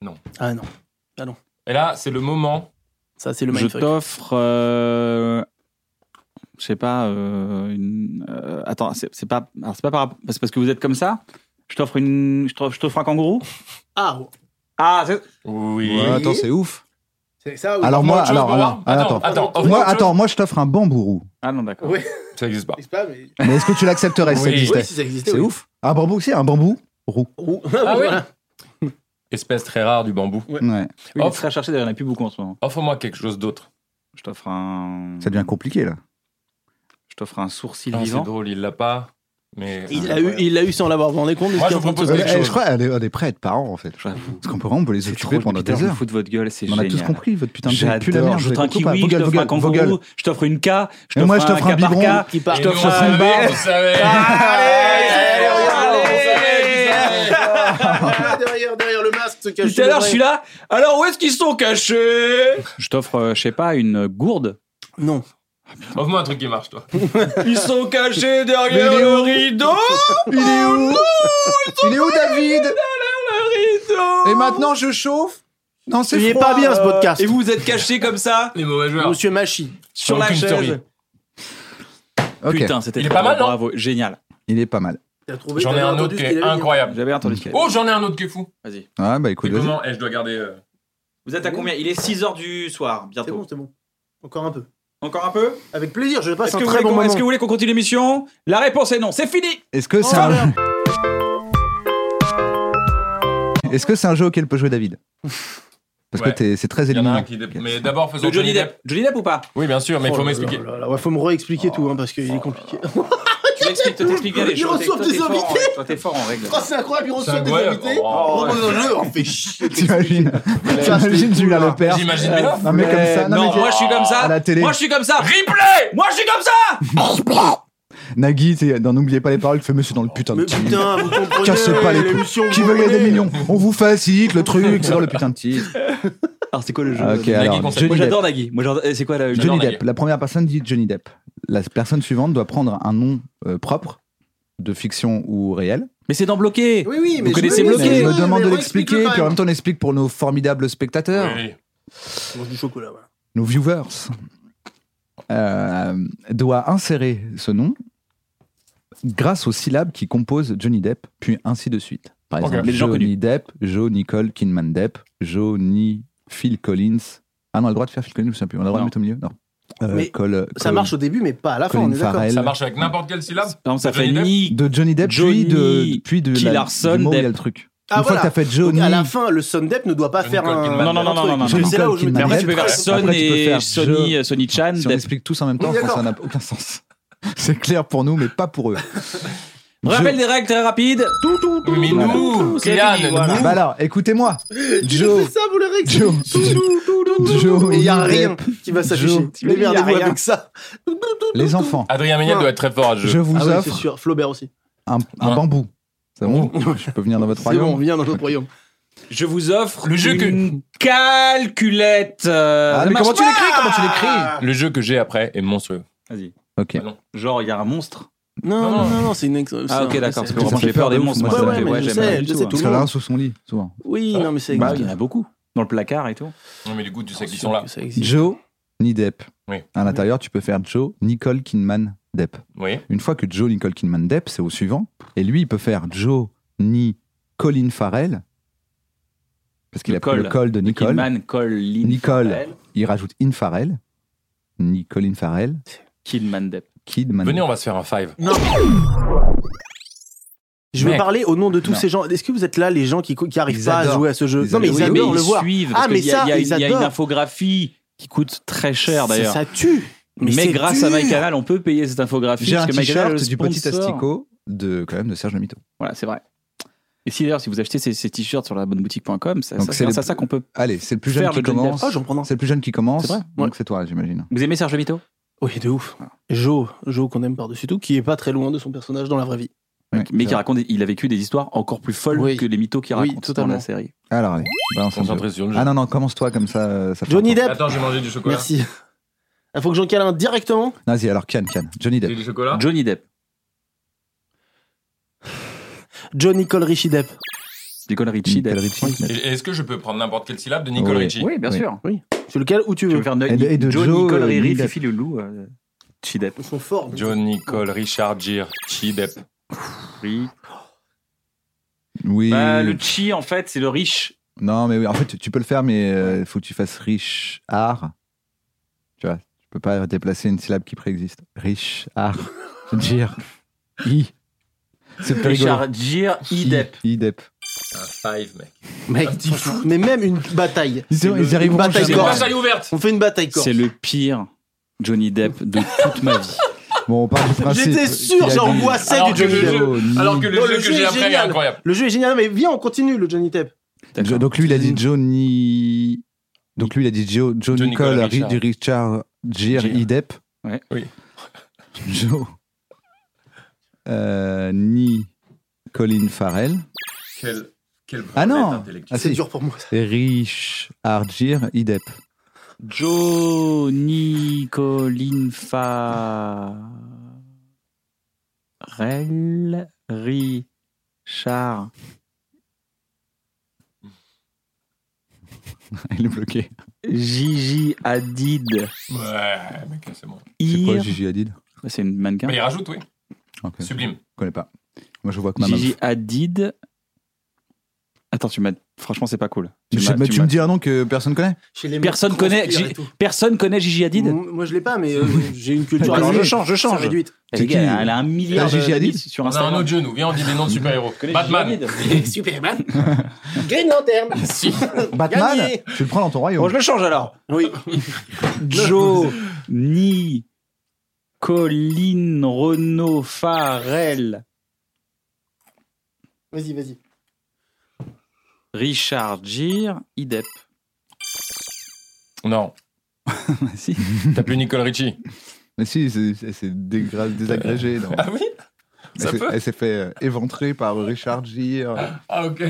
Speaker 5: Non.
Speaker 3: Ah non,
Speaker 5: Et là, c'est le moment.
Speaker 3: ça c'est le
Speaker 1: Je
Speaker 3: mindfuck.
Speaker 1: t'offre euh, je sais pas, euh, une- euh, attends, c'est c'est pas, alors c'est pas par, rapport- c'est parce que vous êtes comme ça. Je t'offre une, je t'offre je t'offre un kangourou.
Speaker 3: Ah,
Speaker 1: Ah, c'est-
Speaker 5: Oui. Oh,
Speaker 4: Ouais, attends, c'est ouf.
Speaker 3: c'est ça.
Speaker 4: Alors moi, alors, alors,
Speaker 5: Attends,
Speaker 4: attends,
Speaker 5: attends,
Speaker 4: attends,
Speaker 5: attends,
Speaker 4: moi,
Speaker 5: attends.
Speaker 4: attends, moi, je t'offre un bambourou.
Speaker 1: Ah non, d'accord.
Speaker 3: Oui,
Speaker 5: Ça n'existe pas.
Speaker 3: c'est pas, mais.
Speaker 4: Mais est-ce que tu l'accepterais si ça
Speaker 5: Oui.
Speaker 4: existait
Speaker 3: Oui, si ça existait,
Speaker 4: C'est
Speaker 3: oui.
Speaker 4: ouf. Un bambou, c'est un bambou roux.
Speaker 3: Ouh.
Speaker 5: Ah oui.
Speaker 3: Voilà.
Speaker 5: Espèce très rare du bambou.
Speaker 4: Ouais.
Speaker 1: Oui, il est
Speaker 5: Offre-
Speaker 1: très cherché d'ailleurs, il n'y en a plus beaucoup en ce moment.
Speaker 5: Offre-moi quelque chose d'autre.
Speaker 1: Je t'offre un,
Speaker 4: Ça devient compliqué là.
Speaker 1: je t'offre un sourcil
Speaker 5: Ah, c'est
Speaker 1: vivant.
Speaker 5: drôle, il l'a pas. Mais
Speaker 3: Il l'a eu, il l'a eu sans l'avoir. Vous vous rendez compte de ce
Speaker 5: Moi,
Speaker 3: qui est
Speaker 5: je
Speaker 3: en train de
Speaker 5: propose
Speaker 3: se
Speaker 5: quelque
Speaker 4: Eh,
Speaker 5: chose.
Speaker 4: Je crois qu'elle est, elle est près à être parent en fait.
Speaker 1: J'avoue.
Speaker 4: Parce qu'on peut vraiment, on peut les
Speaker 1: C'est
Speaker 4: occuper
Speaker 1: trop,
Speaker 4: pendant
Speaker 1: Jupiter,
Speaker 4: des
Speaker 1: je me
Speaker 4: heures.
Speaker 1: fous de votre gueule, c'est
Speaker 4: On
Speaker 1: génial.
Speaker 4: a tous compris votre putain de pue la
Speaker 1: J'adore,
Speaker 4: merde.
Speaker 1: je
Speaker 4: vous
Speaker 1: t'offre un
Speaker 4: êtes con ou pas
Speaker 1: kiwi, je
Speaker 4: Vogel,
Speaker 1: t'offre un
Speaker 4: Vogel, Vogel.
Speaker 1: kangourou, je t'offre une K, je
Speaker 4: Et moi, je
Speaker 1: t'offre un
Speaker 4: t'offre un
Speaker 1: K par
Speaker 4: biberon.
Speaker 1: K.
Speaker 3: qui part.
Speaker 5: Et
Speaker 1: t'offre
Speaker 5: nous,
Speaker 1: un
Speaker 5: on
Speaker 1: bar.
Speaker 5: savait, on savait.
Speaker 3: Ah, derrière, derrière le masque se cache.
Speaker 2: Tout à l'heure, je suis là. Alors, où est-ce qu'ils sont cachés
Speaker 1: Je t'offre, euh, je sais pas, une gourde.
Speaker 3: Non.
Speaker 5: Offre-moi un truc qui marche, toi.
Speaker 2: Ils sont cachés derrière le rideau
Speaker 4: Il est où Oh, Il est où David Et maintenant je chauffe Non, c'est
Speaker 3: Il est
Speaker 4: froid.
Speaker 3: pas bien ce podcast.
Speaker 2: Et vous vous êtes cachés comme ça
Speaker 5: Les mauvais joueurs.
Speaker 3: Monsieur Machi.
Speaker 2: sur
Speaker 5: Sur
Speaker 2: la
Speaker 5: aucune
Speaker 2: chaise.
Speaker 5: story.
Speaker 4: Ok.
Speaker 1: Putain, c'était
Speaker 5: Il est
Speaker 1: très
Speaker 5: pas
Speaker 1: drôle,
Speaker 5: mal, non
Speaker 1: Bravo, génial.
Speaker 4: Il est pas mal.
Speaker 3: T'as trouvé,
Speaker 5: J'en ai
Speaker 3: t'avais
Speaker 5: un autre
Speaker 3: entendu
Speaker 5: qui
Speaker 3: ce qu'il avait
Speaker 5: est
Speaker 3: dit. hein.
Speaker 5: incroyable.
Speaker 1: J'avais entendu ce qu'il y avait.
Speaker 5: Oh, j'en ai un autre qui est fou.
Speaker 1: Vas-y.
Speaker 4: Ah bah écoute,
Speaker 5: Mais
Speaker 4: vas-y.
Speaker 5: comment Eh, je dois garder. euh,
Speaker 2: Vous
Speaker 4: Ah
Speaker 2: êtes à combien Il est 6h du soir,
Speaker 3: C'est
Speaker 2: bientôt.
Speaker 3: bon, c'est bon. Encore un peu.
Speaker 2: Encore un peu
Speaker 3: Avec plaisir, je passe
Speaker 2: Est-ce
Speaker 3: un
Speaker 2: que, vous
Speaker 3: très
Speaker 2: voulez
Speaker 3: bon
Speaker 2: qu'on- est-ce
Speaker 3: moment.
Speaker 2: que vous voulez qu'on continue l'émission La réponse est non, c'est fini
Speaker 4: Est-ce que c'est un... (laughs) Est-ce que c'est un jeu auquel peut jouer David Parce
Speaker 5: Ouais.
Speaker 4: que t'es- c'est très
Speaker 5: Il y en a un
Speaker 4: éliminant.
Speaker 5: qui. dé-
Speaker 4: Ok.
Speaker 5: Mais d'abord, faisons
Speaker 2: De Johnny Depp. Johnny Depp ou pas
Speaker 5: Oui, bien sûr, mais il
Speaker 3: Oh
Speaker 5: faut
Speaker 3: là
Speaker 5: m'expliquer.
Speaker 3: là là, ouais, faut me réexpliquer tout, hein, parce qu'il est compliqué.
Speaker 2: Tu l'expliques, tu t'expliques bien les
Speaker 3: Ils
Speaker 2: choses.
Speaker 3: reçoivent
Speaker 2: Toi, t'es
Speaker 3: des
Speaker 2: fort en
Speaker 3: invités.
Speaker 2: règle, Toi, t'es fort en règle.
Speaker 3: Oh, c'est incroyable, il reçoit des
Speaker 5: incroyable.
Speaker 3: invités.
Speaker 5: Oh,
Speaker 3: On
Speaker 5: ouais.
Speaker 3: propose un jeu, on fait chier.
Speaker 5: (laughs)
Speaker 4: (laughs) T'imagines T'imagines, tu l'as le père.
Speaker 5: J'imagine bien.
Speaker 4: Un mec comme
Speaker 2: Mais
Speaker 4: ça. Non,
Speaker 2: non,
Speaker 4: mais-
Speaker 2: moi je suis comme ça.
Speaker 4: À la télé.
Speaker 2: Moi je suis comme ça.
Speaker 5: Replay
Speaker 2: Moi je suis comme ça.
Speaker 4: Nagui, t'es- dans N'oubliez pas les paroles, tu fais Monsieur dans le putain de
Speaker 3: Mais
Speaker 4: titre.
Speaker 3: putain, vous comprenez
Speaker 4: Cassez pas les couilles. Qui veut gagner des millions On vous facilite le truc, c'est dans le putain de titre.
Speaker 1: Alors, c'est quoi le jeu
Speaker 4: Ah, ok,
Speaker 1: Nagui
Speaker 4: alors,
Speaker 1: Conseil.
Speaker 4: Johnny
Speaker 1: Moi,
Speaker 4: Depp.
Speaker 1: j'adore Nagui. Moi, j'adore- eh, c'est quoi la.
Speaker 5: J'adore
Speaker 4: Johnny
Speaker 5: Nagui.
Speaker 4: Depp. La première personne dit Johnny Depp. La personne suivante doit prendre un nom euh, propre de fiction ou réel.
Speaker 1: Mais c'est dans bloqué.
Speaker 3: Oui, oui, mais
Speaker 1: Vous connaissez
Speaker 3: oui, oui,
Speaker 1: Bloqué.
Speaker 3: mais
Speaker 4: Je me
Speaker 3: oui,
Speaker 4: demande
Speaker 3: mais
Speaker 4: de
Speaker 3: on
Speaker 4: l'expliquer,
Speaker 3: explique-le
Speaker 4: puis en
Speaker 3: quand
Speaker 4: même temps on explique pour nos formidables spectateurs,
Speaker 5: Oui.
Speaker 3: même. Mange du chocolat, voilà.
Speaker 4: nos viewers. Euh, doit insérer ce nom grâce aux syllabes qui composent Johnny Depp, puis ainsi de suite. Par
Speaker 5: Ok.
Speaker 4: exemple,
Speaker 1: Les gens
Speaker 4: Johnny Depp, Joe Nicole Kidman Depp, Johnny Phil Collins. Ah non, on a le droit de faire Phil Collins, je sais plus. On a le droit
Speaker 1: Non.
Speaker 4: de mettre au milieu Non. Euh,
Speaker 3: Mais
Speaker 4: Col-
Speaker 3: Ça
Speaker 4: Col-
Speaker 3: marche au début, mais pas à la fin,
Speaker 4: Colin
Speaker 3: on est d'accord.
Speaker 4: Farrell.
Speaker 5: Ça marche avec n'importe quelle syllabe
Speaker 1: Par exemple, ça fait
Speaker 5: Johnny Depp.
Speaker 1: ni.
Speaker 4: de Johnny Depp,
Speaker 1: Johnny
Speaker 4: puis de, puis de la-
Speaker 1: Killarson
Speaker 4: du mot où il y a
Speaker 1: Depp.
Speaker 4: le truc.
Speaker 3: Ah,
Speaker 4: Une
Speaker 3: voilà.
Speaker 4: fois que t'as fait
Speaker 3: Donc
Speaker 4: Johnny,
Speaker 3: à la fin, le Son Depp ne doit pas
Speaker 5: Johnny
Speaker 3: faire
Speaker 5: Goldman.
Speaker 3: un.
Speaker 1: Non, non, non, non,
Speaker 3: un truc.
Speaker 1: non, non,
Speaker 3: C'est-
Speaker 1: non.
Speaker 3: C'est là où je me
Speaker 1: Mais
Speaker 4: Kidman
Speaker 3: dis-
Speaker 1: après,
Speaker 4: Depp.
Speaker 1: tu peux faire Son
Speaker 4: Après, tu peux
Speaker 1: et
Speaker 4: faire
Speaker 1: Sony, euh, Sony Chan.
Speaker 4: si on
Speaker 1: Depp.
Speaker 4: explique tous en même
Speaker 3: On
Speaker 4: temps,
Speaker 3: est
Speaker 4: je pense que ça
Speaker 3: d'accord.
Speaker 4: n'a aucun sens. (laughs) C'est clair pour nous, mais pas pour eux. Je-
Speaker 2: Rappel des règles très rapide.
Speaker 5: Oui, Mais
Speaker 4: Voilà.
Speaker 5: nous,
Speaker 2: C'est
Speaker 5: Kylian,
Speaker 2: fini, voilà.
Speaker 5: nous.
Speaker 4: Bah alors, écoutez-moi.
Speaker 3: Tu
Speaker 4: Joe,
Speaker 3: fais ça, vous le réexpliquez.
Speaker 4: Joe, Joe,
Speaker 3: Et il n'y a rien
Speaker 4: Depp,
Speaker 3: qui va s'afficher.
Speaker 4: Joe.
Speaker 3: Démerdez-vous avec ça.
Speaker 4: les enfants.
Speaker 5: Adrien Méniel doit être très fort à ce
Speaker 4: Je
Speaker 5: jeu.
Speaker 4: vous
Speaker 3: Ah oui, c'est
Speaker 4: offre
Speaker 3: sûr. Flaubert aussi.
Speaker 4: un, un
Speaker 5: Ouais.
Speaker 4: bambou. C'est bon Je peux venir dans votre
Speaker 3: C'est bon, on
Speaker 4: royaume
Speaker 3: vient dans notre royaume.
Speaker 2: Je vous offre
Speaker 5: Le jeu que-
Speaker 2: une calculette. euh,
Speaker 4: Ah,
Speaker 2: ne
Speaker 4: mais
Speaker 2: marche
Speaker 4: comment tu
Speaker 2: pas.
Speaker 4: l'écris Comment tu l'écris
Speaker 5: Le jeu que j'ai après est monstrueux.
Speaker 1: Vas-y.
Speaker 4: Ok.
Speaker 1: Genre, il y a un monstre.
Speaker 3: Non, non, non, non, c'est une. ex-
Speaker 1: Ah,
Speaker 3: c'est
Speaker 1: ok,
Speaker 3: un-
Speaker 1: d'accord. Parce que
Speaker 3: c'est-
Speaker 1: vraiment,
Speaker 4: fait
Speaker 1: j'ai
Speaker 4: peur
Speaker 1: peur
Speaker 4: de
Speaker 1: des
Speaker 4: ouf,
Speaker 1: monstres.
Speaker 4: moi,
Speaker 1: moi,
Speaker 4: ça
Speaker 1: j'aime
Speaker 4: me fait-
Speaker 3: ouais,
Speaker 1: pas du
Speaker 3: je sais,
Speaker 1: tout,
Speaker 3: je sais
Speaker 1: hein.
Speaker 3: tout.
Speaker 4: Parce qu'elle a un sous son lit, souvent.
Speaker 3: Oui, non, mais c'est.
Speaker 1: Bah, il y en a beaucoup. Dans le placard et tout.
Speaker 5: Non, mais du coup, tu sais qu'ils sont là.
Speaker 3: Ça existe.
Speaker 4: Joe, ni Depp.
Speaker 5: Oui.
Speaker 4: À l'intérieur, tu peux faire Joe, Nicole Kidman, Depp.
Speaker 5: Oui.
Speaker 4: Une fois que Joe Nicole Kidman Depp, c'est au suivant. Et lui, il peut faire Joe Ni Colin Farrell. Parce qu'il
Speaker 1: Le
Speaker 4: a pris le
Speaker 1: col.
Speaker 4: col de Nicole.
Speaker 1: Kidman, Colin.
Speaker 4: Nicole.
Speaker 1: Farrell,
Speaker 4: Il rajoute In Farrell. Ni Colin Farrell.
Speaker 1: Kidman Depp.
Speaker 4: Kidman.
Speaker 5: Venez, on va se faire un five.
Speaker 3: Je veux
Speaker 5: Mec.
Speaker 3: parler au nom de tous
Speaker 4: Non.
Speaker 3: ces gens. Est-ce que vous êtes là, les gens qui, qui arrivent
Speaker 4: Ils
Speaker 3: pas à
Speaker 4: adorent.
Speaker 3: jouer à ce jeu
Speaker 4: Ils
Speaker 3: Non, mais
Speaker 4: adorent.
Speaker 3: ils
Speaker 4: Oui,
Speaker 1: mais
Speaker 3: adorent le
Speaker 1: ils
Speaker 3: voir.
Speaker 1: suivent,
Speaker 3: Ah,
Speaker 1: parce
Speaker 3: mais
Speaker 1: qu'il y a-
Speaker 3: ça,
Speaker 1: il y a-
Speaker 3: ils
Speaker 1: Il y a
Speaker 3: adorent.
Speaker 1: une infographie qui coûte très cher d'ailleurs.
Speaker 3: Ça tue.
Speaker 1: Mais,
Speaker 3: c'est
Speaker 1: grâce
Speaker 3: dur.
Speaker 1: à MyCanal, on peut payer cette infographie.
Speaker 4: J'ai
Speaker 1: parce
Speaker 4: un
Speaker 1: que MyCanal
Speaker 4: t-shirt
Speaker 1: est le
Speaker 4: du petit
Speaker 1: sponsor.
Speaker 4: asticot de, quand même, de Serge Lemiteau.
Speaker 1: Voilà, c'est vrai. Et si d'ailleurs, si vous achetez ces, ces t-shirts sur la bonne boutique.com, ça,
Speaker 4: Donc
Speaker 1: ça,
Speaker 4: c'est
Speaker 1: grâce
Speaker 4: les-
Speaker 1: à ça qu'on peut.
Speaker 4: Allez, c'est le plus
Speaker 1: Faire
Speaker 4: jeune qui
Speaker 1: le Johnny
Speaker 4: commence.
Speaker 3: Oh, j'en prends un.
Speaker 4: C'est le plus jeune qui commence.
Speaker 1: C'est vrai
Speaker 4: Donc c'est toi, j'imagine.
Speaker 1: Vous aimez Serge Mito
Speaker 3: Oui, de ouf. Joe, Joe qu'on aime par-dessus tout, qui est pas très loin de son personnage dans la vraie vie.
Speaker 4: Ouais,
Speaker 1: Mais
Speaker 4: c'est
Speaker 1: qui
Speaker 4: vrai.
Speaker 1: raconte, il a vécu des histoires encore plus folles
Speaker 3: Oui.
Speaker 1: que les mythos qu'il
Speaker 3: Oui,
Speaker 1: raconte dans
Speaker 3: totalement.
Speaker 1: la série.
Speaker 4: Alors, allez, balance un jeu.
Speaker 5: Concentré sur le jeu.
Speaker 4: Ah non, non, commence-toi comme ça. euh, ça fait
Speaker 3: Johnny
Speaker 4: un peu.
Speaker 3: Depp,
Speaker 5: Attends, j'ai mangé du chocolat.
Speaker 3: merci. Il faut que j'en cale un directement.
Speaker 4: Vas-y, alors, Can, Can. Johnny
Speaker 5: J'ai
Speaker 4: Depp.
Speaker 5: du chocolat.
Speaker 1: Johnny Depp,
Speaker 3: John Nicole Richie Depp.
Speaker 1: Nicole Richie Depp.
Speaker 4: Nicole Richie.
Speaker 5: Et- Est-ce que je peux prendre n'importe quelle syllabe de Nicole
Speaker 4: Oui.
Speaker 5: Richie
Speaker 1: Oui, bien
Speaker 4: Oui.
Speaker 1: sûr.
Speaker 3: C'est lequel où tu
Speaker 1: Tu
Speaker 3: veux.
Speaker 1: veux faire de,
Speaker 4: Et de- et de
Speaker 1: Joe,
Speaker 4: Joe,
Speaker 1: Nicole,
Speaker 4: euh,
Speaker 1: Riri,
Speaker 4: Johnny Depp.
Speaker 1: Fifi, le loup. euh, Chidep.
Speaker 3: Ils sont forts.
Speaker 5: John Nicole, Richard Gere, Chidep.
Speaker 1: Oui.
Speaker 4: Oui.
Speaker 2: Bah, le chi, en fait, c'est le riche.
Speaker 4: Non, mais oui, en fait, tu- tu peux le faire, mais il faut que tu fasses riche art. Tu vois, tu peux pas déplacer une syllabe qui préexiste. Riche art. Dire. I. C'est plus rigolo.
Speaker 2: Richard Gere, Idep.
Speaker 4: I- E Idep.
Speaker 5: Un five, mec.
Speaker 3: Mec, mais même une bataille.
Speaker 4: Ils-
Speaker 3: C'est
Speaker 4: ils
Speaker 3: le-
Speaker 4: arriveront
Speaker 3: une bataille
Speaker 4: jamais.
Speaker 3: corse.
Speaker 5: Bataille ouverte
Speaker 3: On fait une bataille corse.
Speaker 1: C'est le pire Johnny Depp de toute ma vie.
Speaker 4: Bon, on part du principe.
Speaker 3: J'étais sûr,
Speaker 4: qu'il a
Speaker 3: j'en
Speaker 4: dit-
Speaker 3: vois ça
Speaker 5: Alors
Speaker 3: du
Speaker 5: que le
Speaker 3: Johnny Depp.
Speaker 5: jeu, alors que Mm. Oh, le
Speaker 3: Non,
Speaker 5: jeu que j'ai
Speaker 3: est
Speaker 5: appris est
Speaker 3: génial.
Speaker 5: incroyable.
Speaker 3: Le jeu est génial, mais viens, on continue le Johnny Depp.
Speaker 4: Jo- Donc lui, il a dit Johnny. Donc lui, il a dit Joe, Joe
Speaker 5: Joe Nicolas
Speaker 4: Nicole, Ri-
Speaker 5: Richard.
Speaker 4: du Richard, Gere,
Speaker 5: Gere.
Speaker 4: Idep.
Speaker 1: Ouais.
Speaker 5: Oui.
Speaker 4: Joe. (laughs) Euh, ni Colin Farrell.
Speaker 5: Quel, quel
Speaker 4: Ah non Ah,
Speaker 3: C'est
Speaker 4: si.
Speaker 3: dur pour moi. ça.
Speaker 4: Richard, Gere, Idep.
Speaker 1: Johnny Colin Farrell Richard.
Speaker 4: (laughs) Il est bloqué.
Speaker 1: Gigi Hadid.
Speaker 5: Ouais, mec, c'est bon.
Speaker 4: C'est
Speaker 1: Ir.
Speaker 4: quoi Gigi Hadid
Speaker 1: C'est une mannequin.
Speaker 5: Mais il rajoute, oui.
Speaker 4: Ok, Je
Speaker 5: Sublime.
Speaker 4: connais pas. Moi, je vois que ma meuf.
Speaker 1: Gigi Hadid. Attends, tu m'as. Franchement, c'est pas cool.
Speaker 4: Tu,
Speaker 1: m'as-
Speaker 4: mais tu
Speaker 1: m'as-
Speaker 4: me dis un nom que personne connaît
Speaker 3: Chez les mecs,
Speaker 1: Personne
Speaker 3: transpire
Speaker 1: connaît,
Speaker 3: et
Speaker 1: Gi-
Speaker 3: tout.
Speaker 1: personne connaît Gigi Hadid
Speaker 3: M- Moi, je l'ai pas, mais euh, j'ai une culture.
Speaker 1: Alors,
Speaker 3: assez
Speaker 1: je change, je
Speaker 3: assez
Speaker 1: change.
Speaker 3: réduite.
Speaker 1: Eh,
Speaker 4: C'est
Speaker 1: les gars,
Speaker 4: qui Euh,
Speaker 1: Elle a un milliard
Speaker 4: Gigi
Speaker 1: de
Speaker 4: Hadid
Speaker 1: hits sur
Speaker 5: On a un
Speaker 1: Instagram.
Speaker 5: autre jeu, nous. Viens, on dit des noms de super-héros. Batman.
Speaker 3: Superman. Green (laughs) Lantern.
Speaker 5: Si.
Speaker 4: Batman
Speaker 3: Gagné
Speaker 4: Tu le prends dans ton royaume.
Speaker 3: Bon, je le change alors.
Speaker 1: (laughs)
Speaker 3: Oui.
Speaker 1: Johnny Colin Renault Farrell
Speaker 3: Vas-y, vas-y.
Speaker 1: Richard Gere E Idep.
Speaker 4: (laughs)
Speaker 5: Non,
Speaker 4: Bah,
Speaker 1: si.
Speaker 5: t'as plus Nicole Richie.
Speaker 4: Mais si, c'est- c'est c'est dégra- désagrégé. non.
Speaker 5: Ah oui Ça
Speaker 4: Elle s'est-
Speaker 5: peut
Speaker 4: elle s'est fait euh, éventrer par Richard Gere.
Speaker 5: Ah, ok.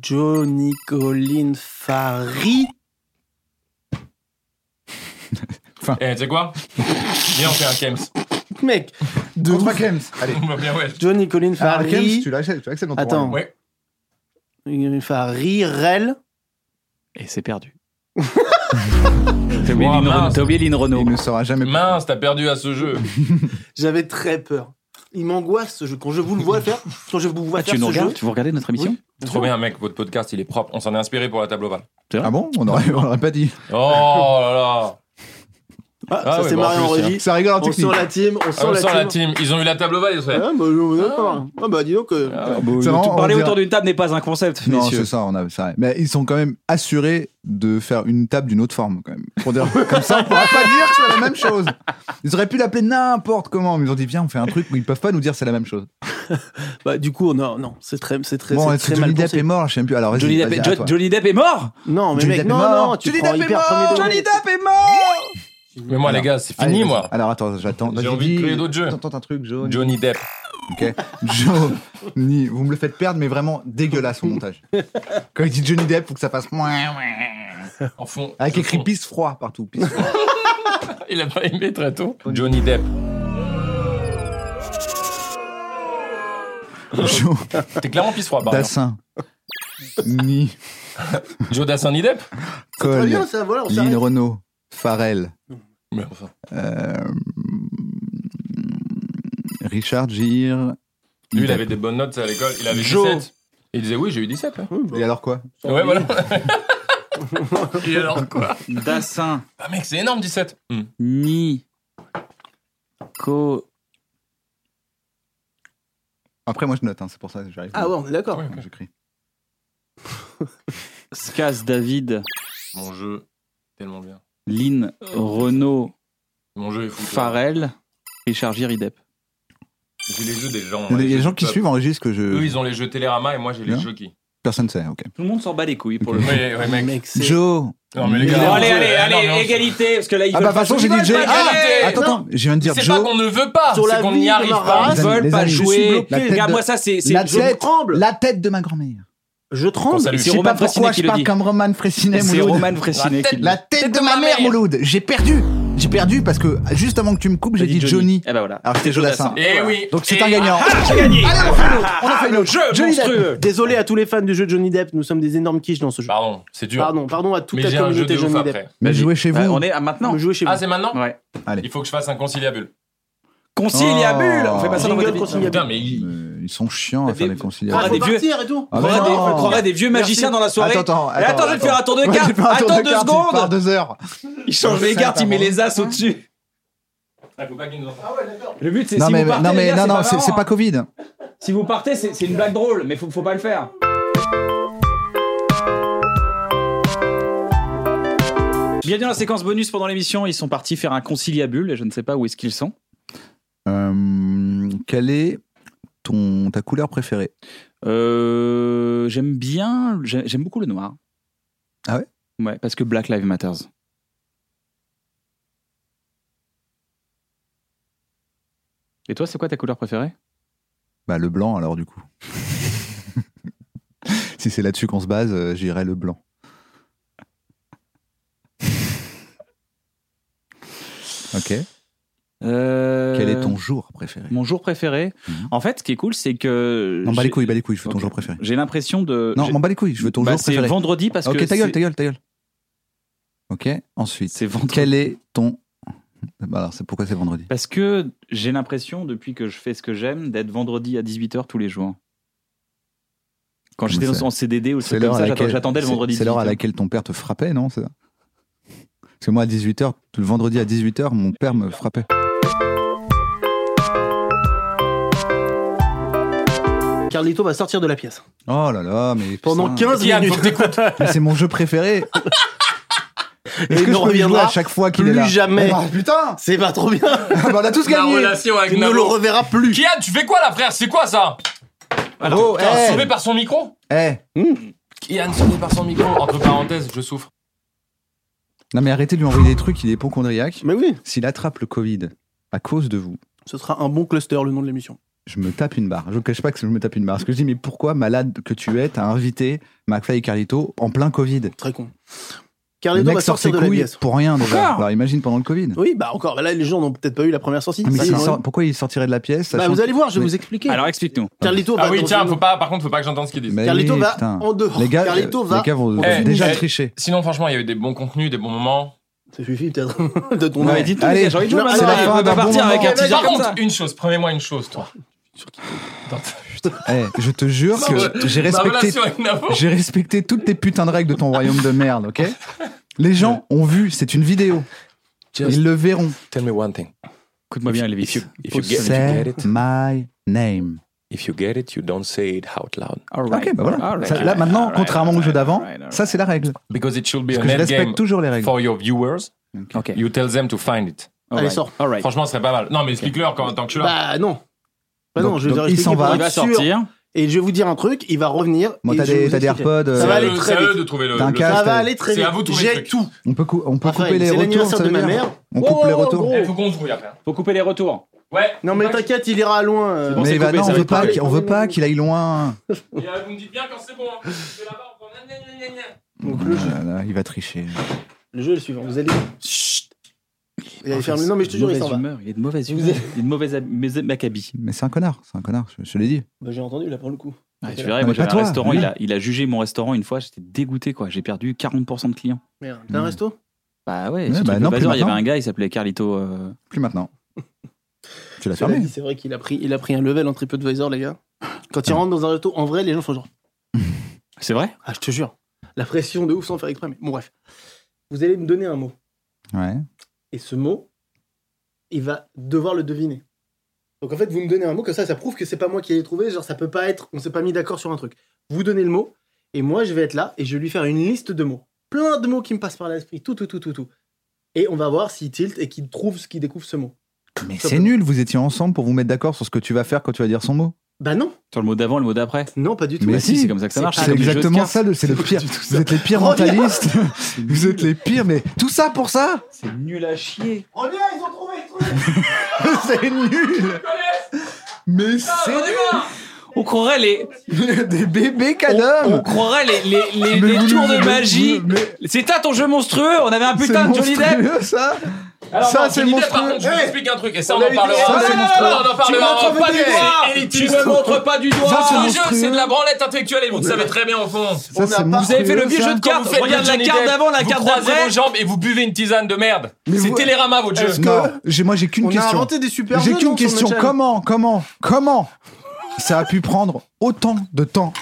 Speaker 3: Johnny Colin Farry.
Speaker 5: Eh, tu sais quoi Viens, on fait un Kems.
Speaker 3: Mec, de
Speaker 4: Contre
Speaker 3: ouf.
Speaker 4: Kems. Allez.
Speaker 5: (laughs) On va bien, ouais.
Speaker 3: Johnny Colin
Speaker 4: Ah, Kems,
Speaker 3: Farry.
Speaker 4: tu l'acceptes tu l'acceptes dans ton
Speaker 3: Attends.
Speaker 4: royaume.
Speaker 5: Ouais.
Speaker 3: Farry, Rel.
Speaker 1: Et c'est perdu.
Speaker 5: T'as
Speaker 1: (laughs) T'as oublié Lynn Renaud-
Speaker 5: mince,
Speaker 1: T'as oublié Lynn Renaud.
Speaker 4: Il ne saura jamais.
Speaker 5: mince, t'as perdu à ce
Speaker 4: (laughs)
Speaker 5: jeu.
Speaker 3: J'avais très peur. Il m'angoisse ce jeu. Quand je vous le vois faire, quand je vous vois
Speaker 1: Ah,
Speaker 3: faire
Speaker 1: tu nous
Speaker 3: ce jeu,
Speaker 1: regardes Tu vous regardez notre émission
Speaker 5: Trop bien, mec, votre podcast, il est propre. On s'en est inspiré pour la table
Speaker 4: (laughs)
Speaker 5: ovale.
Speaker 4: Ah bon On aurait, on aurait pas dit.
Speaker 5: Oh là là.
Speaker 3: Ah,
Speaker 5: Ah
Speaker 3: ça
Speaker 5: ouais,
Speaker 3: s'est
Speaker 5: bah,
Speaker 3: marré
Speaker 5: en
Speaker 3: en
Speaker 5: plus,
Speaker 3: régie.
Speaker 4: Ça rigole en
Speaker 3: On
Speaker 4: technique.
Speaker 3: sent la team, on
Speaker 5: Ah,
Speaker 3: sent
Speaker 5: on
Speaker 3: la
Speaker 5: sent
Speaker 3: team.
Speaker 5: la team. Ils ont eu la table ovale, ils
Speaker 3: Ah,
Speaker 5: seraient.
Speaker 3: bah, on est d'accord. Ah, bah dis donc. euh,
Speaker 5: Ah,
Speaker 4: C'est
Speaker 1: Tout-
Speaker 4: marrant, on
Speaker 1: Parler
Speaker 4: dirait-
Speaker 1: autour d'une table n'est pas un concept,
Speaker 4: Non,
Speaker 1: messieurs.
Speaker 4: c'est ça, on a, c'est vrai. Mais ils sont quand même assurés de faire une table d'une autre forme, quand même.
Speaker 5: (laughs)
Speaker 4: Pour dire, comme ça, on pourra pas dire que c'est la même chose. Ils auraient pu l'appeler n'importe comment, mais ils ont dit, viens, on fait un truc où ils peuvent pas nous dire c'est la même chose.
Speaker 3: Bah du coup, non, non, c'est très, c'est très,
Speaker 4: bon,
Speaker 3: c'est
Speaker 4: est-ce que
Speaker 3: très mal
Speaker 4: Johnny Depp
Speaker 3: pensé.
Speaker 4: est mort, je sais même plus. Alors, vas-y,
Speaker 1: Johnny Depp,
Speaker 4: vas-y,
Speaker 1: est,
Speaker 4: à
Speaker 1: Jo-
Speaker 4: toi.
Speaker 1: Johnny Depp est mort
Speaker 3: Non, mais
Speaker 4: Johnny
Speaker 3: mec,
Speaker 4: Depp est
Speaker 3: non,
Speaker 4: mort.
Speaker 3: non, tu
Speaker 4: Johnny
Speaker 3: prends
Speaker 4: Depp est
Speaker 3: hyper
Speaker 4: mort.
Speaker 3: premier
Speaker 4: Johnny
Speaker 3: degré.
Speaker 4: Depp est mort
Speaker 5: Mais moi, les gars, c'est
Speaker 4: Allez,
Speaker 5: fini,
Speaker 4: vas-y.
Speaker 5: moi.
Speaker 4: Alors, attends, j'attends.
Speaker 5: J'ai
Speaker 4: Vas-y,
Speaker 5: envie de
Speaker 4: dis-
Speaker 5: créer d'autres jeux.
Speaker 4: Tente un truc, Johnny.
Speaker 5: Johnny Depp.
Speaker 4: Ok. Johnny, vous me le faites perdre, mais vraiment dégueulasse au montage. Quand il dit Johnny Depp, faut que ça fasse moins.
Speaker 5: En fond.
Speaker 4: Avec
Speaker 5: en
Speaker 4: écrit
Speaker 5: fond.
Speaker 4: pisse froid (laughs) partout. pisse froid.
Speaker 5: Il a pas aimé très tôt. Johnny Depp.
Speaker 4: Joe
Speaker 5: T'es clairement pisse froid, par exemple.
Speaker 4: Dassin. Ni.
Speaker 5: Joe Dassin ni Depp
Speaker 3: Très
Speaker 4: Cole,
Speaker 3: bien, ça, voilà, on s'arrête.
Speaker 4: Lynn Renault, Farrell,
Speaker 5: Mais enfin.
Speaker 4: euh, Richard Gere.
Speaker 5: Lui, il
Speaker 4: Depp.
Speaker 5: avait des bonnes notes à l'école. Il avait
Speaker 3: Joe.
Speaker 5: 17. Il disait oui, j'ai eu 17. hein.
Speaker 4: Et alors quoi
Speaker 5: Ouais, voilà. (laughs) Et alors quoi
Speaker 1: Dassin,
Speaker 5: Ah, mec, c'est énorme, 17. Hmm.
Speaker 1: ni Co.
Speaker 4: Après, moi je note, hein, c'est pour ça que j'arrive.
Speaker 3: Ah ouais, on est d'accord.
Speaker 4: Quand J'écris.
Speaker 1: Skaz David,
Speaker 5: Mon jeu, tellement bien.
Speaker 1: Lynn Renault
Speaker 5: Mon jeu est fou. quoi.
Speaker 1: Farrell, Richard Gere Idep.
Speaker 5: J'ai les jeux des gens.
Speaker 4: Il y a
Speaker 5: les
Speaker 4: des
Speaker 5: jeux
Speaker 4: gens
Speaker 5: du
Speaker 4: qui
Speaker 5: peuple.
Speaker 4: suivent euh. enregistrent que je.
Speaker 5: Eux, ils ont les jeux Télérama et moi, j'ai les
Speaker 4: Bien.
Speaker 5: jeux qui.
Speaker 4: Personne sait, ok.
Speaker 1: Tout le monde s'en bat les couilles pour
Speaker 5: Oui,
Speaker 1: le moment.
Speaker 5: ouais, mec.
Speaker 3: Mec, c'est-
Speaker 4: Joe
Speaker 5: Non, mais les
Speaker 1: Bon,
Speaker 5: gars.
Speaker 1: allez,
Speaker 5: on-
Speaker 1: allez,
Speaker 5: non,
Speaker 1: allez,
Speaker 5: mais on-
Speaker 1: égalité, parce que là, ils
Speaker 4: Ah
Speaker 1: veulent
Speaker 4: bah, de
Speaker 1: pas
Speaker 4: toute façon,
Speaker 1: jouer.
Speaker 4: j'ai dit
Speaker 1: Ils
Speaker 4: Joe.
Speaker 1: veulent pas
Speaker 4: Ah
Speaker 1: gagner.
Speaker 4: Attends,
Speaker 3: Non.
Speaker 4: attends, je viens de dire
Speaker 5: C'est pas
Speaker 4: Joe.
Speaker 5: qu'on ne veut pas,
Speaker 3: Sur la
Speaker 5: c'est qu'on
Speaker 3: vie
Speaker 5: n'y
Speaker 3: de
Speaker 5: arrive
Speaker 3: ma
Speaker 5: pas.
Speaker 3: race.
Speaker 1: Ils veulent
Speaker 4: Les
Speaker 1: pas
Speaker 4: amis, je suis
Speaker 1: jouer.
Speaker 4: bloqué. La
Speaker 1: Ils
Speaker 4: tête
Speaker 1: regardent
Speaker 4: de-
Speaker 1: Ah, moi ça, c'est. c'est-
Speaker 4: La
Speaker 1: je-
Speaker 4: tête,
Speaker 3: tremble.
Speaker 4: la tête de ma grand-mère.
Speaker 3: Je tremble.
Speaker 5: Salut.
Speaker 4: Je
Speaker 1: C'est
Speaker 4: sais
Speaker 1: Roman
Speaker 4: pas pourquoi
Speaker 1: Fressinet qui
Speaker 4: je
Speaker 1: le
Speaker 4: parle
Speaker 1: dit.
Speaker 4: comme Roman Fressinet,
Speaker 1: C'est
Speaker 4: Mouloud.
Speaker 1: Roman Fressinet qui le dit.
Speaker 4: La tête de ma mère, Mouloud. J'ai perdu. J'ai perdu parce que juste avant que tu me coupes, j'ai dit Johnny.
Speaker 2: Eh ben voilà.
Speaker 4: Alors c'était Jodassin.
Speaker 2: Eh oui.
Speaker 4: Donc c'est un gagnant.
Speaker 2: j'ai gagné.
Speaker 4: Allez, on fait une autre. On a fait une autre.
Speaker 2: Jeu
Speaker 4: Johnny Depp.
Speaker 2: monstrueux.
Speaker 3: Désolé à tous les fans du jeu de Johnny Depp, nous sommes des énormes quiches dans ce jeu.
Speaker 5: Pardon, c'est dur.
Speaker 3: Pardon, pardon à toute
Speaker 5: Mais
Speaker 3: la
Speaker 5: j'ai un jeu
Speaker 3: communauté
Speaker 5: de ouf
Speaker 3: Johnny
Speaker 5: après.
Speaker 3: Depp.
Speaker 4: Mais jouez chez vous.
Speaker 1: Bah,
Speaker 2: Ouais, ah, bah, on est à maintenant.
Speaker 3: Me jouez chez vous.
Speaker 5: Ah, c'est maintenant
Speaker 2: Ouais.
Speaker 5: Il faut que je fasse un conciliabule.
Speaker 2: Conciliabule. On fait pas ça dans
Speaker 3: Jingle
Speaker 2: votre vie.
Speaker 3: conciliabule.
Speaker 5: Putain, mais il-
Speaker 4: Euh, Oh, Ils sont chiants à faire
Speaker 2: Des-
Speaker 4: les
Speaker 2: Ah,
Speaker 3: Ah,
Speaker 4: conciliations.
Speaker 3: faut
Speaker 2: des vieux-
Speaker 3: partir et tout.
Speaker 4: Ah,
Speaker 2: Faudrait
Speaker 4: non.
Speaker 2: des- faudrait des vieux magiciens dans la soirée.
Speaker 4: Attends, attends,
Speaker 2: Et attends, je vais te faire un tour de
Speaker 4: Ouais, je
Speaker 2: carte.
Speaker 4: vais te faire un tour
Speaker 2: Attends
Speaker 4: de
Speaker 2: deux
Speaker 4: carte, tu pars
Speaker 2: secondes.
Speaker 4: deux heures.
Speaker 2: Il change les
Speaker 4: Ça,
Speaker 2: cartes, il met
Speaker 4: pardon.
Speaker 2: les as au-dessus.
Speaker 5: Ah, faut pas qu'il nous entende.
Speaker 2: Le but, c'est
Speaker 4: Non
Speaker 2: si
Speaker 4: mais
Speaker 2: vous partez,
Speaker 4: non
Speaker 2: les
Speaker 4: mais
Speaker 2: gars,
Speaker 4: non non, c'est
Speaker 2: marrant,
Speaker 4: c'est pas
Speaker 2: hein.
Speaker 4: Covid.
Speaker 2: Si vous partez, c'est c'est une blague drôle, mais faut, faut pas le faire. Bienvenue dans la séquence bonus pendant l'émission. Ils sont partis faire un conciliabule et je ne sais pas où est-ce qu'ils sont.
Speaker 4: Euh, quelle est ton ta couleur préférée
Speaker 1: Euh, j'aime bien, j'ai- j'aime beaucoup le noir.
Speaker 4: Ah ouais
Speaker 1: Ouais, parce que Black Lives Matters. Et toi, c'est quoi ta couleur préférée
Speaker 4: Bah le blanc alors du coup. (laughs) si c'est là-dessus qu'on se base, euh, j'irai le blanc. ok.
Speaker 1: Euh,
Speaker 4: Quel est ton jour préféré
Speaker 1: Mon jour préféré
Speaker 4: Mhm.
Speaker 1: En fait, ce qui est cool, c'est que.
Speaker 4: Non, bah les
Speaker 1: j'ai-
Speaker 4: couilles, bah les couilles, je veux ton
Speaker 1: Ok.
Speaker 4: jour préféré.
Speaker 1: J'ai l'impression de.
Speaker 4: Non,
Speaker 1: j'ai-
Speaker 4: m'en bats les couilles, je veux ton
Speaker 1: Bah,
Speaker 4: jour
Speaker 1: C'est
Speaker 4: préféré.
Speaker 1: vendredi parce que.
Speaker 4: ok, ta gueule,
Speaker 1: c'est-
Speaker 4: ta gueule, ta gueule. Ok, ensuite.
Speaker 1: C'est vendredi.
Speaker 4: Quel est ton. Bah alors, c'est pourquoi c'est vendredi
Speaker 1: Parce que j'ai l'impression, depuis que je fais ce que j'aime, d'être vendredi à 18h tous les jours. Quand
Speaker 4: Comment
Speaker 1: j'étais
Speaker 4: c'est
Speaker 1: en CDD ou
Speaker 4: C'est
Speaker 1: comme
Speaker 4: l'heure à
Speaker 1: ça, j'attendais-
Speaker 4: laquelle.
Speaker 1: j'attendais le
Speaker 4: c'est-
Speaker 1: vendredi. hein.
Speaker 4: C'est l'heure à
Speaker 1: 18h.
Speaker 4: laquelle ton père te frappait, non C'est ça Parce que moi, à 18h, le vendredi à 18h, mon père me frappait.
Speaker 3: Carlito va sortir de la pièce.
Speaker 4: Oh là là, mais.
Speaker 3: Pendant
Speaker 4: putain.
Speaker 3: 15 minutes.
Speaker 4: Mais c'est mon jeu préféré
Speaker 3: (laughs) Et
Speaker 4: Est-ce que
Speaker 3: il ne
Speaker 4: je peux y jouer
Speaker 3: reviendra
Speaker 4: à chaque fois qu'il est
Speaker 3: plus
Speaker 4: là
Speaker 3: jamais.
Speaker 4: Ah, putain
Speaker 3: C'est pas trop bien.
Speaker 4: Ah, bah, On a
Speaker 3: (laughs)
Speaker 4: tous
Speaker 5: La
Speaker 4: gagné
Speaker 5: relation avec
Speaker 3: Tu ne le
Speaker 5: Navo.
Speaker 3: reverras plus.
Speaker 5: Kian, tu fais quoi là, frère C'est quoi ça
Speaker 4: Oh,
Speaker 5: Putain,
Speaker 4: eh,
Speaker 5: Sauvé par son micro
Speaker 4: eh.
Speaker 5: Kian, sauvé par son micro. Entre parenthèses, je souffre.
Speaker 4: Non mais arrêtez de lui envoyer des trucs, il est hypochondriaque.
Speaker 3: Mais oui,
Speaker 4: S'il attrape le Covid à cause de vous,
Speaker 3: ce sera un bon cluster le nom de l'émission.
Speaker 4: je me tape une barre. Je ne cache pas que je me tape une barre. Parce que je dis, mais pourquoi, malade que tu es, t'as invité McFly et Carlito en plein Covid
Speaker 3: Très con.
Speaker 4: Le
Speaker 3: Carlito
Speaker 4: mec
Speaker 3: va
Speaker 4: sort ses
Speaker 3: sortir de la
Speaker 4: couilles
Speaker 3: pièce.
Speaker 4: pour rien déjà.
Speaker 2: Encore
Speaker 4: Alors imagine pendant le Covid.
Speaker 3: Oui, bah encore. Bah là, les gens n'ont peut-être pas eu la première sortie.
Speaker 4: Ah, mais
Speaker 3: Ça,
Speaker 4: s'il
Speaker 3: ils
Speaker 4: sort-
Speaker 3: ont-
Speaker 4: pourquoi il sortirait de la pièce
Speaker 3: Bah,
Speaker 4: sachant-
Speaker 3: vous allez voir, je vais
Speaker 4: Mais-
Speaker 3: vous expliquer.
Speaker 1: Alors explique-nous.
Speaker 3: Carlito va
Speaker 5: Ah oui,
Speaker 3: dans
Speaker 5: tiens,
Speaker 3: une-
Speaker 5: faut pas, par contre, faut pas que j'entende ce qu'ils disent.
Speaker 4: Mais
Speaker 3: Carlito
Speaker 4: Eh oui,
Speaker 3: va
Speaker 4: putain.
Speaker 3: en dehors.
Speaker 4: Les gars,
Speaker 3: Carlito
Speaker 4: euh,
Speaker 3: va
Speaker 4: les gars vont, vont
Speaker 5: Eh,
Speaker 4: déjà
Speaker 5: eh.
Speaker 4: tricher.
Speaker 5: Sinon, franchement, il y a eu des bons contenus, des bons moments.
Speaker 3: Ça suffit peut-être hein, de ton
Speaker 4: Ouais.
Speaker 3: œil.
Speaker 2: Mais dites-nous,
Speaker 4: Allez,
Speaker 2: les gars, j'ai envie de jouer
Speaker 3: non,
Speaker 2: maintenant.
Speaker 3: c'est la
Speaker 2: Allez,
Speaker 3: fin
Speaker 2: on peut
Speaker 4: d'un bon
Speaker 2: partir avec
Speaker 4: moment.
Speaker 1: ben,
Speaker 2: un
Speaker 4: Eh,
Speaker 2: teaser
Speaker 5: Par
Speaker 2: comme
Speaker 5: contre,
Speaker 2: ça.
Speaker 5: une chose, promets-moi une chose, toi. Dans ta-
Speaker 4: Eh, je te jure que j'ai
Speaker 5: Ma
Speaker 4: respecté,
Speaker 5: Bah, relation avec Navo.
Speaker 4: j'ai respecté toutes tes putains de règles de ton royaume de merde, ok Les gens ont vu, c'est une vidéo. Ils le verront.
Speaker 5: Tell me one thing.
Speaker 1: Écoute-moi bien, Lévi.
Speaker 4: Say my name.
Speaker 5: If you get it, you don't say it out loud.
Speaker 1: All right.
Speaker 4: Ok, bah voilà.
Speaker 1: All right.
Speaker 4: Ça- là maintenant,
Speaker 1: All right,
Speaker 4: contrairement
Speaker 1: all
Speaker 4: au jeu
Speaker 1: right,
Speaker 4: d'avant,
Speaker 1: all right, all right.
Speaker 4: ça c'est la règle.
Speaker 5: Because it should be
Speaker 4: Parce
Speaker 5: a
Speaker 4: que je
Speaker 5: net
Speaker 4: respecte
Speaker 5: game
Speaker 4: toujours les règles.
Speaker 5: for your viewers.
Speaker 1: Ok.
Speaker 5: You tell them to find it.
Speaker 1: All
Speaker 3: Allez,
Speaker 1: right.
Speaker 3: sors.
Speaker 1: All right.
Speaker 5: Franchement, ce serait pas mal. Non, mais explique-leur quand tant que tu l'as.
Speaker 3: Bah non. Bah
Speaker 4: Donc-
Speaker 3: non, je vais
Speaker 4: donc,
Speaker 3: vous
Speaker 4: il
Speaker 3: expliquer
Speaker 4: s'en
Speaker 3: pour
Speaker 4: va.
Speaker 3: être
Speaker 1: Il va
Speaker 3: sûr.
Speaker 1: sortir.
Speaker 3: Et je vais vous dire un truc, il va revenir.
Speaker 4: Moi,
Speaker 3: et
Speaker 4: t'as
Speaker 3: je vais
Speaker 4: des-
Speaker 3: vous
Speaker 4: t'as des
Speaker 3: expliquer.
Speaker 4: AirPods,
Speaker 3: Ça
Speaker 4: euh,
Speaker 3: va
Speaker 5: C'est à
Speaker 3: aller
Speaker 5: eux-
Speaker 3: très
Speaker 5: c'est à
Speaker 3: vite.
Speaker 5: eux de trouver le.
Speaker 4: D'un
Speaker 5: le-
Speaker 4: cas-
Speaker 3: Ça
Speaker 4: Reste,
Speaker 3: va
Speaker 4: euh,
Speaker 3: aller très
Speaker 5: c'est
Speaker 3: vite.
Speaker 5: à vous de trouver le
Speaker 3: J'ai
Speaker 5: truc.
Speaker 3: tout.
Speaker 4: On peut, cou- on peut
Speaker 3: Raphaël,
Speaker 4: couper les
Speaker 3: c'est
Speaker 4: retours.
Speaker 3: l'anniversaire
Speaker 4: ça
Speaker 3: de
Speaker 4: veut
Speaker 3: ma
Speaker 4: dire
Speaker 3: mère. Oh,
Speaker 4: On coupe les retours.
Speaker 5: Il Eh, faut qu'on trouve après. hein.
Speaker 2: Faut couper les retours.
Speaker 5: Ouais.
Speaker 3: Non mais t'inquiète, il ira loin. euh.
Speaker 2: bon,
Speaker 4: Mais
Speaker 2: c'est
Speaker 4: bah
Speaker 2: coupé,
Speaker 4: non,
Speaker 2: ça
Speaker 4: on
Speaker 2: va
Speaker 4: veut
Speaker 2: être
Speaker 4: pas,
Speaker 2: coupé.
Speaker 4: qu'il- on veut pas qu'il aille loin.
Speaker 3: (laughs)
Speaker 5: Et, euh, vous me dites bien quand c'est bon. hein. Je vais là-bas, on prend gna, gna, gna, gna.
Speaker 3: Donc le jeu,
Speaker 4: Ah là là, il va tricher.
Speaker 3: le jeu est le suivant. Vous allez. Vous allez faire le- Non mais je te jure, il
Speaker 1: mauvaise
Speaker 3: s'en va.
Speaker 1: humeur. Il est de mauvaise humeur. Il est de mauvaise hab- mais- Maccabi.
Speaker 4: Mais c'est un connard, c'est un connard, je, je l'ai dit.
Speaker 3: (laughs) Bah, J'ai entendu là pour le coup.
Speaker 1: Ah, tu
Speaker 3: Ok.
Speaker 1: verrais,
Speaker 4: Non,
Speaker 1: moi
Speaker 4: mais
Speaker 1: j'avais
Speaker 4: pas
Speaker 1: un
Speaker 4: toi,
Speaker 1: restaurant,
Speaker 4: lui.
Speaker 1: il a, il a jugé mon restaurant une fois, j'étais dégoûté quoi, j'ai perdu 40% de clients.
Speaker 3: Merde. T'as un
Speaker 4: Mm.
Speaker 3: resto
Speaker 1: Bah ouais,
Speaker 4: Ouais,
Speaker 1: surtout
Speaker 4: bah
Speaker 1: que
Speaker 4: non,
Speaker 1: Bazar,
Speaker 4: plus
Speaker 1: il y avait
Speaker 4: maintenant.
Speaker 1: un gars, il s'appelait Carlito. euh,
Speaker 4: Plus maintenant. Tu l'as
Speaker 3: Cela
Speaker 4: fermé.
Speaker 3: dit, C'est vrai qu'il a pris, il a pris un level en TripAdvisor les gars. Quand il rentre dans un resto, en vrai, les gens font genre.
Speaker 1: C'est vrai
Speaker 3: Ah je te jure. La pression de ouf sans faire exprès. Mais bon bref. Vous allez me donner un mot.
Speaker 4: Ouais.
Speaker 3: Et ce mot, il va devoir le deviner. Donc en fait, vous me donnez un mot, comme ça, ça prouve que c'est pas moi qui l'ai trouvé. Genre, ça peut pas être, on s'est pas mis d'accord sur un truc. Vous donnez le mot, et moi, je vais être là, et je vais lui faire une liste de mots. Plein de mots qui me passent par l'esprit, tout, tout, tout, tout, tout. Et on va voir s'il tilt et qu'il trouve ce qu'il découvre ce mot.
Speaker 4: Mais
Speaker 3: Ça
Speaker 4: c'est
Speaker 3: peut-
Speaker 4: nul, vous étiez ensemble pour vous mettre d'accord sur ce que tu vas faire quand tu vas dire son mot.
Speaker 3: Bah non,
Speaker 1: Sur le mot d'avant, le mot d'après.
Speaker 3: non, pas du tout.
Speaker 4: Mais
Speaker 1: Bah si,
Speaker 4: si,
Speaker 1: c'est comme ça que ça marche.
Speaker 4: C'est
Speaker 1: comme les jeux de
Speaker 4: exactement
Speaker 1: cartes.
Speaker 4: ça, le- c'est le pire. Vous êtes les pires
Speaker 1: Oh,
Speaker 3: Reviens.
Speaker 1: (laughs)
Speaker 4: mentalistes. Vous êtes les pires, mais tout ça pour ça
Speaker 1: C'est nul à chier.
Speaker 3: Reviens, ils ont trouvé le truc
Speaker 4: (laughs) C'est nul. Mais c'est
Speaker 2: On croirait les,
Speaker 4: (laughs) des bébés
Speaker 2: on
Speaker 4: cadavres.
Speaker 2: croirait les,
Speaker 4: (laughs)
Speaker 2: les, les,
Speaker 4: Ah, Mais
Speaker 2: les
Speaker 4: vous
Speaker 2: tours
Speaker 4: nous-
Speaker 2: de magie.
Speaker 4: mais-
Speaker 2: C'était ton jeu monstrueux. On avait un
Speaker 4: C'est
Speaker 2: putain de Johnny Depp.
Speaker 4: monstrueux, ça
Speaker 5: Alors,
Speaker 6: Ça,
Speaker 5: non,
Speaker 6: c'est
Speaker 5: j'ai une idée,
Speaker 6: monstrueux.
Speaker 5: par contre, Je vous
Speaker 6: Hey
Speaker 5: explique un truc, et ça,
Speaker 6: On
Speaker 5: on
Speaker 6: a
Speaker 5: en
Speaker 6: eu-
Speaker 5: parlera.
Speaker 6: ça,
Speaker 5: Non,
Speaker 6: c'est
Speaker 5: non, non,
Speaker 6: monstrueux.
Speaker 5: non, on en
Speaker 6: Tu
Speaker 5: parlera.
Speaker 6: montres
Speaker 5: Pas
Speaker 6: pas
Speaker 5: du
Speaker 6: des doigts.
Speaker 5: doigt.
Speaker 6: Tu
Speaker 5: Élitiste.
Speaker 6: me montres
Speaker 2: pas du doigt.
Speaker 5: Ça, c'est
Speaker 2: Un
Speaker 5: un jeu,
Speaker 2: monstrueux.
Speaker 5: Oh, c'est de la branlette intellectuelle, et vous le savez très bien, au fond.
Speaker 2: Ça, c'est
Speaker 5: Vous avez fait le vieux
Speaker 2: monstrueux,
Speaker 5: jeu de
Speaker 2: ça.
Speaker 5: cartes,
Speaker 2: Quand vous faites
Speaker 5: regarde
Speaker 2: le
Speaker 5: la
Speaker 2: Johnny
Speaker 5: carte
Speaker 2: Depp,
Speaker 5: d'avant, la
Speaker 2: vous
Speaker 5: carte
Speaker 2: croisez
Speaker 5: d'après.
Speaker 2: vos
Speaker 5: vos jambes et vous buvez une tisane de merde. C'est Télérama, votre jeu.
Speaker 4: Non, j'ai- moi j'ai qu'une
Speaker 5: On a
Speaker 4: question.
Speaker 5: inventé des super
Speaker 4: J'ai
Speaker 5: jeux,
Speaker 4: qu'une
Speaker 5: non, sur
Speaker 4: question.
Speaker 5: notre chaîne
Speaker 4: Comment, comment, comment ça a pu prendre autant de temps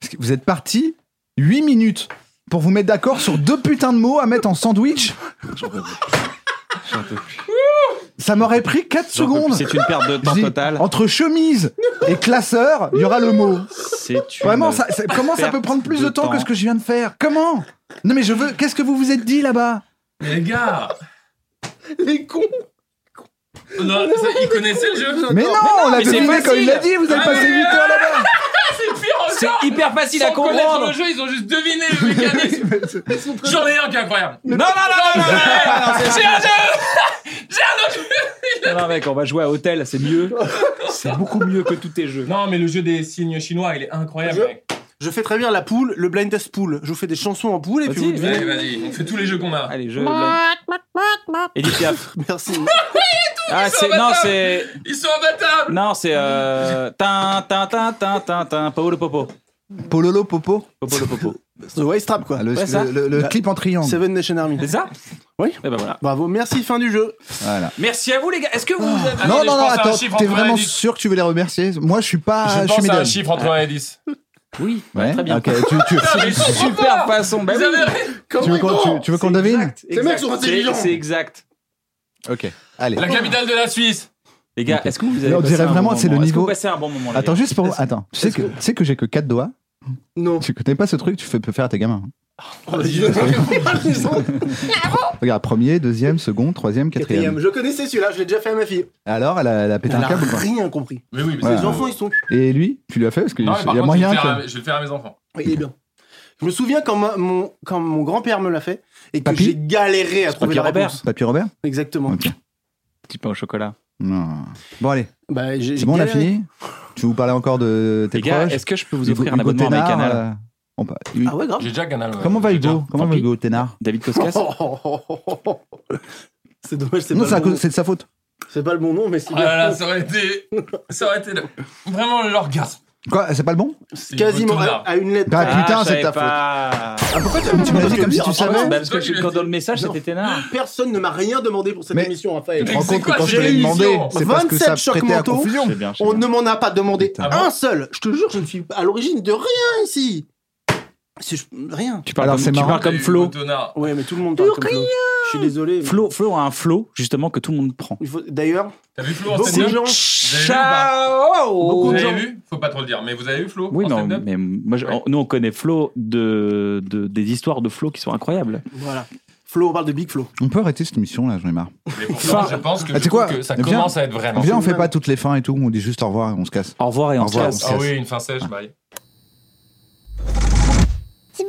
Speaker 4: Parce que vous êtes parti 8 minutes pour vous mettre d'accord sur deux putains de mots à mettre en sandwich. Ça m'aurait pris 4
Speaker 7: J'en peux plus.
Speaker 4: secondes.
Speaker 7: C'est une perte de temps
Speaker 4: Je dis,
Speaker 7: totale.
Speaker 4: Entre chemise et classeur, il y aura le mot.
Speaker 7: C'est une
Speaker 4: Vraiment, ça, ça- comment ça peut prendre plus de,
Speaker 7: de
Speaker 4: temps que
Speaker 7: temps.
Speaker 4: ce que je viens de faire Comment Non mais je veux. Qu'est-ce que vous vous êtes dit là-bas
Speaker 5: Mais les gars
Speaker 6: Les cons
Speaker 5: Non, ça, ils connaissaient le jeu
Speaker 4: Mais non, on l'a
Speaker 5: mais c'est
Speaker 4: deviné
Speaker 5: facile.
Speaker 4: quand il l'a dit, vous avez
Speaker 5: Ah,
Speaker 4: passé
Speaker 5: mais-
Speaker 4: 8 heures là-bas
Speaker 5: C'est pire encore
Speaker 2: C'est hyper facile
Speaker 5: Sans
Speaker 2: à comprendre.
Speaker 5: connaître le jeu, ils ont juste deviné le mécanisme J'en ai un qui est incroyable Eh,
Speaker 2: Non, non, non, non, non,
Speaker 1: Ah,
Speaker 2: non, non, c'est-
Speaker 5: J'ai un jeu (laughs) J'ai un autre
Speaker 2: Non, non, mec, on va jouer à Hôtel, c'est mieux. C'est beaucoup mieux que tous tes jeux.
Speaker 5: Non, mais le jeu des signes chinois, il est incroyable, mec.
Speaker 3: Je fais très bien la poule, le blind test pool. Je vous fais des chansons en poule et puis vous devinez.
Speaker 5: Allez, vas-y, on fait tous les jeux qu'on a.
Speaker 2: Allez, je. Edith Piaf.
Speaker 3: Merci. (laughs)
Speaker 2: Ah, c'est.
Speaker 5: sont
Speaker 2: Non,
Speaker 5: imbattables.
Speaker 2: c'est.
Speaker 5: Ils sont imbattables
Speaker 2: Non, c'est. Euh... Tin, tin, tin, tin, tin, tin. Paolo Popo.
Speaker 4: Pololo Popo
Speaker 2: Popo le Popo.
Speaker 3: The Waist Trap, quoi.
Speaker 4: Ah, Le,
Speaker 2: Ouais, ça.
Speaker 4: le- le- le
Speaker 3: Bah,
Speaker 4: clip en triangle.
Speaker 3: Seven Nation Army.
Speaker 2: C'est ça
Speaker 3: Oui.
Speaker 2: Et ben voilà.
Speaker 3: Bravo, merci, fin du jeu.
Speaker 4: Voilà.
Speaker 2: Merci à vous, les gars. Est-ce que vous. avez-
Speaker 4: non,
Speaker 5: Attendez,
Speaker 4: non,
Speaker 5: Ah je
Speaker 4: non,
Speaker 5: pense à un
Speaker 4: attends,
Speaker 5: chiffre
Speaker 4: t'es
Speaker 5: entre
Speaker 4: vraiment
Speaker 5: un et dix.
Speaker 4: sûr que tu veux les remercier Moi, Ah, je suis pas.
Speaker 5: Je
Speaker 4: suis
Speaker 5: pense à un
Speaker 4: Médane.
Speaker 5: chiffre entre 1 et 10.
Speaker 2: Oui,
Speaker 4: Ouais,
Speaker 2: très bien.
Speaker 4: Ok, tu, tu,
Speaker 5: mais ils sont trop
Speaker 2: Super
Speaker 5: forts.
Speaker 2: façon. Ben
Speaker 4: Bah
Speaker 5: Vous
Speaker 2: oui.
Speaker 5: avez
Speaker 4: tu veux qu'on tu- tu veux qu'on devine
Speaker 2: Exact,
Speaker 6: Ces mecs
Speaker 2: exact.
Speaker 6: sont
Speaker 2: C'est-
Speaker 6: intelligents.
Speaker 2: C'est exact.
Speaker 4: Ok, allez.
Speaker 5: La capitale de la Suisse
Speaker 2: Les gars,
Speaker 4: Ok.
Speaker 2: est-ce que vous
Speaker 4: Là,
Speaker 2: avez.
Speaker 4: on dirait
Speaker 2: passé un
Speaker 4: vraiment,
Speaker 2: bon
Speaker 4: c'est le
Speaker 2: moment Est-ce que
Speaker 4: niveau-
Speaker 2: vous passez un bon moment. les
Speaker 4: Attends,
Speaker 2: gars
Speaker 4: juste pour. Attends, tu sais que, tu sais que j'ai que 4 doigts
Speaker 3: Non.
Speaker 4: Tu connais pas ce truc, tu fais, peux faire à tes gamins. Regarde, premier, deuxième, second, troisième, quatrième.
Speaker 3: Quatrième. Je connaissais celui-là, je l'ai déjà fait à ma fille.
Speaker 4: Alors, elle a, elle a pété
Speaker 3: Elle
Speaker 4: un
Speaker 3: a
Speaker 4: câble ou pas
Speaker 3: rien compris.
Speaker 5: Mais oui, mais
Speaker 4: Ouais.
Speaker 5: c'est...
Speaker 3: Les enfants, ils sont.
Speaker 4: Et lui, tu lui as fait parce qu'il y
Speaker 5: Non,
Speaker 4: a
Speaker 5: mais par contre, je
Speaker 4: moyen
Speaker 5: vais le faire
Speaker 4: que.
Speaker 5: à- je vais le faire à mes enfants.
Speaker 3: Ouais, Il est bien. Je me souviens quand, ma- mon, quand mon grand-père me l'a fait et que
Speaker 4: Papy
Speaker 3: j'ai galéré à trouver la
Speaker 2: Papy Robert.
Speaker 3: réponse.
Speaker 4: Papy Robert
Speaker 3: Exactement.
Speaker 4: Ok.
Speaker 2: Petit pain au chocolat.
Speaker 4: Non. Bon, allez,
Speaker 3: Bah, j'ai-
Speaker 4: c'est
Speaker 3: j'ai
Speaker 4: bon, on a
Speaker 3: galéré.
Speaker 4: fini Tu veux vous parler encore de tes
Speaker 2: Les gars,
Speaker 4: proches
Speaker 2: est-ce que je peux vous
Speaker 4: Hugo-
Speaker 2: offrir un
Speaker 4: Hugo
Speaker 2: abonnement à
Speaker 4: Ténard,
Speaker 2: Canal
Speaker 4: euh, on peut- Hugo-
Speaker 3: Ah ouais, grave.
Speaker 5: J'ai déjà Canal. ouais.
Speaker 4: Comment va
Speaker 5: J'ai déjà.
Speaker 4: Hugo Comment
Speaker 2: Tant
Speaker 4: va
Speaker 2: pis.
Speaker 4: Hugo Ténard
Speaker 2: David
Speaker 5: (laughs)
Speaker 3: (laughs)
Speaker 2: Koskas
Speaker 3: C'est dommage, c'est
Speaker 4: Non, c'est
Speaker 3: pas,
Speaker 4: à
Speaker 3: le bon
Speaker 4: cause-
Speaker 3: nom.
Speaker 4: c'est de sa faute.
Speaker 3: C'est pas le bon nom, mais c'est
Speaker 5: Ah
Speaker 3: bien.
Speaker 5: là là, ça aurait été... Ça aurait été le- vraiment l'orgasme.
Speaker 4: Quoi C'est pas le bon
Speaker 5: C'est
Speaker 3: Quasiment à,
Speaker 5: Godard.
Speaker 3: à une lettre.
Speaker 4: Bah, putain,
Speaker 2: Ah,
Speaker 4: c'est de ta
Speaker 2: je savais pas.
Speaker 3: Ah, pourquoi tu
Speaker 4: Tu m'as dit comme si tu
Speaker 3: Ah,
Speaker 4: savais.
Speaker 2: Bah, parce que
Speaker 5: Toi, tu
Speaker 2: je-
Speaker 5: l'as
Speaker 2: quand
Speaker 5: dit.
Speaker 2: dans le message,
Speaker 3: Non.
Speaker 2: c'était ténard. hein.
Speaker 3: Personne ne m'a rien demandé pour cette
Speaker 4: Mais-
Speaker 3: émission,
Speaker 4: Tu
Speaker 3: Raphaël.
Speaker 4: te
Speaker 5: Mais
Speaker 4: rends
Speaker 5: c'est
Speaker 4: compte que
Speaker 5: quoi,
Speaker 4: quand je te
Speaker 5: j'ai
Speaker 4: l'ai
Speaker 5: eu
Speaker 4: demandé,
Speaker 5: zéro.
Speaker 4: c'est parce que
Speaker 3: 27
Speaker 4: ça
Speaker 3: chocs
Speaker 4: prêtait à
Speaker 3: mentaux.
Speaker 4: confusion.
Speaker 2: bien.
Speaker 3: On ne m'en a pas demandé
Speaker 4: Putain.
Speaker 5: Ah bon
Speaker 3: un seul. Je te jure, je ne suis à l'origine de rien ici. C'est- je- Rien.
Speaker 2: Tu parles
Speaker 4: Alors,
Speaker 2: comme,
Speaker 4: c'est
Speaker 2: tu
Speaker 4: marrant.
Speaker 2: parles comme Flo.
Speaker 5: Godard.
Speaker 3: Ouais, mais tout le monde parle comme Flo. Je suis désolé.
Speaker 2: Flo. Flo a un flow, justement, que tout le monde prend.
Speaker 3: Il faut- D'ailleurs,
Speaker 5: T'as vu Flo en
Speaker 3: beaucoup de
Speaker 5: stand-up
Speaker 3: gens.
Speaker 2: Ciao
Speaker 5: Vous
Speaker 3: Beaucoup de gens.
Speaker 5: avez vu Faut pas trop le dire, mais vous avez vu Flo
Speaker 2: Oui,
Speaker 5: en
Speaker 2: non,
Speaker 5: stand-up
Speaker 2: mais moi, je-
Speaker 5: Ouais.
Speaker 2: nous, on connaît Flo de, de- des histoires de Flo qui sont incroyables.
Speaker 3: Voilà. Flo, on parle de Big Flo.
Speaker 4: On peut arrêter cette émission là, j'en ai marre.
Speaker 5: Mais pourtant,
Speaker 2: Enfin,
Speaker 5: je pense que,
Speaker 4: ah,
Speaker 5: je
Speaker 4: tu sais quoi
Speaker 5: trouve que ça
Speaker 4: Viens.
Speaker 5: commence à être vraiment.
Speaker 4: Viens, on
Speaker 3: c'est
Speaker 4: fait
Speaker 3: mal.
Speaker 4: pas toutes les fins et tout, on dit juste au revoir et on se casse.
Speaker 2: Au revoir et
Speaker 4: Au
Speaker 2: on se
Speaker 4: revoir, on
Speaker 2: casse.
Speaker 4: se
Speaker 5: Ah
Speaker 4: casse.
Speaker 5: oui, une fin sèche, bye.
Speaker 10: C'est